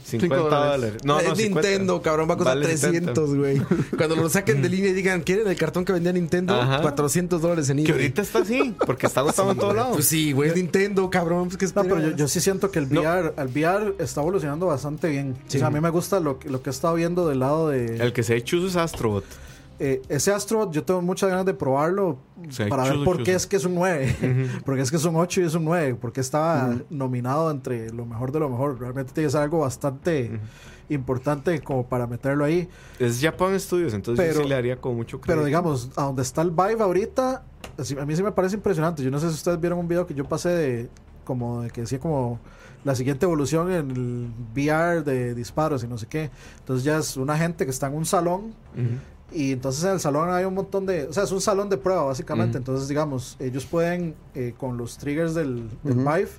Speaker 2: 50
Speaker 4: Cinco
Speaker 2: dólares.
Speaker 4: dólares.
Speaker 2: No,
Speaker 1: es
Speaker 2: no, 50.
Speaker 1: Nintendo, cabrón. Va a costar
Speaker 2: Vale
Speaker 1: 300, güey. Cuando lo saquen de línea y digan, ¿quieren el cartón que vendía Nintendo?
Speaker 2: Ajá.
Speaker 1: 400 dólares en eBay.
Speaker 2: Que ahorita está así, porque está agotado en todos lados.
Speaker 1: Pues sí, güey. Es Nintendo, cabrón. Pues que
Speaker 3: No, pero yo, yo sí siento que el
Speaker 2: No.
Speaker 3: VR, el VR está evolucionando bastante bien. O sea, a mí me gusta lo, que- lo que he estado viendo del lado de...
Speaker 2: El que se ha hecho uso es Astrobot.
Speaker 3: eh, ese Astro, yo tengo muchas ganas de probarlo
Speaker 2: Sí,
Speaker 3: para ver
Speaker 2: chuzo,
Speaker 3: por qué
Speaker 2: chuzo.
Speaker 3: es que es un 9, por qué es que es un 8 y es un 9, por qué estaba nominado entre lo mejor de lo mejor. Realmente tiene que ser algo bastante importante como para meterlo ahí.
Speaker 2: Es Japan Studios, entonces yo
Speaker 3: Pero-
Speaker 2: sí le haría como mucho crédito.
Speaker 3: Pero digamos, a donde está el Vive ahorita, así- a mí sí me parece impresionante. Yo no sé si ustedes vieron un video que yo pasé de como de que decía como la siguiente evolución en el VR de disparos y no sé qué. Entonces ya es una gente que está en un salón
Speaker 2: Ujú.
Speaker 3: y entonces en el salón hay un montón de... O sea, es un salón de prueba básicamente. Entonces digamos, ellos pueden eh, con los triggers del, del Vive,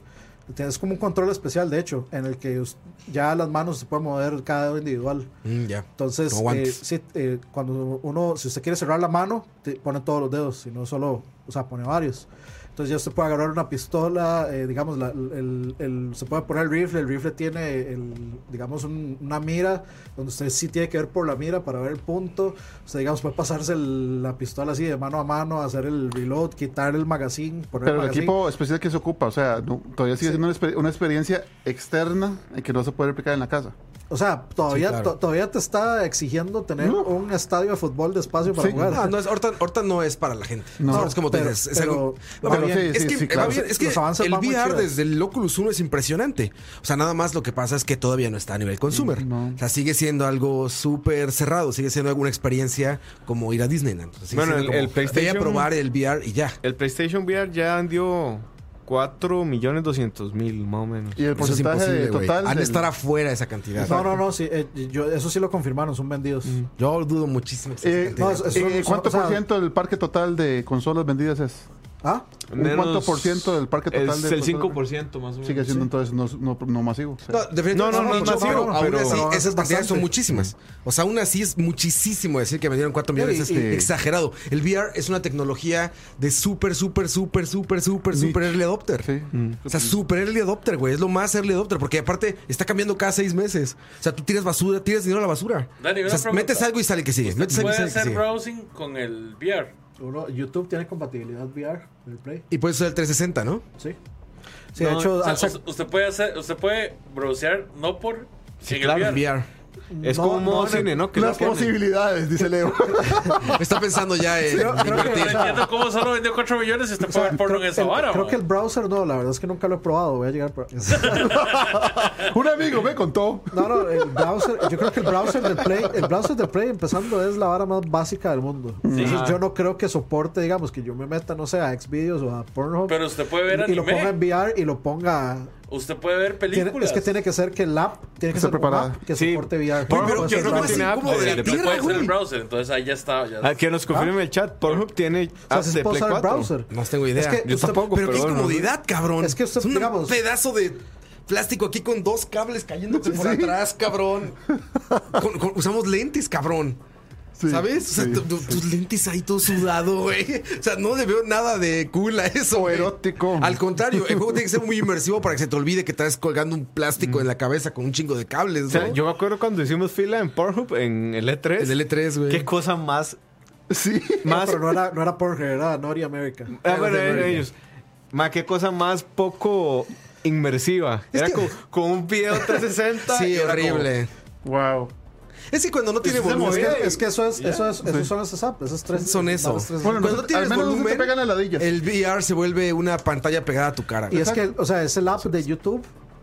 Speaker 3: tienes como un control especial de hecho, en el que us- ya las manos se pueden mover cada dedo individual.
Speaker 1: Mm, ya.
Speaker 3: Entonces,
Speaker 1: Como
Speaker 3: eh,
Speaker 1: guantes.
Speaker 3: sí, eh, cuando uno, si usted quiere cerrar la mano, te pone todos los dedos, si no solo, o sea, pone varios. Entonces ya usted puede agarrar una pistola, eh, digamos, la- el, el- se puede poner el rifle, el rifle tiene, el, digamos, un- una mira, donde usted sí tiene que ver por la mira para ver el punto. Usted, digamos, puede pasarse el- la pistola así de mano a mano, hacer el reload, quitar el magazine, poner
Speaker 4: Pero
Speaker 3: el
Speaker 4: el
Speaker 3: magazine.
Speaker 4: equipo especial que se ocupa, o sea, no- todavía sigue siendo una, exper- una experiencia externa en que no se puede replicar en la casa.
Speaker 3: O sea, todavía,
Speaker 1: Sí, claro.
Speaker 3: to- todavía te está exigiendo tener
Speaker 4: No.
Speaker 3: un estadio de fútbol de espacio para
Speaker 4: Sí.
Speaker 3: jugar.
Speaker 1: Ah, no, es, ahorita, ahorita no es para la gente.
Speaker 4: No.
Speaker 1: No, es como tú
Speaker 3: Pero-
Speaker 1: dices. Es
Speaker 3: pero-
Speaker 1: algo.
Speaker 3: va
Speaker 1: Bueno,
Speaker 3: bien.
Speaker 1: es
Speaker 4: Sí,
Speaker 1: que,
Speaker 4: sí, sí,
Speaker 1: va
Speaker 4: claro.
Speaker 1: bien, es que
Speaker 3: Los avances
Speaker 1: el
Speaker 3: van muy
Speaker 1: VR
Speaker 3: chidos.
Speaker 1: desde el Oculus 1 es impresionante. O sea, nada más lo que pasa es que todavía no está a nivel consumer.
Speaker 4: No.
Speaker 1: O sea, sigue siendo algo súper cerrado. Sigue siendo alguna experiencia como ir a Disneyland. O sea, sigue
Speaker 2: Bueno,
Speaker 1: siendo
Speaker 2: el-
Speaker 1: como,
Speaker 2: el PlayStation-
Speaker 1: Voy a probar el VR y ya.
Speaker 2: El PlayStation VR ya dio 4 millones 200 mil, más o menos.
Speaker 4: Y el
Speaker 1: Eso es
Speaker 4: porcentaje
Speaker 1: imposible, güey. Ah,
Speaker 4: total.
Speaker 1: Han de
Speaker 4: del-
Speaker 1: estar afuera de esa cantidad.
Speaker 3: No, no, no, sí, eh, yo, eso sí lo confirmaron, son vendidos.
Speaker 5: Mm.
Speaker 1: Yo dudo muchísimo. que sea esa
Speaker 4: Eh,
Speaker 1: cantidad.
Speaker 3: no, es- es-
Speaker 4: eh,
Speaker 3: son-
Speaker 4: ¿Cuánto
Speaker 3: son- o sea-
Speaker 4: por ciento del parque total de consolas vendidas es?
Speaker 3: ¿Ah?
Speaker 4: ¿Un cuánto por ciento del parque total
Speaker 2: Es
Speaker 4: de
Speaker 2: el
Speaker 4: personas?
Speaker 2: 5% más o menos.
Speaker 4: Sigue siendo entonces no, no, no masivo. sí.
Speaker 1: No, definitivamente
Speaker 2: No, no, no,
Speaker 1: mucho,
Speaker 2: no,
Speaker 1: pero
Speaker 2: no,
Speaker 1: aún
Speaker 2: pero-
Speaker 1: así
Speaker 3: pero
Speaker 1: esas
Speaker 3: es
Speaker 1: cantidades son
Speaker 3: bastante.
Speaker 1: muchísimas. O sea, aún así es muchísimo decir que vendieron 4 millones.
Speaker 3: Y-
Speaker 1: es este,
Speaker 3: y-
Speaker 1: exagerado. El VR es una tecnología de súper, súper, súper, súper, súper, súper early adopter.
Speaker 4: Sí.
Speaker 1: O sea, súper early adopter, güey. Es lo más early adopter. Porque aparte está cambiando cada seis meses. O sea, tú tiras basura, tiras dinero a la basura.
Speaker 5: Dani,
Speaker 1: o
Speaker 5: una
Speaker 1: sea,
Speaker 5: pregunta.
Speaker 1: metes algo y sale que sigue. Metes algo y
Speaker 5: Puede
Speaker 1: sale que
Speaker 5: hacer
Speaker 1: sigue.
Speaker 5: browsing con el VR.
Speaker 3: Uno- YouTube tiene compatibilidad VR en el Play.
Speaker 1: Y puedes usar el 360, ¿no?
Speaker 3: Sí. Sí, de
Speaker 2: No,
Speaker 3: hecho, ah,
Speaker 5: O sea,
Speaker 3: hace-
Speaker 5: us- usted puede hacer, usted puede browsear no por en
Speaker 2: claro,
Speaker 5: el
Speaker 1: En
Speaker 5: VR.
Speaker 1: VR.
Speaker 2: Es
Speaker 3: No,
Speaker 2: como un modo
Speaker 3: no,
Speaker 2: cine, ¿no? Que
Speaker 4: Las
Speaker 2: lo ponen.
Speaker 4: posibilidades, dice Leo.
Speaker 1: Está pensando ya en
Speaker 3: creo- creo que-
Speaker 1: invertir.
Speaker 5: No entiendo cómo solo vendió 4 millones y está
Speaker 3: o sea,
Speaker 5: pagando porno en esa
Speaker 3: el-
Speaker 5: vara.
Speaker 3: creo
Speaker 5: man.
Speaker 3: que el browser no, la verdad es que nunca lo he probado. Voy a llegar. por-
Speaker 4: Un amigo me contó.
Speaker 3: No, no, el browser. Yo creo que el browser del Play, el browser del Play empezando es la vara más básica del mundo. Entonces, yo no creo que soporte, digamos, que yo me meta, no sé, a Xvideos o a Pornhub.
Speaker 5: Pero usted puede ver
Speaker 3: y, y lo
Speaker 5: anime.
Speaker 3: ponga en VR y lo ponga.
Speaker 5: Usted puede ver
Speaker 3: tiene-
Speaker 5: películas.
Speaker 3: es que tiene que ser que el app tiene que
Speaker 4: Está
Speaker 3: ser
Speaker 4: preparada.
Speaker 3: una app que
Speaker 2: Sí.
Speaker 3: soporte VR.
Speaker 2: Pornhub
Speaker 1: pero
Speaker 3: Pornhub
Speaker 1: yo
Speaker 3: es
Speaker 1: creo que
Speaker 3: la-
Speaker 1: tiene app
Speaker 2: de-
Speaker 1: de
Speaker 2: de-
Speaker 1: la
Speaker 5: Pero
Speaker 1: tierra,
Speaker 5: puede ser el
Speaker 1: güey.
Speaker 5: browser, entonces ahí ya está. Ya
Speaker 2: Ah, que nos confirme el chat. Pornhub tiene
Speaker 1: Ah,
Speaker 3: O sea,
Speaker 2: apps
Speaker 3: se
Speaker 2: de
Speaker 3: puede
Speaker 2: Play
Speaker 3: usar el
Speaker 2: 4.
Speaker 3: browser.
Speaker 1: No tengo idea.
Speaker 3: Es que
Speaker 2: Yo
Speaker 3: usted-
Speaker 2: tampoco,
Speaker 1: Pero qué
Speaker 2: pero bueno.
Speaker 1: incomodidad, cabrón.
Speaker 3: Es que usted,
Speaker 1: es un
Speaker 3: digamos-
Speaker 1: pedazo de plástico aquí con dos cables cayéndose por atrás, cabrón. Con- con- usamos lentes, cabrón.
Speaker 4: Sí,
Speaker 1: ¿Sabes? O sea,
Speaker 4: sí,
Speaker 1: tu- tu- tus lentes ahí todo sudado, güey. O sea, no le veo nada de cool a eso, güey.
Speaker 4: erótico.
Speaker 1: Al contrario, el juego tiene que ser muy inmersivo para que se te olvide que estás colgando un plástico en la cabeza con un chingo de cables, ¿no?
Speaker 2: O sea, yo me acuerdo cuando hicimos fila en Pornhub en el E3.
Speaker 1: El L3, güey.
Speaker 2: Qué cosa más.
Speaker 4: Sí.
Speaker 3: No,
Speaker 2: más
Speaker 3: pero no era, no era Pornhub, era Nori America.
Speaker 2: Ah, bueno, eh, ellos. Ma, qué cosa más poco inmersiva. era
Speaker 1: que-
Speaker 2: como con un E video 360. y
Speaker 1: Sí,
Speaker 2: era como-
Speaker 1: horrible.
Speaker 4: Wow.
Speaker 1: Es que cuando no tiene
Speaker 2: se
Speaker 1: volumen...
Speaker 3: Es
Speaker 2: movía.
Speaker 3: que, es que eso es, eso es, esos son esas apps, esas tres
Speaker 1: eh, Son eso.
Speaker 3: esas tres-
Speaker 4: Bueno, no
Speaker 1: Cuando
Speaker 4: te-
Speaker 1: tienes
Speaker 4: al menos no se te
Speaker 1: volumen,
Speaker 4: pegan las ladillas.
Speaker 1: El VR se vuelve una pantalla pegada a tu cara.
Speaker 3: Y es que, o sea, es el app de YouTube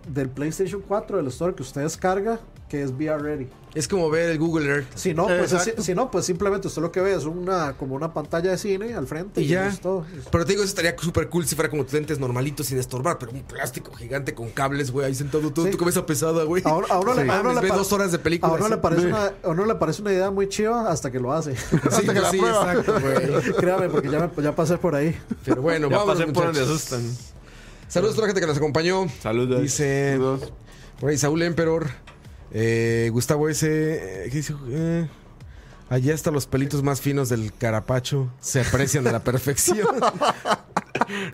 Speaker 3: del PlayStation 4 del store que usted descarga que es VR Ready.
Speaker 1: Es como ver el Google Earth.
Speaker 3: Si no, pues,
Speaker 4: Exacto.
Speaker 3: si, si no, pues simplemente usted lo que ve es una como una pantalla de cine al frente
Speaker 1: Y
Speaker 3: y,
Speaker 1: ya.
Speaker 3: es todo.
Speaker 1: Pero te digo, eso estaría súper cool si fuera como tus lentes normalitos sin estorbar, pero un plástico gigante con cables, güey, ahí sentado todo,
Speaker 3: Sí.
Speaker 1: tu cabeza pesada, güey.
Speaker 3: A uno- a uno le-
Speaker 1: Sí.
Speaker 3: a uno
Speaker 1: Mames,
Speaker 3: le
Speaker 1: ve
Speaker 3: pare-
Speaker 1: dos horas de película.
Speaker 3: A uno, le
Speaker 1: sí.
Speaker 3: parece una, a uno le parece una idea muy chiva hasta que lo hace.
Speaker 1: Sí,
Speaker 4: que la
Speaker 1: sí,
Speaker 4: prueba.
Speaker 1: exacto, güey.
Speaker 3: Créame, porque ya, me- ya pasé por ahí.
Speaker 1: Pero bueno,
Speaker 2: Ya
Speaker 1: vamos.
Speaker 2: pasé por donde asustan.
Speaker 1: Saludos a toda la gente que nos acompañó.
Speaker 2: Saludos.
Speaker 1: Dice
Speaker 4: Dos.
Speaker 1: por ahí Saúl Emperor, eh, Gustavo ese, eh, ¿qué dice? Eh, allá hasta los pelitos más finos del carapacho se aprecian a la perfección.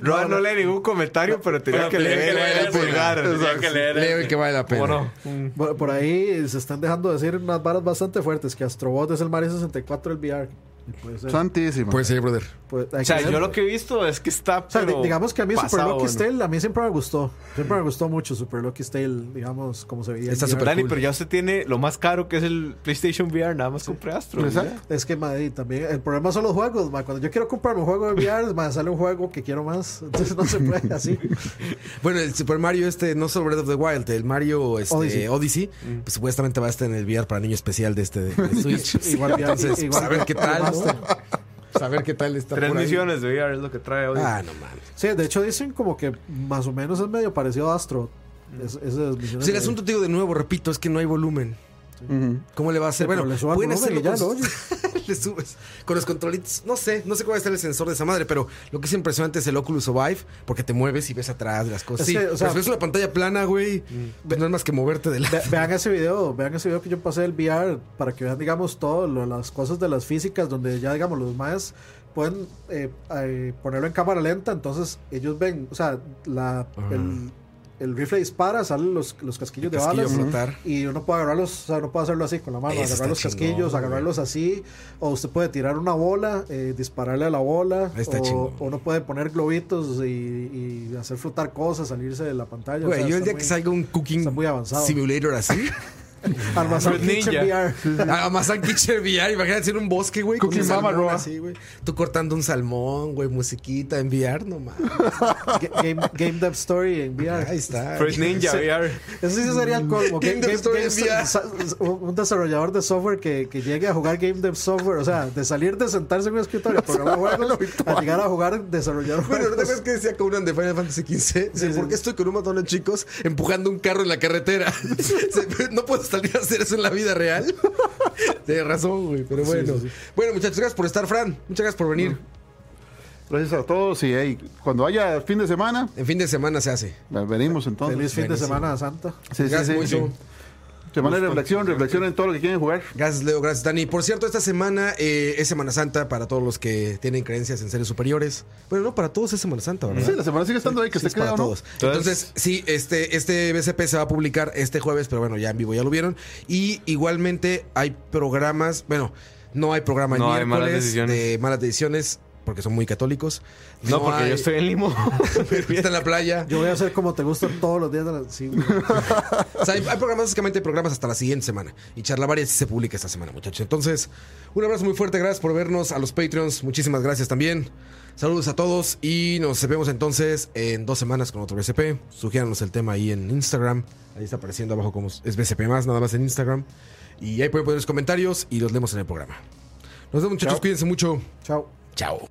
Speaker 2: Roa no, lee ningún comentario, pero tenía
Speaker 5: Pero
Speaker 2: que
Speaker 5: tenía
Speaker 2: leer
Speaker 5: leer
Speaker 2: el
Speaker 5: ese,
Speaker 2: pulgar.
Speaker 5: tenía
Speaker 2: Exacto.
Speaker 5: que leer
Speaker 1: Leo
Speaker 5: ese.
Speaker 1: el que vale la pena.
Speaker 2: Bueno,
Speaker 3: Por, por ahí se están dejando decir unas varas bastante fuertes, que Astrobot es el Mario 64 del VR. Y puede ser,
Speaker 4: Santísimo.
Speaker 1: Pues sí, brother.
Speaker 3: puede- hay
Speaker 2: o sea,
Speaker 3: que ver.
Speaker 2: yo lo que he visto es que está.
Speaker 3: O sea,
Speaker 2: pero
Speaker 3: di- digamos que a mí Super
Speaker 2: pasado,
Speaker 3: Lucky
Speaker 2: bueno.
Speaker 3: Stale, a mí siempre me gustó. Siempre me gustó mucho Super Lucky Stale, digamos, como se veía. en
Speaker 1: Está
Speaker 3: VR.
Speaker 1: super
Speaker 2: Dani,
Speaker 1: cool.
Speaker 2: pero ya usted tiene lo más caro que es el PlayStation VR, nada más compré Astro.
Speaker 3: Pues
Speaker 1: ¿eh?
Speaker 4: Exacto.
Speaker 3: Es que, madre, también el problema son los juegos, ma. Cuando yo quiero comprarme un juego de VR, ma, sale un juego que quiero más. Entonces no se puede así.
Speaker 1: Bueno, el Super Mario este, no solo Breath of the Wild, el Mario este, Odyssey,
Speaker 3: Odyssey.
Speaker 2: Mm.
Speaker 1: pues, supuestamente va a estar en el VR para niño especial de este de, de Switch.
Speaker 3: Igual VR,
Speaker 1: Entonces,
Speaker 3: igual
Speaker 1: saber qué tal, ¿no?
Speaker 3: remaster.
Speaker 1: Saber qué tal está
Speaker 2: Tres
Speaker 1: por ahí.
Speaker 2: misiones de VR es lo que trae hoy.
Speaker 1: Ah, no mames.
Speaker 3: Sí, de hecho dicen como que más o menos es medio parecido a Astro.
Speaker 2: Mm.
Speaker 3: Es, esas misiones
Speaker 1: Pues el
Speaker 3: de-
Speaker 1: asunto, te digo de nuevo, repito, es que no hay volumen.
Speaker 4: Ujú.
Speaker 1: ¿Cómo le va a hacer?
Speaker 3: Sí, pero
Speaker 1: bueno,
Speaker 3: le subo al
Speaker 1: pueden hacerlo
Speaker 3: volumen y ya,
Speaker 1: con,
Speaker 3: lo
Speaker 1: sus- le subes. con los controlitos. No sé, no sé cuál va a ser el sensor de esa madre, pero lo que es impresionante es el Oculus Vive, porque te mueves y ves atrás las cosas.
Speaker 3: Es
Speaker 1: Sí,
Speaker 3: que, o
Speaker 1: pero
Speaker 3: sea, Mm.
Speaker 1: si ves una pantalla plana, güey, pues no es más que moverte de
Speaker 3: Ve-
Speaker 1: lado.
Speaker 3: vean ese video, vean ese video que yo pasé del VR para que vean, digamos, todas las cosas de las físicas, donde ya, digamos, los más pueden eh, eh, ponerlo en cámara lenta, entonces ellos ven, o sea, la, el, el rifle dispara, salen los, los casquillos
Speaker 1: Ah. El casquillo
Speaker 3: de balas
Speaker 1: flotar.
Speaker 3: y uno puede agarrarlos, o sea, uno puede hacerlo así con la mano,
Speaker 1: Eso está
Speaker 3: agarrar los
Speaker 1: chingón,
Speaker 3: casquillos,
Speaker 1: güey.
Speaker 3: agarrarlos así, o usted puede tirar una bola, eh, dispararle a la bola,
Speaker 1: Está chingón.
Speaker 3: o, o uno puede poner globitos y, y hacer flotar cosas, salirse de la pantalla. o
Speaker 1: Güey,
Speaker 3: sea,
Speaker 1: yo el
Speaker 3: está
Speaker 1: día
Speaker 3: muy-
Speaker 1: que salga un cooking
Speaker 3: está muy avanzado.
Speaker 1: simulator así,
Speaker 3: Almazán
Speaker 2: Pues
Speaker 3: Kitchen
Speaker 2: ninja.
Speaker 3: VR.
Speaker 1: a Masan Kitchen VR, imagínate en un bosque, güey, con
Speaker 4: Cooking
Speaker 1: un
Speaker 4: Mama
Speaker 1: salmón
Speaker 4: Roa.
Speaker 1: así, güey. Tú cortando un salmón, güey, musiquita en VR, no mames.
Speaker 3: Ga- Game, Game Dev Story en
Speaker 1: Ahí
Speaker 3: VR.
Speaker 1: está.
Speaker 2: First Ninja VR.
Speaker 3: Eso sí sería el colmo.
Speaker 1: Game
Speaker 3: Ga-
Speaker 1: Dev Story en
Speaker 3: Sto-
Speaker 1: VR.
Speaker 3: sa- un un desarrollador de software que, que llegue a jugar Game Dev Software. O sea, de salir de sentarse en un escritorio, programar juegos, a llegar a jugar,
Speaker 1: Bueno,
Speaker 3: desarrollar
Speaker 1: ¿no te acuerdas
Speaker 3: juegos.
Speaker 1: que decía Conan de Final Fantasy XV? Dice,
Speaker 3: Sí, sí.
Speaker 1: ¿por qué estoy con un montón de chicos empujando un carro en la carretera? Dice, "Pues, no puedo salir a hacer eso en la vida real. Tienes razón, güey, pero bueno. Bueno, muchachos, gracias por estar, Fran. Muchas gracias por venir.
Speaker 4: Gracias a todos y hey, cuando haya fin de semana,
Speaker 1: En fin de semana se hace.
Speaker 4: venimos entonces.
Speaker 3: Feliz fin de Semana Santa.
Speaker 4: Sí, sí,
Speaker 1: Gracias,
Speaker 4: sí,
Speaker 1: Moiso.
Speaker 4: sí. Semana de reflexión, reflexión en todo lo que quieren jugar.
Speaker 1: Gracias, Leo. Gracias, Dani. Por cierto, esta semana eh, es Semana Santa para todos los que tienen creencias en seres superiores. Bueno, no, para todos es Semana Santa, ¿verdad?
Speaker 4: Sí, la semana sigue estando ahí, que
Speaker 1: Sí,
Speaker 4: se
Speaker 1: es para
Speaker 4: queda o no.
Speaker 1: todos. Entonces, sí, este, este BCP se va a publicar este jueves, pero bueno, ya en vivo ya lo vieron. Y igualmente hay programas, bueno, no hay programa el
Speaker 2: No hay
Speaker 1: miércoles
Speaker 2: malas decisiones.
Speaker 1: de malas decisiones porque son muy católicos.
Speaker 2: No, porque
Speaker 1: hay-
Speaker 2: yo estoy en Limo.
Speaker 1: está en la playa.
Speaker 3: Yo voy a hacer como te gusta todos los días de la. Sí, güey.
Speaker 1: O sea, hay, hay programas, básicamente programas hasta la siguiente semana. Y charla varias se publica esta semana, muchachos. Entonces, un abrazo muy fuerte. Gracias por vernos. A los Patreons, muchísimas gracias también. Saludos a todos. Y nos vemos entonces en dos semanas con otro BCP. Sugiéranos el tema ahí en Instagram. Ahí está apareciendo abajo como es BCP más, nada más en Instagram. Y ahí pueden poner los comentarios y los leemos en el programa. Nos vemos, muchachos. Cuídense mucho.
Speaker 3: Chao.
Speaker 1: Chao.